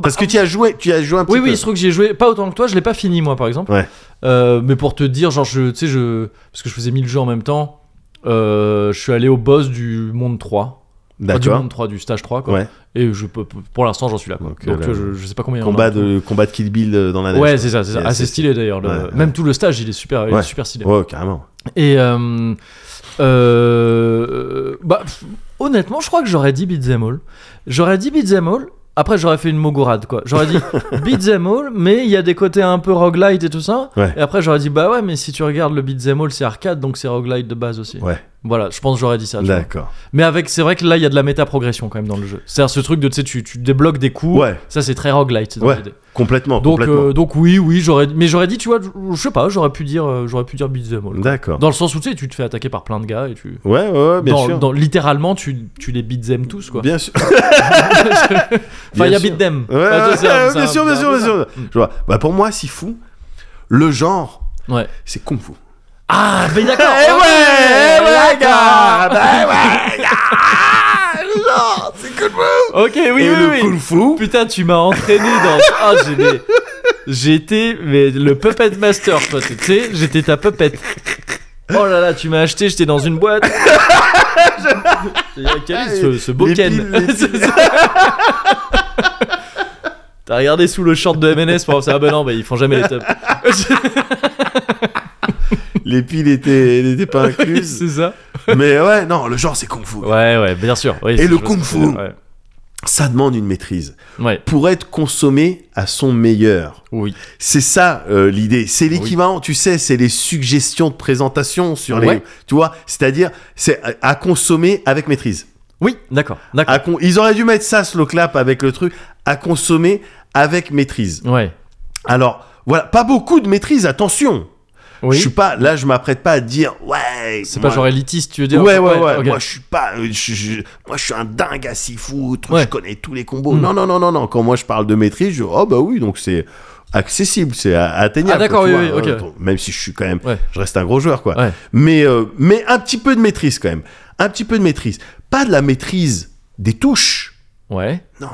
Speaker 2: Parce que tu y as joué, tu y as joué un petit
Speaker 1: Oui,
Speaker 2: peu.
Speaker 1: oui, il se trouve que j'ai joué pas autant que toi, je l'ai pas fini moi par exemple.
Speaker 2: Ouais.
Speaker 1: Euh, mais pour te dire, genre, je, tu sais, je. Parce que je faisais 1000 jeux en même temps, euh, je suis allé au boss du monde 3. Enfin, du
Speaker 2: D'accord.
Speaker 1: monde 3, du stage 3, quoi.
Speaker 2: Ouais.
Speaker 1: Et je peux, pour l'instant, j'en suis là. quoi.
Speaker 2: Donc,
Speaker 1: Donc,
Speaker 2: euh,
Speaker 1: tu vois, je, je sais pas combien il y en a.
Speaker 2: Combat de combat de Kill Bill euh, dans la neige.
Speaker 1: Ouais, c'est ça, c'est ça.
Speaker 2: C'est-
Speaker 1: Assez
Speaker 2: c'est-
Speaker 1: stylé d'ailleurs. le-
Speaker 2: Ouais, ouais.
Speaker 1: Même tout le stage, il est super, il est
Speaker 2: Ouais.
Speaker 1: super stylé.
Speaker 2: Ouais, carrément.
Speaker 1: Et euh, euh, bah, pff, honnêtement, je crois que j'aurais dit Beat'em All. J'aurais dit Beat'em All. Après, j'aurais fait une mogorade, quoi. J'aurais dit Beat'em All, mais il y a des côtés un peu roguelite et tout ça.
Speaker 2: Ouais.
Speaker 1: Et après, j'aurais dit, bah ouais, mais si tu regardes le Beat'em All, c'est arcade, donc c'est roguelite de base aussi.
Speaker 2: Ouais.
Speaker 1: Voilà, je pense que j'aurais dit ça. tu vois.
Speaker 2: D'accord.
Speaker 1: Mais avec, c'est vrai que là, il y a de la méta-progression quand même dans le jeu. C'est-à-dire ce truc de, tu sais, tu tu débloques des coups.
Speaker 2: Ouais.
Speaker 1: Ça, c'est très roguelite dans
Speaker 2: Ouais.
Speaker 1: l'idée.
Speaker 2: Complètement.
Speaker 1: Donc,
Speaker 2: complètement.
Speaker 1: euh, donc oui, oui, j'aurais, mais j'aurais dit, tu vois, je sais pas, j'aurais pu dire, euh, j'aurais pu dire Beat'em All.
Speaker 2: D'accord.
Speaker 1: Dans le sens où tu sais, tu te fais attaquer par plein de gars et tu.
Speaker 2: Ouais, ouais, ouais, bien
Speaker 1: dans,
Speaker 2: sûr.
Speaker 1: dans- littéralement, tu, tu les beat them tous, quoi.
Speaker 2: Bien sûr.
Speaker 1: enfin, il y
Speaker 2: bien
Speaker 1: a
Speaker 2: sûr.
Speaker 1: beat them.
Speaker 2: Ouais,
Speaker 1: Enfin,
Speaker 2: ouais,
Speaker 1: c'est un-
Speaker 2: ouais,
Speaker 1: c'est
Speaker 2: bien
Speaker 1: un-
Speaker 2: sûr,
Speaker 1: c'est
Speaker 2: bien
Speaker 1: un
Speaker 2: sûr,
Speaker 1: peu
Speaker 2: bien
Speaker 1: Ah, ça.
Speaker 2: sûr. Je vois. Bah pour moi, si fou, le genre,
Speaker 1: Ouais.
Speaker 2: c'est kung fu.
Speaker 1: Ah, mais d'accord.
Speaker 2: Eh ouais, eh ouais,
Speaker 1: d'accord.
Speaker 2: gars, bah ouais, gars, le genre, c'est kung fu.
Speaker 1: Ok, oui,
Speaker 2: Et
Speaker 1: oui,
Speaker 2: le
Speaker 1: oui.
Speaker 2: kung fu.
Speaker 1: Putain, tu m'as entraîné dans. Ah, j'ai mais- J'étais mais le puppet master, toi, tu sais, j'étais ta puppet. Oh là là, tu m'as acheté, j'étais dans une boîte. Il y a quel est ce, ce beau
Speaker 2: Ah, Les
Speaker 1: Ken
Speaker 2: piles, les
Speaker 1: C'est ça. T'as regardé sous le short de MNS pour ça Ah bah non, bah ils font jamais les tops.
Speaker 2: Les piles étaient, n'étaient pas incluses.
Speaker 1: c'est ça
Speaker 2: Mais ouais, non, le genre c'est kung fu.
Speaker 1: Ouais, ouais, bien sûr. oui, c'est-
Speaker 2: le
Speaker 1: je vois ce que
Speaker 2: kung-fu.
Speaker 1: tu veux dire,
Speaker 2: Ça demande une maîtrise
Speaker 1: Ouais. Ouais.
Speaker 2: pour être consommé à son meilleur.
Speaker 1: oui.
Speaker 2: C'est ça euh, l'idée. C'est l'équivalent, tu sais, c'est les suggestions de présentation sur les,
Speaker 1: Ouais.
Speaker 2: tu vois, c'est-à-dire c'est à, à consommer avec maîtrise.
Speaker 1: Oui, d'accord, d'accord.
Speaker 2: À con- Ils auraient dû mettre ça, le clap avec le truc, à consommer avec maîtrise.
Speaker 1: Ouais.
Speaker 2: Alors, voilà, pas beaucoup de maîtrise, attention.
Speaker 1: Oui.
Speaker 2: Je suis pas, là, je m'apprête pas à dire, ouais.
Speaker 1: C'est pas
Speaker 2: moi-
Speaker 1: genre élitiste, tu veux
Speaker 2: Ouais,
Speaker 1: dire
Speaker 2: ouais, ouais.
Speaker 1: ok.
Speaker 2: Moi, je suis pas. euh, je- je- moi, je suis un dingue à Sifu.
Speaker 1: Ouais.
Speaker 2: Je connais tous les combos.
Speaker 1: Mm.
Speaker 2: Non, non, non, non, non. Quand moi, je parle de maîtrise, je. Oh, bah oui, donc c'est accessible, c'est a- atteignable.
Speaker 1: Ah, d'accord,
Speaker 2: quoi, tu
Speaker 1: oui,
Speaker 2: vois,
Speaker 1: oui,
Speaker 2: hein,
Speaker 1: ok.
Speaker 2: donc, Même si je suis quand même.
Speaker 1: Ouais.
Speaker 2: Je reste un gros joueur, quoi.
Speaker 1: Ouais.
Speaker 2: Mais, euh, mais un petit peu de maîtrise, quand même. Un petit peu de maîtrise. Pas de la maîtrise des touches.
Speaker 1: Ouais.
Speaker 2: Non.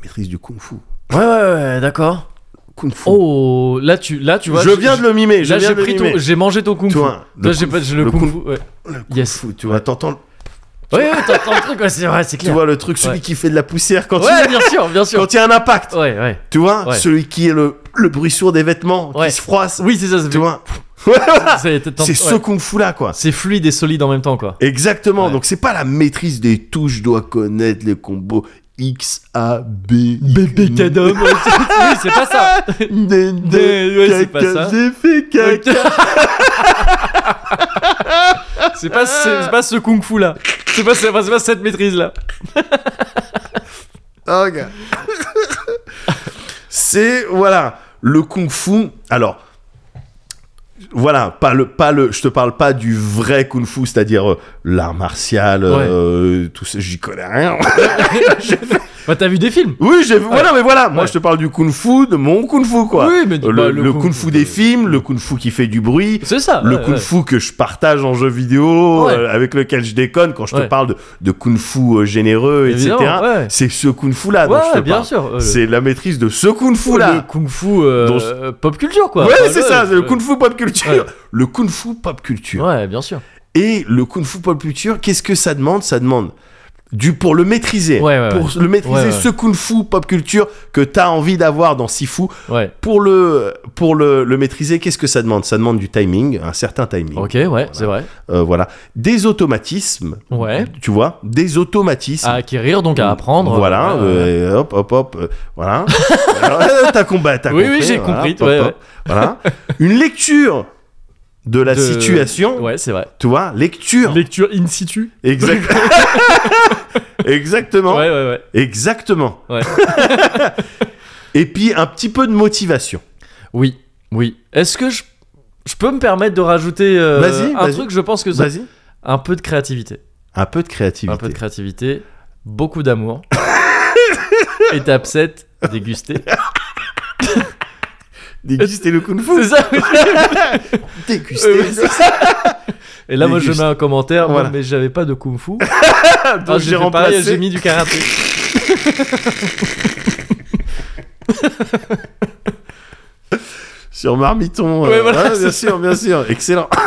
Speaker 2: Maîtrise du kung-fu.
Speaker 1: Ouais, ouais, ouais, d'accord.
Speaker 2: Kung-fu.
Speaker 1: Oh, là tu, là, tu vois.
Speaker 2: je viens de le mimer. Je
Speaker 1: Là,
Speaker 2: viens
Speaker 1: j'ai
Speaker 2: de le
Speaker 1: pris
Speaker 2: mimer.
Speaker 1: ton, j'ai mangé ton kung fu.
Speaker 2: Toi,
Speaker 1: Là,
Speaker 2: le
Speaker 1: j'ai
Speaker 2: kung-
Speaker 1: pas, j'ai le,
Speaker 2: le
Speaker 1: kung,
Speaker 2: kung-
Speaker 1: fu. Ouais. Yes.
Speaker 2: Kung-fu, Tu vois, t'entends.
Speaker 1: Ouais, ouais, t'entends le truc, ouais, c'est vrai, c'est
Speaker 2: Tu
Speaker 1: clair.
Speaker 2: vois le truc, celui
Speaker 1: Ouais.
Speaker 2: qui fait de la poussière quand
Speaker 1: ouais,
Speaker 2: il
Speaker 1: bien sûr, bien sûr.
Speaker 2: quand il y a un impact.
Speaker 1: Ouais, ouais.
Speaker 2: Tu vois,
Speaker 1: Ouais.
Speaker 2: celui qui est le, le bruit sourd des vêtements,
Speaker 1: Ouais.
Speaker 2: qui se froisse.
Speaker 1: Oui, c'est ça, c'est
Speaker 2: Tu vois,
Speaker 1: c'est t'entends-
Speaker 2: c'est ce
Speaker 1: ouais.
Speaker 2: kung fu là, quoi.
Speaker 1: C'est fluide et solide en même temps, quoi.
Speaker 2: Exactement.
Speaker 1: Ouais.
Speaker 2: Donc c'est pas la maîtrise des touches, je dois connaître les combos X A B
Speaker 1: Bébé cadom. oui, c'est pas ça.
Speaker 2: N, D,
Speaker 1: Ouais, c'est
Speaker 2: caca,
Speaker 1: pas ça.
Speaker 2: J'ai fait caca.
Speaker 1: c'est pas, c'est c'est pas ce kung fu là. C'est pas, c'est pas, c'est pas cette maîtrise là.
Speaker 2: Oh, gars. c'est voilà le kung fu. Alors voilà, pas le pas le je te parle pas du vrai kung fu, c'est-à-dire euh, l'art martial euh, tout ça, j'y connais rien.
Speaker 1: Bah, t'as vu des films
Speaker 2: oui, j'ai voilà mais voilà, moi
Speaker 1: Ouais.
Speaker 2: je te parle du kung fu, de mon kung fu quoi.
Speaker 1: Oui, mais
Speaker 2: Euh, le,
Speaker 1: bah,
Speaker 2: le kung, fu des films, le kung fu qui fait du bruit.
Speaker 1: C'est ça.
Speaker 2: Le
Speaker 1: ouais,
Speaker 2: kung
Speaker 1: ouais.
Speaker 2: fu que je partage en jeu vidéo,
Speaker 1: Ouais.
Speaker 2: euh, avec lequel je déconne quand je te
Speaker 1: Ouais.
Speaker 2: parle de, de kung fu euh, généreux, etc.
Speaker 1: Évidemment, ouais.
Speaker 2: C'est ce kung fu là dont
Speaker 1: Ouais,
Speaker 2: Ah, je te
Speaker 1: bien
Speaker 2: parle.
Speaker 1: sûr. euh, le-
Speaker 2: C'est la maîtrise de ce kung fu
Speaker 1: Le
Speaker 2: là.
Speaker 1: kung fu euh,
Speaker 2: Dont-
Speaker 1: euh, pop culture quoi.
Speaker 2: ouais,
Speaker 1: Enfin,
Speaker 2: c'est ça, c'est le
Speaker 1: ouais.
Speaker 2: kung fu pop culture.
Speaker 1: Ouais.
Speaker 2: Le kung fu pop culture.
Speaker 1: Ouais, bien sûr.
Speaker 2: Et le kung fu pop culture, qu'est-ce que ça demande Ça demande du pour le maîtriser,
Speaker 1: Ouais, ouais,
Speaker 2: pour
Speaker 1: ouais.
Speaker 2: le maîtriser,
Speaker 1: Ouais, ouais.
Speaker 2: ce kung fu pop culture que t'as envie d'avoir dans Sifu.
Speaker 1: Ouais.
Speaker 2: Pour le pour le, le maîtriser, qu'est-ce que ça demande Ça demande du timing, un certain timing.
Speaker 1: Ok, ouais, c'est vrai.
Speaker 2: Euh, voilà, des automatismes.
Speaker 1: Ouais.
Speaker 2: Tu vois, des automatismes.
Speaker 1: À acquérir donc à apprendre.
Speaker 2: Voilà,
Speaker 1: euh, ouais.
Speaker 2: euh, hop, hop, hop, euh, voilà. Alors, euh, t'as combat, t'as
Speaker 1: Oui, oui,
Speaker 2: compris.
Speaker 1: j'ai
Speaker 2: voilà,
Speaker 1: compris,
Speaker 2: hop,
Speaker 1: ouais,
Speaker 2: hop,
Speaker 1: ouais.
Speaker 2: Voilà. Une lecture de la
Speaker 1: De-
Speaker 2: situation,
Speaker 1: Ouais, c'est vrai.
Speaker 2: tu vois, lecture.
Speaker 1: Lecture in situ.
Speaker 2: Exact- exactement,
Speaker 1: Ouais, ouais, ouais.
Speaker 2: exactement.
Speaker 1: Ouais.
Speaker 2: Et puis un petit peu de motivation.
Speaker 1: Oui, oui. Est-ce que je, je peux me permettre de rajouter euh,
Speaker 2: Vas-y,
Speaker 1: un
Speaker 2: vas-y.
Speaker 1: truc Je pense que ça.
Speaker 2: Vas-y.
Speaker 1: Un peu de créativité.
Speaker 2: Un peu de créativité.
Speaker 1: Un peu de créativité. Beaucoup d'amour. Étape 7, déguster.
Speaker 2: Déguster le kung
Speaker 1: C'est
Speaker 2: fu.
Speaker 1: ça oui.
Speaker 2: Déguster.
Speaker 1: Euh, oui, c'est Et là, moi, je
Speaker 2: Déguster.
Speaker 1: mets un commentaire. ouais,
Speaker 2: Voilà.
Speaker 1: mais j'avais pas de kung fu.
Speaker 2: Donc,
Speaker 1: Ah,
Speaker 2: j'ai
Speaker 1: fait pareil,
Speaker 2: remplacé.
Speaker 1: J'ai mis du karaté.
Speaker 2: Sur Marmiton. euh,
Speaker 1: Ouais, voilà,
Speaker 2: voilà,
Speaker 1: c'est
Speaker 2: bien
Speaker 1: ça.
Speaker 2: sûr, bien sûr. Excellent.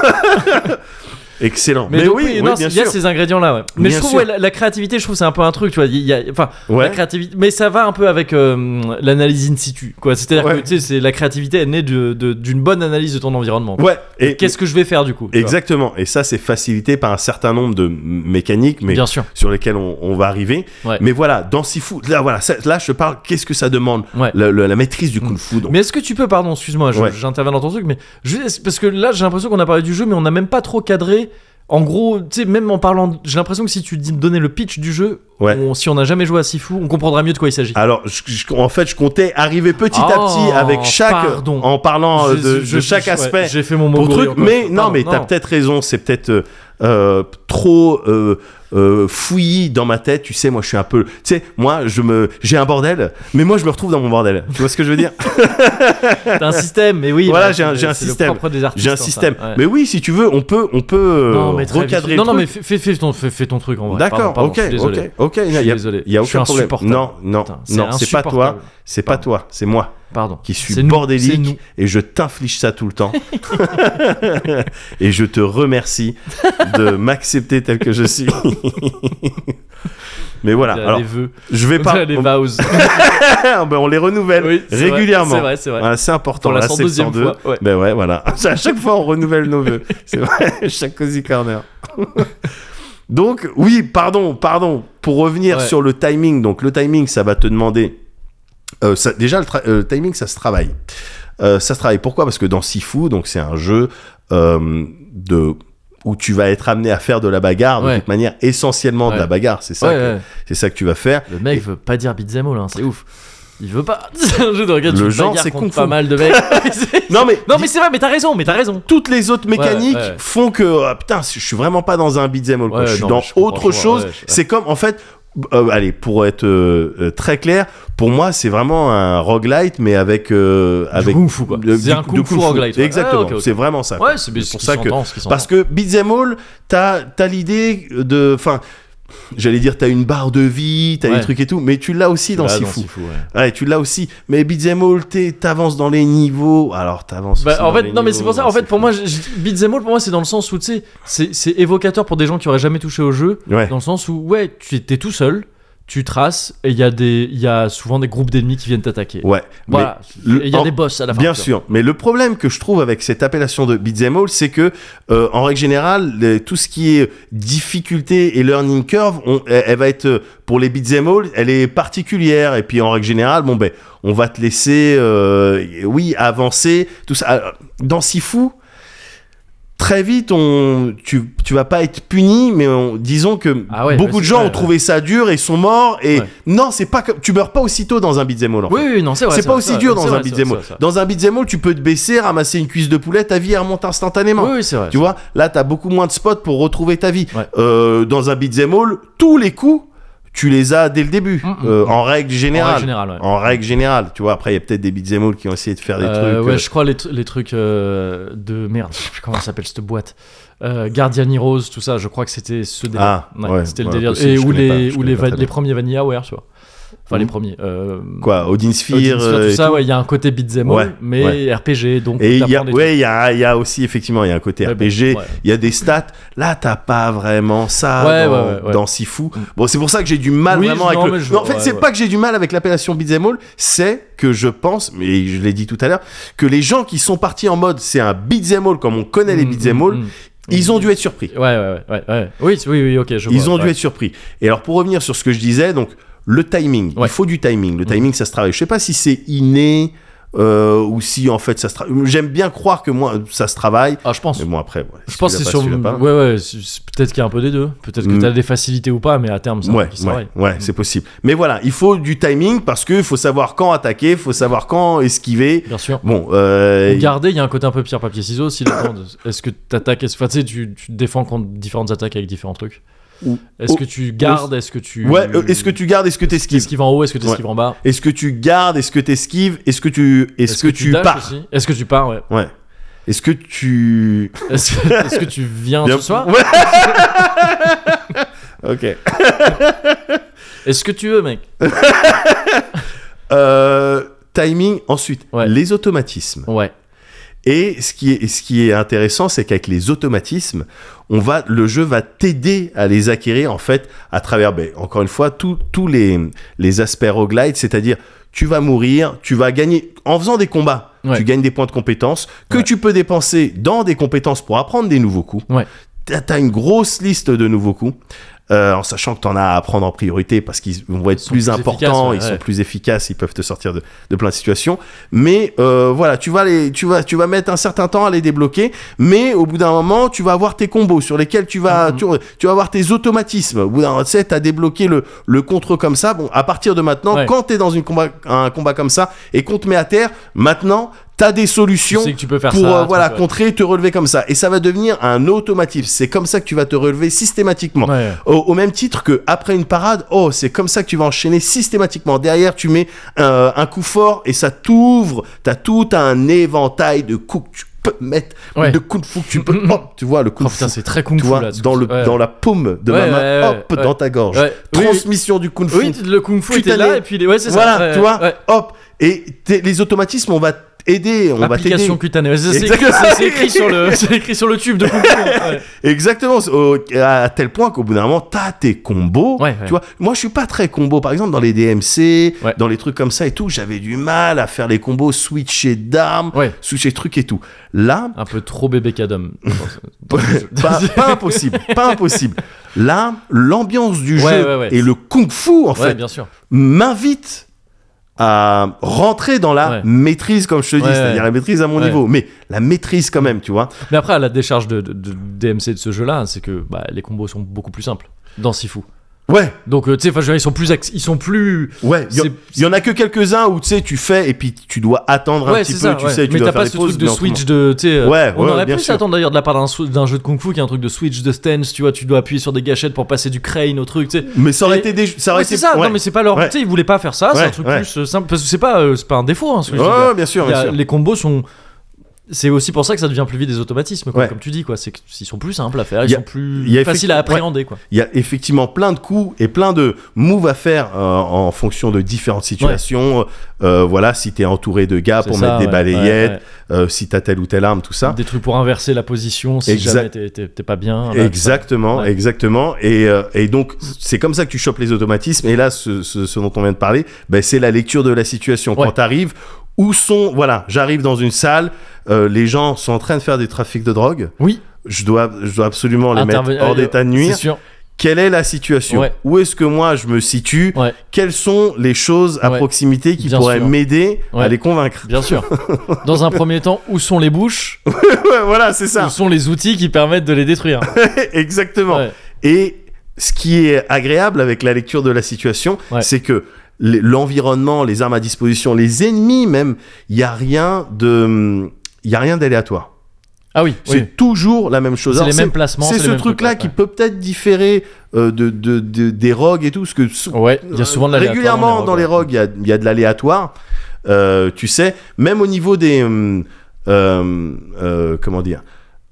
Speaker 2: Excellent.
Speaker 1: Mais,
Speaker 2: Mais,
Speaker 1: donc,
Speaker 2: oui, oui,
Speaker 1: non,
Speaker 2: bien
Speaker 1: il y a
Speaker 2: sûr.
Speaker 1: ces ingrédients-là. ouais. Mais
Speaker 2: Bien
Speaker 1: je trouve
Speaker 2: sûr.
Speaker 1: ouais, la, la créativité, je trouve c'est un peu un truc, tu vois. il y a- Enfin, la
Speaker 2: Ouais.
Speaker 1: créativité, mais ça va un peu avec euh, l'analyse in situ, quoi. C'est-à-dire que
Speaker 2: Ouais.
Speaker 1: tu sais, c'est la créativité, elle naît de- de- d'une bonne analyse de ton environnement. quoi.
Speaker 2: Ouais. Et
Speaker 1: Qu'est-ce que je vais faire du coup tu vois.
Speaker 2: Exactement. Et ça, c'est facilité par un certain nombre de m- mécaniques, mais
Speaker 1: Bien sûr.
Speaker 2: sur lesquelles on, on va arriver.
Speaker 1: Ouais.
Speaker 2: Mais voilà, dans Sifu, là, voilà, ça- là, je te parle. Qu'est-ce que ça demande
Speaker 1: Ouais.
Speaker 2: la, la- la maîtrise du kung fu. donc.
Speaker 1: Mais est-ce que tu peux, pardon, excuse-moi, je-
Speaker 2: Ouais.
Speaker 1: j'interviens dans ton truc, mais je- parce que là, j'ai l'impression qu'on a parlé du jeu, mais on n'a même pas trop cadré. En gros, tu sais, même en parlant, j'ai l'impression que si tu dis- donnais le pitch du jeu,
Speaker 2: Ouais.
Speaker 1: on- si on n'a jamais joué à Sifu, on comprendra mieux de quoi il s'agit.
Speaker 2: Alors, je- je- en fait, je comptais arriver petit à
Speaker 1: Oh,
Speaker 2: petit avec chaque,
Speaker 1: pardon.
Speaker 2: en parlant euh,
Speaker 1: Je-
Speaker 2: de,
Speaker 1: je- je-
Speaker 2: de chaque
Speaker 1: ouais,
Speaker 2: aspect.
Speaker 1: J'ai fait mon mot
Speaker 2: pour truc, mais non, mais t'as peut-être raison, c'est peut-être euh, euh, trop euh, euh, fouillis dans ma tête. Tu sais, moi, je suis un peu, tu sais, moi, je me, j'ai un bordel, mais moi, je me retrouve dans mon bordel. Tu vois ce que je veux dire
Speaker 1: T'as un système, mais oui.
Speaker 2: Voilà,
Speaker 1: mais
Speaker 2: j'ai un-
Speaker 1: c'est-
Speaker 2: j'ai un
Speaker 1: c'est Le
Speaker 2: système.
Speaker 1: propre des artistes, hein,
Speaker 2: J'ai un
Speaker 1: ça,
Speaker 2: système.
Speaker 1: ouais.
Speaker 2: Mais oui, si tu veux, on peut, on peut euh,
Speaker 1: non, mais très vite.
Speaker 2: recadrer.
Speaker 1: Non,
Speaker 2: le
Speaker 1: non, mais
Speaker 2: truc.
Speaker 1: fais, fais- fais ton, fais, fais ton truc en vrai.
Speaker 2: D'accord,
Speaker 1: Pardon, pardon,
Speaker 2: ok,
Speaker 1: je suis
Speaker 2: ok,
Speaker 1: désolé.
Speaker 2: ok. Il
Speaker 1: Je suis
Speaker 2: y a,
Speaker 1: désolé.
Speaker 2: il y a
Speaker 1: Je suis
Speaker 2: aucun problème.
Speaker 1: insupportable.
Speaker 2: Non, non,
Speaker 1: Putain,
Speaker 2: non, c'est pas toi,
Speaker 1: insupportable.
Speaker 2: c'est pas toi, c'est moi
Speaker 1: Pardon.
Speaker 2: qui suis
Speaker 1: C'est nous, c'est nous.
Speaker 2: bordélique et je t'inflige ça tout le temps. et je te remercie de m'accepter tel que je suis. mais voilà.
Speaker 1: Il y a
Speaker 2: Alors,
Speaker 1: les vœux.
Speaker 2: je vais pas.
Speaker 1: les
Speaker 2: on-
Speaker 1: vows.
Speaker 2: ben, on les renouvelle
Speaker 1: Oui, c'est vrai,
Speaker 2: régulièrement.
Speaker 1: C'est vrai, c'est vrai.
Speaker 2: Voilà, c'est important.
Speaker 1: Pour la
Speaker 2: Là, c'est le
Speaker 1: 102e
Speaker 2: 102.
Speaker 1: fois, ouais.
Speaker 2: Ben ouais, voilà. À chaque fois, on renouvelle nos vœux. C'est vrai, chaque Cozy Corner. donc, oui, pardon, pardon. Pour revenir
Speaker 1: Ouais.
Speaker 2: sur le timing, donc le timing, ça va te demander. euh, ça- déjà, le, tra- euh, le timing, ça se travaille. Euh, ça se travaille. Pourquoi Parce que dans Sifu, donc c'est un jeu euh, de où tu vas être amené à faire de la bagarre de
Speaker 1: Ouais.
Speaker 2: toute manière essentiellement de
Speaker 1: Ouais.
Speaker 2: la bagarre c'est ça
Speaker 1: Ouais,
Speaker 2: que,
Speaker 1: ouais.
Speaker 2: c'est ça que tu vas faire
Speaker 1: Le mec veut pas dire beat'em all, hein, c'est ouf. Il veut pas. C'est un jeu de regard.
Speaker 2: Le
Speaker 1: tu te
Speaker 2: genre,
Speaker 1: bagarres
Speaker 2: c'est
Speaker 1: contre
Speaker 2: kung-fu.
Speaker 1: pas mal de mecs. C'est-
Speaker 2: non mais
Speaker 1: non mais c'est vrai, mais t'as raison, mais t'as raison.
Speaker 2: toutes les autres mécaniques
Speaker 1: ouais, ouais.
Speaker 2: font que ah, putain je suis vraiment pas dans un beat'em all quoi.
Speaker 1: Ouais,
Speaker 2: je suis
Speaker 1: non,
Speaker 2: dans
Speaker 1: je comprends, je
Speaker 2: autre
Speaker 1: vois,
Speaker 2: chose
Speaker 1: ouais, je-
Speaker 2: c'est comme en fait euh, allez pour être euh, euh, très clair pour moi c'est vraiment un roguelite mais avec euh, avec
Speaker 1: kung-fu, quoi.
Speaker 2: de-
Speaker 1: C'est un
Speaker 2: de
Speaker 1: kung-fu roguelite, ouais.
Speaker 2: exactement
Speaker 1: Ah, ok, ok.
Speaker 2: c'est vraiment ça quoi.
Speaker 1: Ouais, c'est
Speaker 2: C'est
Speaker 1: pour ça que.
Speaker 2: parce que beat'em all t'as t'as l'idée de enfin J'allais dire, t'as une barre de vie, t'as
Speaker 1: Ouais.
Speaker 2: des trucs et tout, mais tu l'as aussi dans Sifu. Ouais, tu l'as aussi. Mais Beat'em All, t'es- t'avances dans les niveaux. Alors, t'avances. aussi
Speaker 1: Bah, en
Speaker 2: dans
Speaker 1: fait,
Speaker 2: les
Speaker 1: non, mais c'est
Speaker 2: niveaux,
Speaker 1: pour ça. En fait, pour
Speaker 2: fou.
Speaker 1: moi, je- je- Beat'em All, pour moi, c'est dans le sens où, tu sais, c'est- c'est évocateur pour des gens qui auraient jamais touché au jeu.
Speaker 2: Ouais.
Speaker 1: Dans le sens où, ouais, tu t'es tout seul, tu traces, et il y, a des- il y a souvent des groupes d'ennemis qui viennent t'attaquer.
Speaker 2: Ouais.
Speaker 1: Voilà.
Speaker 2: mais le-
Speaker 1: Et il y a
Speaker 2: en-
Speaker 1: des boss à la fin.
Speaker 2: Bien
Speaker 1: tu vois.
Speaker 2: sûr, mais le problème que je trouve avec cette appellation de beat'em all, c'est que euh, en règle générale, les- tout ce qui est difficulté et learning curve, on- elle, elle va être euh, pour les beat'em all, elle est particulière. Et puis en règle générale, bon ben, on va te laisser, euh, oui, avancer, tout ça. Alors, Dans Sifu, très vite, on, tu, tu vas pas être puni, mais on- disons que
Speaker 1: Ah ouais,
Speaker 2: beaucoup
Speaker 1: ouais,
Speaker 2: de
Speaker 1: c'est
Speaker 2: gens
Speaker 1: vrai,
Speaker 2: ont trouvé ça dur et sont morts. Et
Speaker 1: Ouais.
Speaker 2: non, c'est pas comme, tu meurs pas aussitôt dans un beat'em all. en fait.
Speaker 1: Oui, oui, non, c'est vrai.
Speaker 2: C'est pas
Speaker 1: vrai,
Speaker 2: aussi
Speaker 1: vrai,
Speaker 2: dur
Speaker 1: c'est
Speaker 2: dans un
Speaker 1: vrai, c'est
Speaker 2: beat'em
Speaker 1: vrai,
Speaker 2: all.
Speaker 1: c'est vrai.
Speaker 2: Dans un beat'em all, tu peux te baisser, ramasser une cuisse de poulet, ta vie elle remonte instantanément.
Speaker 1: Oui, oui, c'est vrai.
Speaker 2: Tu vois, là t'as beaucoup moins de spots pour retrouver ta vie.
Speaker 1: Ouais.
Speaker 2: Euh, dans un beat'em all, tous les coups, tu les as dès le début,
Speaker 1: Mm, mm,
Speaker 2: euh, en règle
Speaker 1: En
Speaker 2: générale.
Speaker 1: règle générale, ouais.
Speaker 2: En règle générale, tu vois. Après, il y a peut-être des beat'em all qui ont essayé de faire des
Speaker 1: Euh,
Speaker 2: trucs.
Speaker 1: ouais,
Speaker 2: euh,
Speaker 1: je crois les, tr- les trucs euh, de merde. Je sais plus comment s'appelle cette boîte. Euh, Guardian Heroes, tout ça. Je crois que c'était ce délire.
Speaker 2: Ah, ouais,
Speaker 1: c'était le
Speaker 2: ouais,
Speaker 1: délire.
Speaker 2: possible,
Speaker 1: et
Speaker 2: je
Speaker 1: ou
Speaker 2: connais pas,
Speaker 1: les,
Speaker 2: je
Speaker 1: ou
Speaker 2: connais
Speaker 1: les,
Speaker 2: pas
Speaker 1: va-
Speaker 2: très
Speaker 1: les
Speaker 2: bien.
Speaker 1: premiers VanillaWare, tu vois. Enfin, les
Speaker 2: Mhm.
Speaker 1: premiers. euh,
Speaker 2: Quoi, Odin Sphere.
Speaker 1: Odin Sphere,
Speaker 2: euh,
Speaker 1: tout
Speaker 2: et
Speaker 1: ça,
Speaker 2: tout.
Speaker 1: ouais, il y a un côté beat'em all,
Speaker 2: Ouais,
Speaker 1: mais
Speaker 2: ouais.
Speaker 1: RPG, donc
Speaker 2: Et il y a,
Speaker 1: t'apprends des
Speaker 2: ouais, il y a, il y a aussi effectivement, il y a un côté
Speaker 1: Ouais, bon,
Speaker 2: RPG,
Speaker 1: ouais.
Speaker 2: il y a des stats. Là, t'as pas vraiment ça
Speaker 1: Ouais,
Speaker 2: dans,
Speaker 1: ouais, ouais, ouais.
Speaker 2: dans Sifu. Bon, c'est pour ça que j'ai du mal
Speaker 1: Oui,
Speaker 2: vraiment
Speaker 1: non,
Speaker 2: avec. le-
Speaker 1: mais je-
Speaker 2: Non, en fait,
Speaker 1: ouais,
Speaker 2: c'est
Speaker 1: ouais.
Speaker 2: pas que j'ai du mal avec l'appellation beat'em all, c'est que je pense, mais je l'ai dit tout à l'heure, que les gens qui sont partis en mode c'est un beat'em all comme on connaît les
Speaker 1: Mm,
Speaker 2: beat'em
Speaker 1: mm,
Speaker 2: all,
Speaker 1: mm.
Speaker 2: ils ont dû être surpris.
Speaker 1: Ouais, ouais, ouais, ouais. Oui, oui, oui, ok, je
Speaker 2: Ils
Speaker 1: vois,
Speaker 2: ont dû
Speaker 1: ouais.
Speaker 2: être surpris. Et alors pour revenir sur ce que je disais, donc le timing,
Speaker 1: Ouais. Mm.
Speaker 2: il faut du timing. Le timing, ça se travaille. Je sais pas si c'est inné euh, ou si en fait ça se travaille. J'aime bien croire que moi ça se travaille.
Speaker 1: Ah, je pense.
Speaker 2: Mais bon après, ouais,
Speaker 1: Je pense que c'est
Speaker 2: celui-là
Speaker 1: sur.
Speaker 2: pas, celui-là pas.
Speaker 1: Ouais, ouais, c'est- c'est- peut-être qu'il y a un peu des deux. Peut-être que
Speaker 2: Mm.
Speaker 1: t'as des facilités ou pas, mais à terme, c'est un
Speaker 2: Ouais,
Speaker 1: truc qui se
Speaker 2: ouais,
Speaker 1: travaille.
Speaker 2: ouais, c'est possible. Mais voilà, il faut du timing parce que faut savoir quand attaquer, faut savoir quand esquiver.
Speaker 1: Bien sûr.
Speaker 2: Bon, euh,
Speaker 1: Ou garder, il y a un côté un peu pierre, papier, ciseaux aussi. là, quand- Est-ce que t'attaques, est-ce- enfin, tu sais, tu, tu te défends contre différentes attaques avec différents trucs
Speaker 2: Ou-
Speaker 1: Est-ce
Speaker 2: ou-
Speaker 1: que tu gardes Est-ce que tu.
Speaker 2: ouais, euh, est-ce que tu gardes, est-ce que
Speaker 1: esquives
Speaker 2: t'esquives
Speaker 1: en haut Est-ce que tu esquives en bas
Speaker 2: Est-ce que tu gardes, est-ce que t'esquives Est-ce que tu, est-ce que, tu
Speaker 1: dashes
Speaker 2: pars
Speaker 1: aussi Est-ce que tu pars, ouais.
Speaker 2: Ouais. Est-ce que tu
Speaker 1: Est-ce que, est-ce que tu viens
Speaker 2: Bien-
Speaker 1: ce soir
Speaker 2: Ouais. ok.
Speaker 1: Est-ce que tu veux, mec
Speaker 2: Euh, timing. Ensuite,
Speaker 1: Ouais.
Speaker 2: les automatismes.
Speaker 1: Ouais.
Speaker 2: Et ce qui est, ce qui est intéressant, c'est qu'avec les automatismes, on va, le jeu va t'aider à les acquérir en fait à travers, ben, encore une fois, tous tous les, les aspects roguelite, c'est-à-dire tu vas mourir, tu vas gagner en faisant des combats.
Speaker 1: Ouais.
Speaker 2: Tu gagnes des points de compétences que
Speaker 1: Ouais.
Speaker 2: tu peux dépenser dans des compétences pour apprendre des nouveaux coups.
Speaker 1: Ouais.
Speaker 2: T'as t'as une grosse liste de nouveaux coups, euh, en sachant que t'en as à apprendre en priorité parce qu'ils vont être
Speaker 1: sont
Speaker 2: plus
Speaker 1: plus efficaces,
Speaker 2: importants,
Speaker 1: ouais,
Speaker 2: ils sont
Speaker 1: ouais.
Speaker 2: plus efficaces, ils peuvent te sortir de, de plein de situations. Mais euh, voilà, tu vas les, tu vas, tu vas mettre un certain temps à les débloquer, mais au bout d'un moment, tu vas avoir tes combos sur lesquels tu vas,
Speaker 1: Mhm.
Speaker 2: tu, tu vas avoir tes automatismes. Au bout d'un moment, tu sais, t'as débloqué le, le contre comme ça. Bon, à partir de maintenant,
Speaker 1: Ouais.
Speaker 2: quand t'es dans une combat, un combat comme ça et qu'on te met à terre, maintenant, t'as des
Speaker 1: Tu
Speaker 2: solutions
Speaker 1: sais que tu peux faire
Speaker 2: pour
Speaker 1: ça.
Speaker 2: euh,
Speaker 1: tu
Speaker 2: voilà
Speaker 1: peux-
Speaker 2: contrer, te relever comme ça. Et ça va devenir un automatisme. C'est comme ça que tu vas te relever systématiquement.
Speaker 1: Ouais.
Speaker 2: Au, au même titre que après une parade, oh c'est comme ça que tu vas enchaîner systématiquement. Derrière tu mets euh, un coup fort et ça t'ouvre. T'as tout un éventail de coups que tu peux mettre,
Speaker 1: Ouais.
Speaker 2: de coups de fou que tu peux. hop, tu vois le coup
Speaker 1: Oh
Speaker 2: de
Speaker 1: putain,
Speaker 2: fou,
Speaker 1: c'est très kung
Speaker 2: tu
Speaker 1: fu
Speaker 2: vois,
Speaker 1: là. ce
Speaker 2: dans
Speaker 1: coup.
Speaker 2: le
Speaker 1: Ouais.
Speaker 2: dans la paume de
Speaker 1: Ouais,
Speaker 2: ma main,
Speaker 1: ouais, ouais,
Speaker 2: hop
Speaker 1: ouais.
Speaker 2: dans ta gorge.
Speaker 1: Ouais. Oui, oui.
Speaker 2: Transmission du coup de fou.
Speaker 1: Oui, le kung fu
Speaker 2: Tu
Speaker 1: était
Speaker 2: t'as
Speaker 1: là
Speaker 2: les-
Speaker 1: et puis les- ouais c'est
Speaker 2: voilà,
Speaker 1: ça. ouais,
Speaker 2: tu vois,
Speaker 1: ouais.
Speaker 2: hop. Et t'es- les automatismes, on va aider, on va t'aider.
Speaker 1: Application cutanée. Ouais, c'est- C'est écrit,
Speaker 2: bah, Exactement.
Speaker 1: c'est- c'est écrit sur le, c'est écrit sur le tube de kung fu. hein. Ouais.
Speaker 2: Exactement, c'est- au- à tel point qu'au bout d'un moment, t'as tes combos.
Speaker 1: Ouais, ouais.
Speaker 2: Tu vois, moi je suis pas très combo. Par exemple, dans les DMC,
Speaker 1: Ouais.
Speaker 2: dans les trucs comme ça et tout, j'avais du mal à faire les combos, switcher d'armes,
Speaker 1: Ouais.
Speaker 2: switcher trucs et tout. Là,
Speaker 1: Un peu trop bébé cadom.
Speaker 2: pas, pas impossible, pas impossible. Là, l'ambiance du
Speaker 1: Ouais,
Speaker 2: jeu
Speaker 1: ouais, ouais.
Speaker 2: et le kung fu en
Speaker 1: Ouais,
Speaker 2: fait
Speaker 1: bien sûr.
Speaker 2: m'invite à rentrer dans la
Speaker 1: Ouais.
Speaker 2: maîtrise, comme je te dis,
Speaker 1: Ouais, ouais.
Speaker 2: c'est-à-dire la maîtrise à mon
Speaker 1: Ouais.
Speaker 2: niveau, mais la maîtrise quand même, tu vois.
Speaker 1: Mais après, à la décharge de, de- de DMC de ce jeu-là, c'est que bah, les combos sont beaucoup plus simples dans Sifu.
Speaker 2: Ouais,
Speaker 1: Donc, euh, tu sais, enfin, je veux dire, ils sont plus. acc- Ils sont plus...
Speaker 2: ouais. Il y, en-
Speaker 1: C'est-
Speaker 2: il y en a que quelques-uns où tu sais, tu fais et puis tu dois attendre un
Speaker 1: ouais,
Speaker 2: petit
Speaker 1: c'est
Speaker 2: peu,
Speaker 1: ça.
Speaker 2: tu
Speaker 1: ouais.
Speaker 2: sais, tu
Speaker 1: Mais
Speaker 2: dois
Speaker 1: t'as
Speaker 2: faire
Speaker 1: pas
Speaker 2: des
Speaker 1: ce
Speaker 2: pauses.
Speaker 1: truc de
Speaker 2: mais en tout
Speaker 1: switch de. tu sais, euh,
Speaker 2: Ouais,
Speaker 1: on
Speaker 2: ouais,
Speaker 1: aurait
Speaker 2: bien
Speaker 1: pu
Speaker 2: sûr.
Speaker 1: s'attendre d'ailleurs de la part d'un sw- d'un jeu de kung-fu qui est un truc de switch de stance, tu vois, tu dois appuyer sur des gâchettes pour passer du crane au truc, tu sais.
Speaker 2: cas. Mais ça aurait
Speaker 1: Et-
Speaker 2: été des. Ça aurait
Speaker 1: Ouais, c'est
Speaker 2: été-
Speaker 1: ça,
Speaker 2: ouais.
Speaker 1: non mais c'est pas leur.
Speaker 2: Ouais.
Speaker 1: Tu sais, ils voulaient pas faire ça, c'est
Speaker 2: Ouais,
Speaker 1: un truc
Speaker 2: ouais.
Speaker 1: plus euh, simple. Parce que c'est pas, euh, c'est pas un défaut, hein, ce que je
Speaker 2: Ouais,
Speaker 1: veux dire.
Speaker 2: ouais, bien sûr,
Speaker 1: Il y
Speaker 2: bien
Speaker 1: a-
Speaker 2: sûr.
Speaker 1: Les combos sont. C'est aussi pour ça que ça devient plus vite des automatismes, quoi,
Speaker 2: Ouais.
Speaker 1: comme tu dis, quoi. C'est qu'ils sont plus simples à faire,
Speaker 2: Il
Speaker 1: ils
Speaker 2: y a-
Speaker 1: sont plus
Speaker 2: il y a
Speaker 1: faciles à
Speaker 2: effectivement-
Speaker 1: appréhender, quoi.
Speaker 2: Il y a effectivement plein de coups et plein de moves à faire euh, en fonction de différentes situations. Euh, voilà, si t'es entouré de gars
Speaker 1: C'est
Speaker 2: pour
Speaker 1: ça,
Speaker 2: mettre des
Speaker 1: ouais,
Speaker 2: balayettes,
Speaker 1: ouais,
Speaker 2: euh, si t'as telle ou telle arme, tout
Speaker 1: ouais.
Speaker 2: ça.
Speaker 1: Des trucs pour inverser la position si
Speaker 2: Exact-
Speaker 1: jamais t'es- t'es t'es pas bien. bah, là,
Speaker 2: exactement,
Speaker 1: Ouais.
Speaker 2: exactement. Et, euh, et donc, c'est comme ça que tu chopes les automatismes. Et là, ce, ce- ce dont on vient de parler, ben, c'est la lecture de la situation.
Speaker 1: Ouais.
Speaker 2: Quand t'arrives, où sont... Voilà, j'arrive dans une salle, euh, les gens sont en train de faire des trafics de drogue.
Speaker 1: Oui.
Speaker 2: Je dois, je dois absolument les
Speaker 1: Intervenir-
Speaker 2: mettre hors d'état de nuire.
Speaker 1: C'est sûr.
Speaker 2: Quelle est la situation
Speaker 1: Ouais.
Speaker 2: Où est-ce que moi, je me situe
Speaker 1: Ouais,
Speaker 2: quelles sont les choses à
Speaker 1: Ouais.
Speaker 2: proximité qui
Speaker 1: Bien
Speaker 2: pourraient
Speaker 1: sûr.
Speaker 2: m'aider à
Speaker 1: Ouais.
Speaker 2: les convaincre
Speaker 1: bien sûr. Dans un premier temps, où sont les bouches
Speaker 2: Ouais, Voilà, c'est
Speaker 1: Où
Speaker 2: ça.
Speaker 1: sont les outils qui permettent de les détruire
Speaker 2: Exactement.
Speaker 1: Ouais.
Speaker 2: Et ce qui est agréable avec la lecture de la situation,
Speaker 1: Ouais.
Speaker 2: c'est que l- l'environnement, les armes à disposition, les ennemis même, il n'y a rien de... Il y a rien d'aléatoire.
Speaker 1: Ah oui, oui.
Speaker 2: C'est toujours la même chose.
Speaker 1: C'est
Speaker 2: Alors,
Speaker 1: les mêmes placements,
Speaker 2: C'est
Speaker 1: c'est les
Speaker 2: ce
Speaker 1: mêmes
Speaker 2: truc-là
Speaker 1: trucs,
Speaker 2: qui
Speaker 1: ouais.
Speaker 2: peut peut-être différer euh, de, de- de- des rogues et tout, parce que sou-
Speaker 1: Ouais, il y a souvent de l'aléatoire
Speaker 2: Euh, Régulièrement dans les
Speaker 1: ouais.
Speaker 2: rogues, il y a- il y, a de l'aléatoire. Euh, tu sais, même au niveau des. hum, euh, euh, comment dire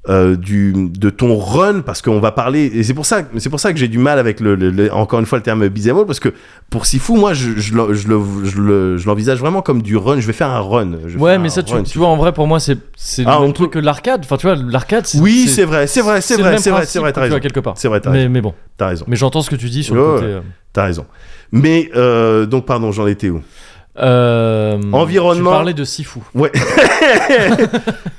Speaker 2: euh, du, de ton run parce qu'on va parler et c'est pour ça c'est pour ça que j'ai du mal avec le, le- le- encore une fois le terme beat'em all parce que pour Sifu moi je, je, l'en- je le- je le- je l'envisage vraiment comme du run je vais faire un run je vais
Speaker 1: Ouais,
Speaker 2: faire
Speaker 1: mais
Speaker 2: un
Speaker 1: ça, tu,
Speaker 2: run,
Speaker 1: tu vois, en vrai, pour moi, c'est c'est
Speaker 2: Ah,
Speaker 1: le
Speaker 2: on
Speaker 1: même truc que l'arcade. Enfin, tu vois, l'arcade, c'est.
Speaker 2: oui c'est vrai c'est vrai c'est
Speaker 1: le
Speaker 2: vrai
Speaker 1: même
Speaker 2: c'est vrai
Speaker 1: principe,
Speaker 2: c'est vrai t'as
Speaker 1: tu vois,
Speaker 2: raison
Speaker 1: quelque part.
Speaker 2: C'est vrai, t'as
Speaker 1: Mais,
Speaker 2: raison.
Speaker 1: mais bon,
Speaker 2: t'as raison
Speaker 1: mais j'entends ce que tu dis sur le
Speaker 2: Ouais,
Speaker 1: côté.
Speaker 2: ouais.
Speaker 1: euh,
Speaker 2: t'as raison mais euh, donc pardon j'en étais où
Speaker 1: euh,
Speaker 2: Environnement.
Speaker 1: Tu parlais de Sifu.
Speaker 2: Ouais.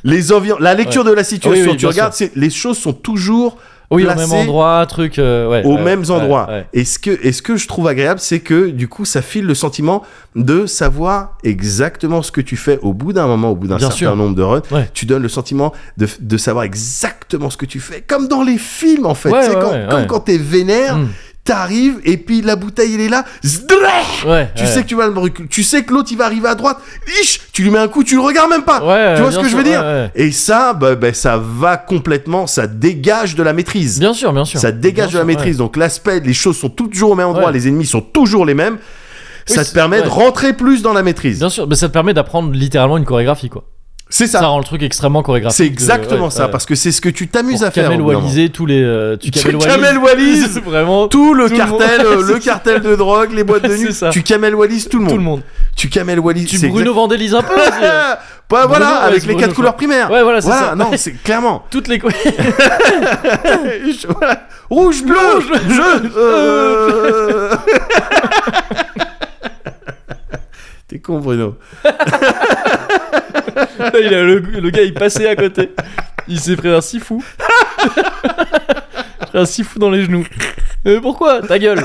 Speaker 2: les environs, la lecture de la situation,
Speaker 1: Ah Oui, oui,
Speaker 2: tu
Speaker 1: bien
Speaker 2: regardes, c'est- les choses sont toujours
Speaker 1: Oui, au
Speaker 2: Placé
Speaker 1: même endroit, truc. euh, ouais,
Speaker 2: aux
Speaker 1: ouais,
Speaker 2: mêmes
Speaker 1: ouais,
Speaker 2: endroits.
Speaker 1: ouais.
Speaker 2: Et ce que, et ce que je trouve agréable, c'est que du coup, ça file le sentiment de savoir exactement ce que tu fais au bout d'un moment, au bout d'un
Speaker 1: Bien
Speaker 2: certain
Speaker 1: sûr.
Speaker 2: nombre de runs.
Speaker 1: Ouais.
Speaker 2: Tu donnes le sentiment de, de savoir exactement ce que tu fais, comme dans les films en fait.
Speaker 1: Ouais,
Speaker 2: Tu sais,
Speaker 1: ouais,
Speaker 2: quand,
Speaker 1: ouais,
Speaker 2: comme
Speaker 1: ouais.
Speaker 2: quand t'es vénère,
Speaker 1: Mm.
Speaker 2: t'arrives et puis la bouteille elle est là. Zdreh
Speaker 1: Ouais,
Speaker 2: tu
Speaker 1: ouais.
Speaker 2: sais que tu vas le reculer. Tu sais que l'autre il va arriver à droite. Ich, tu lui mets un coup, tu le regardes même pas.
Speaker 1: Ouais,
Speaker 2: tu vois ce
Speaker 1: bien
Speaker 2: que je
Speaker 1: sûr,
Speaker 2: veux dire
Speaker 1: ouais, ouais.
Speaker 2: Et ça, bah, bah, ça va complètement, ça dégage de la maîtrise.
Speaker 1: Bien sûr, bien sûr.
Speaker 2: ça
Speaker 1: Bien
Speaker 2: dégage de la
Speaker 1: sûr,
Speaker 2: maîtrise. Donc l'aspect, les choses sont toujours au même endroit,
Speaker 1: Ouais.
Speaker 2: les ennemis sont toujours les mêmes.
Speaker 1: Oui,
Speaker 2: ça te
Speaker 1: c'est-
Speaker 2: permet de
Speaker 1: ouais.
Speaker 2: rentrer plus dans la
Speaker 1: ouais.
Speaker 2: maîtrise.
Speaker 1: Bien sûr, mais ça te permet d'apprendre littéralement une chorégraphie, quoi.
Speaker 2: C'est
Speaker 1: Ça,
Speaker 2: ça.
Speaker 1: rend le truc extrêmement chorégraphique.
Speaker 2: C'est
Speaker 1: de-
Speaker 2: exactement
Speaker 1: ouais,
Speaker 2: ça,
Speaker 1: ouais.
Speaker 2: parce que c'est ce que tu t'amuses
Speaker 1: Pour
Speaker 2: à faire. au bout d'un moment.
Speaker 1: camélwaliser tous les. euh, Tu
Speaker 2: Tu
Speaker 1: camélwalises
Speaker 2: camélwalises
Speaker 1: vraiment tout
Speaker 2: Tout le
Speaker 1: Tout le
Speaker 2: cartel,
Speaker 1: monde.
Speaker 2: euh, le cartel de drogue, les boîtes de
Speaker 1: C'est
Speaker 2: nuit,
Speaker 1: ça.
Speaker 2: tu camel tout le monde.
Speaker 1: le monde.
Speaker 2: Tu camel wallis.
Speaker 1: Tu Bruno vandélises un peu. c'est-
Speaker 2: Ah, bah voilà,
Speaker 1: Bruno, ouais,
Speaker 2: avec
Speaker 1: c'est
Speaker 2: les
Speaker 1: Bruno,
Speaker 2: quatre
Speaker 1: je
Speaker 2: couleurs primaires.
Speaker 1: Ouais, voilà, c'est
Speaker 2: Voilà,
Speaker 1: ça.
Speaker 2: non, c'est clairement.
Speaker 1: Toutes les.
Speaker 2: Je- voilà. Rouge, bleu, jaune. euh. T'es con, Bruno.
Speaker 1: Il a- le, le gars il passait à côté. Il s'est pris un sifou. un sifou dans les genoux. Mais pourquoi Ta gueule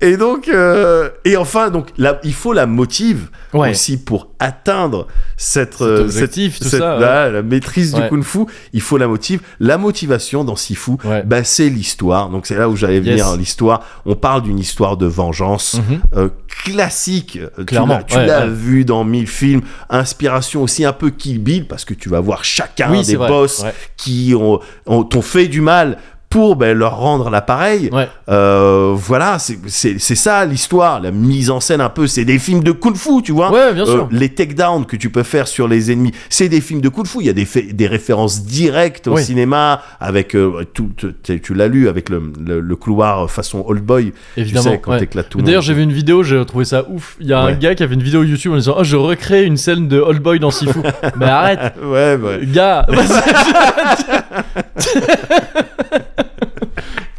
Speaker 2: Et donc, euh, et enfin, donc, là, il faut la motive
Speaker 1: Ouais.
Speaker 2: aussi pour atteindre cette,
Speaker 1: Cet objectif, tout ça, ouais.
Speaker 2: là, la maîtrise
Speaker 1: Ouais.
Speaker 2: du kung-fu. Il faut la motive, la motivation dans Sifu.
Speaker 1: Ouais.
Speaker 2: Bah, c'est l'histoire. Donc c'est là où j'allais venir
Speaker 1: Yes.
Speaker 2: hein, l'histoire. On parle d'une histoire de vengeance
Speaker 1: Mhm.
Speaker 2: euh, classique. Euh, tu
Speaker 1: Clairement,
Speaker 2: l'as- Tu
Speaker 1: ouais,
Speaker 2: l'as
Speaker 1: ouais.
Speaker 2: vu dans mille films. Inspiration aussi un peu Kill Bill parce que tu vas voir chacun
Speaker 1: Oui,
Speaker 2: des
Speaker 1: c'est vrai.
Speaker 2: boss
Speaker 1: Ah, Ouais.
Speaker 2: qui ont, ont- t'ont fait du mal pour ben, leur rendre l'appareil.
Speaker 1: Ouais.
Speaker 2: Euh, voilà, c'est- c'est c'est ça l'histoire, la mise en scène un peu. C'est des films de kung-fu, tu vois.
Speaker 1: Ouais, bien sûr.
Speaker 2: Euh, les takedowns que tu peux faire sur les ennemis, c'est des films de coup de fou. Il y a des, faits- des références directes au
Speaker 1: Oui.
Speaker 2: cinéma, avec euh, tout, tu- tu- tu l'as lu, avec le, le- le couloir euh, façon old boy.
Speaker 1: Évidemment.
Speaker 2: Tu sais, quand
Speaker 1: ouais.
Speaker 2: t'éclates tout
Speaker 1: Mais
Speaker 2: le
Speaker 1: D'ailleurs,
Speaker 2: monde.
Speaker 1: j'ai vu une vidéo, j'ai trouvé ça ouf. Il y a un
Speaker 2: Ouais.
Speaker 1: gars qui avait une vidéo YouTube en disant Oh, je recrée une scène de Old Boy dans Sifu. Mais arrête,
Speaker 2: Ouais, ouais.
Speaker 1: gars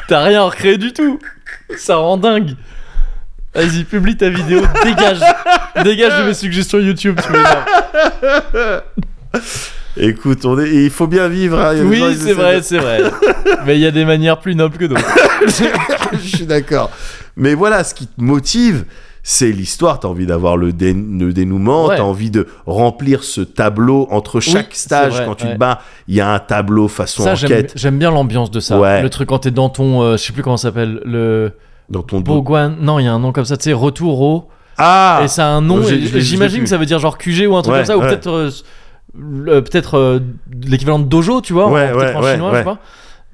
Speaker 1: T'as rien recréé du tout Ça rend dingue Vas-y, publie ta vidéo, dégage Dégage de mes suggestions YouTube, tu veux dire.
Speaker 2: Écoute, on est, il faut bien vivre. hein. Il y a des gens,
Speaker 1: Oui,
Speaker 2: ils
Speaker 1: c'est
Speaker 2: essaient
Speaker 1: vrai, c'est vrai. Mais il y a des manières plus nobles que d'autres.
Speaker 2: de- Je suis d'accord. Mais voilà, ce qui te motive, c'est l'histoire. T'as envie d'avoir le, dé- le dénouement,
Speaker 1: Ouais.
Speaker 2: t'as envie de remplir ce tableau entre chaque
Speaker 1: c'est
Speaker 2: stage.
Speaker 1: vrai,
Speaker 2: quand tu
Speaker 1: ouais.
Speaker 2: te bats, il y a un tableau façon
Speaker 1: Ça, j'aime
Speaker 2: enquête
Speaker 1: j'aime bien l'ambiance de ça.
Speaker 2: Ouais.
Speaker 1: Le truc quand t'es dans ton. euh, je sais plus comment ça s'appelle. Le.
Speaker 2: dans ton dos.
Speaker 1: Bourgoin. Non, il y a un nom comme ça, tu sais, retour au.
Speaker 2: Ah
Speaker 1: et ça a un nom.
Speaker 2: j'ai-
Speaker 1: et-
Speaker 2: je l'ai- je
Speaker 1: et
Speaker 2: l'ai
Speaker 1: J'imagine
Speaker 2: plus.
Speaker 1: que ça veut dire genre QG ou un truc
Speaker 2: Ouais,
Speaker 1: comme ça, ou
Speaker 2: ouais.
Speaker 1: peut-être. euh, le- peut-être euh, l'équivalent de dojo, tu vois, en-
Speaker 2: Ouais,
Speaker 1: peut-être
Speaker 2: ouais,
Speaker 1: en
Speaker 2: ouais,
Speaker 1: chinois,
Speaker 2: ouais.
Speaker 1: je sais pas.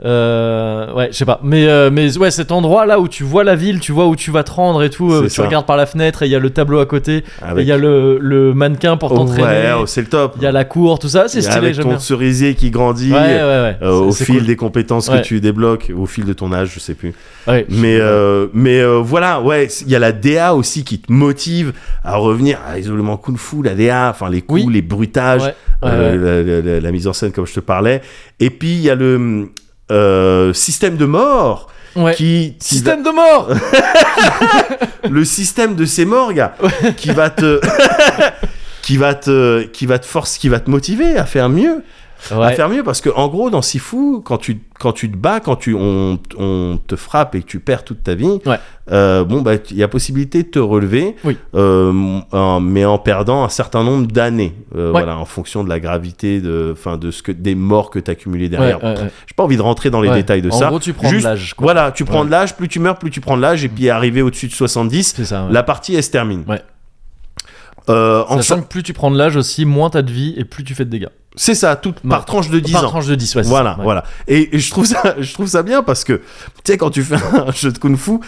Speaker 1: Euh, ouais, je sais pas. Mais, euh, mais ouais, cet endroit là où tu vois la ville, tu vois où tu vas te rendre et tout, euh,
Speaker 2: C'est
Speaker 1: tu
Speaker 2: ça.
Speaker 1: regardes par la fenêtre et il y a le tableau à côté, et
Speaker 2: Avec-
Speaker 1: il y a le, le mannequin pour
Speaker 2: Oh, ouais,
Speaker 1: t'entraîner,
Speaker 2: oh, c'est le top.
Speaker 1: il y a la cour, tout ça, c'est
Speaker 2: Et
Speaker 1: stylé,
Speaker 2: avec
Speaker 1: j'aime
Speaker 2: ton
Speaker 1: bien.
Speaker 2: cerisier qui grandit.
Speaker 1: Ouais, ouais, ouais.
Speaker 2: euh, au
Speaker 1: c'est- c'est
Speaker 2: fil
Speaker 1: cool.
Speaker 2: des compétences
Speaker 1: Ouais.
Speaker 2: que tu débloques, au fil de ton âge, je sais plus.
Speaker 1: Ouais.
Speaker 2: Mais, euh, mais euh, voilà, ouais, c- il y a la DA aussi qui te motive à revenir à l'isolement kung fu, la DA, enfin les coups,
Speaker 1: Oui.
Speaker 2: les bruitages,
Speaker 1: Ouais, ouais,
Speaker 2: euh, La, la- la- la mise en scène comme je te parlais. Et puis il y a le euh, système de mort
Speaker 1: ouais.
Speaker 2: qui, qui
Speaker 1: Système de mort
Speaker 2: va- le système de ces morts, gars, qui va te qui va te qui va te force, qui va te motiver à faire mieux. à
Speaker 1: Ouais,
Speaker 2: Bah, faire mieux parce que en gros dans Sifu quand tu quand tu te bats quand tu on, on te frappe et que tu perds toute ta vie
Speaker 1: Ouais.
Speaker 2: euh, bon bah il y a possibilité de te relever
Speaker 1: Oui.
Speaker 2: euh, en- mais en perdant un certain nombre d'années euh,
Speaker 1: Ouais.
Speaker 2: voilà en fonction de la gravité de enfin de ce que des morts que tu as cumulé
Speaker 1: ouais,
Speaker 2: derrière
Speaker 1: ouais, ouais.
Speaker 2: j'ai pas envie de rentrer dans les
Speaker 1: Ouais.
Speaker 2: détails de
Speaker 1: en
Speaker 2: ça
Speaker 1: gros, tu prends de
Speaker 2: Juste,
Speaker 1: l'âge, quoi.
Speaker 2: voilà tu prends
Speaker 1: Ouais.
Speaker 2: de l'âge plus tu meurs plus tu prends de l'âge et puis arrivé au-dessus de 70
Speaker 1: C'est ça. ouais.
Speaker 2: la partie elle se termine
Speaker 1: Ouais.
Speaker 2: Euh, en
Speaker 1: Sachant
Speaker 2: so-
Speaker 1: que plus tu prends de l'âge aussi, moins t'as de vie et plus tu fais de dégâts.
Speaker 2: c'est ça tout par
Speaker 1: Non.
Speaker 2: tranche de 10
Speaker 1: Par
Speaker 2: ans
Speaker 1: tranche de 10, ouais, c'est
Speaker 2: voilà,
Speaker 1: ça, ouais.
Speaker 2: voilà. Et, et je trouve ça, je trouve ça bien parce que tu sais quand tu fais un jeu de kung-fu,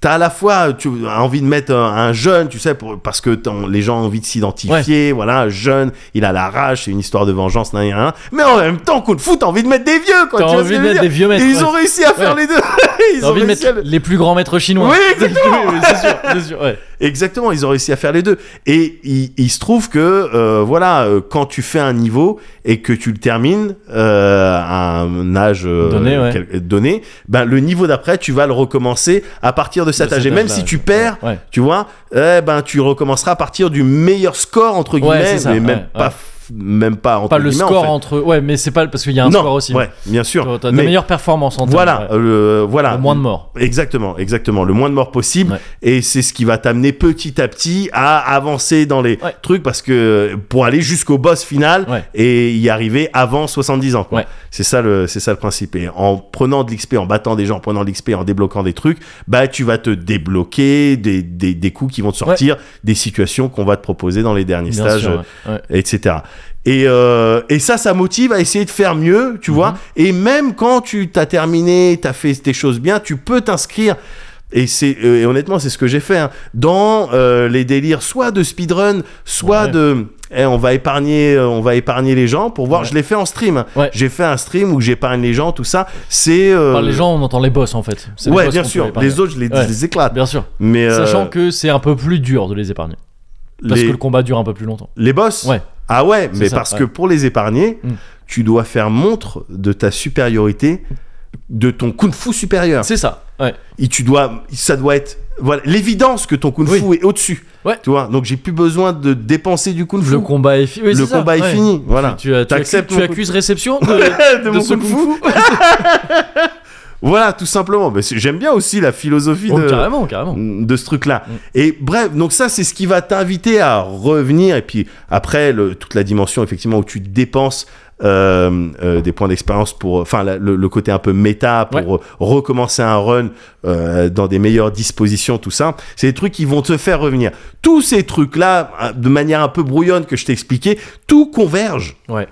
Speaker 2: t'as à la fois tu as envie de mettre un, un jeune, tu sais, pour, parce que t'en- les gens ont envie de s'identifier, voilà, un jeune, il a la rage, c'est une histoire de vengeance, nan, nan, nan. Mais en même temps, kung-fu, t'as envie de mettre des vieux, quoi.
Speaker 1: T'as
Speaker 2: Bah, tu vois
Speaker 1: envie de
Speaker 2: ce que je veux
Speaker 1: mettre
Speaker 2: dire
Speaker 1: des vieux maîtres,
Speaker 2: Et ils
Speaker 1: ouais.
Speaker 2: ont réussi à faire
Speaker 1: Ouais.
Speaker 2: les deux. ils
Speaker 1: T'as
Speaker 2: ont
Speaker 1: envie de
Speaker 2: réussi
Speaker 1: mettre
Speaker 2: à le-
Speaker 1: les plus grands maîtres chinois.
Speaker 2: Oui, exactement.
Speaker 1: Oui, c'est sûr, c'est sûr, ouais.
Speaker 2: Exactement, ils ont réussi à faire les deux. Et il, il se trouve que, euh, voilà, euh, quand tu fais un niveau et que tu le termines euh, à un âge euh,
Speaker 1: Donné, ouais.
Speaker 2: quel- donné, ben, le niveau d'après, tu vas le recommencer à partir de cet
Speaker 1: De cet
Speaker 2: âge. Et même
Speaker 1: âge-là,
Speaker 2: si tu
Speaker 1: ouais.
Speaker 2: perds,
Speaker 1: Ouais.
Speaker 2: tu vois, eh ben, tu recommenceras à partir du meilleur score, entre guillemets,
Speaker 1: c'est ça,
Speaker 2: mais même
Speaker 1: ouais,
Speaker 2: pas,
Speaker 1: ouais.
Speaker 2: f- même pas, entre
Speaker 1: Pas le
Speaker 2: guillemets,
Speaker 1: score
Speaker 2: en fait.
Speaker 1: entre. Ouais, mais c'est pas parce qu'il y a un
Speaker 2: non,
Speaker 1: score aussi. hein.
Speaker 2: ouais, bien sûr.
Speaker 1: T'as de
Speaker 2: Mais
Speaker 1: meilleures performances en termes,
Speaker 2: voilà,
Speaker 1: ouais.
Speaker 2: euh, voilà.
Speaker 1: Le moins de morts.
Speaker 2: Exactement, exactement. Le moins de morts possible.
Speaker 1: Ouais.
Speaker 2: Et c'est ce qui va t'amener petit à petit à avancer dans les
Speaker 1: Ouais.
Speaker 2: trucs parce que pour aller jusqu'au boss final
Speaker 1: Ouais.
Speaker 2: et y arriver avant 70 ans. quoi.
Speaker 1: Ouais.
Speaker 2: C'est ça le, c'est ça le principe. Et en prenant de l'XP, en battant des gens, en prenant de l'XP, en débloquant des trucs, bah tu vas te débloquer des, des, des coups qui vont te sortir, des situations qu'on va te proposer dans les derniers
Speaker 1: Bien
Speaker 2: stages,
Speaker 1: sûr, ouais, ouais.
Speaker 2: etc. Et, euh, et ça, ça motive à essayer de faire mieux, tu
Speaker 1: Mhm.
Speaker 2: vois. Et même quand tu t'as terminé, t'as fait tes choses bien, tu peux t'inscrire. Et, c'est, euh, et honnêtement, c'est ce que j'ai fait hein, dans euh, les délires soit de speedrun, soit
Speaker 1: Ouais.
Speaker 2: de eh, on va épargner, euh, on va épargner les gens pour voir.
Speaker 1: Ouais.
Speaker 2: Je l'ai fait en stream. hein.
Speaker 1: Ouais.
Speaker 2: J'ai fait un stream où j'épargne les gens, tout ça. C'est euh,
Speaker 1: Enfin, les gens, on entend les boss en fait. C'est les
Speaker 2: ouais,
Speaker 1: boss
Speaker 2: bien
Speaker 1: qu'on peut
Speaker 2: sûr.
Speaker 1: épargner.
Speaker 2: Les autres, je les,
Speaker 1: Ouais.
Speaker 2: je les éclate.
Speaker 1: Bien sûr.
Speaker 2: Mais euh,
Speaker 1: Sachant que c'est un peu plus dur de les épargner. Parce
Speaker 2: les-
Speaker 1: que le combat dure un peu plus longtemps.
Speaker 2: Les boss
Speaker 1: Ouais.
Speaker 2: Ah ouais,
Speaker 1: C'est
Speaker 2: mais
Speaker 1: ça,
Speaker 2: parce
Speaker 1: ouais.
Speaker 2: que pour les épargner,
Speaker 1: Mm.
Speaker 2: tu dois faire montre de ta supériorité, de ton kung-fu supérieur.
Speaker 1: C'est ça. Ouais.
Speaker 2: Et tu dois, ça doit être voilà l'évidence que ton kung-fu est au-dessus.
Speaker 1: Ouais.
Speaker 2: Tu vois, donc j'ai plus besoin de dépenser du kung-fu.
Speaker 1: Le combat est, fi- oui,
Speaker 2: Le
Speaker 1: c'est ça,
Speaker 2: combat est
Speaker 1: ouais.
Speaker 2: fini, voilà.
Speaker 1: Tu, tu, tu,
Speaker 2: T'acceptes
Speaker 1: accuses, tu
Speaker 2: mon coup-
Speaker 1: accuses réception de,
Speaker 2: De mon
Speaker 1: ce
Speaker 2: coup de
Speaker 1: kung-fu
Speaker 2: Voilà, tout simplement. Mais c'est- J'aime bien aussi la philosophie
Speaker 1: Oh,
Speaker 2: de,
Speaker 1: Carrément, carrément.
Speaker 2: de ce truc-là. Et bref, donc ça, c'est ce qui va t'inviter à revenir. Et puis après, le- toute la dimension, effectivement, où tu dépenses euh, euh, des points d'expérience pour, enfin, la- le, le côté un peu méta pour euh, recommencer un run euh, dans des meilleures dispositions, tout ça. C'est des trucs qui vont te faire revenir. Tous ces trucs-là, euh, de manière un peu brouillonne que je t'ai expliqué, tout converge
Speaker 1: Ouais.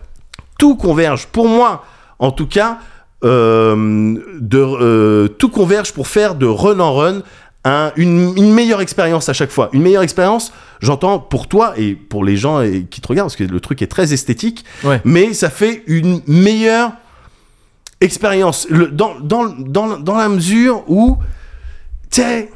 Speaker 2: tout converge. Pour moi, en tout cas, euh, de, euh, tout converge pour faire de run en run un- une, une meilleure expérience à chaque fois. Une meilleure expérience, j'entends pour toi et pour les gens et- qui te regardent, parce que le truc est très esthétique,
Speaker 1: Ouais.
Speaker 2: mais ça fait une meilleure expérience Le- dans, dans, dans, dans la mesure où, tu sais,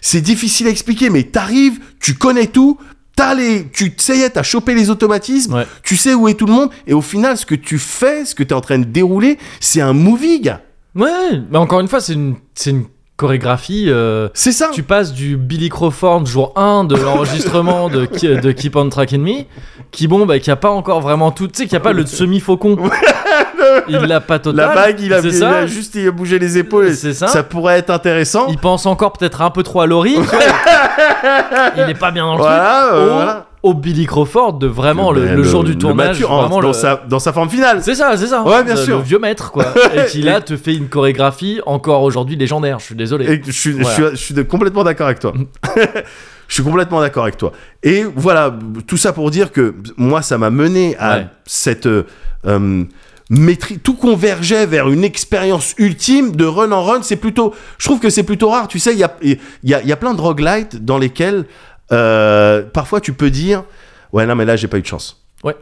Speaker 2: c'est difficile à expliquer, mais t'arrives, tu connais tout, t'as les, tu sais, y est, t'as chopé les automatismes,
Speaker 1: Ouais.
Speaker 2: tu sais où est tout le monde, et au final, ce que tu fais, ce que t'es en train de dérouler, c'est un movie, gars.
Speaker 1: Ouais, mais encore une fois, c'est une, c'est une chorégraphie. euh,
Speaker 2: C'est ça.
Speaker 1: tu passes du Billy Crawford jour 1 de l'enregistrement de, Ki- de Keep on Tracking Me, qui bon, bah, qui a pas encore vraiment tout, tu sais, qui a pas le semi-faucon. il l'a pas total.
Speaker 2: La bague, il a,
Speaker 1: c'est
Speaker 2: il
Speaker 1: ça.
Speaker 2: a juste il a bougé les épaules.
Speaker 1: C'est ça.
Speaker 2: Ça pourrait être intéressant.
Speaker 1: Il pense encore peut-être un peu trop à Laurie. tu vois. il n'est pas bien dans le
Speaker 2: Voilà,
Speaker 1: truc.
Speaker 2: euh,
Speaker 1: au,
Speaker 2: voilà.
Speaker 1: au Billy Crawford de vraiment le,
Speaker 2: Ben,
Speaker 1: le jour du tournage,
Speaker 2: mature, en-
Speaker 1: vraiment
Speaker 2: dans,
Speaker 1: le-
Speaker 2: sa, dans sa forme finale.
Speaker 1: C'est ça, c'est ça.
Speaker 2: Ouais, bien
Speaker 1: Le-
Speaker 2: sûr.
Speaker 1: Le vieux maître, quoi. Et qui là te fait une chorégraphie encore aujourd'hui légendaire. Je suis désolé.
Speaker 2: Et je suis, je
Speaker 1: Voilà. Mm.
Speaker 2: suis- je suis de- complètement d'accord avec toi. je suis complètement d'accord avec toi. Et voilà, tout ça pour dire que moi, ça m'a mené à
Speaker 1: Ouais.
Speaker 2: cette euh, euh, maîtrise. Tout convergeait vers une expérience ultime de run en run. C'est plutôt, je trouve que c'est plutôt rare. Tu sais, il y a, il y, a, il y a plein de roguelites dans lesquels euh, parfois tu peux dire, ouais, non, mais là, j'ai pas eu de chance.
Speaker 1: Ouais.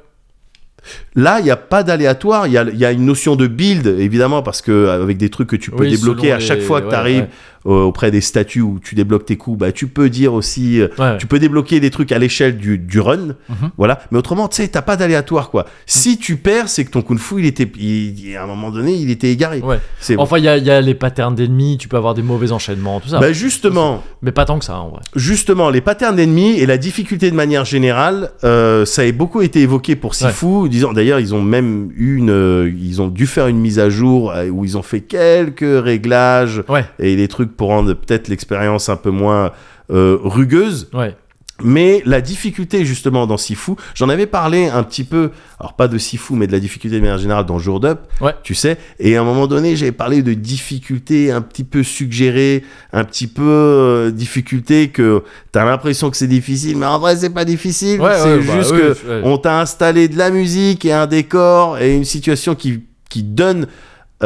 Speaker 2: Là, il n'y a pas d'aléatoire, il y a, il y a une notion de build, évidemment, parce que euh, avec des trucs que tu peux
Speaker 1: Oui,
Speaker 2: débloquer
Speaker 1: selon
Speaker 2: à chaque
Speaker 1: les-
Speaker 2: fois que
Speaker 1: ouais,
Speaker 2: tu arrives
Speaker 1: ouais.
Speaker 2: auprès des statues où tu débloques tes coups, bah, tu peux dire aussi, euh,
Speaker 1: Ouais. Mhm.
Speaker 2: tu peux débloquer des trucs à l'échelle du, du run, voilà. Mais autrement, tu sais, t'as pas d'aléatoire, quoi. Si tu perds, c'est que ton kung-fu, il était, il- il- à un moment donné, il était égaré.
Speaker 1: Ouais.
Speaker 2: C'est
Speaker 1: Enfin, il y, a- il y a les patterns d'ennemis, tu peux avoir des mauvais enchaînements, tout ça.
Speaker 2: Bah, justement,
Speaker 1: Mais pas tant que ça, en vrai.
Speaker 2: justement, les patterns d'ennemis et la difficulté de manière générale, euh, ça a beaucoup été évoqué pour Sifu. Disons, d'ailleurs, ils ont même eu une, euh, ils ont dû faire une mise à jour euh, où ils ont fait quelques réglages
Speaker 1: Ouais.
Speaker 2: et des trucs pour rendre peut-être l'expérience un peu moins euh, rugueuse.
Speaker 1: Ouais.
Speaker 2: Mais la difficulté justement dans Sifu, j'en avais parlé un petit peu, alors pas de Sifu, mais de la difficulté de manière générale dans Jour d'Up,
Speaker 1: Ouais.
Speaker 2: tu sais, et à un moment donné j'avais parlé de difficulté un petit peu suggérée, un petit peu euh, difficulté que t'as l'impression que c'est difficile, mais en vrai c'est pas difficile,
Speaker 1: Ouais,
Speaker 2: c'est
Speaker 1: ouais, bah,
Speaker 2: juste
Speaker 1: oui,
Speaker 2: que
Speaker 1: ouais.
Speaker 2: on t'a installé de la musique et un décor et une situation qui, qui donne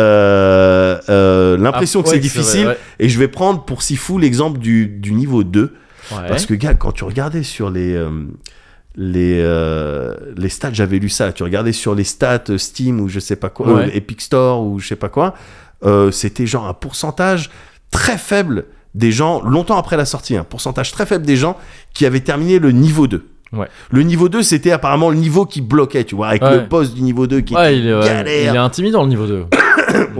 Speaker 2: euh, euh, l'impression
Speaker 1: Ah,
Speaker 2: que
Speaker 1: ouais,
Speaker 2: c'est difficile,
Speaker 1: vrai,
Speaker 2: et je vais prendre pour Sifu l'exemple du, du niveau 2.
Speaker 1: ouais. Ouais.
Speaker 2: Parce que, gars, quand tu regardais sur les. euh, les, euh, les stats, j'avais lu ça, tu regardais sur les stats euh, Steam ou je sais pas quoi,
Speaker 1: Ouais.
Speaker 2: euh, Epic Store ou je sais pas quoi, euh, c'était genre un pourcentage très faible des gens, longtemps après la sortie, un pourcentage très faible des gens qui avaient terminé le niveau 2.
Speaker 1: Ouais.
Speaker 2: Le niveau 2, c'était apparemment le niveau qui bloquait, tu vois, avec
Speaker 1: Ouais.
Speaker 2: le boss du niveau 2 qui
Speaker 1: Ouais,
Speaker 2: était
Speaker 1: il est, ouais,
Speaker 2: galère.
Speaker 1: il est intimidant le niveau 2. Mm.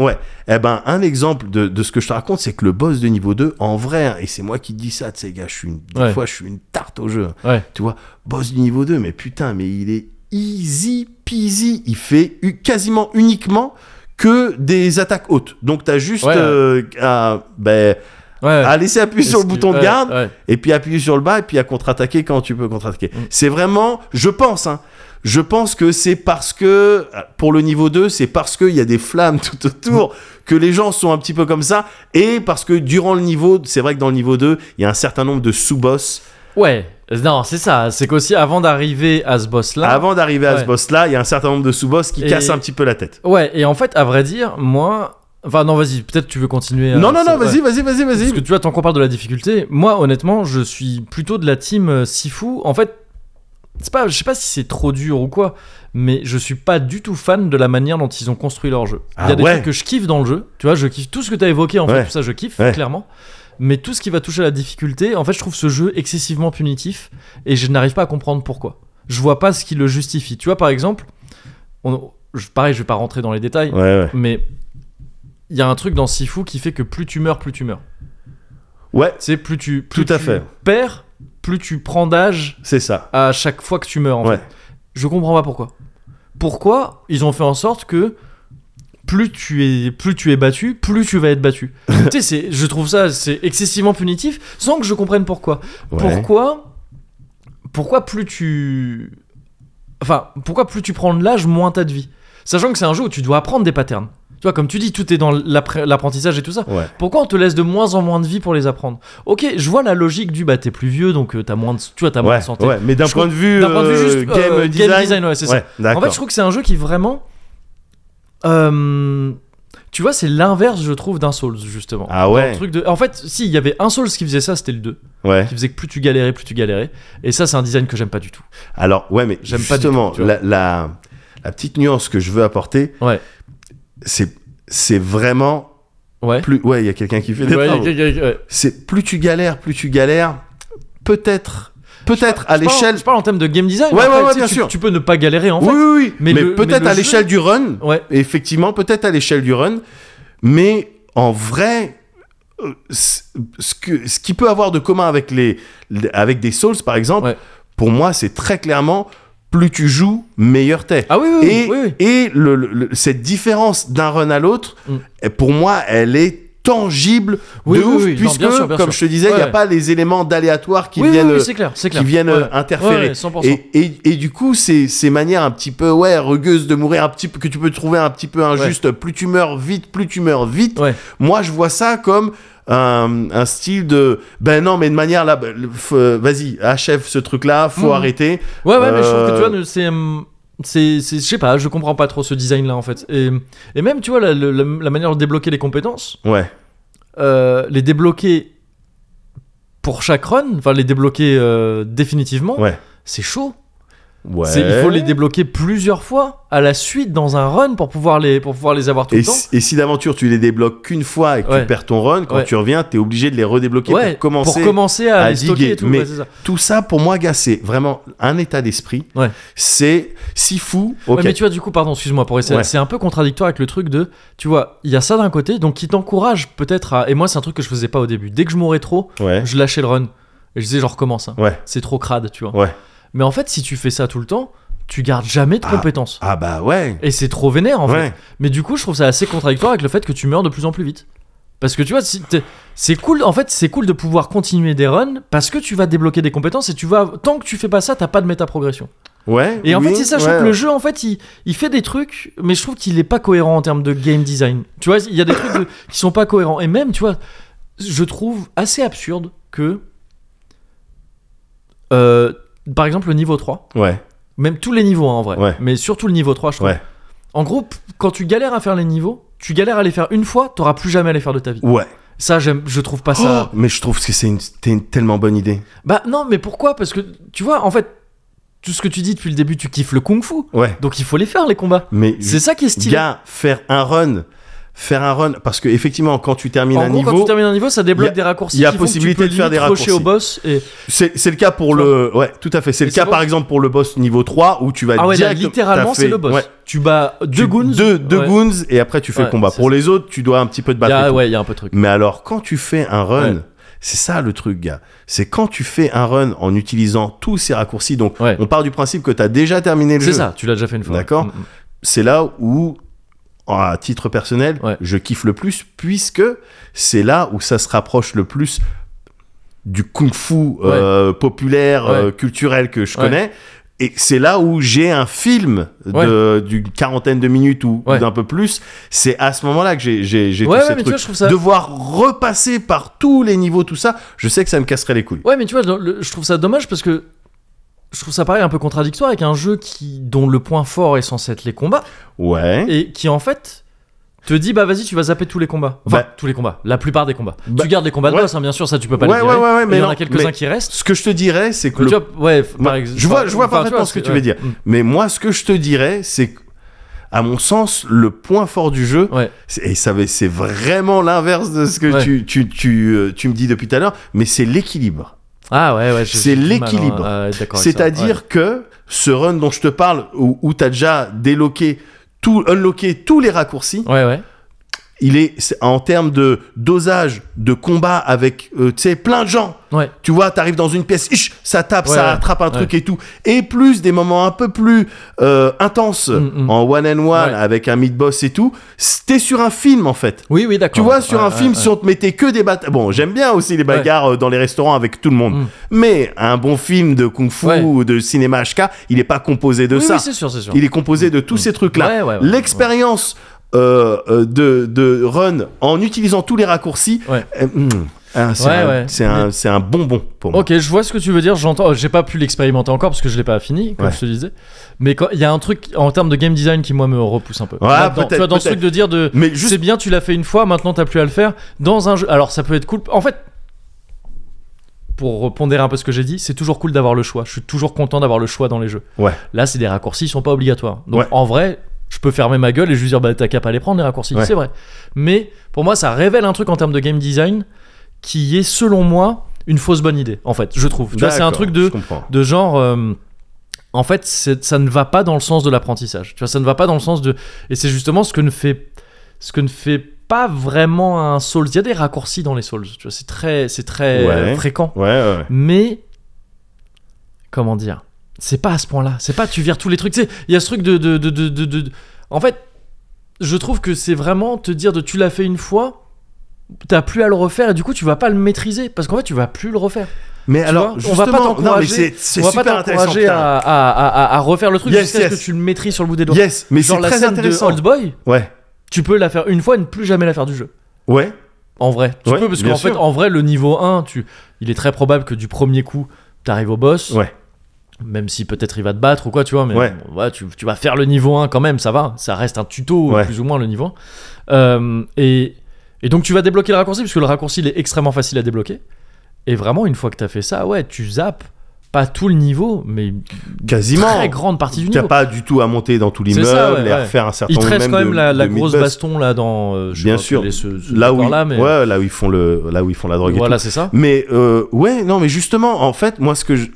Speaker 2: Ouais. Eh ben, un exemple de, de ce que je te raconte, c'est que le boss de niveau 2, en vrai, hein, et c'est moi qui te dis ça, tu sais, gars, je suis une, des
Speaker 1: Ouais.
Speaker 2: fois, je suis une tarte au jeu. hein.
Speaker 1: Ouais.
Speaker 2: Tu vois, boss du niveau 2, mais putain, mais il est easy peasy. Il fait u- quasiment uniquement que des attaques hautes. Donc, t'as juste
Speaker 1: Ouais.
Speaker 2: euh, à, ben,
Speaker 1: Ouais.
Speaker 2: à laisser appuyer sur le
Speaker 1: Esquive-
Speaker 2: bouton de
Speaker 1: ouais,
Speaker 2: garde,
Speaker 1: ouais.
Speaker 2: et puis appuyer sur le bas, et puis à contre-attaquer quand tu peux contre-attaquer.
Speaker 1: Mm.
Speaker 2: C'est vraiment, je pense, hein, je pense que c'est parce que, pour le niveau 2, c'est parce qu'il y a des flammes tout autour que les gens sont un petit peu comme ça, et parce que durant le niveau, c'est vrai que dans le niveau 2, il y a un certain nombre de sous-boss.
Speaker 1: Ouais. Non, c'est ça. C'est qu'aussi, avant d'arriver à ce boss-là.
Speaker 2: Avant d'arriver à
Speaker 1: Ouais.
Speaker 2: ce boss-là, il y a un certain nombre de sous-boss qui
Speaker 1: Et-
Speaker 2: cassent un petit peu la tête.
Speaker 1: Ouais, et en fait, à vrai dire, moi. Enfin, non, vas-y, peut-être tu veux continuer. euh,
Speaker 2: non, non,
Speaker 1: ça-
Speaker 2: non, vas-y,
Speaker 1: ouais.
Speaker 2: vas-y, vas-y,
Speaker 1: Parce que
Speaker 2: vas-y.
Speaker 1: tu vois, tant qu'on parle de la difficulté, moi, honnêtement, je suis plutôt de la team euh, Sifu. En fait, c'est pas, je sais pas si c'est trop dur ou quoi, mais je suis pas du tout fan de la manière dont ils ont construit leur jeu. Il y
Speaker 2: Ah
Speaker 1: a des
Speaker 2: ouais.
Speaker 1: trucs que je kiffe dans le jeu. Tu vois, je kiffe tout ce que tu as évoqué, en
Speaker 2: Ouais.
Speaker 1: fait, tout ça, je kiffe,
Speaker 2: Ouais.
Speaker 1: clairement. Mais tout ce qui va toucher à la difficulté, en fait, je trouve ce jeu excessivement punitif et je n'arrive pas à comprendre pourquoi. Je vois pas ce qui le justifie. Tu vois, par exemple, on, je- pareil, je vais pas rentrer dans les détails,
Speaker 2: Ouais, ouais.
Speaker 1: mais il y a un truc dans Sifu qui fait que plus tu meurs, plus tu meurs.
Speaker 2: Ouais,
Speaker 1: C'est plus tu plus
Speaker 2: Tout à
Speaker 1: tu
Speaker 2: fait.
Speaker 1: perds, plus tu prends d'âge
Speaker 2: c'est ça.
Speaker 1: à chaque fois que tu meurs. En
Speaker 2: Ouais.
Speaker 1: fait. Je comprends pas pourquoi. Pourquoi ils ont fait en sorte que plus tu es plus tu es battu, plus tu vas être battu. tu sais, c'est- je trouve ça c'est excessivement punitif sans que je comprenne pourquoi.
Speaker 2: Ouais.
Speaker 1: Pourquoi pourquoi plus tu enfin pourquoi plus tu prends de l'âge moins t'as de vie, sachant que c'est un jeu où tu dois apprendre des patterns. Tu vois, comme tu dis, tout est dans l'appré- l'apprentissage et tout ça.
Speaker 2: Ouais.
Speaker 1: Pourquoi on te laisse de moins en moins de vie pour les apprendre Ok, je vois la logique du bah t'es plus vieux donc euh, t'as moins de, tu vois, t'as moins
Speaker 2: Ouais,
Speaker 1: de santé.
Speaker 2: ouais, mais d'un
Speaker 1: Je
Speaker 2: point de vue,
Speaker 1: d'un point de vue
Speaker 2: euh,
Speaker 1: juste, euh,
Speaker 2: game,
Speaker 1: game
Speaker 2: design,
Speaker 1: design, ouais, c'est ça.
Speaker 2: ouais,
Speaker 1: en
Speaker 2: d'accord.
Speaker 1: fait, je trouve que c'est un jeu qui vraiment. euh, tu vois, c'est l'inverse, je trouve, d'un Souls, justement.
Speaker 2: Ah
Speaker 1: Dans le
Speaker 2: ouais.
Speaker 1: truc de... En fait, si, il y avait un Souls qui faisait ça, c'était le 2.
Speaker 2: Ouais.
Speaker 1: Qui faisait que plus tu galérais, plus tu galérais. Et ça, c'est un design que j'aime pas du tout.
Speaker 2: Alors, ouais, mais
Speaker 1: J'aime pas du
Speaker 2: justement,
Speaker 1: tout, tu vois.
Speaker 2: la, la, la petite nuance que je veux apporter,
Speaker 1: Ouais.
Speaker 2: c'est, c'est vraiment
Speaker 1: Ouais.
Speaker 2: plus. Ouais, il y a quelqu'un qui fait des
Speaker 1: Ouais,
Speaker 2: travaux.
Speaker 1: ouais, ouais, ouais.
Speaker 2: C'est plus tu galères, plus tu galères, peut-être, peut-être à
Speaker 1: Je parle-
Speaker 2: l'échelle.
Speaker 1: Je parle en termes de game design.
Speaker 2: Ouais,
Speaker 1: mais
Speaker 2: ouais,
Speaker 1: après,
Speaker 2: ouais,
Speaker 1: tu sais,
Speaker 2: bien
Speaker 1: tu-
Speaker 2: sûr.
Speaker 1: Tu peux ne pas galérer, en
Speaker 2: oui,
Speaker 1: fait.
Speaker 2: oui, oui. Mais,
Speaker 1: mais le-
Speaker 2: peut-être
Speaker 1: mais le
Speaker 2: à
Speaker 1: jeu-
Speaker 2: l'échelle du run,
Speaker 1: Ouais.
Speaker 2: effectivement, peut-être à l'échelle du run, mais en vrai, euh, c- ce que ce qui peut avoir de commun avec les les- avec des souls par exemple,
Speaker 1: Ouais.
Speaker 2: pour moi c'est très clairement plus tu joues, meilleur t'es.
Speaker 1: Ah oui, oui, oui,
Speaker 2: et
Speaker 1: oui, oui.
Speaker 2: et le- le- le- cette différence d'un run à l'autre,
Speaker 1: Mm.
Speaker 2: eh, pour moi, elle est tangible
Speaker 1: Oui,
Speaker 2: de
Speaker 1: oui,
Speaker 2: ouf,
Speaker 1: oui, non,
Speaker 2: puisque,
Speaker 1: bien sûr, bien sûr.
Speaker 2: comme je te disais, il n'y a
Speaker 1: Ouais.
Speaker 2: pas les éléments d'aléatoire qui
Speaker 1: oui,
Speaker 2: viennent euh,
Speaker 1: oui, oui, c'est clair, c'est clair.
Speaker 2: qui viennent euh,
Speaker 1: Ouais. Ouais,
Speaker 2: interférer.
Speaker 1: ouais, 100%.
Speaker 2: et, et, et du coup, ces, ces manières un petit peu ouais, rugueuses de mourir, un petit peu, que tu peux trouver un petit peu injuste, plus tu meurs vite, plus tu meurs vite,
Speaker 1: Ouais.
Speaker 2: moi je vois ça comme un, un style de ben non, mais de manière là, ben, le- f- euh, vas-y, achève ce truc-là, faut
Speaker 1: Mhm.
Speaker 2: arrêter.
Speaker 1: Ouais, ouais, mais je trouve que
Speaker 2: Euh,
Speaker 1: tu vois, c'est. hum, C'est, c'est- je sais pas, je comprends pas trop ce design là en fait. Et, et même, tu vois, la, la- la manière de débloquer les compétences,
Speaker 2: Ouais,
Speaker 1: euh, les débloquer pour chaque run, enfin les débloquer euh, définitivement,
Speaker 2: ouais.
Speaker 1: c'est chaud.
Speaker 2: Ouais.
Speaker 1: C'est- il faut les débloquer plusieurs fois à la suite dans un run pour pouvoir les, pour pouvoir les avoir tout
Speaker 2: Et
Speaker 1: le temps.
Speaker 2: si, et si d'aventure tu les débloques qu'une fois et que
Speaker 1: Ouais.
Speaker 2: tu perds ton run, quand
Speaker 1: Ouais.
Speaker 2: tu reviens, t'es obligé de les redébloquer
Speaker 1: Ouais,
Speaker 2: pour commencer.
Speaker 1: à,
Speaker 2: à
Speaker 1: les stocker
Speaker 2: diguer.
Speaker 1: et tout.
Speaker 2: Mais-
Speaker 1: ouais, c'est ça.
Speaker 2: Tout ça, pour moi, gars, c'est vraiment un état d'esprit.
Speaker 1: Ouais.
Speaker 2: C'est si fou. Ok.
Speaker 1: Ouais, mais tu vois, du coup, pardon, excuse-moi pour essayer.
Speaker 2: Ouais.
Speaker 1: C'est un peu contradictoire avec le truc de, tu vois, il y a ça d'un côté, donc qui t'encourage peut-être à. Et moi, c'est un truc que je faisais pas au début. Dès que je mourais trop,
Speaker 2: Ouais.
Speaker 1: je lâchais le run. Et je disais, genre, recommence. hein.
Speaker 2: Ouais.
Speaker 1: C'est trop crade, tu vois.
Speaker 2: Ouais.
Speaker 1: Mais en fait, si tu fais ça tout le temps, tu gardes jamais de
Speaker 2: Ah.
Speaker 1: compétences.
Speaker 2: Ah bah ouais.
Speaker 1: Et c'est trop vénère, en fait.
Speaker 2: ouais.
Speaker 1: Mais du coup, je trouve ça assez contradictoire avec le fait que tu meurs de plus en plus vite. Parce que tu vois, si t'es- c'est cool. En fait, c'est cool de pouvoir continuer des runs parce que tu vas débloquer des compétences et tu vas. Tant que tu fais pas ça, t'as pas de méta progression.
Speaker 2: Ouais.
Speaker 1: Et en
Speaker 2: oui,
Speaker 1: fait, c'est ça. Je
Speaker 2: ouais.
Speaker 1: trouve que le jeu, en fait, il, il fait des trucs, mais je trouve qu'il est pas cohérent en termes de game design. Tu vois, il y a des trucs de- qui sont pas cohérents. Et même, tu vois, je trouve assez absurde que, euh, par exemple, le niveau 3,
Speaker 2: Ouais.
Speaker 1: même tous les niveaux hein, en vrai,
Speaker 2: Ouais.
Speaker 1: mais surtout le niveau 3, je trouve.
Speaker 2: Ouais.
Speaker 1: En gros, p- quand tu galères à faire les niveaux, tu galères à les faire une fois, t'auras plus jamais à les faire de ta vie.
Speaker 2: Ouais.
Speaker 1: Ça, j'aime, je trouve pas ça.
Speaker 2: Oh, mais je trouve que c'est une, c'était une tellement bonne idée.
Speaker 1: Bah non, mais pourquoi Parce que tu vois, en fait, tout ce que tu dis depuis le début, tu kiffes le kung-fu,
Speaker 2: Ouais.
Speaker 1: donc il faut les faire les combats.
Speaker 2: Mais
Speaker 1: C'est ça qui est stylé.
Speaker 2: gars, faire un run, faire un run, parce que effectivement, quand tu termines
Speaker 1: en
Speaker 2: un
Speaker 1: gros,
Speaker 2: niveau,
Speaker 1: quand tu termines un niveau, ça débloque
Speaker 2: y a-
Speaker 1: des raccourcis.
Speaker 2: y a
Speaker 1: qui font que tu
Speaker 2: possibilité
Speaker 1: peux
Speaker 2: de faire des
Speaker 1: limite rusher
Speaker 2: raccourcis. Euh,
Speaker 1: au boss et
Speaker 2: c'est c'est le cas pour
Speaker 1: Tu
Speaker 2: le, ouais, tout à fait. C'est
Speaker 1: Et
Speaker 2: le
Speaker 1: c'est
Speaker 2: cas
Speaker 1: bon.
Speaker 2: par exemple pour le boss niveau 3 où tu vas
Speaker 1: ah ouais, là,
Speaker 2: direct-
Speaker 1: littéralement
Speaker 2: t'as
Speaker 1: c'est
Speaker 2: fait-
Speaker 1: le boss.
Speaker 2: ouais.
Speaker 1: Tu bats deux
Speaker 2: Tu-
Speaker 1: goons.
Speaker 2: deux, deux
Speaker 1: ouais.
Speaker 2: goons et après tu fais
Speaker 1: Ouais,
Speaker 2: le combat.
Speaker 1: c'est
Speaker 2: Pour
Speaker 1: ça.
Speaker 2: les autres, tu dois un petit peu te
Speaker 1: Y
Speaker 2: battre. et
Speaker 1: a-
Speaker 2: tout.
Speaker 1: ouais, il y a un peu de truc.
Speaker 2: Mais alors, quand tu fais un run,
Speaker 1: Ouais.
Speaker 2: c'est ça le truc, gars. C'est quand tu fais un run en utilisant tous ces raccourcis. Donc,
Speaker 1: Ouais.
Speaker 2: on part du principe que tu as déjà terminé le
Speaker 1: C'est
Speaker 2: jeu.
Speaker 1: ça, tu l'as déjà fait une fois.
Speaker 2: D'accord.
Speaker 1: Mm, mm.
Speaker 2: C'est là où, à titre personnel,
Speaker 1: Ouais.
Speaker 2: je kiffe le plus, puisque c'est là où ça se rapproche le plus du kung-fu euh, populaire,
Speaker 1: Ouais.
Speaker 2: euh, culturel que je
Speaker 1: Ouais.
Speaker 2: connais. Et c'est là où j'ai un film de- d'une quarantaine de minutes ou, ou
Speaker 1: Ouais.
Speaker 2: d'un peu plus. C'est à ce moment-là que j'ai j'ai j'ai
Speaker 1: Ouais,
Speaker 2: tous
Speaker 1: ouais,
Speaker 2: ces
Speaker 1: mais tu
Speaker 2: trucs.
Speaker 1: vois, je trouve ça-
Speaker 2: Devoir repasser par tous les niveaux, tout ça, je sais que ça me casserait les couilles.
Speaker 1: Ouais, mais tu vois, dans le- je trouve ça dommage parce que je trouve ça pareil un peu contradictoire avec un jeu qui dont le point fort est censé être les combats
Speaker 2: Ouais.
Speaker 1: et qui en fait te dit bah vas-y tu vas zapper tous les combats enfin
Speaker 2: Bah-
Speaker 1: tous les combats la plupart des combats
Speaker 2: Bah-
Speaker 1: tu gardes les combats de
Speaker 2: Ouais.
Speaker 1: boss hein, bien sûr ça tu peux pas
Speaker 2: Ouais,
Speaker 1: les virer
Speaker 2: ouais, ouais, ouais, mais
Speaker 1: il y en
Speaker 2: non,
Speaker 1: a quelques uns
Speaker 2: mais-
Speaker 1: qui restent
Speaker 2: Ce que je te dirais, c'est que
Speaker 1: Mais
Speaker 2: le
Speaker 1: tu vois, ouais f- par
Speaker 2: Ouais,
Speaker 1: exemple
Speaker 2: je vois- je vois
Speaker 1: enfin,
Speaker 2: parfaitement
Speaker 1: vois,
Speaker 2: ce que
Speaker 1: c'est-
Speaker 2: tu veux dire. Mais moi, ce que je te dirais, c'est que, à mon sens, le point fort du jeu,
Speaker 1: Mm. ouais
Speaker 2: c'est- et ça va- c'est vraiment l'inverse de ce que
Speaker 1: Ouais.
Speaker 2: tu, tu, tu, euh, tu me dis depuis tout à l'heure, mais c'est l'équilibre.
Speaker 1: ah ouais ouais j'ai-
Speaker 2: C'est
Speaker 1: j'ai du mal, hein,
Speaker 2: l'équilibre.
Speaker 1: à être d'accord avec ça,
Speaker 2: C'est-à-dire que ce run dont je te parle, où, tu as déjà déloqué, tout, unlocké tous les raccourcis,
Speaker 1: ouais ouais, ouais.
Speaker 2: il est c'est- en termes de dosage, de combat avec euh, tu sais, plein de gens.
Speaker 1: Ouais.
Speaker 2: Tu vois, t'arrives dans une pièce, ich, ça tape,
Speaker 1: Ouais,
Speaker 2: ça
Speaker 1: ouais,
Speaker 2: attrape un truc et tout. Et plus des moments un peu plus euh, intenses
Speaker 1: Mm, mm.
Speaker 2: en one and one
Speaker 1: Ouais.
Speaker 2: avec un mid boss et tout. c- T'es sur un film en fait.
Speaker 1: oui oui d'accord
Speaker 2: Tu vois, sur
Speaker 1: Oh, Ouais,
Speaker 2: un
Speaker 1: ouais,
Speaker 2: film,
Speaker 1: ouais.
Speaker 2: si on te mettait que des batailles. Bon, j'aime bien aussi les bagarres euh, dans les restaurants avec tout le monde.
Speaker 1: Mm.
Speaker 2: Mais un bon film de kung-fu
Speaker 1: Ouais.
Speaker 2: ou de cinéma HK, il est pas composé de
Speaker 1: oui,
Speaker 2: ça.
Speaker 1: oui, c'est sûr c'est sûr
Speaker 2: Il est composé de tous ces trucs-là.
Speaker 1: Mm. Ouais, ouais, ouais.
Speaker 2: L'expérience euh, euh, de, de run en utilisant tous les raccourcis,
Speaker 1: Ouais.
Speaker 2: euh, mm, ah, c'est
Speaker 1: Ouais,
Speaker 2: un,
Speaker 1: ouais.
Speaker 2: c'est un- c'est un bonbon pour moi.
Speaker 1: Ok, je vois ce que tu veux dire. J'entends. oh, J'ai pas pu l'expérimenter encore parce que je l'ai pas fini, comme
Speaker 2: Ouais.
Speaker 1: je te disais. Mais quand- il y a un truc en termes de game design qui moi me repousse un peu.
Speaker 2: Ouais,
Speaker 1: Là-dedans.
Speaker 2: peut-être,
Speaker 1: tu vois, dans ce
Speaker 2: peut-être.
Speaker 1: truc de dire de,
Speaker 2: Mais juste-
Speaker 1: c'est bien, tu l'as fait une fois, maintenant t'as plus à le faire dans un jeu. Alors ça peut être cool. En fait, pour pondérer un peu ce que j'ai dit, c'est toujours cool d'avoir le choix. Je suis toujours content d'avoir le choix dans les jeux.
Speaker 2: Ouais.
Speaker 1: Là, c'est des raccourcis, ils sont pas obligatoires. Donc
Speaker 2: Ouais.
Speaker 1: en vrai, je peux fermer ma gueule et juste dire bah t'as qu'à pas les prendre les raccourcis,
Speaker 2: Ouais.
Speaker 1: c'est vrai. Mais pour moi, ça révèle un truc en termes de game design qui est selon moi une fausse bonne idée. En fait, je trouve. Tu vois, c'est un
Speaker 2: D'accord,
Speaker 1: truc
Speaker 2: je
Speaker 1: de
Speaker 2: comprends.
Speaker 1: de genre. euh, en fait, c'est- ça ne va pas dans le sens de l'apprentissage. Tu vois, ça ne va pas dans le sens de. Et c'est justement ce que ne fait, ce que ne fait pas vraiment un Souls. Il y a des raccourcis dans les Souls, tu vois, c'est très, c'est très
Speaker 2: Ouais.
Speaker 1: euh, fréquent.
Speaker 2: Ouais, ouais, ouais.
Speaker 1: Mais comment dire C'est pas à ce point-là. C'est pas tu vires tous les trucs. Tu sais, il y a ce truc de de, de, de, de- de- En fait, je trouve que c'est vraiment te dire de tu l'as fait une fois, t'as plus à le refaire et du coup tu vas pas le maîtriser parce qu'en fait tu vas plus le refaire.
Speaker 2: Mais
Speaker 1: Tu
Speaker 2: alors,
Speaker 1: vois, on va pas
Speaker 2: justement- non, mais
Speaker 1: t'encourager.
Speaker 2: c'est- c'est
Speaker 1: on va pas
Speaker 2: super intéressant.
Speaker 1: t'encourager
Speaker 2: putain.
Speaker 1: à, à, à, à refaire le truc
Speaker 2: Yes,
Speaker 1: jusqu'à ce
Speaker 2: yes.
Speaker 1: que tu le maîtrises sur le bout des doigts.
Speaker 2: Yes, mais c'est
Speaker 1: Genre la
Speaker 2: très
Speaker 1: scène de
Speaker 2: intéressant.
Speaker 1: Old Boy,
Speaker 2: Ouais,
Speaker 1: tu peux la faire une fois et ne plus jamais la faire du jeu.
Speaker 2: ouais,
Speaker 1: En vrai, tu
Speaker 2: Ouais,
Speaker 1: peux parce
Speaker 2: bien
Speaker 1: qu'en fait,
Speaker 2: sûr.
Speaker 1: en vrai, le niveau 1, tu, il est très probable que du premier coup, t'arrives au boss.
Speaker 2: Ouais.
Speaker 1: Même si peut-être il va te battre ou quoi, tu vois, mais
Speaker 2: Ouais.
Speaker 1: bon, ouais, tu, tu vas faire le niveau 1 quand même, ça va, ça reste un tuto,
Speaker 2: Ouais.
Speaker 1: plus ou moins le niveau 1. Euh, et, et donc tu vas débloquer le raccourci, parce que le raccourci il est extrêmement facile à débloquer. Et vraiment, une fois que t'as fait ça, ouais, tu zappes pas tout le niveau, mais une
Speaker 2: quasiment.
Speaker 1: très grande partie du
Speaker 2: T'as
Speaker 1: niveau.
Speaker 2: pas du tout à monter dans tout
Speaker 1: C'est ça, ouais,
Speaker 2: l'immeuble et
Speaker 1: ouais.
Speaker 2: à refaire un certain
Speaker 1: Il te
Speaker 2: nombre
Speaker 1: reste
Speaker 2: même
Speaker 1: quand même
Speaker 2: de-
Speaker 1: la, la
Speaker 2: de
Speaker 1: grosse
Speaker 2: mid-boss.
Speaker 1: baston là dans. euh, je sais
Speaker 2: Bien
Speaker 1: pas
Speaker 2: sûr.
Speaker 1: quel est ce- ce
Speaker 2: Là où, ils-
Speaker 1: décor-là, mais
Speaker 2: ouais, là où ils font le, là où ils font la drogue. et
Speaker 1: voilà, c'est ça.
Speaker 2: Mais euh, ouais, non, mais justement, en fait, moi, ce que je.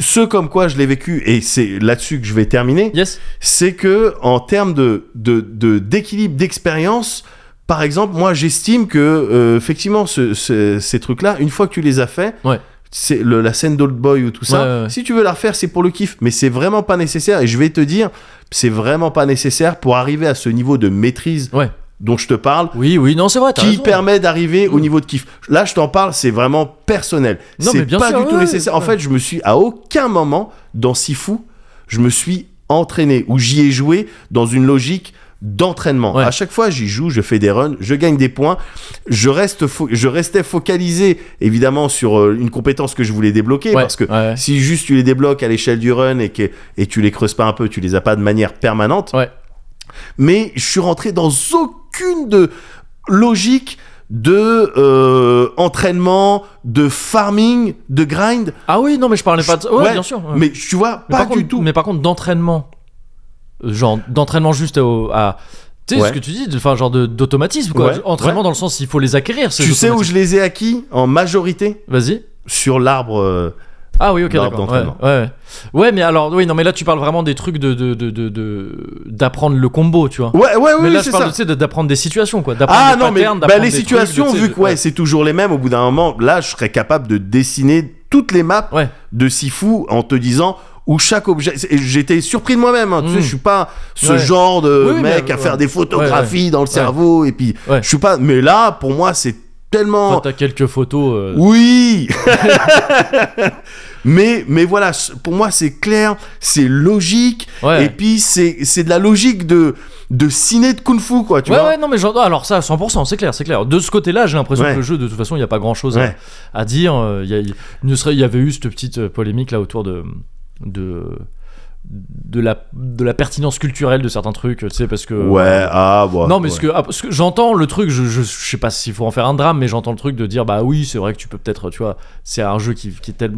Speaker 2: Ce comme quoi je l'ai vécu, et c'est là-dessus que je vais terminer,
Speaker 1: Yes.
Speaker 2: c'est que en termes de, de, de- d'équilibre d'expérience, par exemple, moi j'estime que euh, effectivement ce- ce- ces trucs-là, une fois que tu les as faits,
Speaker 1: Ouais.
Speaker 2: c'est le- la scène d'Old Boy ou tout ça.
Speaker 1: Ouais, ouais, ouais.
Speaker 2: Si tu veux la refaire, c'est pour le kiff, mais c'est vraiment pas nécessaire. Et je vais te dire, c'est vraiment pas nécessaire pour arriver à ce niveau de maîtrise
Speaker 1: Ouais.
Speaker 2: dont je te parle
Speaker 1: Oui, oui, non, c'est vrai. t'as
Speaker 2: qui
Speaker 1: raison. Mm.
Speaker 2: permet d'arriver au niveau de kiff. Là, je t'en parle, c'est vraiment personnel.
Speaker 1: Non,
Speaker 2: C'est
Speaker 1: mais bien
Speaker 2: pas
Speaker 1: sûr,
Speaker 2: du tout
Speaker 1: ouais,
Speaker 2: nécessaire. En
Speaker 1: ouais.
Speaker 2: fait, je me suis à aucun moment dans Sifu, je me suis entraîné ou j'y ai joué dans une logique d'entraînement.
Speaker 1: Ouais.
Speaker 2: À chaque fois, j'y joue, je fais des runs, je gagne des points, je reste fo- je restais focalisé évidemment sur euh, une compétence que je voulais débloquer
Speaker 1: Ouais,
Speaker 2: parce que
Speaker 1: ouais.
Speaker 2: si juste tu les débloques à l'échelle du run et que et tu les creuses pas un peu, tu les as pas de manière permanente.
Speaker 1: Ouais.
Speaker 2: Mais je suis rentré dans aucune de logique de euh, entraînement, de farming, de grind.
Speaker 1: Ah oui, non, mais je parlais pas de ça. Ouais, bien sûr. ouais.
Speaker 2: Mais tu vois,
Speaker 1: Mais
Speaker 2: pas
Speaker 1: par
Speaker 2: du
Speaker 1: contre,
Speaker 2: tout.
Speaker 1: Mais par contre, d'entraînement. Euh, Genre, d'entraînement juste au- à. Tu sais
Speaker 2: Ouais.
Speaker 1: ce que tu dis, de- enfin, genre de- d'automatisme, quoi.
Speaker 2: Ouais,
Speaker 1: Entraînement
Speaker 2: ouais.
Speaker 1: dans le sens, il faut les acquérir. ces
Speaker 2: Tu sais où
Speaker 1: automatismes.
Speaker 2: je les ai acquis en majorité
Speaker 1: Vas-y.
Speaker 2: sur l'arbre. euh,
Speaker 1: Ah oui, ok,
Speaker 2: Barre
Speaker 1: d'accord. Ouais,
Speaker 2: d'entraînement.
Speaker 1: ouais, ouais. Ouais, mais alors, oui, non, mais là, tu parles vraiment des trucs de. de- de- de- de- d'apprendre le combo, tu vois.
Speaker 2: Ouais, ouais,
Speaker 1: mais
Speaker 2: oui,
Speaker 1: là,
Speaker 2: c'est
Speaker 1: je parle
Speaker 2: ça.
Speaker 1: de- tu sais, de- d'apprendre des situations, quoi. D'apprendre
Speaker 2: Ah
Speaker 1: des
Speaker 2: non, mais
Speaker 1: patterns,
Speaker 2: bah,
Speaker 1: d'apprendre
Speaker 2: les
Speaker 1: des trucs,
Speaker 2: situations,
Speaker 1: de- tu sais,
Speaker 2: vu que ouais,
Speaker 1: de-
Speaker 2: c'est toujours les mêmes, au bout d'un moment, là, je serais capable de dessiner toutes les maps
Speaker 1: Ouais.
Speaker 2: de Sifu en te disant où chaque objet. c'est- et J'étais surpris de moi-même, hein, tu
Speaker 1: Mm.
Speaker 2: sais, je suis pas ce
Speaker 1: Ouais.
Speaker 2: genre de
Speaker 1: Oui, oui,
Speaker 2: mec
Speaker 1: mais,
Speaker 2: à
Speaker 1: ouais.
Speaker 2: faire des photographies dans le
Speaker 1: Ouais.
Speaker 2: cerveau, et puis
Speaker 1: Ouais.
Speaker 2: je suis pas. Mais là, pour moi, c'est tellement.
Speaker 1: Enfin, t'as quelques photos. euh,
Speaker 2: Oui Mais, mais voilà, c- pour moi c'est clair, c'est logique,
Speaker 1: Ouais.
Speaker 2: et puis c'est c'est de la logique de, de ciné de kung-fu, quoi, tu
Speaker 1: ouais,
Speaker 2: vois
Speaker 1: ouais, non, mais genre, alors ça, 100%, c'est clair, c'est clair. De ce côté-là, j'ai l'impression
Speaker 2: Ouais.
Speaker 1: que le jeu, de toute façon, il n'y a pas grand-chose à-
Speaker 2: Ouais.
Speaker 1: à, dire. Euh, Il y, a- il- ne serait- il y avait eu cette petite euh, polémique là autour de. de de la, de la pertinence culturelle de certains trucs, tu sais, parce que.
Speaker 2: Ouais, ah, bon.
Speaker 1: non, mais
Speaker 2: ouais.
Speaker 1: ce que, ah, parce que j'entends le truc, je, je, je sais pas s'il faut en faire un drame, mais j'entends le truc de dire, bah oui, c'est vrai que tu peux peut-être, tu vois, c'est un jeu qui, qui, est tel-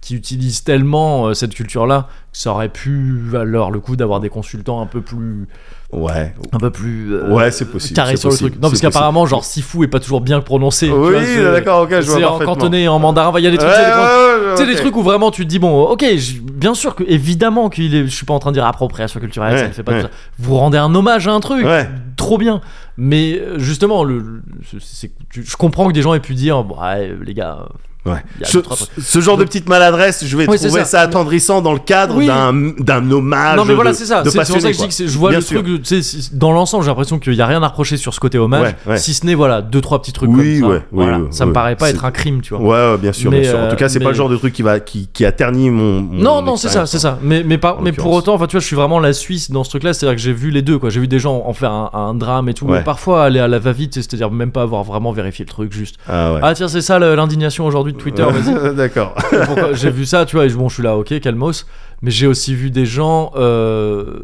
Speaker 1: qui utilise tellement euh, cette culture-là que ça aurait pu valoir le coup d'avoir des consultants un peu plus
Speaker 2: Ouais.
Speaker 1: un peu plus euh,
Speaker 2: Ouais, c'est possible,
Speaker 1: carré
Speaker 2: c'est
Speaker 1: sur le
Speaker 2: possible,
Speaker 1: truc. Non, parce
Speaker 2: c'est
Speaker 1: qu'apparemment, genre Sifu est pas toujours bien prononcé. tu
Speaker 2: Oui,
Speaker 1: vois, c'est-
Speaker 2: d'accord, ok, je vois
Speaker 1: C'est en
Speaker 2: parfaitement.
Speaker 1: cantonais, en mandarin. Enfin, Il y a des trucs, il y a des trucs- tu sais, des trucs où vraiment tu te dis, bon, ok, j- bien sûr que, évidemment, qu'il est, je suis pas en train de dire appropriation culturelle, ça
Speaker 2: Ouais,
Speaker 1: ne fait pas
Speaker 2: ouais.
Speaker 1: tout ça. Vous rendez un hommage à un truc,
Speaker 2: Ouais.
Speaker 1: trop bien. Mais euh, justement, le, le- c'est- c'est- tu- je comprends que des gens aient pu dire, bon, ouais, les gars, euh,
Speaker 2: Ouais.
Speaker 1: Il y a
Speaker 2: Ce,
Speaker 1: deux, trois trucs.
Speaker 2: ce genre de petite maladresse, je vais
Speaker 1: Oui, c'est
Speaker 2: trouver ça.
Speaker 1: ça.
Speaker 2: attendrissant dans le cadre
Speaker 1: Oui.
Speaker 2: d'un, d'un hommage.
Speaker 1: Non mais voilà
Speaker 2: de-
Speaker 1: c'est ça,
Speaker 2: Ah,
Speaker 1: c'est
Speaker 2: de
Speaker 1: c'est pour ça
Speaker 2: passionné,
Speaker 1: que je dis
Speaker 2: quoi.
Speaker 1: que c'est- je vois
Speaker 2: Bien
Speaker 1: le
Speaker 2: sûr.
Speaker 1: truc, tu sais, c'est- dans l'ensemble j'ai l'impression qu'il n'y a rien à reprocher sur ce côté hommage,
Speaker 2: Ouais, ouais.
Speaker 1: si ce n'est voilà deux trois petits trucs
Speaker 2: Oui,
Speaker 1: comme ça,
Speaker 2: ouais, oui,
Speaker 1: Voilà.
Speaker 2: oui,
Speaker 1: ça
Speaker 2: oui.
Speaker 1: me paraît pas
Speaker 2: C'est-
Speaker 1: être un crime tu vois.
Speaker 2: Ouais, ouais, bien sûr,
Speaker 1: Mais,
Speaker 2: bien sûr. En tout cas, c'est
Speaker 1: euh,
Speaker 2: pas
Speaker 1: mais-
Speaker 2: le genre de truc qui, va, qui, qui a terni mon. mon
Speaker 1: Non, non, c'est ça,
Speaker 2: expérience. hein.
Speaker 1: c'est ça. Mais, mais, par-
Speaker 2: En
Speaker 1: mais pour
Speaker 2: l'occurrence.
Speaker 1: autant, enfin, tu vois, je suis vraiment la Suisse dans ce truc-là. C'est-à-dire que j'ai vu les deux, quoi. J'ai vu des gens en faire un, un drame et tout.
Speaker 2: Ouais.
Speaker 1: Mais parfois, aller à la va-vite, c'est-à-dire même pas avoir vraiment vérifié le truc, juste.
Speaker 2: Ah ouais.
Speaker 1: Ah, tiens, c'est ça le- l'indignation aujourd'hui de Twitter, vas-y.
Speaker 2: D'accord.
Speaker 1: Pourquoi- j'ai vu ça, tu vois, et je- bon, je suis là, ok, calmos. Mais j'ai aussi vu des gens euh,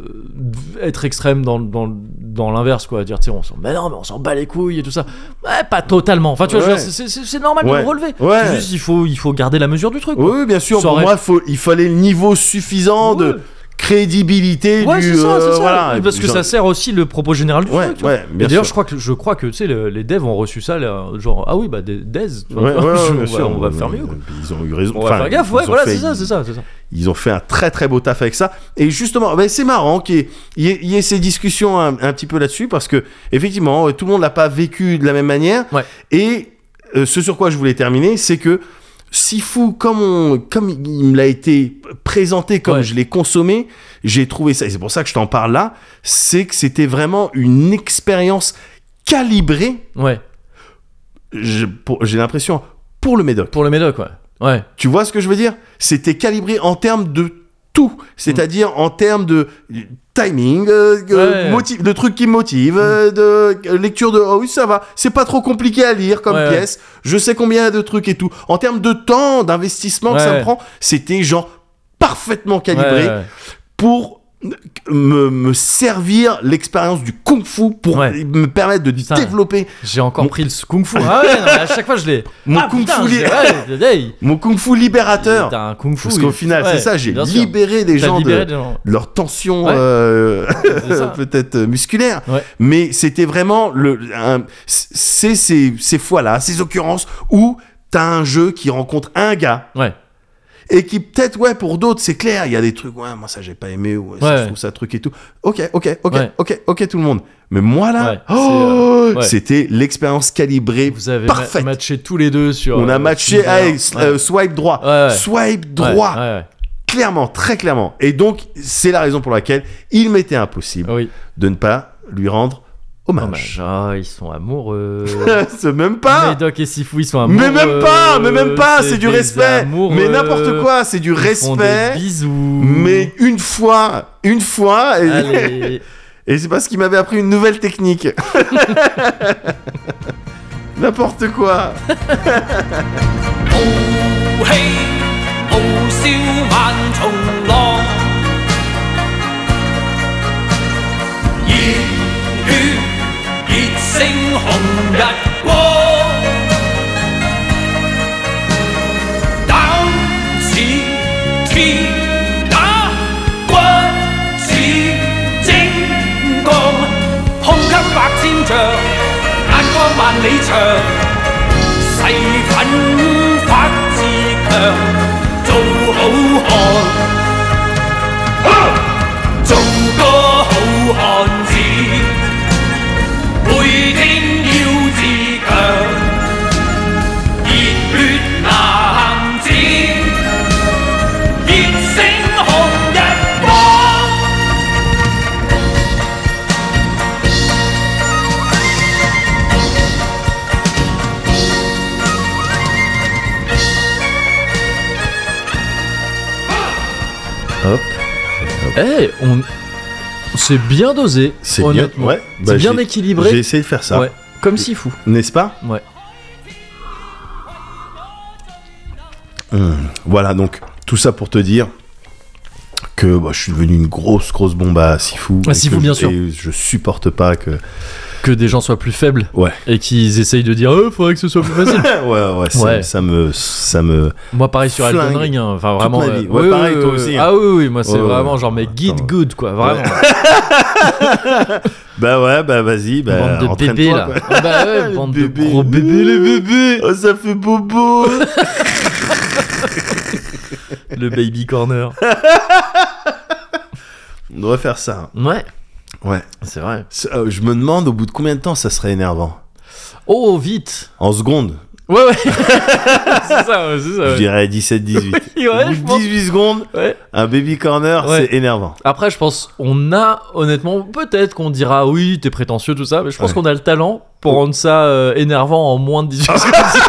Speaker 1: être extrêmes dans, dans, dans l'inverse, quoi. Dire, tiens, on s'en, mais non, mais on s'en bat les couilles et tout ça. Ouais, pas totalement. Enfin, tu vois, je veux
Speaker 2: Ouais.
Speaker 1: dire, c'est, c'est- c'est normal de
Speaker 2: Ouais.
Speaker 1: le relever.
Speaker 2: Ouais.
Speaker 1: C'est juste, il faut, il faut garder la mesure du truc. quoi.
Speaker 2: Oui, bien sûr.
Speaker 1: Ça
Speaker 2: Pour
Speaker 1: aurait-
Speaker 2: moi, faut- il fallait le niveau suffisant de
Speaker 1: Ouais.
Speaker 2: crédibilité
Speaker 1: Ouais,
Speaker 2: du.
Speaker 1: c'est ça, c'est
Speaker 2: euh,
Speaker 1: ça.
Speaker 2: voilà.
Speaker 1: Parce que
Speaker 2: Genre-
Speaker 1: ça sert aussi le propos général du
Speaker 2: Ouais,
Speaker 1: truc. tu
Speaker 2: ouais,
Speaker 1: vois.
Speaker 2: bien
Speaker 1: Et d'ailleurs,
Speaker 2: sûr.
Speaker 1: je crois que je crois que tu sais, le- les devs ont reçu ça, là, genre ah oui, bah des Dez, tu vois,
Speaker 2: Ouais, ouais, ouais,
Speaker 1: je- on
Speaker 2: bien
Speaker 1: va-
Speaker 2: sûr,
Speaker 1: on va faire mieux. quoi.
Speaker 2: Ils ont eu raison.
Speaker 1: On va
Speaker 2: Enfin,
Speaker 1: faire gaffe,
Speaker 2: ils
Speaker 1: ouais,
Speaker 2: ont
Speaker 1: voilà,
Speaker 2: fait-
Speaker 1: c'est ça, c'est ça, c'est ça.
Speaker 2: Ils ont fait un très très beau taf avec ça. Et justement, mais c'est marrant qu'il y, ait- il y ait- il y ait ces discussions un, un petit peu là-dessus parce que effectivement, euh, tout le monde l'a pas vécu de la même manière.
Speaker 1: Ouais.
Speaker 2: Et euh, ce sur quoi je voulais terminer, c'est que si fou comme on, comme il me l'a été présenté, comme
Speaker 1: Ouais.
Speaker 2: je l'ai consommé, j'ai trouvé ça. Et c'est pour ça que je t'en parle là. C'est que c'était vraiment une expérience calibrée.
Speaker 1: Ouais,
Speaker 2: je- pour- J'ai l'impression pour le Médoc.
Speaker 1: pour le Médoc, ouais. Ouais,
Speaker 2: Tu vois ce que je veux dire C'était calibré en termes de tout, c'est-à-dire en termes de timing, euh, euh,
Speaker 1: Ouais. Mm.
Speaker 2: motif- de trucs qui me motivent, euh, de euh, lecture de oh oui ça va, c'est pas trop compliqué à lire comme
Speaker 1: Ouais, ouais.
Speaker 2: pièce, je sais combien il y a de trucs et tout. En termes de temps, d'investissement que ça
Speaker 1: Ouais.
Speaker 2: me prend, c'était genre parfaitement calibré
Speaker 1: ouais, ouais.
Speaker 2: pour me, me servir l'expérience du kung-fu pour
Speaker 1: Ouais.
Speaker 2: me permettre de
Speaker 1: Putain.
Speaker 2: développer
Speaker 1: J'ai encore
Speaker 2: Mon-
Speaker 1: pris le kung fu. Ah ouais, non, mais à chaque fois je l'ai.
Speaker 2: Mon
Speaker 1: ah,
Speaker 2: kung
Speaker 1: putain,
Speaker 2: fu
Speaker 1: je l'ai-
Speaker 2: li-
Speaker 1: ouais, j'ai- hey,
Speaker 2: mon kung-fu libérateur.
Speaker 1: T'as un kung fu.
Speaker 2: Parce
Speaker 1: oui.
Speaker 2: qu'au final,
Speaker 1: Ouais,
Speaker 2: c'est ça, j'ai
Speaker 1: bien sûr.
Speaker 2: libéré des
Speaker 1: T'as
Speaker 2: gens
Speaker 1: libéré
Speaker 2: de,
Speaker 1: des gens.
Speaker 2: de leur tension
Speaker 1: Ouais.
Speaker 2: euh,
Speaker 1: C'est ça.
Speaker 2: peut-être euh, musculaire.
Speaker 1: Ouais.
Speaker 2: Mais c'était vraiment le, un- c'est ces, ces fois-là, ces occurrences où t'as un jeu qui rencontre un gars
Speaker 1: Ouais,
Speaker 2: et qui peut-être, ouais, pour d'autres, c'est clair, il y a des trucs, ouais, moi ça j'ai pas aimé, ou ça,
Speaker 1: Ouais.
Speaker 2: je trouve ça truc et tout. Ok, ok, ok,
Speaker 1: Ouais.
Speaker 2: ok, ok tout le monde. Mais moi là,
Speaker 1: Ouais,
Speaker 2: oh,
Speaker 1: c'est, euh, ouais.
Speaker 2: c'était l'expérience calibrée.
Speaker 1: vous avez ma-
Speaker 2: parfaite.
Speaker 1: matché tous les deux sur.
Speaker 2: On a
Speaker 1: euh,
Speaker 2: matché,
Speaker 1: Tinder.
Speaker 2: hey, s- euh,
Speaker 1: Ouais.
Speaker 2: swipe droit,
Speaker 1: Ouais, ouais.
Speaker 2: swipe
Speaker 1: Ouais,
Speaker 2: droit,
Speaker 1: ouais, ouais.
Speaker 2: clairement, très clairement. Et donc, c'est la raison pour laquelle il m'était impossible
Speaker 1: Ah Oui.
Speaker 2: de ne pas lui rendre
Speaker 1: Hommage.
Speaker 2: hommage.
Speaker 1: Ah, ils sont amoureux.
Speaker 2: c'est même pas
Speaker 1: Médoc et Sifou, ils sont amoureux.
Speaker 2: Ah mais même pas, mais même pas, c'est du
Speaker 1: euh, des
Speaker 2: respect.
Speaker 1: amoureux.
Speaker 2: Mais n'importe quoi, c'est du
Speaker 1: Ils font
Speaker 2: respect.
Speaker 1: des bisous.
Speaker 2: Mais une fois, une fois, et,
Speaker 1: Allez.
Speaker 2: et c'est parce qu'il m'avait appris une nouvelle technique. n'importe quoi.
Speaker 6: 傲氣傲笑萬重浪，熱血熱星紅日光，膽似鐵打，骨似精鋼，胸襟百千丈，眼光萬里長。誓奮發自強，做好漢，做個好漢子，每天要自強，熱血男子，熱醒紅日光。
Speaker 1: Eh, on. C'est bien dosé.
Speaker 2: C'est bien,
Speaker 1: honnêtement.
Speaker 2: ouais.
Speaker 1: C'est
Speaker 2: Bah,
Speaker 1: bien
Speaker 2: j'ai-
Speaker 1: équilibré.
Speaker 2: J'ai essayé de faire ça,
Speaker 1: Ouais. Comme Sifou.
Speaker 2: n'est-ce pas
Speaker 1: Ouais.
Speaker 2: Hum, Voilà, donc tout ça pour te dire que bah, je suis devenu une grosse, grosse bombe à Sifu.
Speaker 1: À
Speaker 2: et
Speaker 1: Sifu,
Speaker 2: que
Speaker 1: bien
Speaker 2: je-
Speaker 1: sûr.
Speaker 2: Et je supporte pas que.
Speaker 1: Que des gens soient plus faibles
Speaker 2: Ouais,
Speaker 1: et qu'ils essayent de dire, euh, faudrait que ce soit plus facile.
Speaker 2: ouais, ouais, ça,
Speaker 1: Ouais.
Speaker 2: ça me. Ça me...
Speaker 1: Moi, pareil sur Elden
Speaker 2: Flingue.
Speaker 1: Ring, hein. enfin vraiment.
Speaker 2: ma
Speaker 1: euh,
Speaker 2: vie. Ouais, pareil, toi aussi, hein.
Speaker 1: Ah oui, oui, moi c'est
Speaker 2: Ouais, ouais,
Speaker 1: vraiment
Speaker 2: ouais.
Speaker 1: genre, mais guide
Speaker 2: Attends.
Speaker 1: good quoi, vraiment.
Speaker 2: Bah ouais, bah vas-y, bah.
Speaker 1: bande de
Speaker 2: entraîne-toi,
Speaker 1: bébés là.
Speaker 2: quoi.
Speaker 1: Ah bah ouais, bande de
Speaker 2: bébés.
Speaker 1: gros bébés, les bébés.
Speaker 2: Oh, ça fait bobo
Speaker 1: Le baby corner.
Speaker 2: On devrait faire ça.
Speaker 1: Ouais,
Speaker 2: Ouais.
Speaker 1: c'est vrai.
Speaker 2: C'est- euh, je me demande au bout de combien de temps ça serait énervant
Speaker 1: Oh, vite.
Speaker 2: En secondes
Speaker 1: Ouais, ouais. c'est ça, ouais, c'est ça.
Speaker 2: Je
Speaker 1: ouais.
Speaker 2: dirais 17-18.
Speaker 1: Ouais, je pense.
Speaker 2: 18 secondes,
Speaker 1: Ouais.
Speaker 2: un baby corner,
Speaker 1: Ouais.
Speaker 2: c'est énervant.
Speaker 1: Après, je pense, on a honnêtement, peut-être qu'on dira oui, t'es prétentieux, tout ça, mais je pense
Speaker 2: Ouais.
Speaker 1: qu'on a le talent pour rendre ça euh, énervant en moins de 18 secondes.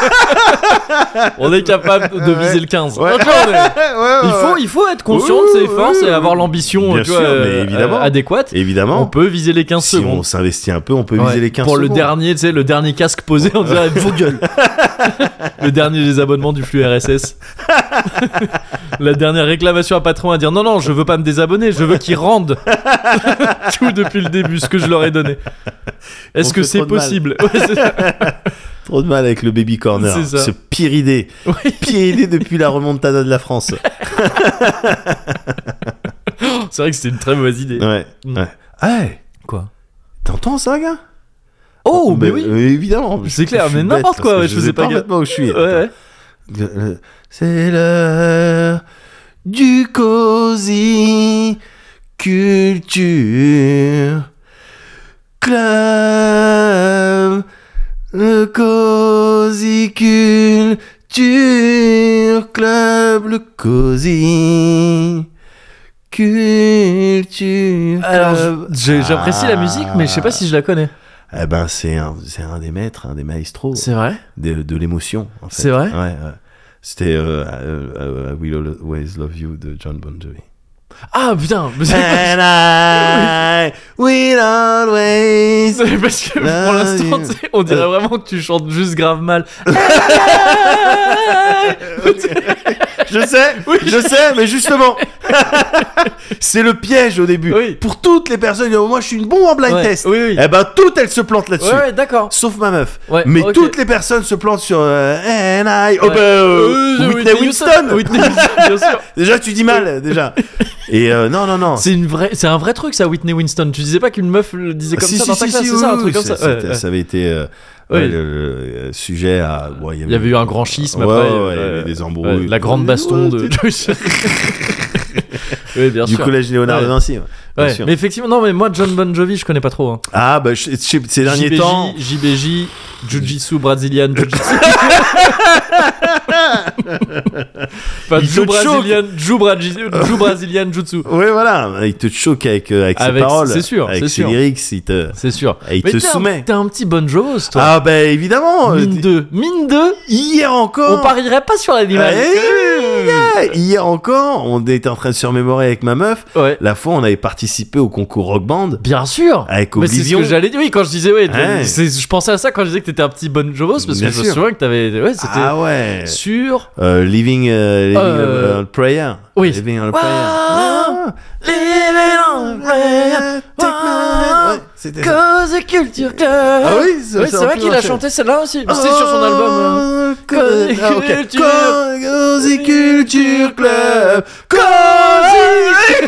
Speaker 1: on est capable de viser le 15.
Speaker 2: Ouais.
Speaker 1: Non, tu vois, on est-
Speaker 2: Ouais, ouais,
Speaker 1: Il
Speaker 2: ouais.
Speaker 1: faut, il faut être conscient de ses
Speaker 2: Oui,
Speaker 1: forces
Speaker 2: oui,
Speaker 1: et avoir
Speaker 2: oui.
Speaker 1: l'ambition
Speaker 2: Bien
Speaker 1: tu
Speaker 2: sûr,
Speaker 1: vois, euh,
Speaker 2: mais évidemment.
Speaker 1: euh, adéquate.
Speaker 2: Évidemment.
Speaker 1: On peut viser les 15
Speaker 2: si on
Speaker 1: secondes.
Speaker 2: s'investit un peu, on peut
Speaker 1: Ouais.
Speaker 2: viser les 15
Speaker 1: Pour le
Speaker 2: secondes.
Speaker 1: dernier, tu sais, le dernier casque posé, on dirait vos gueules. le dernier des abonnements du flux RSS. La dernière réclamation à patron à dire non, non, je veux pas me désabonner, je veux qu'ils rendent tout depuis le début ce que je leur ai donné.
Speaker 2: On
Speaker 1: Est-ce que
Speaker 2: fait
Speaker 1: c'est
Speaker 2: trop de mal.
Speaker 1: possible Ouais, c'est ça.
Speaker 2: Trop de mal avec le baby corner.
Speaker 1: C'est ça.
Speaker 2: Ce pire idée.
Speaker 1: Oui.
Speaker 2: Pire idée depuis la remontada de la France.
Speaker 1: C'est vrai que c'était une très mauvaise idée.
Speaker 2: Ouais.
Speaker 1: Mm.
Speaker 2: ouais. Hey,
Speaker 1: Quoi
Speaker 2: T'entends ça, gars
Speaker 1: Oh, mais
Speaker 2: Ben,
Speaker 1: oui
Speaker 2: euh, Évidemment.
Speaker 1: C'est
Speaker 2: Je
Speaker 1: clair,
Speaker 2: suis
Speaker 1: mais
Speaker 2: bête
Speaker 1: n'importe
Speaker 2: parce
Speaker 1: quoi,
Speaker 2: que
Speaker 1: ouais, je faisais
Speaker 2: sais
Speaker 1: pas gaffe.
Speaker 2: parfaitement où je suis.
Speaker 1: Ouais, ouais.
Speaker 2: Le- le- C'est l'heure du cosy culture club. Le cosy culture club, le cosy culture
Speaker 1: Alors,
Speaker 2: club.
Speaker 1: je- j'apprécie
Speaker 2: Ah.
Speaker 1: la musique, mais je sais pas si je la connais.
Speaker 2: Eh ben, c'est un, c'est un des maîtres, un des maestros
Speaker 1: C'est vrai
Speaker 2: de, de l'émotion. en fait.
Speaker 1: C'est vrai
Speaker 2: Ouais, ouais. C'était euh, euh, euh, I Will Always Love You de John Bon Jovi.
Speaker 1: Ah putain mais c'est-
Speaker 2: And I will always.
Speaker 1: C'est parce que pour l'instant, tu sais, on
Speaker 2: Euh.
Speaker 1: dirait vraiment que tu chantes juste grave mal.
Speaker 2: Je sais, je sais, mais justement, c'est le piège au début.
Speaker 1: Oui.
Speaker 2: Pour toutes les personnes, moi je suis une bombe en blind
Speaker 1: Ouais,
Speaker 2: test.
Speaker 1: oui, oui.
Speaker 2: Eh ben toutes elles se plantent
Speaker 1: Ouais,
Speaker 2: là-dessus.
Speaker 1: ouais, d'accord.
Speaker 2: Sauf ma meuf.
Speaker 1: Ouais,
Speaker 2: mais
Speaker 1: ok.
Speaker 2: toutes les personnes se plantent sur euh, And I. Oh
Speaker 1: Ouais.
Speaker 2: bah, euh,
Speaker 1: Euh,
Speaker 2: Whitney, Houston.
Speaker 1: Whitney Houston, bien sûr.
Speaker 2: Déjà tu dis mal, déjà. Et euh, non, non, non.
Speaker 1: C'est une vraie, c'est un vrai truc ça, Whitney Winston. Tu disais pas qu'une meuf le disait comme
Speaker 2: Ah, Si,
Speaker 1: ça
Speaker 2: si,
Speaker 1: dans
Speaker 2: si,
Speaker 1: ta classe,
Speaker 2: si,
Speaker 1: c'est
Speaker 2: oui,
Speaker 1: ça, un
Speaker 2: oui,
Speaker 1: truc comme ça.
Speaker 2: c'était-
Speaker 1: Ouais, ouais.
Speaker 2: avait été euh,
Speaker 1: Oui.
Speaker 2: ouais, le, le sujet à. bon,
Speaker 1: Il y avait eu un grand schisme
Speaker 2: Ouais,
Speaker 1: après.
Speaker 2: ouais,
Speaker 1: euh,
Speaker 2: il y avait des embrouilles.
Speaker 1: ouais, la grande baston de. oui, bien
Speaker 2: du
Speaker 1: sûr.
Speaker 2: collège Léonard de
Speaker 1: Ouais.
Speaker 2: Vinci. ouais, bien
Speaker 1: Ouais,
Speaker 2: sûr.
Speaker 1: mais effectivement, non, mais moi, John Bon Jovi, je connais pas trop. Hein.
Speaker 2: Ah, bah, je- je- ces derniers
Speaker 1: JBJ,
Speaker 2: temps.
Speaker 1: JBJ, Jujitsu Brazilian Jujitsu. enfin,
Speaker 2: Il te
Speaker 1: Jiu
Speaker 2: choque.
Speaker 1: Brazilian, Jiu Brazi- Jiu Brazilian Jutsu.
Speaker 2: Ouais, voilà. Il te choque avec, euh, avec, ses
Speaker 1: Avec-
Speaker 2: paroles.
Speaker 1: Ah, c'est sûr,
Speaker 2: Avec
Speaker 1: c'est
Speaker 2: ses
Speaker 1: sûr.
Speaker 2: lyrics. Il te...
Speaker 1: C'est sûr.
Speaker 2: Et il
Speaker 1: mais
Speaker 2: te
Speaker 1: t'es un-
Speaker 2: soumet.
Speaker 1: T'es un petit Bon Jovos, toi.
Speaker 2: Ah, Oh. bah, évidemment. euh,
Speaker 1: mine 2. Mine 2,
Speaker 2: Hier encore. Ah,
Speaker 1: on parierait pas sur l'animal. Euh,
Speaker 2: Eh, yeah, Hier encore, on était en train de surmémorer avec ma meuf.
Speaker 1: Ouais.
Speaker 2: La fois, on avait participé au concours Rock Band
Speaker 1: Bien sûr.
Speaker 2: avec
Speaker 1: Mais c'est ce
Speaker 2: Oblivion.
Speaker 1: que j'allais dire. Oui, quand je disais, ouais,
Speaker 2: Ouais.
Speaker 1: c'est- je pensais à ça quand je disais que t'étais un petit Bon Jovos parce
Speaker 2: Bien
Speaker 1: que je me
Speaker 2: sûr.
Speaker 1: souviens que t'avais. Ouais, c'était
Speaker 2: ah ouais.
Speaker 1: sur.
Speaker 2: Euh, living, euh, living
Speaker 1: Euh,
Speaker 2: on a prayer.
Speaker 1: oui.
Speaker 2: Living on a
Speaker 1: Wow.
Speaker 2: prayer.
Speaker 1: Living on prayer.
Speaker 2: Take my hand. Ouais, c'était ça.
Speaker 1: Cause Culture Club.
Speaker 2: Ah oui, ça-
Speaker 1: Oui,
Speaker 2: ça
Speaker 1: c'est
Speaker 2: en
Speaker 1: vrai
Speaker 2: plus
Speaker 1: qu'il a
Speaker 2: marché.
Speaker 1: chanté celle-là aussi. C'était sur son album. euh.
Speaker 2: Cozy
Speaker 1: Ah, ok.
Speaker 2: Culture. Cozy Culture Club. Cozy.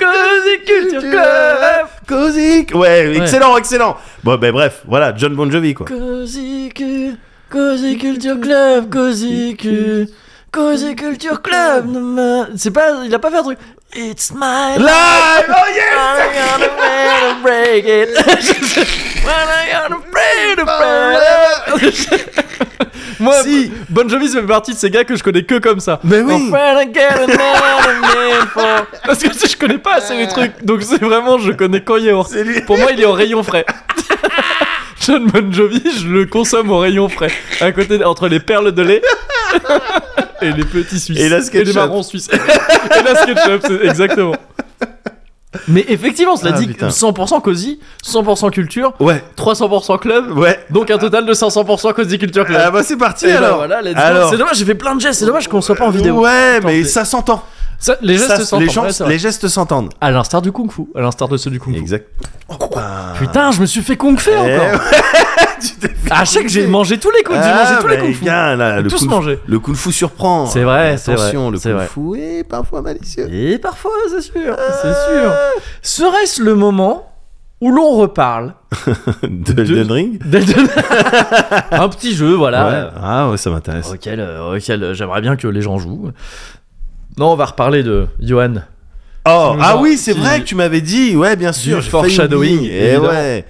Speaker 1: Cause Culture Club.
Speaker 2: Cozy. Ouais, excellent, excellent. Bon, ben bref, voilà, John Bon Jovi, quoi.
Speaker 1: Cozy Cu- Cozy Culture Club, Cozy Cu- Cozy Culture Club. nama- C'est pas, il a pas fait un truc. It's my life.
Speaker 2: Live! Oh yes!
Speaker 1: I'm gonna make it, break it. When I'm gonna break it, break it. Moi,
Speaker 2: Si.
Speaker 1: Bon Jovi, ça fait partie de ces gars que je connais que comme ça.
Speaker 2: Mais oui.
Speaker 1: I'm gonna get another man for- Parce que tu sais, je connais pas assez les trucs, donc c'est vraiment, je connais quand il est hors.
Speaker 2: C'est lui.
Speaker 1: Pour moi, il est au rayon frais. John Bon Jovi, je le consomme au rayon frais. À côté, entre les perles de lait et les petits suisses.
Speaker 2: Et la
Speaker 1: les
Speaker 2: SketchUp.
Speaker 1: marrons suisses. et la SketchUp, c'est exactement. Mais effectivement, cela
Speaker 2: Ah,
Speaker 1: dit,
Speaker 2: putain.
Speaker 1: 100% cosy, 100% culture,
Speaker 2: Ouais,
Speaker 1: 300% club,
Speaker 2: ouais.
Speaker 1: donc un total de 500% cosy culture club.
Speaker 2: Ah bah c'est parti
Speaker 1: Et ben
Speaker 2: alors.
Speaker 1: voilà, let's go.
Speaker 2: alors. Euh,
Speaker 1: C'est dommage, j'ai fait plein de gestes, c'est dommage qu'on soit pas en vidéo.
Speaker 2: Ouais, mais
Speaker 1: Attends,
Speaker 2: ça s'entend.
Speaker 1: Ça, les gestes
Speaker 2: Ça,
Speaker 1: sont
Speaker 2: les,
Speaker 1: en
Speaker 2: gens-
Speaker 1: vrai, c'est vrai.
Speaker 2: les gestes s'entendent.
Speaker 1: À l'instar du kung fu, à l'instar de ceux du kung fu.
Speaker 2: Exact. Eh
Speaker 1: Putain, je me suis fait kung fu encore. Ah, je sais que j'ai mangé tous les coups, j'ai
Speaker 2: Ah,
Speaker 1: mangé tous les kung fu.
Speaker 2: le
Speaker 1: Tous
Speaker 2: kung fu-
Speaker 1: mangé.
Speaker 2: Le kung fu surprend.
Speaker 1: C'est vrai, c'est vrai,
Speaker 2: Attention,
Speaker 1: c'est
Speaker 2: le
Speaker 1: vrai.
Speaker 2: kung fu est parfois malicieux.
Speaker 1: Et parfois, c'est sûr,
Speaker 2: Ah.
Speaker 1: c'est sûr. Serait-ce le moment où l'on reparle
Speaker 2: De Elden Ring
Speaker 1: d'Elden Un petit jeu, voilà.
Speaker 2: ouais. Ah ouais, ça m'intéresse.
Speaker 1: Auquel, euh, auquel, euh, j'aimerais bien que les gens jouent. Non, on va reparler de Johan.
Speaker 2: Oh,
Speaker 1: nous
Speaker 2: ah
Speaker 1: en-
Speaker 2: oui, c'est
Speaker 1: qui-
Speaker 2: vrai que tu m'avais dit. Ouais, bien sûr.
Speaker 1: Du
Speaker 2: j'ai failli
Speaker 1: foreshadowing,
Speaker 2: oublier. Eh
Speaker 1: évidemment.
Speaker 2: ouais.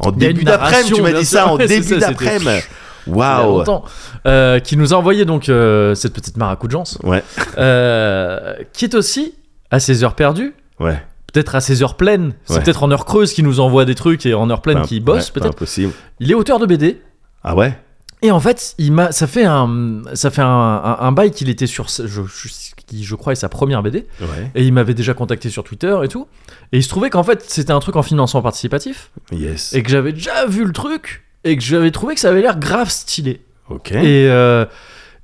Speaker 2: En
Speaker 1: Il y a une
Speaker 2: début d'après-midi,
Speaker 1: narration,
Speaker 2: tu m'as
Speaker 1: bien
Speaker 2: dit
Speaker 1: sûr.
Speaker 2: ça en
Speaker 1: Ouais, c'est ça,
Speaker 2: début
Speaker 1: c'était-
Speaker 2: d'après-midi.
Speaker 1: il y a
Speaker 2: Waouh.
Speaker 1: longtemps, euh, qui nous a envoyé donc euh, cette petite maracoudjance,
Speaker 2: Ouais,
Speaker 1: euh, qui est aussi à ses heures perdues,
Speaker 2: ouais.
Speaker 1: peut-être à ses heures pleines, c'est
Speaker 2: Ouais.
Speaker 1: peut-être en heure creuse qui nous envoie des trucs et en heure pleine
Speaker 2: Pas-
Speaker 1: qui bosse
Speaker 2: ouais, bah. pas
Speaker 1: peut-être.
Speaker 2: Impossible.
Speaker 1: Il est auteur de BD.
Speaker 2: Ah ouais.
Speaker 1: Et en fait, il m'a, ça fait un, ça fait un, un- un bail qu'il était sur, ce- je, je- qui, je crois est sa première BD,
Speaker 2: Ouais.
Speaker 1: et il m'avait déjà contacté sur Twitter et tout. Et il se trouvait qu'en fait, c'était un truc en financement participatif,
Speaker 2: Yes.
Speaker 1: et que j'avais déjà vu le truc, et que j'avais trouvé que ça avait l'air grave stylé.
Speaker 2: Ok.
Speaker 1: Et, euh,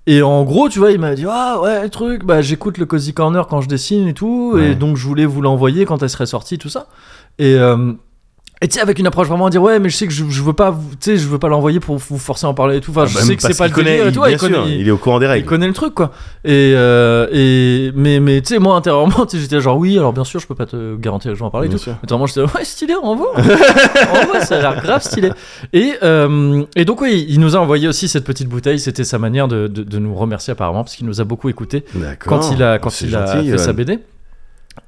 Speaker 1: et en gros, tu vois, il m'a dit Ah ouais, le truc, bah, j'écoute le Cozy Corner quand je dessine et tout,
Speaker 2: Ouais.
Speaker 1: et donc je voulais vous l'envoyer quand elle serait sortie, tout ça. Et, euh, Et tu sais, avec une approche vraiment à dire ouais, mais je sais que je, je veux pas, vous- tu sais, je veux pas l'envoyer pour vous forcer à en parler et tout. Enfin, je
Speaker 2: Bah,
Speaker 1: sais que
Speaker 2: parce
Speaker 1: c'est pas le
Speaker 2: qu'il connaît,
Speaker 1: délire et
Speaker 2: il-
Speaker 1: tout. Ouais,
Speaker 2: bien sûr,
Speaker 1: il-
Speaker 2: il est au courant des
Speaker 1: il
Speaker 2: règles.
Speaker 1: connaît le truc quoi et, euh, et mais mais tu sais moi intérieurement tu sais, j'étais genre oui alors bien sûr je peux pas te garantir que je vais en parler et
Speaker 2: Bien
Speaker 1: tout
Speaker 2: sûr.
Speaker 1: mais intérieurement j'étais ouais stylé envoie envoie ça a l'air grave stylé et euh, et donc oui il nous a envoyé aussi cette petite bouteille c'était sa manière de, de, de nous remercier apparemment parce qu'il nous a beaucoup écouté
Speaker 2: D'accord.
Speaker 1: quand il a quand
Speaker 2: C'est
Speaker 1: il a
Speaker 2: gentil, euh,
Speaker 1: fait sa
Speaker 2: Johan.
Speaker 1: BD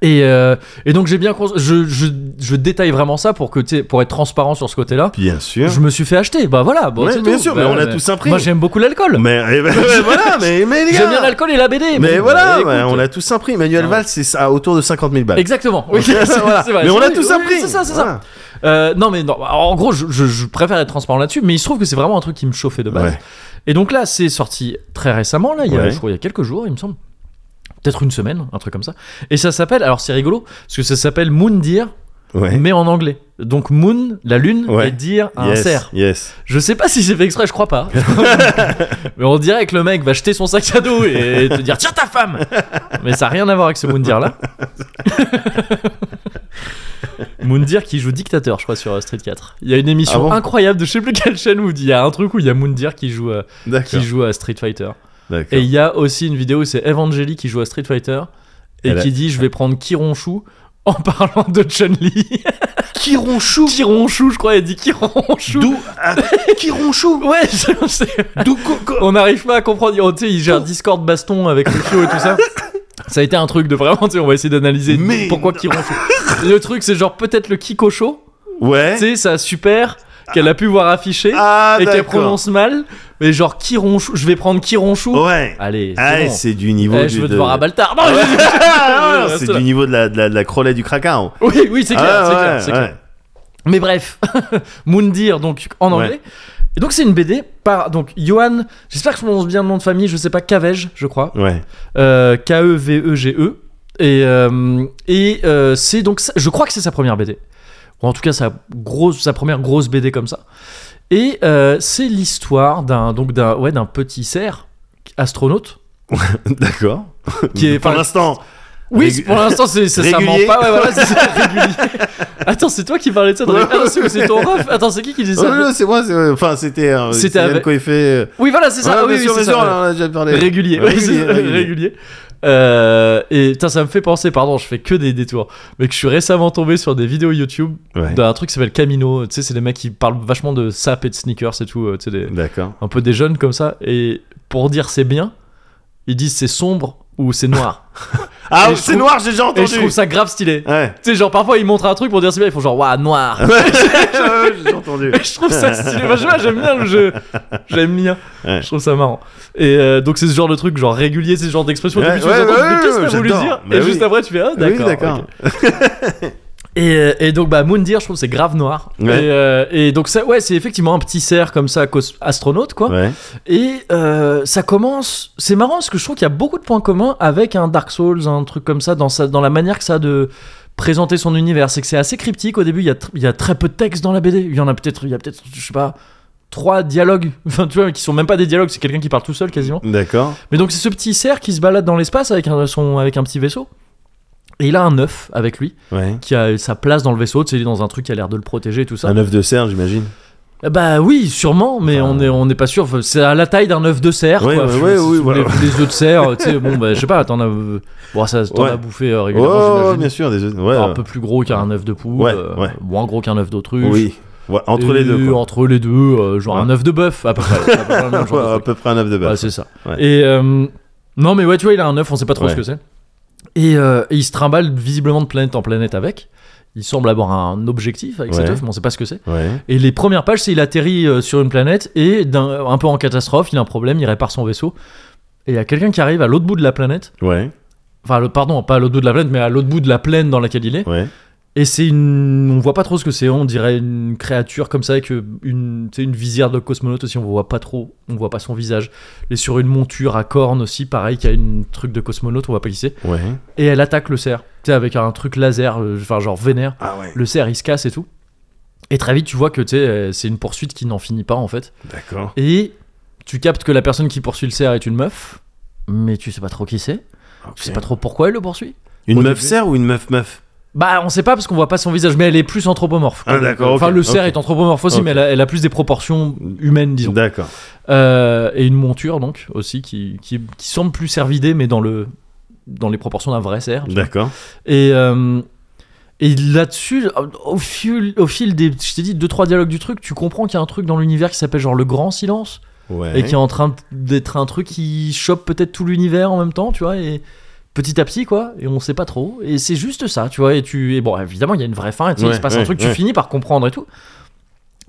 Speaker 1: et, euh, et donc j'ai bien cons- je, je, je détaille vraiment ça pour que tu sais, pour être transparent sur ce côté là
Speaker 2: Bien sûr.
Speaker 1: je me suis fait acheter bah voilà bon,
Speaker 2: Ouais,
Speaker 1: c'est
Speaker 2: bien
Speaker 1: tout.
Speaker 2: sûr,
Speaker 1: Bah
Speaker 2: mais on
Speaker 1: ouais,
Speaker 2: a tous un prix.
Speaker 1: moi j'aime beaucoup l'alcool
Speaker 2: Mais eh ben, ouais, voilà, mais, mais les
Speaker 1: J'aime bien
Speaker 2: gars.
Speaker 1: l'alcool et la BD.
Speaker 2: Mais
Speaker 1: bon,
Speaker 2: voilà,
Speaker 1: bah,
Speaker 2: ouais,
Speaker 1: écoute.
Speaker 2: on a tous un prix. Manuel
Speaker 1: Ouais.
Speaker 2: Valls, c'est ça, autour de 50 000 balles.
Speaker 1: Exactement. Oui,
Speaker 2: Voilà.
Speaker 1: c'est- c'est vrai, c'est
Speaker 2: Mais on a
Speaker 1: vrai,
Speaker 2: tous un
Speaker 1: oui,
Speaker 2: prix.
Speaker 1: C'est ça, c'est ça.
Speaker 2: Voilà.
Speaker 1: Euh, non, mais non, en gros, je, je- je préfère être transparent là-dessus, mais il se trouve que c'est vraiment un truc qui me chauffait de base.
Speaker 2: Ouais.
Speaker 1: Et donc là, c'est sorti très récemment, là, il y a,
Speaker 2: Ouais.
Speaker 1: je crois, il y a quelques jours, il me semble. Peut-être une semaine, un truc comme ça. Et ça s'appelle, alors c'est rigolo, parce que ça s'appelle Moondir,
Speaker 2: Ouais.
Speaker 1: mais en anglais. Donc Moon, la lune,
Speaker 2: Ouais.
Speaker 1: et dire un
Speaker 2: yes,
Speaker 1: cerf.
Speaker 2: Yes.
Speaker 1: Je sais pas si c'est fait exprès, je crois pas. Mais on dirait que le mec va jeter son sac à dos et te dire Tiens ta femme Mais ça a rien à voir avec ce Moundir là. Moundir qui joue dictateur, je crois, sur euh, Street 4. Il y a une émission
Speaker 2: Ah bon
Speaker 1: incroyable de je sais plus quelle chaîne où il y a un truc où il y a Moundir qui joue, euh, qui
Speaker 2: D'accord.
Speaker 1: joue à Street Fighter.
Speaker 2: D'accord.
Speaker 1: Et il y a aussi une vidéo où c'est Evangeli qui joue à Street Fighter et
Speaker 2: Elle a-
Speaker 1: qui dit Je vais prendre Kironchou en parlant de Chun-Li.
Speaker 2: Kironchou.
Speaker 1: Kironchou, je crois, elle dit Kironchou.
Speaker 2: D'où ah, Kironchou.
Speaker 1: Ouais, je sais.
Speaker 2: D'où co- co-
Speaker 1: on n'arrive pas à comprendre. Oh, tu sais, il gère Discord baston avec le show et tout ça. Ça a été un truc de vraiment, tu sais, on va essayer d'analyser
Speaker 2: Mais-
Speaker 1: pourquoi Kiron Show. Le truc, c'est genre peut-être le Kiko Show,
Speaker 2: Ouais.
Speaker 1: tu sais, ça super, qu'elle a pu voir affiché
Speaker 2: Eh. Ah
Speaker 1: et qu'elle
Speaker 2: d'accord.
Speaker 1: prononce mal, mais genre Kiron Show, je vais prendre Kiron Show.
Speaker 2: Ouais.
Speaker 1: Allez, c'est
Speaker 2: Ah,
Speaker 1: bon.
Speaker 2: c'est du niveau.
Speaker 1: Eh,
Speaker 2: du,
Speaker 1: je veux te
Speaker 2: de-
Speaker 1: voir à Baltar. Non,
Speaker 2: Ah,
Speaker 1: je-
Speaker 2: non, c'est
Speaker 1: Reste là.
Speaker 2: du niveau de la, de la, de la Crowley du Krakow.
Speaker 1: Oui, oui, c'est clair,
Speaker 2: Ah,
Speaker 1: c'est
Speaker 2: ouais,
Speaker 1: clair, c'est clair.
Speaker 2: ouais.
Speaker 1: Mais bref, Moundir, donc en anglais.
Speaker 2: Ouais.
Speaker 1: Et donc c'est une BD par donc Johan, j'espère que je prononce bien le nom de famille, je sais pas, Cavege, je crois.
Speaker 2: Ouais.
Speaker 1: Euh, K-E-V-E-G-E. E. Et, euh, et euh, c'est donc, ça- je crois que c'est sa première BD. Ou en tout cas, sa, grosse, sa première grosse BD comme ça. Et euh, c'est l'histoire d'un donc d'un ouais, d'un petit cerf astronaute
Speaker 2: D'accord.
Speaker 1: qui est
Speaker 2: Pour
Speaker 1: enfin,
Speaker 2: l'instant.
Speaker 1: oui
Speaker 2: Régu-
Speaker 1: c'est- pour l'instant c'est c'est- ça ment
Speaker 2: Régulier.
Speaker 1: pas ouais voilà c'est ça, régulier attends c'est toi qui parlais de ça dans les- ah, non, c'est c'est ton ref attends c'est qui qui dit
Speaker 2: Oh,
Speaker 1: ça
Speaker 2: non, non, c'est moi, c'est- enfin c'était. euh,
Speaker 1: C'était
Speaker 2: c'est
Speaker 1: avec-
Speaker 2: Yann Coiffé. euh.
Speaker 1: oui voilà c'est
Speaker 2: Ouais,
Speaker 1: ça Ah oui,
Speaker 2: bien
Speaker 1: oui,
Speaker 2: sûr,
Speaker 1: c'est
Speaker 2: bien
Speaker 1: ça,
Speaker 2: sûr,
Speaker 1: ouais.
Speaker 2: on en a déjà parlé.
Speaker 1: Régulier, ouais,
Speaker 2: Régulier,
Speaker 1: c'est-
Speaker 2: régulier.
Speaker 1: régulier. Euh, et putain, ça me fait penser, pardon, je fais que des détours, mais que je suis récemment tombé sur des vidéos YouTube
Speaker 2: Ouais.
Speaker 1: d'un truc qui s'appelle Camino. Tu sais, c'est des mecs qui parlent vachement de sap et de sneakers et tout, euh, tu sais, des-
Speaker 2: D'accord.
Speaker 1: un peu des jeunes comme ça. Et pour dire c'est bien, ils disent c'est sombre ou c'est noir.
Speaker 2: Ah,
Speaker 1: Et je
Speaker 2: c'est
Speaker 1: trouve-
Speaker 2: noir, j'ai déjà
Speaker 1: et
Speaker 2: entendu.
Speaker 1: je trouve ça grave stylé.
Speaker 2: Ouais.
Speaker 1: Tu sais, genre parfois ils montrent un truc pour dire c'est bien, ils font genre waouh, noir.
Speaker 2: Ouais, j'ai entendu.
Speaker 1: Et je trouve ça stylé. Enfin, je sais pas, j'aime bien le jeu. J'aime bien.
Speaker 2: Ouais.
Speaker 1: Je trouve ça marrant. Et euh, donc, c'est ce genre de truc, genre régulier, c'est ce genre d'expression. au
Speaker 2: Ouais,
Speaker 1: début, tu
Speaker 2: ouais,
Speaker 1: les entends,
Speaker 2: ouais,
Speaker 1: mais qu'est-ce que
Speaker 2: ouais,
Speaker 1: t'as voulu
Speaker 2: j'adore.
Speaker 1: dire
Speaker 2: Bah
Speaker 1: Et
Speaker 2: oui.
Speaker 1: juste après, tu fais Ah,
Speaker 2: Oui,
Speaker 1: d'accord.
Speaker 2: d'accord.
Speaker 1: ok. Et, euh, et donc, bah, Moondir, je trouve que c'est grave noir.
Speaker 2: Ouais.
Speaker 1: Et, euh, et donc, ça, ouais, c'est effectivement un petit cerf comme ça, cos- astronaute, quoi.
Speaker 2: Ouais.
Speaker 1: Et euh, ça commence. C'est marrant parce que je trouve qu'il y a beaucoup de points communs avec un Dark Souls, un truc comme ça, dans, sa, dans la manière que ça a de présenter son univers. C'est que c'est assez cryptique au début. Il y, a tr- il y a très peu de texte dans la BD. Il y en a peut-être, il y a peut-être, je sais pas, trois dialogues. Enfin, tu vois, qui sont même pas des dialogues. C'est quelqu'un qui parle tout seul quasiment.
Speaker 2: D'accord.
Speaker 1: Mais donc c'est ce petit cerf qui se balade dans l'espace avec un, son, avec un petit vaisseau. Et il a un œuf avec lui
Speaker 2: Ouais.
Speaker 1: qui a sa place dans le vaisseau. Tu sais, il est dans un truc qui a l'air de le protéger et tout ça.
Speaker 2: Un œuf de cerf, j'imagine.
Speaker 1: Bah oui, sûrement, mais
Speaker 2: Enfin,
Speaker 1: on n'est on n'est pas sûr. Enfin, C'est à la taille d'un œuf de cerf.
Speaker 2: Ouais,
Speaker 1: quoi.
Speaker 2: ouais,
Speaker 1: Je-
Speaker 2: ouais,
Speaker 1: c'est-
Speaker 2: oui,
Speaker 1: les-
Speaker 2: voilà.
Speaker 1: Les œufs de cerf, tu sais, bon, bah, je sais pas, t'en as, euh, bon, ça, t'en
Speaker 2: Ouais.
Speaker 1: as bouffé euh,
Speaker 2: Ouais,
Speaker 1: régulièrement,
Speaker 2: ouais,
Speaker 1: j'imagine.
Speaker 2: Oh, bien sûr, des œufs. Ouais.
Speaker 1: un
Speaker 2: ouais.
Speaker 1: peu plus gros qu'un œuf de poule,
Speaker 2: Ouais,
Speaker 1: euh,
Speaker 2: ouais.
Speaker 1: moins gros qu'un œuf d'autruche.
Speaker 2: Oui. Ouais, entre
Speaker 1: Et
Speaker 2: les deux. Quoi.
Speaker 1: Entre les deux, euh, genre
Speaker 2: Ouais.
Speaker 1: un œuf de bœuf, à peu près. à peu près le même genre de
Speaker 2: Ouais, à
Speaker 1: truc.
Speaker 2: peu près un œuf de
Speaker 1: Ouais,
Speaker 2: bœuf.
Speaker 1: c'est ça.
Speaker 2: Ouais.
Speaker 1: Et euh, non, mais ouais, tu vois, il a un œuf, on sait pas trop
Speaker 2: Ouais.
Speaker 1: ce que c'est. Et, euh, et il se trimballe visiblement de planète en planète avec. Il semble avoir un objectif avec cet
Speaker 2: Ouais.
Speaker 1: œuf, mais on sait pas ce que c'est.
Speaker 2: Ouais.
Speaker 1: Et les premières pages, c'est il atterrit euh, sur une planète et d'un- un peu en catastrophe, il a un problème, il répare son vaisseau. Et il y a quelqu'un qui arrive à l'autre bout de la planète,
Speaker 2: Ouais.
Speaker 1: enfin, le, pardon, pas à l'autre bout de la planète, mais à l'autre bout de la plaine dans laquelle il est.
Speaker 2: Ouais.
Speaker 1: Et c'est une. On voit pas trop ce que c'est, on dirait une créature comme ça, avec euh, une, tu sais, une visière de cosmonaute aussi, on voit pas trop, on voit pas son visage. Elle est sur une monture à cornes aussi, pareil, qui a une truc de cosmonaute, on voit pas qui c'est.
Speaker 2: Ouais.
Speaker 1: Et elle attaque le cerf, tu sais, avec un truc laser, euh, enfin, genre vénère
Speaker 2: Ah ouais.
Speaker 1: le cerf il se casse et tout. Et très vite tu vois que tu sais, euh, c'est une poursuite qui n'en finit pas en fait.
Speaker 2: D'accord.
Speaker 1: Et tu captes que la personne qui poursuit le cerf est une meuf, mais tu sais pas trop qui c'est, tu sais
Speaker 2: Ok.
Speaker 1: pas trop pourquoi elle le poursuit.
Speaker 2: Une
Speaker 1: Au
Speaker 2: meuf
Speaker 1: début.
Speaker 2: cerf ou une meuf meuf
Speaker 1: Bah, on sait pas parce qu'on voit pas son visage, mais elle est plus anthropomorphe. quoi.
Speaker 2: Ah, d'accord,
Speaker 1: Enfin,
Speaker 2: ok,
Speaker 1: le cerf
Speaker 2: ok.
Speaker 1: est anthropomorphe aussi,
Speaker 2: Ok.
Speaker 1: mais elle a, elle a plus des proportions humaines, disons.
Speaker 2: D'accord.
Speaker 1: Euh, et une monture, donc, aussi, qui, qui, qui semble plus cervidée, mais dans, le, dans les proportions d'un vrai cerf.
Speaker 2: D'accord.
Speaker 1: Et, euh, et là-dessus, au fil, au fil des, je t'ai dit, deux trois dialogues du truc, tu comprends qu'il y a un truc dans l'univers qui s'appelle genre le grand silence
Speaker 2: Ouais.
Speaker 1: et qui est en train d'être un truc qui chope peut-être tout l'univers en même temps, tu vois, et petit à petit quoi, et on sait pas trop. Et c'est juste ça, tu vois, et tu, et bon, évidemment, il y a une vraie fin, et tu sais,
Speaker 2: Ouais,
Speaker 1: il se passe un
Speaker 2: ouais,
Speaker 1: truc,
Speaker 2: ouais.
Speaker 1: tu finis par comprendre et tout.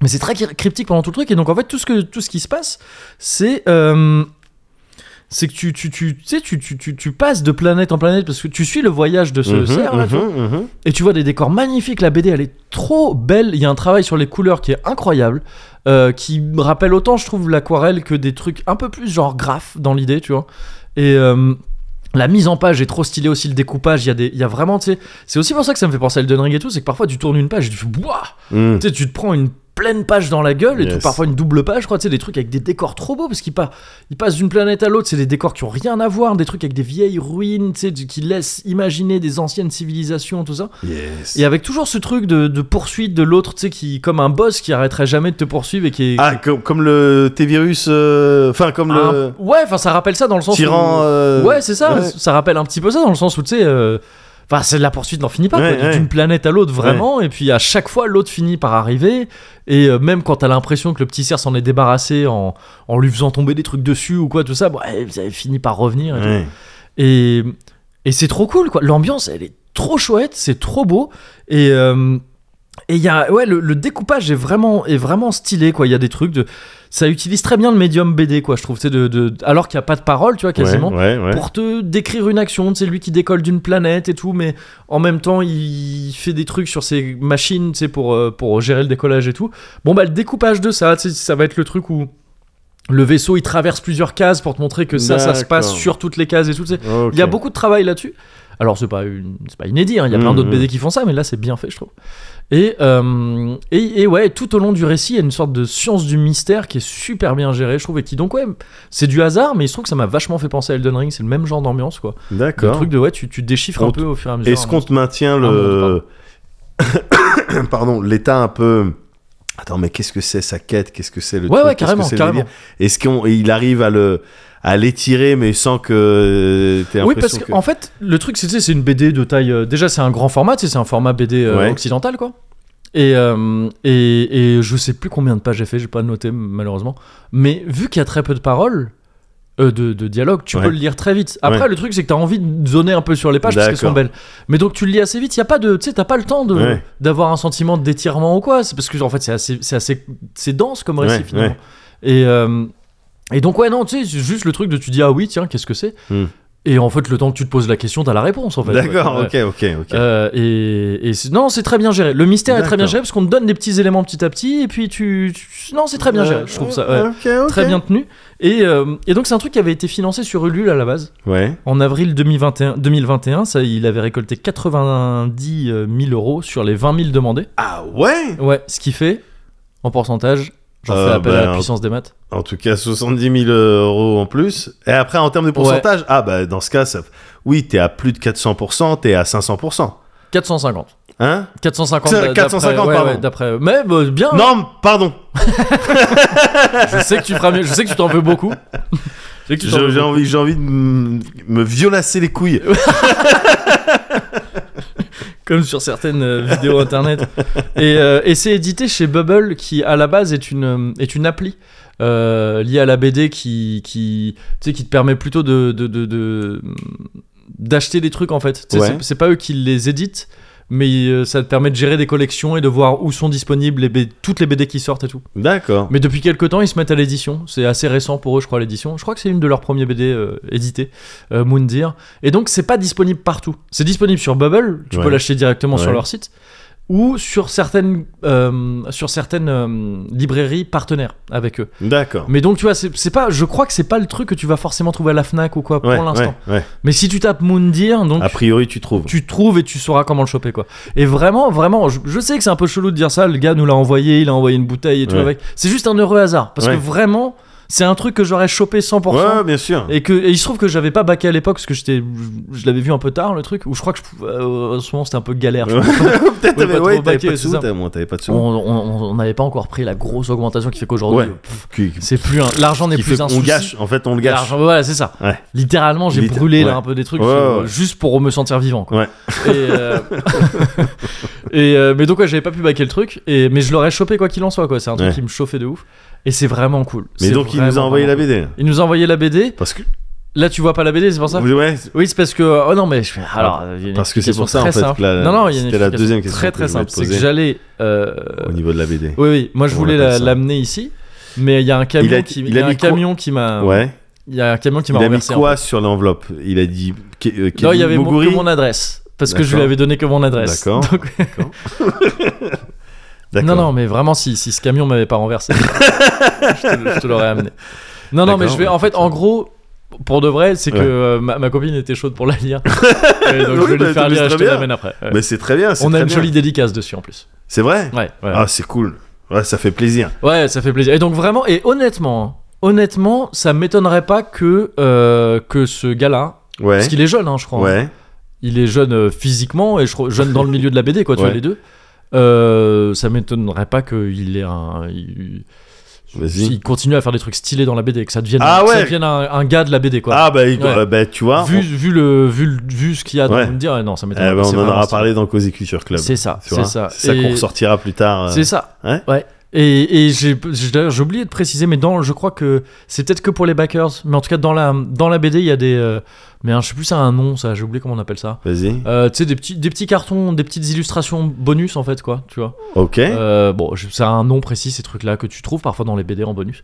Speaker 1: Mais c'est très cry- cryptique pendant tout le truc, et donc en fait, tout ce que tout ce qui se passe, c'est euh, c'est que tu, tu, tu, tu sais, tu, tu, tu, tu passes de planète en planète parce que tu suis le voyage de ce
Speaker 2: Mhm,
Speaker 1: cerf là, tu vois.
Speaker 2: mhm, mhm.
Speaker 1: Et tu vois des décors magnifiques, la BD elle est trop belle, il y a un travail sur les couleurs qui est incroyable, euh, qui me rappelle autant je trouve l'aquarelle que des trucs un peu plus genre graphe dans l'idée, tu vois. Et euh, la mise en page est trop stylée aussi, le découpage, il y, a des- il y a vraiment, tu sais, c'est aussi pour ça que ça me fait penser à Elden Ring et tout, c'est que parfois tu tournes une page et tu fais, Wouah
Speaker 2: Mhm.
Speaker 1: tu sais, tu te prends une pleine page dans la gueule et
Speaker 2: Yes.
Speaker 1: tout, parfois une double page, je crois, tu sais, des trucs avec des décors trop beaux parce qu'ils pa- ils passent d'une planète à l'autre, c'est des décors qui ont rien à voir, des trucs avec des vieilles ruines, tu sais, du- qui laissent imaginer des anciennes civilisations, tout ça.
Speaker 2: Yes.
Speaker 1: Et avec toujours ce truc de, de poursuite de l'autre, tu sais, qui comme un boss qui arrêterait jamais de te poursuivre et qui est
Speaker 2: Ah, comme, comme le T-Virus. euh, Enfin, comme
Speaker 1: un-
Speaker 2: le
Speaker 1: ouais, enfin ça rappelle ça dans le sens
Speaker 2: tyran.
Speaker 1: où-
Speaker 2: euh,
Speaker 1: ouais, c'est ça,
Speaker 2: ouais.
Speaker 1: ça rappelle un petit peu ça dans le sens où tu sais. euh, Enfin, c'est de la poursuite n'en finit pas, quoi,
Speaker 2: Ouais, ouais.
Speaker 1: d'une planète à l'autre vraiment, et puis à chaque fois l'autre finit par arriver, et euh, même quand t'as l'impression que le petit cerf s'en est débarrassé en, en lui faisant tomber des trucs dessus ou quoi, tout ça, bon, ouais, ça finit par revenir. et tout.
Speaker 2: Ouais.
Speaker 1: Et, et c'est trop cool, quoi. L'ambiance, elle est trop chouette, c'est trop beau. Et. euh, et il y a, ouais, le, le découpage est vraiment, est vraiment stylé, quoi. Il y a des trucs de. Ça utilise très bien le médium BD, quoi, je trouve. tu sais, De, de, alors qu'il n'y a pas de parole, tu vois, quasiment.
Speaker 2: Ouais, ouais, ouais.
Speaker 1: Pour te décrire une action, c'est lui qui décolle d'une planète et tout, mais en même temps, il fait des trucs sur ses machines, tu sais, pour, euh, pour gérer le décollage et tout. Bon, bah, le découpage de ça, tu sais, ça va être le truc où le vaisseau, il traverse plusieurs cases pour te montrer que ça, ça se passe
Speaker 2: D'accord.
Speaker 1: sur toutes les cases et tout, tu sais.
Speaker 2: Ok.
Speaker 1: Il y a beaucoup de travail là-dessus. Alors, c'est pas, une- c'est pas inédit, hein, il y a
Speaker 2: Mhm,
Speaker 1: plein d'autres
Speaker 2: mhm.
Speaker 1: BD qui font ça, mais là, c'est bien fait, je trouve. Et, euh, et, et ouais, tout au long du récit, il y a une sorte de science du mystère qui est super bien gérée, je trouve, et qui, donc, ouais, c'est du hasard, mais il se trouve que ça m'a vachement fait penser à Elden Ring, c'est le même genre d'ambiance, quoi. Le
Speaker 2: D'accord.
Speaker 1: truc de, ouais, tu, tu déchiffres
Speaker 2: On
Speaker 1: un
Speaker 2: te-
Speaker 1: peu au fur et à mesure.
Speaker 2: Est-ce qu'on te maintient
Speaker 1: monde,
Speaker 2: le.
Speaker 1: Ah,
Speaker 2: Pardon, l'état un peu. Attends, mais qu'est-ce que c'est sa quête Qu'est-ce que c'est le
Speaker 1: hein. Ouais,
Speaker 2: truc
Speaker 1: ouais,
Speaker 2: Qu'est-ce que
Speaker 1: carrément,
Speaker 2: c'est le
Speaker 1: carrément.
Speaker 2: délire Est-ce qu'il arrive à le à l'étirer, mais sans que euh, t'aies
Speaker 1: Oui, parce
Speaker 2: l'impression
Speaker 1: qu'en fait, le truc, c'est tu sais, c'est une BD de taille. euh, déjà, c'est un grand format, tu sais, c'est un format BD euh,
Speaker 2: Ouais.
Speaker 1: occidental, quoi. Et, euh, et, et je sais plus combien de pages j'ai fait, j'ai pas noté malheureusement. Mais vu qu'il y a très peu de paroles, euh, de, de dialogue, tu
Speaker 2: Ouais.
Speaker 1: peux le lire très vite. Après,
Speaker 2: Ouais.
Speaker 1: le truc, c'est que t'as envie de zoner un peu sur les pages parce qu'elles sont belles.
Speaker 2: D'accord.
Speaker 1: Mais donc, tu le lis assez vite, y a pas de, tu sais, t'as pas le temps de-
Speaker 2: Ouais.
Speaker 1: d'avoir un sentiment d'étirement ou quoi. C'est parce que, en fait, c'est assez, c'est assez c'est dense comme récit
Speaker 2: Ouais,
Speaker 1: finalement.
Speaker 2: ouais.
Speaker 1: Et, euh, et donc, ouais, non, tu sais, c'est juste le truc de tu dis, ah oui, tiens, qu'est-ce que c'est
Speaker 2: Hmm.
Speaker 1: Et en fait, le temps que tu te poses la question, t'as la réponse, en fait.
Speaker 2: D'accord,
Speaker 1: Ouais.
Speaker 2: ok, ok, ok.
Speaker 1: Euh, et, et c'est- non, c'est très bien géré. Le mystère est très bien
Speaker 2: D'accord.
Speaker 1: géré parce qu'on te donne des petits éléments petit à petit, et puis tu. tu- non, c'est très bien géré, je trouve ça. ouais.
Speaker 2: Ok, ok.
Speaker 1: Très bien tenu. Et, euh, et donc, c'est un truc qui avait été financé sur Ulule à la base.
Speaker 2: Ouais.
Speaker 1: En avril 2021, 2021 ça, il avait récolté 90 000 euros sur les 20 000 demandés.
Speaker 2: Ah ouais
Speaker 1: Ouais, ce qui fait, en pourcentage, j'en
Speaker 2: Euh,
Speaker 1: fais appel à
Speaker 2: ben,
Speaker 1: la puissance des maths.
Speaker 2: En tout cas, 70 000 euros en plus. Et après, en termes de pourcentage, ah bah dans ce cas, ça... oui, t'es à plus de 400%, t'es à 500%.
Speaker 1: 450.
Speaker 2: Hein
Speaker 1: 450
Speaker 2: C'est-
Speaker 1: d'a-
Speaker 2: 450,
Speaker 1: d'après, ouais,
Speaker 2: pardon.
Speaker 1: ouais, d'après mais bah, bien
Speaker 2: Non, pardon,
Speaker 1: je sais que tu feras mieux je sais que tu t'en veux beaucoup Je sais que tu t'en
Speaker 2: j'ai
Speaker 1: veux
Speaker 2: j'ai
Speaker 1: beaucoup.
Speaker 2: envie, j'ai envie de m- me violasser les couilles.
Speaker 1: comme sur certaines euh, vidéos internet et, euh, et c'est édité chez Bubble qui à la base est une euh, est une appli euh, liée à la BD qui qui tu sais qui te permet plutôt de de- de- de- d'acheter des trucs en fait Tu sais,
Speaker 2: Ouais.
Speaker 1: c'est- c'est pas eux qui les éditent mais euh, ça te permet de gérer des collections et de voir où sont disponibles les B- toutes les BD qui sortent et tout
Speaker 2: D'accord.
Speaker 1: Mais depuis quelques temps, ils se mettent à l'édition. C'est assez récent pour eux, je crois, l'édition. Je crois que c'est une de leurs premiers BD euh, édités, euh, Moondir. Et donc, c'est pas disponible partout. C'est disponible sur Bubble, tu peux
Speaker 2: Ouais.
Speaker 1: l'acheter directement sur
Speaker 2: Ouais.
Speaker 1: leur site, ou sur certaines, euh, sur certaines euh, librairies partenaires avec eux.
Speaker 2: D'accord.
Speaker 1: Mais donc, tu vois, c'est c'est pas, je crois que c'est pas le truc que tu vas forcément trouver à la Fnac ou quoi pour
Speaker 2: Ouais,
Speaker 1: l'instant.
Speaker 2: ouais, ouais.
Speaker 1: Mais si tu tapes Moondir, donc
Speaker 2: A priori, tu trouves.
Speaker 1: tu trouves et tu sauras comment le choper quoi. Et vraiment, vraiment, je, je sais que c'est un peu chelou de dire ça. Le gars nous l'a envoyé, il a envoyé une bouteille et tout
Speaker 2: Ouais.
Speaker 1: avec. C'est juste un heureux hasard parce
Speaker 2: Ouais.
Speaker 1: que vraiment, C'est un truc que j'aurais chopé 100%.
Speaker 2: Ouais, bien sûr.
Speaker 1: Et, que, et il se trouve que j'avais pas baqué à l'époque parce que j'étais, je, je l'avais vu un peu tard le truc, où je crois que je pouvais- euh, en ce moment c'était un peu galère. je
Speaker 2: Ouais.
Speaker 1: crois.
Speaker 2: Peut-être
Speaker 1: Ouais,
Speaker 2: t'avais
Speaker 1: pas
Speaker 2: ouais,
Speaker 1: trop
Speaker 2: t'avais
Speaker 1: baqué,
Speaker 2: pas de
Speaker 1: c'est
Speaker 2: sous,
Speaker 1: ça.
Speaker 2: t'avais bon, t'avais pas de sous.
Speaker 1: on on- on n'avait pas encore pris la grosse augmentation qui fait qu'aujourd'hui,
Speaker 2: Ouais.
Speaker 1: pff,
Speaker 2: Qui- qui
Speaker 1: c'est plus un- l'argent n'est euh, plus
Speaker 2: fait
Speaker 1: un
Speaker 2: qu'on
Speaker 1: souci.
Speaker 2: gâche, en fait on le gâche.
Speaker 1: L'argent, voilà, c'est ça.
Speaker 2: Ouais.
Speaker 1: Littéralement, j'ai
Speaker 2: Litté-
Speaker 1: brûlé
Speaker 2: ouais.
Speaker 1: là un peu des trucs
Speaker 2: Ouais,
Speaker 1: euh,
Speaker 2: ouais.
Speaker 1: juste pour me sentir vivant. Quoi.
Speaker 2: Ouais.
Speaker 1: Et, euh, et, euh, mais donc ouais, j'avais pas pu baquer le truc, et mais je l'aurais chopé quoi qu'il en soit quoi. C'est un truc
Speaker 2: Ouais.
Speaker 1: qui me chauffait de ouf, et c'est vraiment cool.
Speaker 2: Mais
Speaker 1: C'est
Speaker 2: donc il nous a
Speaker 1: vraiment,
Speaker 2: envoyé la
Speaker 1: vraiment
Speaker 2: BD.
Speaker 1: cool. Il nous a envoyé la BD.
Speaker 2: Parce que.
Speaker 1: Là, tu vois pas la BD, c'est pour ça.
Speaker 2: Ouais,
Speaker 1: Oui, c'est parce que. Oh non, mais je fais. Alors, il y a une
Speaker 2: Ah, Parce que c'est
Speaker 1: explication
Speaker 2: pour ça, en
Speaker 1: très
Speaker 2: fait,
Speaker 1: simple.
Speaker 2: que la-
Speaker 1: non, non, il y a une
Speaker 2: c'était la
Speaker 1: explication
Speaker 2: deuxième question
Speaker 1: Très
Speaker 2: que
Speaker 1: très
Speaker 2: je voulais
Speaker 1: simple.
Speaker 2: te
Speaker 1: C'est que
Speaker 2: poser.
Speaker 1: j'allais. euh,
Speaker 2: au niveau de la BD.
Speaker 1: Oui, oui. Moi, je
Speaker 2: On
Speaker 1: voulais
Speaker 2: appelle
Speaker 1: la-
Speaker 2: ça.
Speaker 1: l'amener ici, mais il y a un camion
Speaker 2: Il a-
Speaker 1: qui.
Speaker 2: il
Speaker 1: Il y a
Speaker 2: a
Speaker 1: un
Speaker 2: mis quoi
Speaker 1: camion qui m'a.
Speaker 2: Ouais.
Speaker 1: Il y a un camion qui
Speaker 2: Il
Speaker 1: m'a
Speaker 2: a mis
Speaker 1: renversé. en
Speaker 2: quoi sur l'enveloppe Il a dit. Ke- euh,
Speaker 1: fait. Non, il y
Speaker 2: Kevin
Speaker 1: avait mon-
Speaker 2: Moguri
Speaker 1: que mon adresse. Parce que je lui
Speaker 2: D'accord.
Speaker 1: avais donné que mon adresse.
Speaker 2: D'accord.
Speaker 1: Donc-
Speaker 2: D'accord.
Speaker 1: non,
Speaker 2: D'accord.
Speaker 1: non, mais vraiment, si, si ce camion m'avait pas renversé, je te, je te l'aurais amené. Non, non, mais
Speaker 2: D'accord,
Speaker 1: je vais.
Speaker 2: bah,
Speaker 1: En fait,
Speaker 2: écoute,
Speaker 1: en gros, pour de vrai, c'est que
Speaker 2: Ouais.
Speaker 1: euh, ma, ma copine était chaude pour la lire. Et donc,
Speaker 2: Oui,
Speaker 1: je vais
Speaker 2: bah,
Speaker 1: lui faire
Speaker 2: mais
Speaker 1: lire
Speaker 2: c'est
Speaker 1: et je te
Speaker 2: très bien.
Speaker 1: l'amène après. ouais.
Speaker 2: Mais c'est très bien. c'est
Speaker 1: On a
Speaker 2: très
Speaker 1: une
Speaker 2: bien.
Speaker 1: jolie dédicace dessus en plus.
Speaker 2: C'est vrai
Speaker 1: Ouais, ouais.
Speaker 2: Ah, c'est cool. Ouais, ça fait plaisir.
Speaker 1: Ouais, ça fait plaisir. Et donc vraiment, et honnêtement, honnêtement, ça m'étonnerait pas que euh, que ce gars-là,
Speaker 2: Ouais.
Speaker 1: parce qu'il est jeune, hein, je crois.
Speaker 2: Ouais.
Speaker 1: Il est jeune euh, physiquement et je crois- jeune dans le milieu de la BD, quoi. Tu
Speaker 2: Ouais.
Speaker 1: vois les deux. Euh, ça m'étonnerait pas qu'il ait un. Il,
Speaker 2: Vas-y.
Speaker 1: il continue à faire des trucs stylés dans la BD, que ça devienne,
Speaker 2: Ah
Speaker 1: que ça
Speaker 2: ouais.
Speaker 1: devienne un, un gars de la BD, quoi.
Speaker 2: Ah, bah, il-
Speaker 1: Ouais.
Speaker 2: euh, bah, tu vois.
Speaker 1: vu,
Speaker 2: on-
Speaker 1: vu le vu le- vu ce qu'il y a,
Speaker 2: Ouais.
Speaker 1: dans me dire, non, ça
Speaker 2: eh ben,
Speaker 1: m'étonnerait
Speaker 2: On,
Speaker 1: pas. c'est
Speaker 2: en
Speaker 1: vraiment
Speaker 2: aura
Speaker 1: stylé.
Speaker 2: parlé dans Cozy Culture Club.
Speaker 1: C'est ça,
Speaker 2: Tu
Speaker 1: c'est
Speaker 2: vois,
Speaker 1: ça.
Speaker 2: C'est ça qu'on
Speaker 1: Et-
Speaker 2: ressortira plus tard. euh,
Speaker 1: C'est ça.
Speaker 2: ouais.
Speaker 1: Et, et j'ai j'ai- d'ailleurs, j'ai oublié de préciser, mais dans, je crois que c'est peut-être que pour les backers, mais en tout cas dans la, dans la BD, il y a des. euh, mais hein, je sais plus, ça a un nom, ça, j'ai oublié comment on appelle ça.
Speaker 2: Vas-y.
Speaker 1: Euh, tu sais, des petits, des petits cartons, des petites illustrations bonus en fait, quoi, tu vois.
Speaker 2: Ok.
Speaker 1: Euh, bon, je- ça a un nom précis, ces trucs-là, que tu trouves parfois dans les BD en bonus.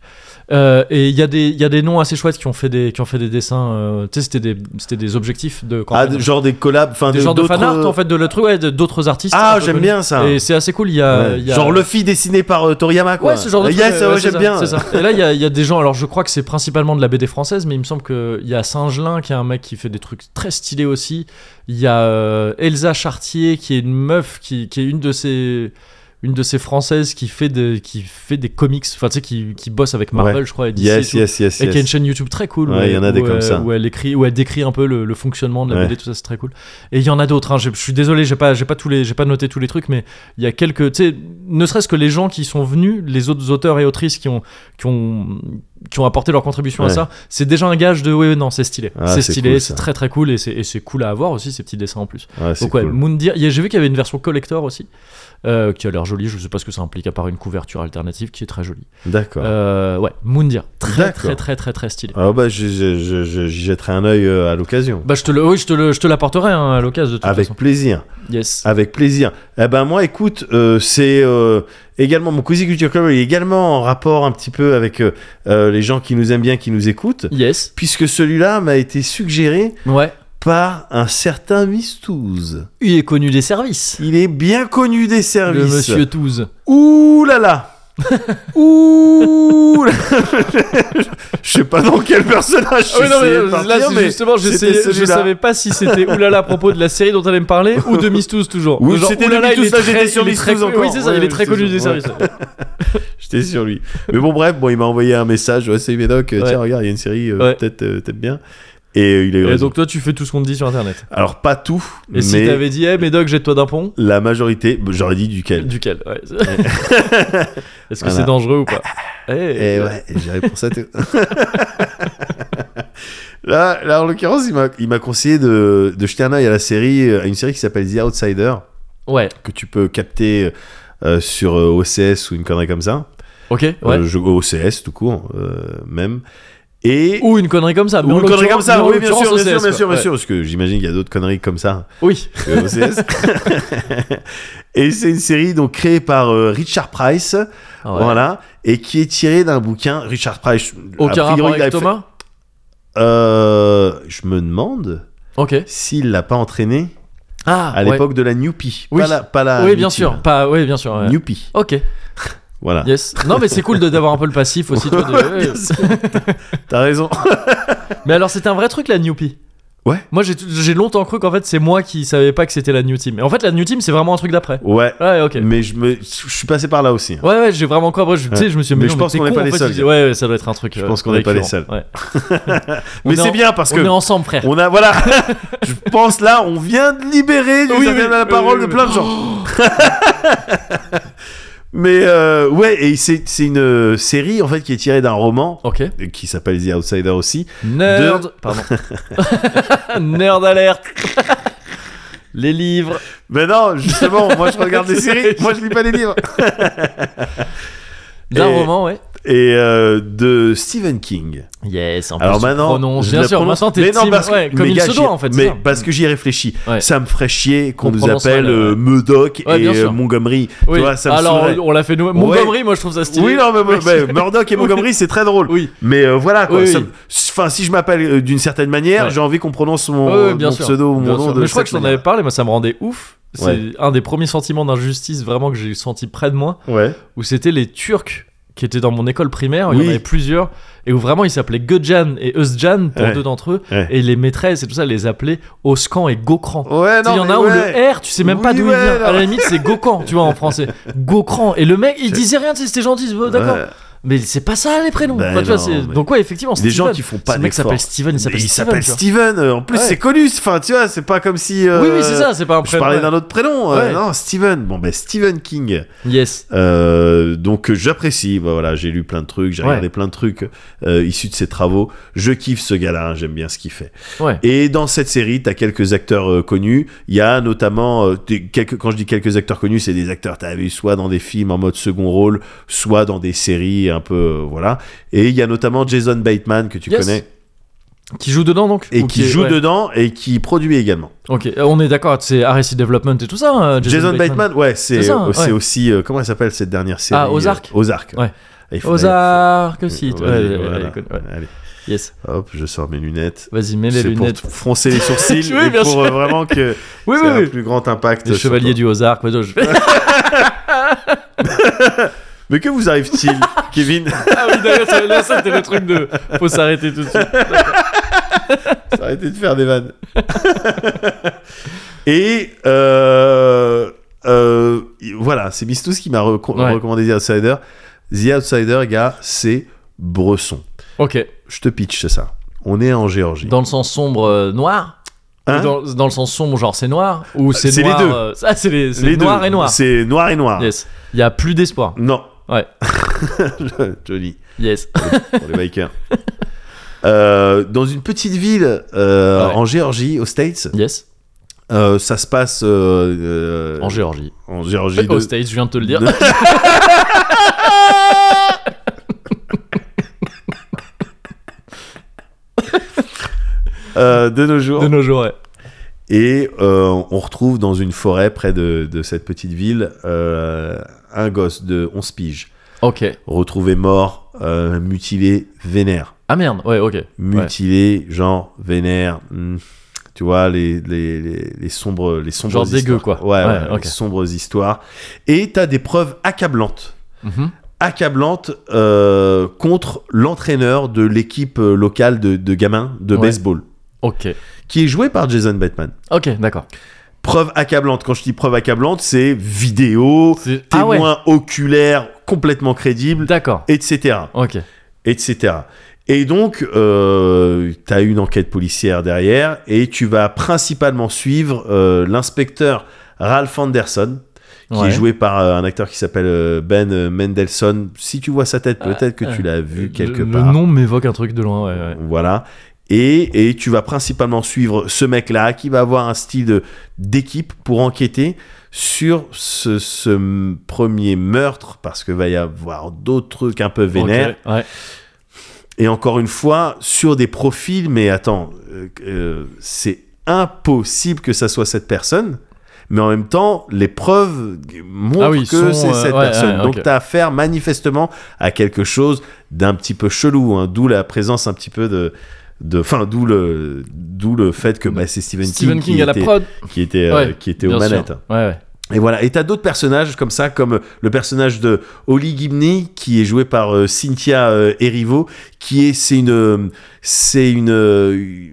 Speaker 1: Euh, et il y, a des- il y a des noms assez chouettes qui ont fait des, qui ont fait des dessins. euh, tu sais, c'était des, c'était des objectifs de.
Speaker 2: Ah,
Speaker 1: campagne.
Speaker 2: de- genre des collabs, enfin
Speaker 1: des
Speaker 2: de-
Speaker 1: genres de
Speaker 2: d'autres-
Speaker 1: fan art en fait, de le truc, ouais, de- d'autres artistes. un
Speaker 2: Ah,
Speaker 1: peu
Speaker 2: j'aime
Speaker 1: connus.
Speaker 2: bien ça.
Speaker 1: Et c'est assez cool, il y a.
Speaker 2: Ouais.
Speaker 1: il y a-
Speaker 2: Genre Luffy dessiné par euh, Toriyama, quoi.
Speaker 1: Ouais, ce genre de truc,
Speaker 2: Yes,
Speaker 1: euh,
Speaker 2: ouais,
Speaker 1: ouais, c'est
Speaker 2: j'aime
Speaker 1: ça,
Speaker 2: bien.
Speaker 1: c'est ça. Et là, il y, a- il y a des gens, alors je crois que c'est principalement de la BD française, mais il me semble qu'il y a Singelin qui est un mec qui fait des trucs très stylés aussi. Il y a euh, Elsa Chartier qui est une meuf qui, qui est une de ces. Une de ces françaises qui fait des, qui fait des comics, enfin tu sais, qui, qui bosse avec Marvel, je crois, et DC et
Speaker 2: Yes,
Speaker 1: tout.
Speaker 2: yes, yes,
Speaker 1: Et qui a une
Speaker 2: yes.
Speaker 1: chaîne YouTube très cool.
Speaker 2: Ouais,
Speaker 1: où elle-
Speaker 2: il y en a des
Speaker 1: où
Speaker 2: comme
Speaker 1: elle-
Speaker 2: ça.
Speaker 1: Où elle, écrit, où elle décrit un peu le, le fonctionnement de la
Speaker 2: Ouais.
Speaker 1: BD, tout ça, c'est très cool. Et il y en a d'autres. hein, Je je suis désolé, j'ai pas, j'ai pas tous les, j'ai pas noté tous les trucs, mais il y a quelques. Tu sais, ne serait-ce que les gens qui sont venus, les autres auteurs et autrices qui ont, qui ont, qui ont apporté leur contribution à
Speaker 2: Ouais.
Speaker 1: ça, c'est déjà un gage de ouais, ouais, non, c'est stylé,
Speaker 2: Ah,
Speaker 1: c'est
Speaker 2: c'est
Speaker 1: stylé,
Speaker 2: cool, ça.
Speaker 1: c'est très très cool et c'est, et c'est cool à avoir aussi ces petits dessins en plus.
Speaker 2: Ouais, c'est
Speaker 1: Donc ouais,
Speaker 2: cool.
Speaker 1: Moondir. il y a- J'ai vu qu'il y avait une version collector aussi, euh, qui a l'air jolie. Je sais pas ce que ça implique à part une couverture alternative qui est très jolie.
Speaker 2: D'accord.
Speaker 1: Euh, ouais, Moondir, très
Speaker 2: D'accord.
Speaker 1: très très très très stylé.
Speaker 2: Ah bah, je- je- je- je- j'y jetterai un œil euh, à l'occasion.
Speaker 1: Bah, je te le, oui, je te le, je te l'apporterai hein, à l'occasion de toute
Speaker 2: Avec
Speaker 1: façon. Ah.
Speaker 2: plaisir.
Speaker 1: Yes.
Speaker 2: Avec plaisir. Eh ben moi, écoute, euh, c'est euh, également mon Cozy Culture Club est également en rapport un petit peu avec euh, euh, les gens qui nous aiment bien, qui nous écoutent,
Speaker 1: Yes.
Speaker 2: puisque celui-là m'a été suggéré
Speaker 1: Ouais.
Speaker 2: par un certain Mistouze.
Speaker 1: Il est connu des services.
Speaker 2: Il est bien connu des
Speaker 1: Le
Speaker 2: services.
Speaker 1: monsieur Touze.
Speaker 2: Ouh là là Ouh là Je sais pas dans quel personnage
Speaker 1: Ah oui, non, mais
Speaker 2: j'essayais de
Speaker 1: euh, là,
Speaker 2: partir,
Speaker 1: c'est
Speaker 2: mais
Speaker 1: justement,
Speaker 2: c'était
Speaker 1: j'essayais- je
Speaker 2: celui-là.
Speaker 1: savais pas si c'était oulala à propos de la série dont allait me parler ou de Miss Touze toujours.
Speaker 2: Oui,
Speaker 1: Genre,
Speaker 2: c'était
Speaker 1: oulala,
Speaker 2: de
Speaker 1: il
Speaker 2: Miss
Speaker 1: est
Speaker 2: Touze, là, j'étais
Speaker 1: très-
Speaker 2: sur
Speaker 1: il est
Speaker 2: Miss
Speaker 1: très
Speaker 2: Touze
Speaker 1: connu-
Speaker 2: encore.
Speaker 1: Oui, c'est ça,
Speaker 2: Ouais,
Speaker 1: il est
Speaker 2: ouais,
Speaker 1: très
Speaker 2: je
Speaker 1: connu
Speaker 2: te
Speaker 1: des
Speaker 2: jure, ouais.
Speaker 1: services.
Speaker 2: J'étais sur lui. Mais bon, bref, bon, il m'a envoyé un message. Ouais, c'est Médoc. euh,
Speaker 1: Ouais.
Speaker 2: Tiens, regarde, il y a une série. euh,
Speaker 1: Ouais.
Speaker 2: Peut-être euh, t'aimes bien. Et euh, il a eu
Speaker 1: Et
Speaker 2: raison.
Speaker 1: donc, toi, tu fais tout ce qu'on te dit sur internet.
Speaker 2: Alors, pas tout,
Speaker 1: Et
Speaker 2: mais
Speaker 1: si t'avais dit, eh, Médoc, jette-toi d'un pont
Speaker 2: la majorité. bah, J'aurais dit duquel.
Speaker 1: Duquel ouais. Est-ce que
Speaker 2: Voilà.
Speaker 1: c'est dangereux ou pas Eh,
Speaker 2: Et ouais, j'avais pensé à tout. là, là, en l'occurrence, il m'a- il m'a conseillé de, de jeter un œil à la série, euh, à une série qui s'appelle The Outsider,
Speaker 1: Ouais.
Speaker 2: que tu peux capter euh, sur euh, OCS ou une connerie comme ça.
Speaker 1: Ok, ouais.
Speaker 2: Euh, je- OCS tout court, euh, même. Et.
Speaker 1: Ou une connerie comme ça. Ah, mais
Speaker 2: Ou
Speaker 1: en
Speaker 2: une connerie
Speaker 1: l'occurrence-
Speaker 2: comme ça,
Speaker 1: mais en
Speaker 2: oui, bien sûr,
Speaker 1: l'occurrence,
Speaker 2: bien sûr,
Speaker 1: OCS,
Speaker 2: bien sûr,
Speaker 1: quoi.
Speaker 2: bien sûr, parce que j'imagine qu'il y a d'autres conneries comme ça
Speaker 1: Ouais. Oui.
Speaker 2: que OCS. et c'est une série donc créée par euh, Richard Price,
Speaker 1: Ah ouais.
Speaker 2: voilà, et qui est tirée d'un bouquin. Richard Price, a
Speaker 1: Aucun
Speaker 2: priori,
Speaker 1: rapport
Speaker 2: il a
Speaker 1: avec
Speaker 2: fait-
Speaker 1: Thomas
Speaker 2: Euh, je me demande
Speaker 1: Ok.
Speaker 2: s'il l'a pas entraîné
Speaker 1: Ah,
Speaker 2: à l'époque de la Newpie,
Speaker 1: Oui.
Speaker 2: pas la, pas la
Speaker 1: Oui, bien
Speaker 2: Newpie,
Speaker 1: sûr.
Speaker 2: là.
Speaker 1: Pas, oui, bien sûr. ouais.
Speaker 2: Newpie,
Speaker 1: Ok,
Speaker 2: voilà.
Speaker 1: yes. Non, mais c'est cool de- d'avoir un peu le passif aussi. tu vois, de-
Speaker 2: Bien sûr. T'as raison.
Speaker 1: Mais alors, c'était un vrai truc la Newpie.
Speaker 2: Ouais.
Speaker 1: Moi, j'ai- j'ai longtemps cru qu'en fait, c'est moi qui savais pas que c'était la New Team. Mais en fait, la New Team, c'est vraiment un truc d'après.
Speaker 2: Ouais.
Speaker 1: Ouais, ok.
Speaker 2: Mais je me, je suis passé par là aussi. hein.
Speaker 1: Ouais, ouais, j'ai vraiment cru. Après, je, tu sais, je me suis dit,
Speaker 2: Mais
Speaker 1: non,
Speaker 2: je pense
Speaker 1: t'es
Speaker 2: qu'on est
Speaker 1: con,
Speaker 2: pas
Speaker 1: en
Speaker 2: les
Speaker 1: fait,
Speaker 2: seuls,
Speaker 1: tu dis,
Speaker 2: gars.
Speaker 1: Ouais, ouais, ça doit être un truc.
Speaker 2: Je pense qu'on est pas les seuls.
Speaker 1: On
Speaker 2: Mais
Speaker 1: est
Speaker 2: c'est
Speaker 1: en-
Speaker 2: bien parce
Speaker 1: On est
Speaker 2: que
Speaker 1: ensemble, frère.
Speaker 2: on a voilà. je pense là, on vient de libérer du
Speaker 1: Oui,
Speaker 2: certaine
Speaker 1: oui,
Speaker 2: la
Speaker 1: oui,
Speaker 2: parole
Speaker 1: oui, Oh.
Speaker 2: de
Speaker 1: oui.
Speaker 2: plein de gens. Mais euh, ouais, et c'est c'est une euh, série en fait qui est tirée d'un roman
Speaker 1: Ok.
Speaker 2: euh, qui s'appelle The Outsider aussi.
Speaker 1: Nerd. Pardon. Nerd alerte. les livres.
Speaker 2: Mais non, justement, moi je regarde des séries, moi je lis pas des livres.
Speaker 1: D'un
Speaker 2: Et-
Speaker 1: roman, ouais.
Speaker 2: Et euh, de Stephen King.
Speaker 1: Yes, en
Speaker 2: Alors
Speaker 1: plus, tu
Speaker 2: maintenant,
Speaker 1: prononces,
Speaker 2: je
Speaker 1: bien
Speaker 2: la
Speaker 1: sûr,
Speaker 2: prononce-
Speaker 1: maintenant t'es
Speaker 2: mais non,
Speaker 1: team,
Speaker 2: parce que-
Speaker 1: ouais, comme
Speaker 2: mais
Speaker 1: il
Speaker 2: gars,
Speaker 1: se
Speaker 2: j'y-
Speaker 1: doit en fait. c'est
Speaker 2: Mais
Speaker 1: ça.
Speaker 2: parce que j'y ai réfléchi,
Speaker 1: Ouais.
Speaker 2: ça me ferait chier qu'on
Speaker 1: Qu'on
Speaker 2: nous
Speaker 1: prononce
Speaker 2: appelle
Speaker 1: mal, ouais.
Speaker 2: euh, Murdoch
Speaker 1: Ouais,
Speaker 2: et
Speaker 1: bien
Speaker 2: euh,
Speaker 1: sûr.
Speaker 2: Montgomery.
Speaker 1: Oui.
Speaker 2: Tu vois, ça me
Speaker 1: Alors,
Speaker 2: saoulerait.
Speaker 1: on l'a fait nous-mêmes. Montgomery, moi je trouve ça stylé.
Speaker 2: Oui, non, mais, mais-
Speaker 1: Oui.
Speaker 2: mais Murdoch et Montgomery, c'est très drôle.
Speaker 1: Oui.
Speaker 2: Mais euh, voilà, quoi.
Speaker 1: Oui,
Speaker 2: ça
Speaker 1: oui.
Speaker 2: me- Enfin, si je m'appelle euh, d'une certaine manière,
Speaker 1: Ouais.
Speaker 2: j'ai envie qu'on prononce mon,
Speaker 1: Ouais, ouais, bien
Speaker 2: mon
Speaker 1: sûr.
Speaker 2: pseudo ou
Speaker 1: Bien
Speaker 2: mon nom
Speaker 1: sûr.
Speaker 2: de
Speaker 1: Mais je crois que
Speaker 2: cette
Speaker 1: je t'en avais
Speaker 2: manière.
Speaker 1: parlé, moi ça me rendait ouf. C'est
Speaker 2: Ouais.
Speaker 1: un des premiers sentiments d'injustice vraiment que j'ai senti près de moi,
Speaker 2: Ouais.
Speaker 1: où c'était les Turcs qui étaient dans mon école primaire, il
Speaker 2: Oui.
Speaker 1: y en avait plusieurs, et où vraiment ils s'appelaient Göjan et Özcan pour
Speaker 2: Ouais.
Speaker 1: deux d'entre eux,
Speaker 2: Ouais.
Speaker 1: et les maîtresses et tout ça les appelaient Oscan et Gokran.
Speaker 2: Ouais,
Speaker 1: Tu sais,
Speaker 2: non,
Speaker 1: Il y en
Speaker 2: mais
Speaker 1: a où
Speaker 2: ouais.
Speaker 1: le R, tu sais même pas
Speaker 2: Oui,
Speaker 1: d'où
Speaker 2: ouais,
Speaker 1: il vient.
Speaker 2: non.
Speaker 1: À la limite, c'est Gokran, tu vois, en français. Gokran. Et le mec, il disait rien, tu sais, c'était gentil, c'est- Oh, d'accord.
Speaker 2: Ouais.
Speaker 1: Mais c'est pas ça les prénoms.
Speaker 2: Ben
Speaker 1: Enfin, tu vois,
Speaker 2: non,
Speaker 1: c'est-
Speaker 2: mais-
Speaker 1: Donc, ouais, effectivement,
Speaker 2: Des gens
Speaker 1: Steven.
Speaker 2: qui font pas
Speaker 1: Ce mec
Speaker 2: d'efforts.
Speaker 1: s'appelle Steven, il
Speaker 2: Mais
Speaker 1: s'appelle
Speaker 2: Il
Speaker 1: Steven.
Speaker 2: s'appelle
Speaker 1: tu vois.
Speaker 2: Steven. euh, En plus,
Speaker 1: Ouais.
Speaker 2: c'est connu. Enfin, tu vois, c'est pas comme si. euh,
Speaker 1: Oui, oui, c'est ça, c'est pas un
Speaker 2: Je
Speaker 1: prénom.
Speaker 2: parlais
Speaker 1: ouais.
Speaker 2: d'un autre prénom. euh,
Speaker 1: Ouais.
Speaker 2: Non, Steven. Bon, ben Stephen King.
Speaker 1: Yes.
Speaker 2: Euh, donc euh, j'apprécie, bah, voilà, j'ai lu plein de trucs, j'ai
Speaker 1: Ouais.
Speaker 2: regardé plein de trucs euh, issus de ses travaux. Je kiffe ce gars-là, hein, j'aime bien ce qu'il fait.
Speaker 1: Ouais.
Speaker 2: Et dans cette série, t'as quelques acteurs euh, connus. Il y a notamment, euh, des- quelques, quand je dis quelques acteurs connus, c'est des acteurs t'as vu soit dans des films en mode second rôle, soit dans des séries un peu, euh, voilà. Et il y a notamment Jason Bateman que tu
Speaker 1: Yes.
Speaker 2: connais
Speaker 1: Qui joue dedans donc
Speaker 2: et
Speaker 1: Ou
Speaker 2: qui joue
Speaker 1: ouais.
Speaker 2: dedans et qui produit également.
Speaker 1: Ok, euh, on est d'accord, c'est Arrested Development et tout ça. hein,
Speaker 2: Jason, Bateman, ouais, c'est
Speaker 1: C'est ça,
Speaker 2: euh, c'est
Speaker 1: ouais.
Speaker 2: aussi euh, comment elle s'appelle cette dernière série
Speaker 1: Ah, Ozark.
Speaker 2: euh, Ozark.
Speaker 1: Ouais.
Speaker 2: Il fallait-
Speaker 1: Ozark aussi.
Speaker 2: Vas-y,
Speaker 1: ouais, ouais,
Speaker 2: voilà.
Speaker 1: ouais, ouais, ouais.
Speaker 2: Allez,
Speaker 1: Yes.
Speaker 2: hop, je sors mes lunettes.
Speaker 1: Vas-y, mets les
Speaker 2: C'est pour
Speaker 1: lunettes.
Speaker 2: te froncer les sourcils
Speaker 1: Oui,
Speaker 2: et
Speaker 1: bien
Speaker 2: pour
Speaker 1: sûr.
Speaker 2: euh, vraiment que
Speaker 1: Oui,
Speaker 2: c'est
Speaker 1: oui,
Speaker 2: un
Speaker 1: oui.
Speaker 2: plus grand impact.
Speaker 1: Les
Speaker 2: sur
Speaker 1: chevaliers
Speaker 2: toi.
Speaker 1: du Ozark. ouais, je-
Speaker 2: Mais que vous arrive-t-il, Kevin
Speaker 1: Ah oui, d'ailleurs, ça- là, c'était le truc de. Faut s'arrêter tout de suite.
Speaker 2: Arrêtez de faire des vannes. et euh, euh, voilà, c'est Mistous qui m'a reco-
Speaker 1: Ouais.
Speaker 2: recommandé The Outsider. The Outsider, gars, c'est Bresson.
Speaker 1: Ok.
Speaker 2: Je te pitch ça. On est en Géorgie.
Speaker 1: Dans le sens sombre euh, noir
Speaker 2: Hein
Speaker 1: Ou dans, dans le sens sombre, genre c'est noir Ou c'est
Speaker 2: c'est les
Speaker 1: noir
Speaker 2: deux.
Speaker 1: euh, Ah, c'est les, c'est
Speaker 2: Les
Speaker 1: noir
Speaker 2: deux.
Speaker 1: et noir.
Speaker 2: C'est noir et noir.
Speaker 1: Yes. Il y a plus d'espoir.
Speaker 2: Non.
Speaker 1: Ouais.
Speaker 2: Joli.
Speaker 1: Yes.
Speaker 2: pour les bikers. Euh, dans une petite ville euh,
Speaker 1: Ouais.
Speaker 2: en Géorgie, aux States,
Speaker 1: Yes.
Speaker 2: Euh, ça se passe euh, euh,
Speaker 1: En Géorgie.
Speaker 2: en Géorgie de-
Speaker 1: Au States, je viens de te le dire.
Speaker 2: de- euh, de nos jours.
Speaker 1: De nos jours, ouais.
Speaker 2: Et euh, on retrouve dans une forêt près de, de cette petite ville euh, un gosse de 11 piges,
Speaker 1: Ok.
Speaker 2: retrouvé mort, euh, mutilé, vénère.
Speaker 1: Ah merde, ouais, ok. Ouais.
Speaker 2: Mutilé, genre vénère. hmm, Tu vois, les, les, les, les sombres, les sombres
Speaker 1: Genre dégueu,
Speaker 2: histoires.
Speaker 1: quoi.
Speaker 2: Ouais, ouais,
Speaker 1: Ouais, ok.
Speaker 2: les sombres histoires. Et t'as des preuves accablantes
Speaker 1: Mhm.
Speaker 2: accablante euh, contre l'entraîneur de l'équipe euh, locale de, de gamins de
Speaker 1: Ouais.
Speaker 2: baseball,
Speaker 1: Ok.
Speaker 2: qui est joué par Jason Bateman.
Speaker 1: Ok, d'accord.
Speaker 2: Preuve accablante. Quand je dis preuve accablante, c'est vidéo,
Speaker 1: C'est- Ah ouais.
Speaker 2: témoin oculaire complètement crédible,
Speaker 1: D'accord.
Speaker 2: etc.
Speaker 1: Ok.
Speaker 2: etc. Et donc, euh, tu as une enquête policière derrière et tu vas principalement suivre euh, l'inspecteur Ralph Anderson, qui
Speaker 1: Ouais.
Speaker 2: est joué par euh, un acteur qui s'appelle euh, Ben euh, Mendelssohn. Si tu vois sa tête, peut-être que
Speaker 1: Ah,
Speaker 2: tu l'as vu quelque
Speaker 1: le,
Speaker 2: part.
Speaker 1: Le nom m'évoque un truc de loin, ouais, ouais.
Speaker 2: Voilà. Et, et tu vas principalement suivre ce mec-là qui va avoir un style de- d'équipe pour enquêter sur ce, ce m- premier meurtre parce que va y avoir d'autres trucs un peu vénères.
Speaker 1: Ok, Ouais.
Speaker 2: Et encore une fois, sur des profils, mais attends, euh, euh, c'est impossible que ça soit cette personne. Mais en même temps, les preuves montrent
Speaker 1: Ah oui, sont,
Speaker 2: que c'est
Speaker 1: euh,
Speaker 2: cette
Speaker 1: ouais,
Speaker 2: personne.
Speaker 1: ouais,
Speaker 2: Donc,
Speaker 1: ok.
Speaker 2: tu as affaire manifestement à quelque chose d'un petit peu chelou, hein, d'où la présence un petit peu de. de- Enfin, d'où le, d'où le fait que bah, c'est Stephen,
Speaker 1: Stephen King
Speaker 2: qui,
Speaker 1: à la
Speaker 2: était,
Speaker 1: prod.
Speaker 2: qui était, euh,
Speaker 1: Ouais,
Speaker 2: qui était aux
Speaker 1: bien sûr.
Speaker 2: manettes.
Speaker 1: Ouais, ouais.
Speaker 2: Et voilà. Et t'as d'autres personnages comme ça, comme euh, le personnage de Holly Gibney, qui est joué par euh, Cynthia euh, Erivo, qui est, c'est une, euh, c'est une euh,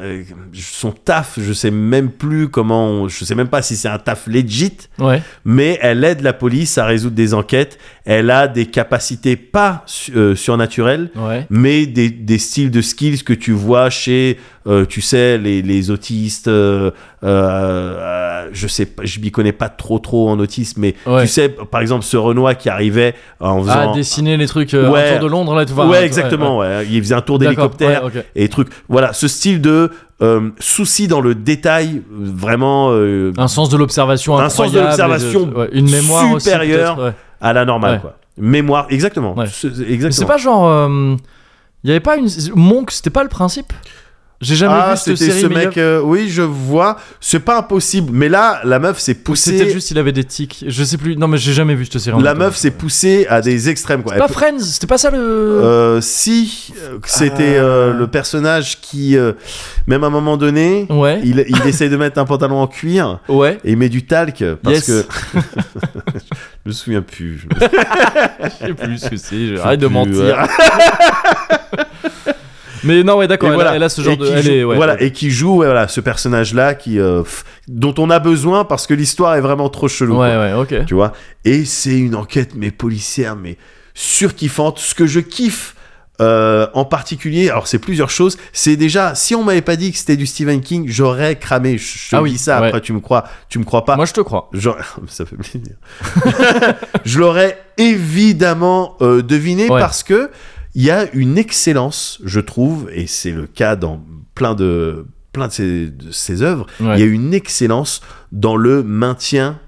Speaker 2: euh, son taf, je sais même plus comment, on- je sais même pas si c'est un taf legit,
Speaker 1: Ouais.
Speaker 2: mais elle aide la police à résoudre des enquêtes. Elle a des capacités pas su- euh, surnaturelles,
Speaker 1: Ouais.
Speaker 2: mais des, des styles de skills que tu vois chez, euh, tu sais, les, les autistes. euh, euh, je sais pas, je m'y connais pas trop trop en autisme, mais
Speaker 1: Ouais.
Speaker 2: tu sais, par exemple, ce Renoir qui arrivait en
Speaker 1: Ah,
Speaker 2: faisant.
Speaker 1: dessiner les trucs euh,
Speaker 2: Ouais.
Speaker 1: autour de Londres, là, tu vois.
Speaker 2: ouais, exactement. ouais. Il faisait un tour d'hélicoptère et des trucs. Voilà, ce style de euh, souci dans le détail, vraiment euh,
Speaker 1: Un sens de l'observation
Speaker 2: Un
Speaker 1: incroyable.
Speaker 2: sens de l'observation
Speaker 1: et de- ouais, Une mémoire aussi,
Speaker 2: supérieure.
Speaker 1: peut-être, ouais.
Speaker 2: à la normale,
Speaker 1: Ah. Ouais.
Speaker 2: quoi. Mémoire, exactement.
Speaker 1: Ouais.
Speaker 2: Ce-
Speaker 1: Mais C'est
Speaker 2: exactement.
Speaker 1: pas genre. euh, Il y avait pas une. Monk, c'était pas le principe J'ai jamais
Speaker 2: ah,
Speaker 1: vu cette
Speaker 2: c'était
Speaker 1: série.
Speaker 2: ce
Speaker 1: mais il y a-
Speaker 2: mec. euh, oui, je vois. C'est pas impossible, mais là, la meuf s'est
Speaker 1: C'était
Speaker 2: poussée.
Speaker 1: juste il avait des tics. Je sais plus. Non, mais j'ai jamais vu cette série. en
Speaker 2: La
Speaker 1: même
Speaker 2: meuf
Speaker 1: temps.
Speaker 2: s'est poussée à des extrêmes, quoi.
Speaker 1: C'est Pas
Speaker 2: Elle-
Speaker 1: Friends, c'était pas ça le.
Speaker 2: euh, si euh, c'était
Speaker 1: Ah.
Speaker 2: euh, le personnage qui, euh, même à un moment donné,
Speaker 1: Ouais.
Speaker 2: il, il essaye de mettre un pantalon en cuir
Speaker 1: Ouais.
Speaker 2: et il met du talc
Speaker 1: Yes.
Speaker 2: parce que je me souviens plus. Je me
Speaker 1: Je sais plus ce que c'est.
Speaker 2: souviens
Speaker 1: Arrête de
Speaker 2: plus,
Speaker 1: mentir.
Speaker 2: ouais.
Speaker 1: Mais non, ouais, d'accord.
Speaker 2: Et
Speaker 1: Elle,
Speaker 2: voilà.
Speaker 1: a- elle a ce
Speaker 2: Et
Speaker 1: genre de.
Speaker 2: qui
Speaker 1: Elle
Speaker 2: joue-
Speaker 1: est, ouais,
Speaker 2: voilà,
Speaker 1: ouais.
Speaker 2: et qui joue ouais, voilà, ce personnage-là qui, euh, pff, dont on a besoin parce que l'histoire est vraiment trop chelou. quoi.
Speaker 1: Ouais, ouais, ok.
Speaker 2: tu vois. Et c'est une enquête, mais policière, mais surkiffante. Ce que je kiffe. euh, en particulier, alors c'est plusieurs choses. C'est déjà, si on m'avait pas dit que c'était du Stephen King, j'aurais cramé. Je, je te
Speaker 1: Ah
Speaker 2: dis
Speaker 1: oui,
Speaker 2: ça.
Speaker 1: ouais.
Speaker 2: Après, tu me crois, tu me crois pas.
Speaker 1: Moi, je te crois.
Speaker 2: J'aurais- ça fait plaisir. je l'aurais évidemment euh, deviné
Speaker 1: Ouais.
Speaker 2: parce que il y a une excellence, je trouve, et c'est le cas dans plein de plein de ses, de ses œuvres.
Speaker 1: Ouais.
Speaker 2: Il y a une excellence dans le maintien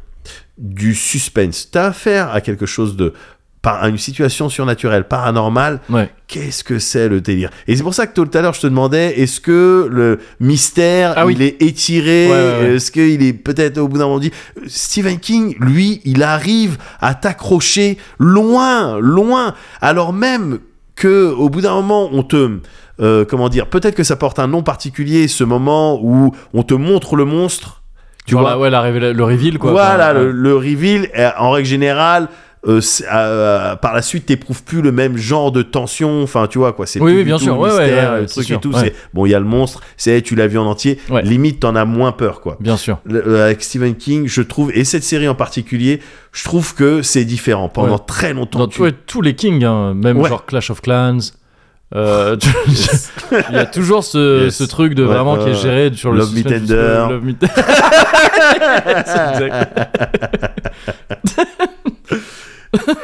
Speaker 2: du suspense. T'as affaire à quelque chose de par à une situation surnaturelle, paranormale.
Speaker 1: Ouais.
Speaker 2: Qu'est-ce que c'est le délire Et c'est pour ça que tout à l'heure je te demandais est-ce que le mystère
Speaker 1: Ah oui.
Speaker 2: il est étiré
Speaker 1: Ouais, ouais, ouais.
Speaker 2: Est-ce qu'il est peut-être au bout d'un moment dit euh, Stephen King, lui, il arrive à t'accrocher loin, loin, alors même que au bout d'un moment on te euh, comment dire Peut-être que ça porte un nom particulier, ce moment où on te montre le monstre. Tu
Speaker 1: Genre
Speaker 2: vois
Speaker 1: la- ouais, la révéla- le reveal, quoi.
Speaker 2: voilà,
Speaker 1: Enfin,
Speaker 2: le,
Speaker 1: ouais.
Speaker 2: le reveal, euh, en règle générale, euh, c'est- euh, par la suite, t'éprouves plus le même genre de tension. Enfin, tu vois quoi, c'est
Speaker 1: Oui,
Speaker 2: plus
Speaker 1: oui,
Speaker 2: du
Speaker 1: bien
Speaker 2: tout
Speaker 1: sûr,
Speaker 2: le
Speaker 1: ouais, ouais,
Speaker 2: mystère,
Speaker 1: ouais, ouais,
Speaker 2: le
Speaker 1: c'est
Speaker 2: truc et
Speaker 1: sûr,
Speaker 2: tout.
Speaker 1: ouais.
Speaker 2: c'est- Bon, il y a le monstre, c'est tu l'as vu en entier.
Speaker 1: Ouais.
Speaker 2: Limite, t'en as moins peur, quoi.
Speaker 1: Bien sûr.
Speaker 2: Le- euh, avec Stephen King, je trouve, et cette série en particulier, je trouve que c'est différent. Pendant
Speaker 1: Ouais.
Speaker 2: très longtemps,
Speaker 1: Dans
Speaker 2: tu-
Speaker 1: ouais, tous les Kings, hein, même
Speaker 2: Ouais.
Speaker 1: genre Clash of Clans. euh, tu- Il y a toujours ce,
Speaker 2: Yes.
Speaker 1: ce truc de
Speaker 2: Ouais,
Speaker 1: vraiment
Speaker 2: ouais,
Speaker 1: qui est géré sur le
Speaker 2: Love Me
Speaker 1: suspense jusqu'au-
Speaker 2: Tender.
Speaker 1: Love Me- C'est exact.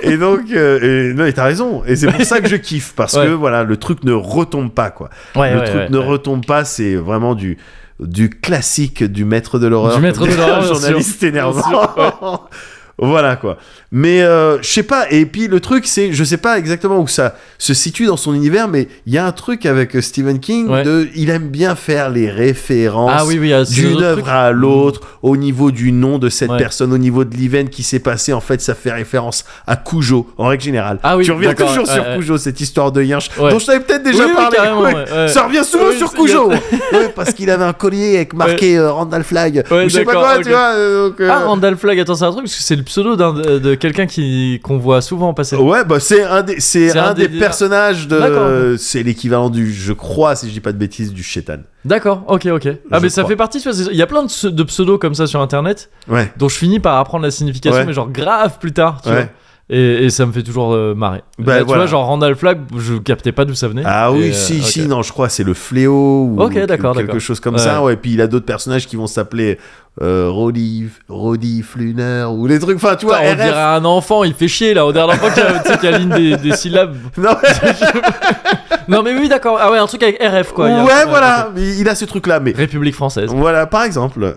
Speaker 2: Et donc, euh, et- non, et t'as raison. Et c'est pour ça que je kiffe, parce
Speaker 1: Ouais.
Speaker 2: que voilà, le truc ne retombe pas, quoi.
Speaker 1: Ouais,
Speaker 2: le
Speaker 1: ouais,
Speaker 2: truc
Speaker 1: ouais,
Speaker 2: ne
Speaker 1: ouais.
Speaker 2: retombe pas, c'est vraiment du du classique du maître de l'horreur.
Speaker 1: Du maître de l'horreur, bien sûr.
Speaker 2: journaliste énervant.
Speaker 1: Bien
Speaker 2: voilà quoi. Mais euh, je sais pas. Et puis le truc, c'est, je sais pas exactement où ça se situe dans son univers, mais il y a un truc avec euh, Stephen King.
Speaker 1: Ouais.
Speaker 2: De, il aime bien faire les références.
Speaker 1: Ah oui, oui, il y a ces
Speaker 2: D'une
Speaker 1: autres
Speaker 2: œuvre
Speaker 1: trucs.
Speaker 2: à l'autre, au niveau du nom de cette
Speaker 1: Ouais.
Speaker 2: personne, au niveau de l'event qui s'est passé, en fait, ça fait référence à Cujo, en règle générale.
Speaker 1: Ah oui,
Speaker 2: tu reviens
Speaker 1: d'accord,
Speaker 2: toujours
Speaker 1: ouais,
Speaker 2: sur
Speaker 1: ouais.
Speaker 2: Cujo, cette histoire de Yinche,
Speaker 1: Ouais.
Speaker 2: dont je t'avais peut-être déjà
Speaker 1: Oui, oui,
Speaker 2: parlé.
Speaker 1: carrément,
Speaker 2: Ouais.
Speaker 1: ouais, ouais.
Speaker 2: Ça revient souvent
Speaker 1: Oui,
Speaker 2: sur
Speaker 1: c'est-
Speaker 2: Cujo. Ouais, parce qu'il avait un collier avec marqué euh, Randall Flag.
Speaker 1: Ouais,
Speaker 2: Ou je sais pas
Speaker 1: d'accord,
Speaker 2: quoi,
Speaker 1: ok.
Speaker 2: tu vois. euh, donc, euh,
Speaker 1: Ah, Randall Flagg, attends, c'est un truc, parce que c'est le pseudo d'un- de quelqu'un qui- qu'on voit souvent passer.
Speaker 2: Ouais, bah c'est un des, c'est
Speaker 1: C'est
Speaker 2: un
Speaker 1: un
Speaker 2: des
Speaker 1: des-
Speaker 2: personnages de.
Speaker 1: D'accord.
Speaker 2: C'est l'équivalent du, je crois, si je dis pas de bêtises, du Shetan.
Speaker 1: D'accord, ok, ok. Ah,
Speaker 2: Je
Speaker 1: mais ça
Speaker 2: crois.
Speaker 1: fait partie, tu vois, c'est- il y a plein de, pse- de pseudos comme ça sur internet,
Speaker 2: Ouais.
Speaker 1: dont je finis par apprendre la signification,
Speaker 2: Ouais.
Speaker 1: mais genre grave plus tard, tu
Speaker 2: Ouais.
Speaker 1: vois. Et, et ça me fait toujours euh, marrer.
Speaker 2: Bah,
Speaker 1: Là, Tu
Speaker 2: voilà.
Speaker 1: vois, genre Randall Flagg, je captais pas d'où ça venait.
Speaker 2: Ah oui,
Speaker 1: Et, euh,
Speaker 2: si,
Speaker 1: ok.
Speaker 2: si, non, je crois c'est le fléau ou
Speaker 1: Ok, d'accord,
Speaker 2: quelque
Speaker 1: d'accord.
Speaker 2: chose comme
Speaker 1: Ouais.
Speaker 2: ça. Ouais, et puis il a d'autres personnages qui vont s'appeler euh, Roddy, Roddy Fluner ou les trucs. Enfin, tu vois,
Speaker 1: Putain, on
Speaker 2: RF.
Speaker 1: dirait un enfant, il fait chier là, on dirait un enfant qui a- tu sais, qui aligne des, des syllabes.
Speaker 2: Non,
Speaker 1: Non mais oui d'accord, ah ouais un truc avec RF quoi. il y a-
Speaker 2: ouais, voilà, il il a ce truc-là, mais
Speaker 1: République française,
Speaker 2: voilà, par exemple.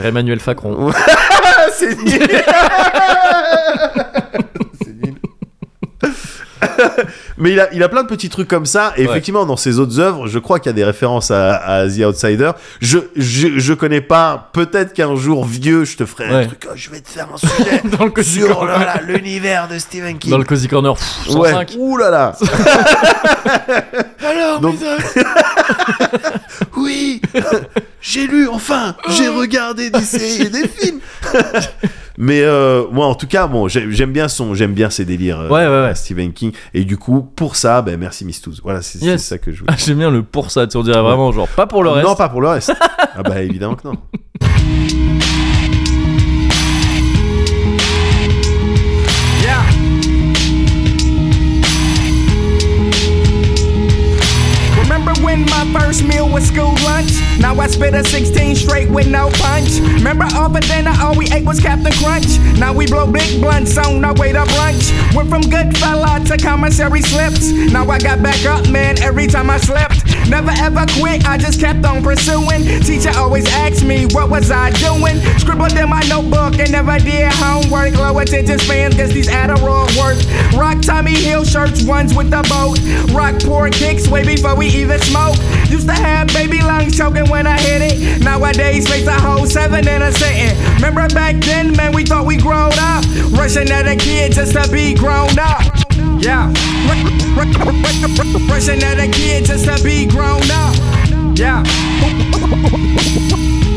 Speaker 1: Emmanuel Facron.
Speaker 2: Ah, c'est nul. C'est nul. Mais il a, il a plein de petits trucs comme ça. Et
Speaker 1: Ouais.
Speaker 2: effectivement, dans ses autres œuvres, je crois qu'il y a des références à, à The Outsider. Je, je, je connais pas. Peut-être qu'un jour, vieux, je te ferai un
Speaker 1: Ouais.
Speaker 2: truc. oh, je vais te faire un sujet
Speaker 1: Dans le Cozy
Speaker 2: sur
Speaker 1: Corner.
Speaker 2: voilà, l'univers de Stephen King.
Speaker 1: Dans le Cozy Corner, pff,
Speaker 2: Ouais.
Speaker 1: 105.
Speaker 2: Ouh là là. Alors, Donc... oui, j'ai lu enfin, j'ai regardé des séries et des films. Mais euh, moi, en tout cas, bon, j'ai- j'aime bien son, j'aime bien ses délires. euh,
Speaker 1: Ouais, ouais, ouais.
Speaker 2: Stephen King. Et du coup, pour ça, ben merci Miss Touze. Voilà, c'est c'est
Speaker 1: Yes.
Speaker 2: ça que je voulais.
Speaker 1: Ah, J'aime bien le pour ça, tu on dirait vraiment genre pas pour le reste.
Speaker 2: Non, pas pour le reste. ah bah évidemment que non.
Speaker 5: Yeah. Remember when my first meal was school lunch? Now I spit a 16 straight with no punch. Remember off at dinner, all we ate was Captain Crunch. Now we blow big blunts on our way to brunch. Went from good fella to commissary slips. Now I got back up, man, every time I slept. Never ever quit, I just kept on pursuing. Teacher always asked me, what was I doing? Scribbled in my notebook and never did homework. Low attention spans, guess these Adderall work. Rock Tommy Hill shirts, ones with the boat. Rock poor kicks way before we even smoke. Used to have baby lungs choking when I hit it. Nowadays, face a whole seven and a sitting. Remember back then, man, we thought we grown up. Rushing at a kid just to be grown up. Yeah. Ru- ru- ru- ru- ru- Rushing at a kid just to be grown up. Yeah.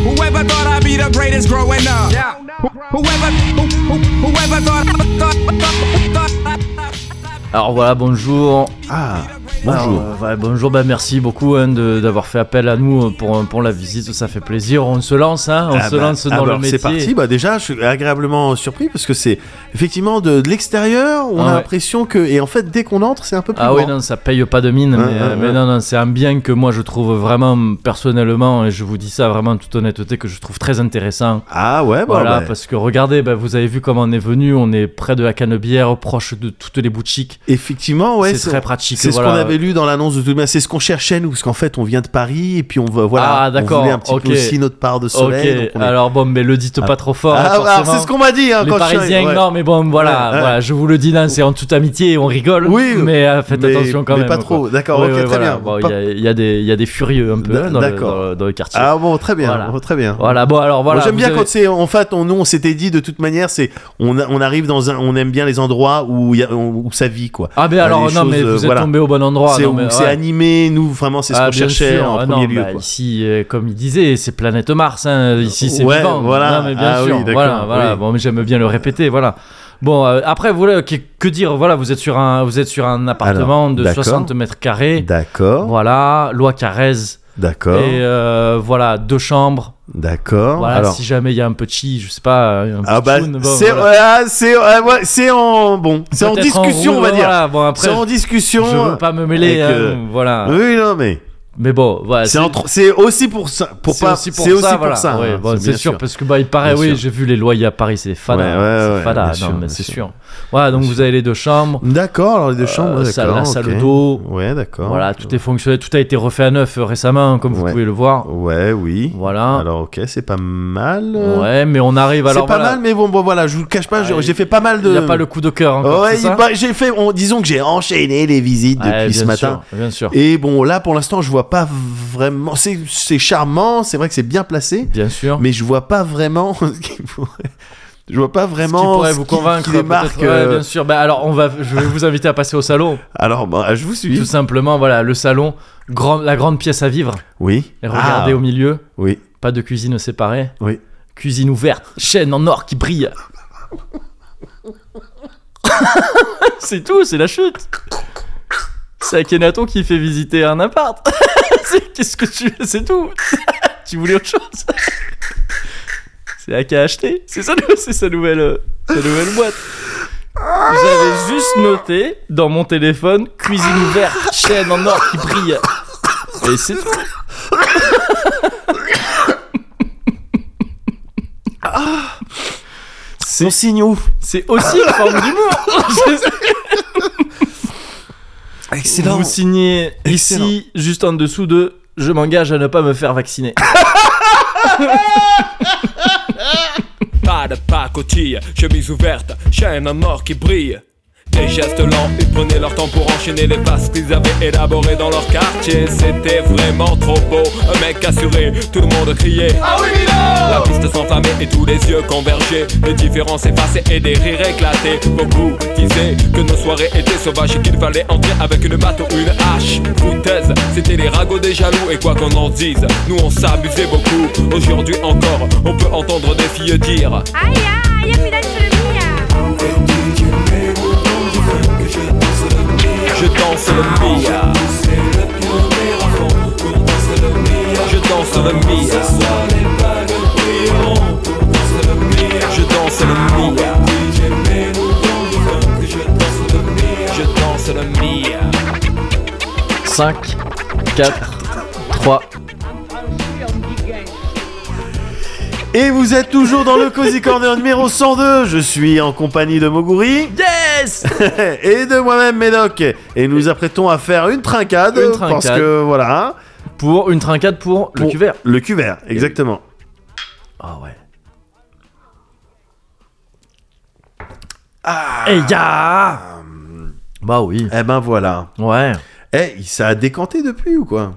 Speaker 5: Whoever thought I'd be the greatest growing up. Yeah. Who- Whoever, who, who, whoever thought, thought, thought, thought, thought.
Speaker 1: Alors voilà, bonjour.
Speaker 2: Ah,
Speaker 1: Bonjour. bonjour, bah merci beaucoup hein, de- d'avoir fait appel à nous euh, pour, pour la visite, ça fait plaisir. On se lance, hein, on
Speaker 2: Ah
Speaker 1: se
Speaker 2: bah,
Speaker 1: lance
Speaker 2: ah
Speaker 1: dans
Speaker 2: bah,
Speaker 1: le métier.
Speaker 2: C'est parti. Bah déjà, je suis agréablement surpris parce que c'est effectivement de, de l'extérieur, on
Speaker 1: Ah
Speaker 2: a
Speaker 1: ouais.
Speaker 2: l'impression que et en fait dès qu'on entre, c'est un peu plus
Speaker 1: Ah oui,
Speaker 2: grand.
Speaker 1: non, ça paye pas de mine,
Speaker 2: Ouais,
Speaker 1: mais,
Speaker 2: ouais,
Speaker 1: mais
Speaker 2: ouais.
Speaker 1: non, non, c'est un bien que moi je trouve vraiment personnellement, et je vous dis ça vraiment en toute honnêteté, que je trouve très intéressant.
Speaker 2: Ah ouais, bah,
Speaker 1: Voilà,
Speaker 2: bah,
Speaker 1: parce que regardez, bah, vous avez vu comment on est venu, on est près de la canebière, proche de toutes les boutiques.
Speaker 2: effectivement, ouais,
Speaker 1: c'est très pratique.
Speaker 2: C'est
Speaker 1: voilà.
Speaker 2: ce qu'on avait lu dans l'annonce de tout le monde. C'est ce qu'on cherchait nous, parce qu'en fait, on vient de Paris et puis on veut voilà,
Speaker 1: Ah, d'accord,
Speaker 2: on voulait un petit
Speaker 1: ok.
Speaker 2: peu aussi notre part de
Speaker 1: Ok,
Speaker 2: soleil. donc on est-
Speaker 1: alors bon, mais le dites pas trop fort.
Speaker 2: Ah,
Speaker 1: hein,
Speaker 2: alors,
Speaker 1: forcément.
Speaker 2: c'est ce qu'on m'a dit hein,
Speaker 1: Les
Speaker 2: quand je suis
Speaker 1: Parisiens,
Speaker 2: arrivé, ouais.
Speaker 1: non, mais bon, voilà,
Speaker 2: Ouais, ouais.
Speaker 1: voilà, je vous le dis là, c'est en toute amitié, on rigole.
Speaker 2: Oui,
Speaker 1: mais euh, faites
Speaker 2: mais-
Speaker 1: attention quand
Speaker 2: mais
Speaker 1: même.
Speaker 2: pas
Speaker 1: quoi.
Speaker 2: trop. D'accord,
Speaker 1: Ouais,
Speaker 2: ok,
Speaker 1: ouais,
Speaker 2: très
Speaker 1: voilà.
Speaker 2: bien.
Speaker 1: Bon,
Speaker 2: Pas-
Speaker 1: il y a- il y, a des, il y a des furieux un peu
Speaker 2: D-
Speaker 1: hein, dans, le,
Speaker 2: d'accord.
Speaker 1: dans le- dans le quartier.
Speaker 2: Ah bon, très bien,
Speaker 1: Voilà.
Speaker 2: bon, très bien.
Speaker 1: Voilà, bon, alors voilà.
Speaker 2: Moi, j'aime
Speaker 1: vous
Speaker 2: bien
Speaker 1: avez-
Speaker 2: quand c'est en fait on nous on s'était dit de toute manière c'est on, a- on arrive dans un on aime bien les endroits où il y a- où ça vit quoi.
Speaker 1: Ah, mais
Speaker 2: Bah,
Speaker 1: alors,
Speaker 2: les
Speaker 1: non,
Speaker 2: choses,
Speaker 1: mais
Speaker 2: euh,
Speaker 1: vous êtes
Speaker 2: voilà.
Speaker 1: tombé au bon endroit.
Speaker 2: c'est
Speaker 1: Oh, non, mais,
Speaker 2: où c'est
Speaker 1: ouais.
Speaker 2: animé nous vraiment c'est ce
Speaker 1: Ah,
Speaker 2: qu'on
Speaker 1: bien
Speaker 2: cherchait
Speaker 1: sûr.
Speaker 2: en
Speaker 1: Ah,
Speaker 2: premier
Speaker 1: non,
Speaker 2: lieu
Speaker 1: bah,
Speaker 2: quoi.
Speaker 1: Ici, euh, comme il disait, c'est planète Mars. hein, Ici, c'est
Speaker 2: Ouais,
Speaker 1: vivant.
Speaker 2: voilà.
Speaker 1: Non, mais bien
Speaker 2: Ah
Speaker 1: sûr.
Speaker 2: oui, d'accord,
Speaker 1: voilà, voilà.
Speaker 2: oui.
Speaker 1: Bon, mais j'aime bien le répéter. Voilà. Bon, euh, après, voilà, que, que dire Voilà, vous êtes sur un, vous êtes sur un appartement
Speaker 2: Alors,
Speaker 1: de
Speaker 2: d'accord.
Speaker 1: 60 mètres carrés.
Speaker 2: D'accord,
Speaker 1: Voilà, loi Carrez.
Speaker 2: d'accord,
Speaker 1: Et euh, voilà, deux chambres.
Speaker 2: d'accord.
Speaker 1: Voilà,
Speaker 2: Oh. Alors
Speaker 1: si jamais il y a un petit, je sais pas, un petit
Speaker 2: ah bah
Speaker 1: tchoun, bon,
Speaker 2: c'est
Speaker 1: voilà.
Speaker 2: ah, c'est ah, ouais, c'est en bon c'est en
Speaker 1: Peut-être
Speaker 2: discussion
Speaker 1: roue,
Speaker 2: on va dire.
Speaker 1: voilà. Bon, après,
Speaker 2: C'est en
Speaker 1: je
Speaker 2: discussion.
Speaker 1: veux pas me mêler.
Speaker 2: avec,
Speaker 1: hein,
Speaker 2: euh,
Speaker 1: voilà.
Speaker 2: Oui non mais
Speaker 1: Mais bon, voilà.
Speaker 2: c'est entre- c'est aussi pour ça pour
Speaker 1: Ah, c'est
Speaker 2: pas
Speaker 1: aussi pour
Speaker 2: c'est aussi
Speaker 1: ça,
Speaker 2: pour
Speaker 1: voilà.
Speaker 2: ça.
Speaker 1: Ouais,
Speaker 2: hein,
Speaker 1: bon, c'est
Speaker 2: bien
Speaker 1: sûr, parce que bah, il paraît,
Speaker 2: Bien
Speaker 1: oui,
Speaker 2: sûr.
Speaker 1: j'ai vu les loyers à Paris, c'est fada.
Speaker 2: Ouais, ouais,
Speaker 1: c'est
Speaker 2: ouais,
Speaker 1: fada.
Speaker 2: bien
Speaker 1: non,
Speaker 2: sûr,
Speaker 1: mais
Speaker 2: bien
Speaker 1: c'est
Speaker 2: sûr.
Speaker 1: sûr. Voilà, donc vous avez les deux chambres,
Speaker 2: D'accord, alors les deux
Speaker 1: euh,
Speaker 2: chambres, ouais,
Speaker 1: salle-
Speaker 2: d'accord.
Speaker 1: la salle
Speaker 2: ok.
Speaker 1: d'eau.
Speaker 2: Ouais, d'accord.
Speaker 1: Voilà, tout est fonctionnel, tout a été refait à neuf euh, récemment, comme vous
Speaker 2: Ouais.
Speaker 1: pouvez le voir.
Speaker 2: Ouais, oui.
Speaker 1: Voilà.
Speaker 2: Alors, ok, c'est pas mal. euh,
Speaker 1: Ouais, mais on arrive
Speaker 2: C'est
Speaker 1: alors.
Speaker 2: pas
Speaker 1: voilà.
Speaker 2: mal, mais bon, bon, voilà, je vous le cache pas, j'ai-
Speaker 1: Ah,
Speaker 2: j'ai fait pas mal de.
Speaker 1: Il n'y a pas le coup de cœur encore.
Speaker 2: Ouais,
Speaker 1: c'est
Speaker 2: il-
Speaker 1: ça
Speaker 2: bah, j'ai fait. on- disons que j'ai enchaîné les visites
Speaker 1: Ouais,
Speaker 2: depuis ce
Speaker 1: bien
Speaker 2: matin.
Speaker 1: sûr, bien sûr.
Speaker 2: Et bon, là, pour l'instant, je vois pas vraiment. C'est c'est charmant, c'est vrai que c'est bien placé,
Speaker 1: Bien sûr.
Speaker 2: mais je vois pas vraiment ce qui pourrait- Je vois pas
Speaker 1: Ce qui
Speaker 2: vraiment.
Speaker 1: pourrait
Speaker 2: ce
Speaker 1: vous
Speaker 2: qui-
Speaker 1: convaincre
Speaker 2: qui les marque,
Speaker 1: peut-être. Ouais,
Speaker 2: euh,
Speaker 1: bien sûr. Bah, alors, on va, je vais vous inviter à passer au salon.
Speaker 2: Alors, bah, je vous suis.
Speaker 1: Tout simplement, voilà, le salon, grand- la grande pièce à vivre.
Speaker 2: Oui.
Speaker 1: Et regardez
Speaker 2: Ah,
Speaker 1: au milieu,
Speaker 2: Oui.
Speaker 1: pas de cuisine séparée.
Speaker 2: Oui.
Speaker 1: Cuisine ouverte, chaîne en or qui brille. c'est tout, c'est la chute. C'est Akhenaton qui fait visiter un appart. C'est- Qu'est-ce que tu C'est tout. tu voulais autre chose C'est Ak à acheter. C'est sa, nou- c'est sa nouvelle, euh, sa nouvelle boîte. J'avais juste noté dans mon téléphone cuisine ouverte, chaîne en or qui brille. Et c'est tout.
Speaker 2: C'est signaux.
Speaker 1: C'est aussi une forme d'humour.
Speaker 2: Excellent.
Speaker 1: Vous signez
Speaker 2: Excellent.
Speaker 1: ici, juste en dessous de Je m'engage à ne pas me faire vacciner.
Speaker 6: Pas de pacotille, chemise ouverte, chaîne en or qui brille. Des gestes lents, ils prenaient leur temps pour enchaîner les passes qu'ils avaient élaborées dans leur quartier. C'était vraiment trop beau, un mec assuré, tout le monde criait. Ah oui, La piste s'enflammait et tous les yeux convergeaient. Les différences effacées et des rires éclatés. Beaucoup disaient que nos soirées étaient sauvages et qu'il fallait entrer avec une batte ou une hache. Foutaise, c'était les ragots des jaloux et quoi qu'on en dise, nous on s'abusait beaucoup. Aujourd'hui encore, on peut entendre des filles dire.
Speaker 7: Aïe aïe
Speaker 6: Je danse le Mia. Je danse le Mia. Je danse le Mia. Je danse le Mia.
Speaker 1: 5, 4, 3.
Speaker 2: Et vous êtes toujours dans le Cozy Corner numéro 102. Je suis en compagnie de Moguri
Speaker 1: Yes
Speaker 2: Eh, et de moi-même, Médoc. Et nous nous apprêtons à faire une trincade.
Speaker 1: Une trincade.
Speaker 2: Parce que voilà. hein.
Speaker 1: Pour une trincade pour, le
Speaker 2: Pour-
Speaker 1: cuvert. Eh
Speaker 2: Le cuvert, exactement.
Speaker 1: Ah ouais. Ah Eh ya Bah oui.
Speaker 2: Eh ben voilà.
Speaker 1: Ouais.
Speaker 2: Eh, ça a décanté depuis ou quoi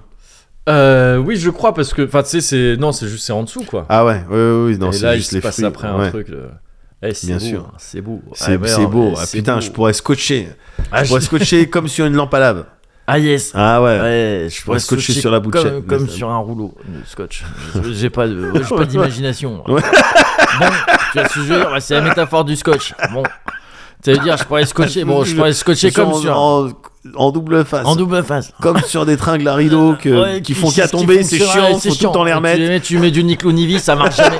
Speaker 1: Euh, oui, je crois parce que. Enfin, tu sais, c'est. Non, c'est juste c'est en dessous quoi.
Speaker 2: Ah ouais, oui, oui, oui, non,
Speaker 1: Et
Speaker 2: c'est
Speaker 1: là,
Speaker 2: juste
Speaker 1: il
Speaker 2: les
Speaker 1: se passe
Speaker 2: fruits.
Speaker 1: après un
Speaker 2: ouais.
Speaker 1: truc. le- Eh, c'est
Speaker 2: Bien
Speaker 1: beau,
Speaker 2: sûr.
Speaker 1: hein, C'est beau.
Speaker 2: C'est
Speaker 1: Ah, merde,
Speaker 2: c'est beau.
Speaker 1: mais
Speaker 2: Ah,
Speaker 1: c'est
Speaker 2: putain,
Speaker 1: beau.
Speaker 2: je pourrais scotcher.
Speaker 1: Ah,
Speaker 2: je pourrais scotcher comme sur une lampe à lave.
Speaker 1: Ah yes.
Speaker 2: Ah ouais.
Speaker 1: Ouais, je pourrais
Speaker 2: scotcher
Speaker 1: scotcher
Speaker 2: sur la
Speaker 1: Comme,
Speaker 2: bouchette.
Speaker 1: comme
Speaker 2: Mais ça-
Speaker 1: sur un rouleau de scotch. J'ai pas de- j'ai pas d'imagination.
Speaker 2: Ouais.
Speaker 1: Bon, tu as ce jeu, bah, c'est la métaphore du scotch. Bon, tu veux dire, je pourrais scotcher. Bon, je pourrais scotcher comme
Speaker 2: en,
Speaker 1: sur
Speaker 2: en, en double face.
Speaker 1: en double face.
Speaker 2: Comme sur des tringles à rideau que,
Speaker 1: Ouais,
Speaker 2: qui font
Speaker 1: qui-
Speaker 2: qu'à
Speaker 1: qui
Speaker 2: tomber,
Speaker 1: font
Speaker 2: c'est
Speaker 1: sur- ouais,
Speaker 2: chiant, faut tout le temps les
Speaker 1: Tu,
Speaker 2: remettre.
Speaker 1: mets- tu mets du Nick Nivi, ça marche jamais.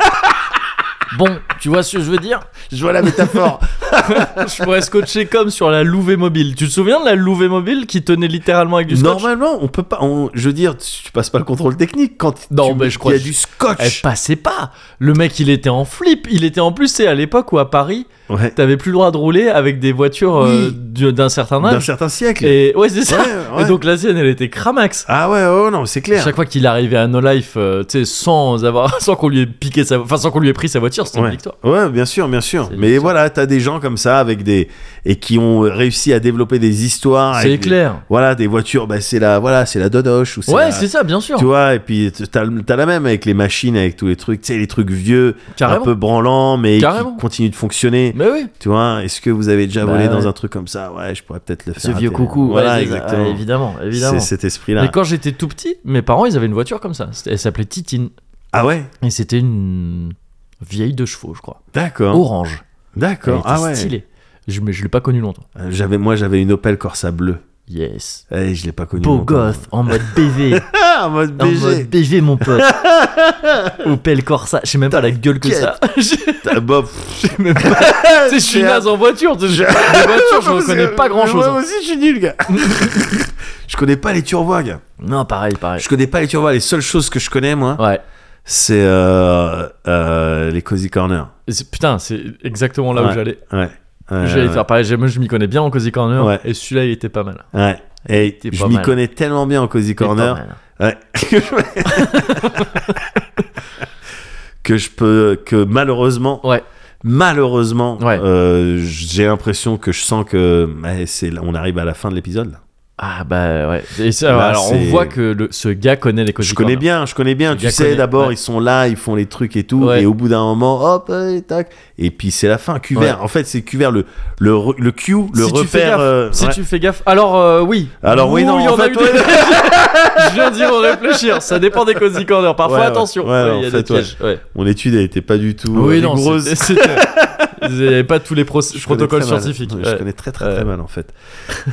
Speaker 1: Bon, tu vois ce que je veux dire
Speaker 2: Je vois la métaphore.
Speaker 1: Je pourrais scotcher comme sur la Louvée mobile. Tu te souviens de la Louvée mobile qui tenait littéralement avec du scotch
Speaker 2: Normalement, on peut pas. on- je veux dire, tu tu passes pas le contrôle technique quand
Speaker 1: Non,
Speaker 2: tu-
Speaker 1: mais je crois
Speaker 2: il y
Speaker 1: que-
Speaker 2: a du scotch.
Speaker 1: Elle passait pas. Le mec, il était en flip. Il était en plus, c'est à l'époque où à Paris,
Speaker 2: Ouais.
Speaker 1: t'avais plus le droit de rouler avec des voitures euh,
Speaker 2: Oui.
Speaker 1: du- d'un certain
Speaker 2: D'un
Speaker 1: âge.
Speaker 2: certain siècle.
Speaker 1: Et ouais, c'est
Speaker 2: Ouais,
Speaker 1: ça.
Speaker 2: ouais.
Speaker 1: Et donc la sienne, elle était cramax.
Speaker 2: Ah ouais, oh non, c'est
Speaker 1: À
Speaker 2: clair.
Speaker 1: Chaque fois qu'il arrivait à No Life, euh, tu sais, sans avoir, sans qu'on lui ait piqué sa, enfin sans qu'on lui ait pris sa voiture, c'était une
Speaker 2: Ouais.
Speaker 1: victoire.
Speaker 2: ouais, bien sûr, bien sûr.
Speaker 1: C'est une
Speaker 2: Mais
Speaker 1: victoire.
Speaker 2: voilà, t'as des gens comme ça avec des et qui ont réussi à développer des histoires.
Speaker 1: c'est
Speaker 2: avec des-
Speaker 1: clair.
Speaker 2: Voilà, des voitures, bah, c'est la voilà, c'est la dodoche ou c'est
Speaker 1: Ouais,
Speaker 2: la-
Speaker 1: c'est ça, bien sûr.
Speaker 2: Tu vois, et puis t'as t'as la même avec les machines, avec tous les trucs, tu sais, les trucs vieux,
Speaker 1: Carrément.
Speaker 2: un peu branlants, mais
Speaker 1: Carrément.
Speaker 2: qui continuent de fonctionner.
Speaker 1: Mais oui.
Speaker 2: Tu vois, est-ce que vous avez déjà
Speaker 1: Bah
Speaker 2: volé dans
Speaker 1: ouais.
Speaker 2: un truc comme ça Ouais, je pourrais peut-être le faire.
Speaker 1: Ce
Speaker 2: à
Speaker 1: vieux
Speaker 2: tel-
Speaker 1: coucou.
Speaker 2: Voilà,
Speaker 1: ouais, c'est ça. Ouais,
Speaker 2: exactement.
Speaker 1: évidemment, évidemment.
Speaker 2: C'est cet esprit-là.
Speaker 1: Mais quand j'étais tout petit, mes parents, ils avaient une voiture comme ça. C'était- Elle s'appelait Titine.
Speaker 2: Ah ouais
Speaker 1: Et c'était une vieille de chevaux, je crois.
Speaker 2: D'accord.
Speaker 1: Orange.
Speaker 2: D'accord.
Speaker 1: Oh. Elle
Speaker 2: Ah
Speaker 1: était
Speaker 2: ouais.
Speaker 1: stylée. Je, mais je l'ai pas connue longtemps.
Speaker 2: Euh, J'avais, moi, j'avais une Opel Corsa bleue.
Speaker 1: Yes.
Speaker 2: Eh, je l'ai pas connue.
Speaker 1: Beau
Speaker 2: longtemps.
Speaker 1: goth, en mode BV.
Speaker 2: Ah, en mode
Speaker 1: en
Speaker 2: BG.
Speaker 1: mode BV, mon pote. Opel Corsa. Je sais même pas la gueule que ça. Je sais
Speaker 2: T'as- Bob. pff,
Speaker 1: même pas. Tu sais, je suis
Speaker 2: C'est un-
Speaker 1: naze en voiture. tu sais, Je... Les voitures, je
Speaker 2: Parce que-
Speaker 1: reconnais pas hein. grand chose.
Speaker 2: Moi aussi, je suis nul, gars. je connais pas les turvois, gars.
Speaker 1: Non, pareil, pareil.
Speaker 2: Je connais pas les turvois. Les seules choses que je connais, moi,
Speaker 1: Ouais.
Speaker 2: c'est euh, euh, les cozy corners.
Speaker 1: Et c'est- Putain, c'est exactement là où
Speaker 2: Ouais.
Speaker 1: j'allais.
Speaker 2: Ouais. Ouais,
Speaker 1: J'allais
Speaker 2: ouais,
Speaker 1: faire pareil, J'ai- moi je m'y connais bien en Cozy Corner
Speaker 2: Ouais.
Speaker 1: et celui-là il était pas mal.
Speaker 2: Ouais. Et
Speaker 1: T'es
Speaker 2: je
Speaker 1: pas
Speaker 2: m'y
Speaker 1: mal.
Speaker 2: connais tellement bien en cozy corner. Ouais. que je peux que malheureusement
Speaker 1: Ouais.
Speaker 2: malheureusement
Speaker 1: Ouais.
Speaker 2: euh, j'ai l'impression que je sens que eh, c'est on arrive à la fin de l'épisode là.
Speaker 1: Ah bah ouais. Et ça,
Speaker 2: Là,
Speaker 1: alors on
Speaker 2: c'est-
Speaker 1: voit que le- ce gars connaît les Cozy
Speaker 2: je connais
Speaker 1: Corner.
Speaker 2: bien je connais bien
Speaker 1: Le
Speaker 2: tu
Speaker 1: gars
Speaker 2: sais
Speaker 1: connaît,
Speaker 2: d'abord
Speaker 1: ouais.
Speaker 2: ils sont là ils font les trucs et tout
Speaker 1: Ouais.
Speaker 2: et au bout d'un moment hop eh, tac et puis c'est la fin cuvert en fait c'est cuvert le le re- le Q le
Speaker 1: si tu fais
Speaker 2: repère
Speaker 1: gaffe,
Speaker 2: euh,
Speaker 1: si
Speaker 2: ouais.
Speaker 1: tu fais gaffe. Alors euh, oui.
Speaker 2: Alors oui, non,
Speaker 1: il y
Speaker 2: en
Speaker 1: en a
Speaker 2: fait,
Speaker 1: eu
Speaker 2: ouais.
Speaker 1: des- je viens d'y réfléchir. Ça dépend des Cozy Corner. Parfois
Speaker 2: Ouais, ouais.
Speaker 1: attention.
Speaker 2: Ouais,
Speaker 1: Ouais,
Speaker 2: en
Speaker 1: il y a
Speaker 2: fait,
Speaker 1: des pièges. Ouais.
Speaker 2: mon étude elle était pas du tout euh,
Speaker 1: Oui non.
Speaker 2: rigoureuse
Speaker 1: c'était- c'était- Ils n'avaient pas tous les proc-
Speaker 2: Je connais
Speaker 1: protocoles
Speaker 2: très mal.
Speaker 1: scientifiques.
Speaker 2: je
Speaker 1: Ouais.
Speaker 2: connais très très
Speaker 1: Ouais.
Speaker 2: très mal en fait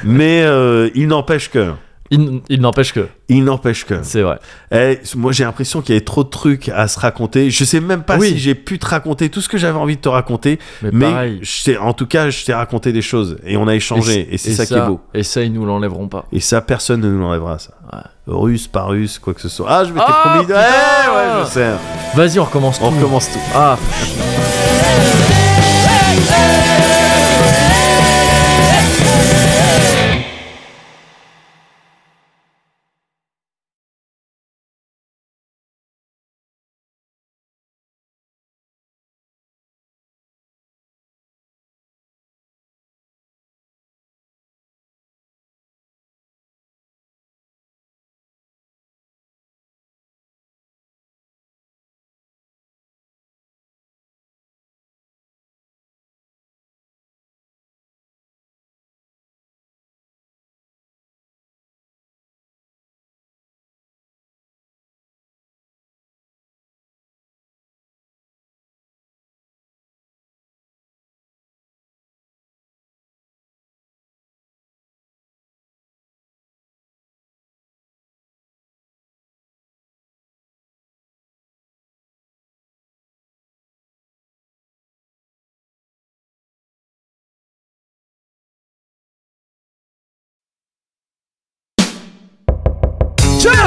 Speaker 2: mais euh, il n'empêche que
Speaker 1: Il, il n'empêche que
Speaker 2: il n'empêche que
Speaker 1: c'est vrai.
Speaker 2: Eh, moi j'ai l'impression qu'il y avait trop de trucs à se raconter. Je sais même pas
Speaker 1: Oui.
Speaker 2: si j'ai pu te raconter tout ce que j'avais envie de te raconter,
Speaker 1: Mais,
Speaker 2: mais
Speaker 1: pareil.
Speaker 2: je t'ai- en tout cas je t'ai raconté des choses et on a échangé et, c'est ça, qui est beau.
Speaker 1: Et ça ils nous l'enlèveront pas.
Speaker 2: Et ça personne ne nous l'enlèvera ça.
Speaker 1: Ouais.
Speaker 2: Russe par russe quoi que ce soit. Ah je m'étais
Speaker 1: Ah,
Speaker 2: promis. de- Eh,
Speaker 1: putain
Speaker 2: Ouais, ouais, je sais.
Speaker 1: Vas-y on recommence.
Speaker 2: On
Speaker 1: tout.
Speaker 2: recommence tout.
Speaker 1: Ah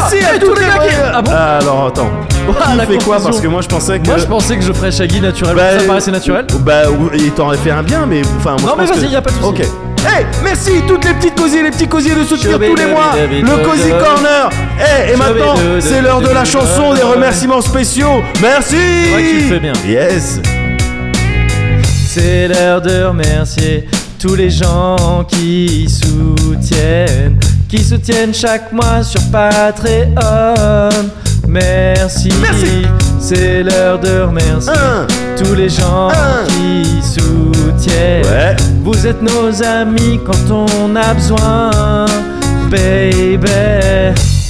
Speaker 2: si, à tous les mecs
Speaker 1: Ah bon
Speaker 2: Ah, Alors attends.
Speaker 1: Ah, la
Speaker 2: Tu fais quoi
Speaker 1: confusion.
Speaker 2: Parce que moi je pensais que.
Speaker 1: Moi, je pensais que je ferais Shaggy naturel.
Speaker 2: Bah,
Speaker 1: ça paraissait naturel.
Speaker 2: ou- Bah, ou- il t'en aurait fait un bien, mais enfin, moi
Speaker 1: Non,
Speaker 2: je
Speaker 1: mais
Speaker 2: pense
Speaker 1: vas-y,
Speaker 2: que-
Speaker 1: y a pas de souci.
Speaker 2: Ok. Hey, merci toutes les petites cosies et les petits cosiers de soutenir
Speaker 1: Chubby
Speaker 2: tous les
Speaker 1: dubby
Speaker 2: mois
Speaker 1: dubby
Speaker 2: le Cozy
Speaker 1: dubby.
Speaker 2: Corner. Hey, et
Speaker 1: Chubby
Speaker 2: maintenant,
Speaker 1: dubby
Speaker 2: c'est
Speaker 1: dubby
Speaker 2: l'heure de la
Speaker 1: dubby
Speaker 2: chanson
Speaker 1: dubby.
Speaker 2: des remerciements spéciaux. Merci.
Speaker 1: C'est vrai que tu le fais bien.
Speaker 2: Yes.
Speaker 1: C'est l'heure de remercier tous les gens qui soutiennent, qui soutiennent chaque mois sur Patreon. Merci.
Speaker 2: Merci.
Speaker 1: C'est l'heure de remercier
Speaker 2: Un.
Speaker 1: tous les gens
Speaker 2: Un.
Speaker 1: qui soutiennent.
Speaker 2: Ouais.
Speaker 1: Vous êtes nos amis quand on a besoin, baby.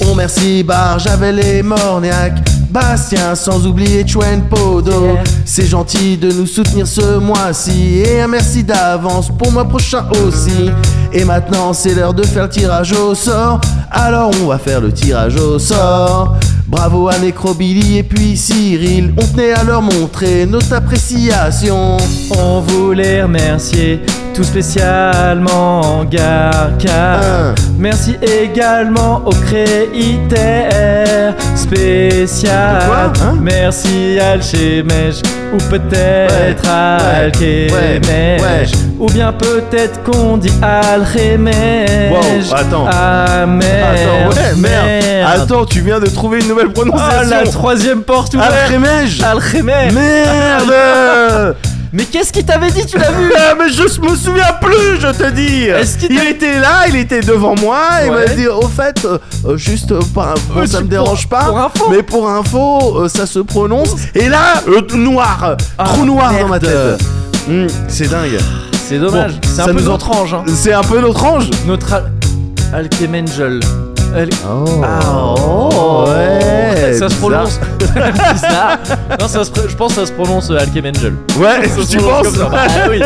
Speaker 2: On Oh, merci Bar, j'avais les Morniac, Bastien, sans oublier Chuen Podo.
Speaker 1: Yeah.
Speaker 2: C'est gentil de nous soutenir ce mois-ci. Et un merci d'avance pour mois prochain aussi. Et maintenant, c'est l'heure de faire le tirage au sort. Alors, on va faire le tirage au sort. Bravo à Necrobilly et puis Cyril. On tenait à leur montrer notre appréciation.
Speaker 1: On voulait remercier tout spécialement Garca.
Speaker 2: Un.
Speaker 1: Merci également au créitaire spécial.
Speaker 2: De quoi, hein
Speaker 1: Merci Alchemège ou peut-être
Speaker 2: Ouais, ouais,
Speaker 1: Alchemège
Speaker 2: ouais, ouais.
Speaker 1: ou bien peut-être qu'on dit Alchemège.
Speaker 2: Wow, attends.
Speaker 1: Ah, merde, merde.
Speaker 2: tu viens de trouver une nouvelle
Speaker 1: Ah, la troisième porte ouverte.
Speaker 2: Alchemège
Speaker 1: Alchemège.
Speaker 2: Merde
Speaker 1: Mais qu'est-ce qu'il t'avait dit Tu l'as vu
Speaker 2: Ah, mais je me souviens plus, je te dis
Speaker 1: Est-ce qu'il
Speaker 2: Il
Speaker 1: t'a-
Speaker 2: était là, il était devant moi, et il
Speaker 1: Ouais.
Speaker 2: m'a dit au fait, euh, euh, juste, euh, par- bon,
Speaker 1: Euh,
Speaker 2: ça
Speaker 1: tu-
Speaker 2: me dérange
Speaker 1: pour-
Speaker 2: pas,
Speaker 1: pour info.
Speaker 2: mais pour info, euh, ça se prononce, et là, euh, t- noir,
Speaker 1: Ah,
Speaker 2: trou noir dans ma
Speaker 1: merde.
Speaker 2: tête. Hmm, c'est dingue.
Speaker 1: C'est dommage.
Speaker 2: Bon,
Speaker 1: C'est un peu
Speaker 2: ça nous en-
Speaker 1: notre ange. Hein.
Speaker 2: C'est un peu notre ange.
Speaker 1: Notre Al- Alchemangel. Al-
Speaker 2: Ah, ouais,
Speaker 1: oh. ça se
Speaker 2: bizarre.
Speaker 1: prononce. bizarre. Non, ça se pr- je pense que ça se prononce euh, Alchemangel.
Speaker 2: Ouais,
Speaker 1: Ça se
Speaker 2: tu
Speaker 1: prononce
Speaker 2: penses
Speaker 1: comme ça. Bah oui.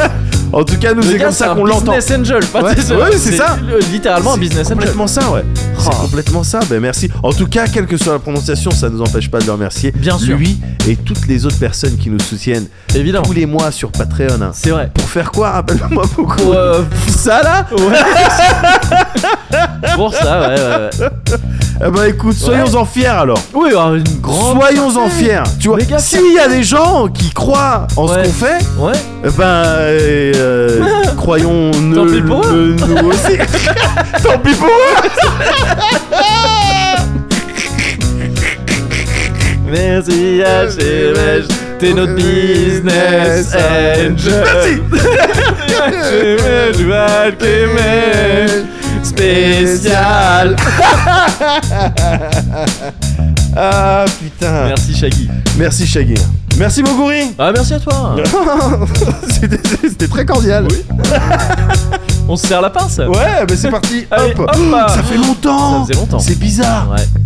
Speaker 2: En tout cas, nous,
Speaker 1: Le
Speaker 2: c'est
Speaker 1: gars,
Speaker 2: comme ça
Speaker 1: un
Speaker 2: qu'on l'entend.
Speaker 1: Business angel. pas
Speaker 2: Ouais,
Speaker 1: des-
Speaker 2: ouais, c'est ça.
Speaker 1: euh, Littéralement un
Speaker 2: C'est
Speaker 1: business angel.
Speaker 2: complètement ça, ouais. C'est
Speaker 1: Oh.
Speaker 2: complètement ça. Ben merci. En tout cas, quelle que soit la prononciation, ça nous empêche pas de le remercier.
Speaker 1: Bien sûr.
Speaker 2: Lui et toutes les autres personnes qui nous soutiennent
Speaker 1: Évidemment.
Speaker 2: tous les mois sur Patreon. hein.
Speaker 1: C'est vrai.
Speaker 2: Pour faire quoi Rappelle-moi beaucoup.
Speaker 1: Pour, euh,
Speaker 2: Ça là
Speaker 1: pour ça, ouais, ouais, ouais.
Speaker 2: Eh ben écoute, soyons en fiers alors.
Speaker 1: Oui, alors, une grande.
Speaker 2: soyons en fiers. Tu vois,
Speaker 1: Méga
Speaker 2: s'il y a des gens qui croient en
Speaker 1: Ouais.
Speaker 2: ce qu'on fait,
Speaker 1: Ouais.
Speaker 2: eh ben euh, croyons
Speaker 1: Tant
Speaker 2: nous,
Speaker 1: pis pour eux.
Speaker 2: nous aussi. Tant pis pour eux.
Speaker 1: Merci Alchemège. T'es notre business angel.
Speaker 2: Merci.
Speaker 1: Alchemège ou Alchemège. Spécial.
Speaker 2: Ah putain.
Speaker 1: Merci Shaggy.
Speaker 2: Merci Shaggy. Merci Moguri.
Speaker 1: Ah merci à toi.
Speaker 2: C'était c'était très cordial.
Speaker 1: Oui. On se serre la pince
Speaker 2: Ouais, bah c'est parti.
Speaker 1: Allez,
Speaker 2: hop.
Speaker 1: hop.
Speaker 2: Ça fait longtemps.
Speaker 1: Ça faisait longtemps.
Speaker 2: C'est bizarre.
Speaker 1: Ouais.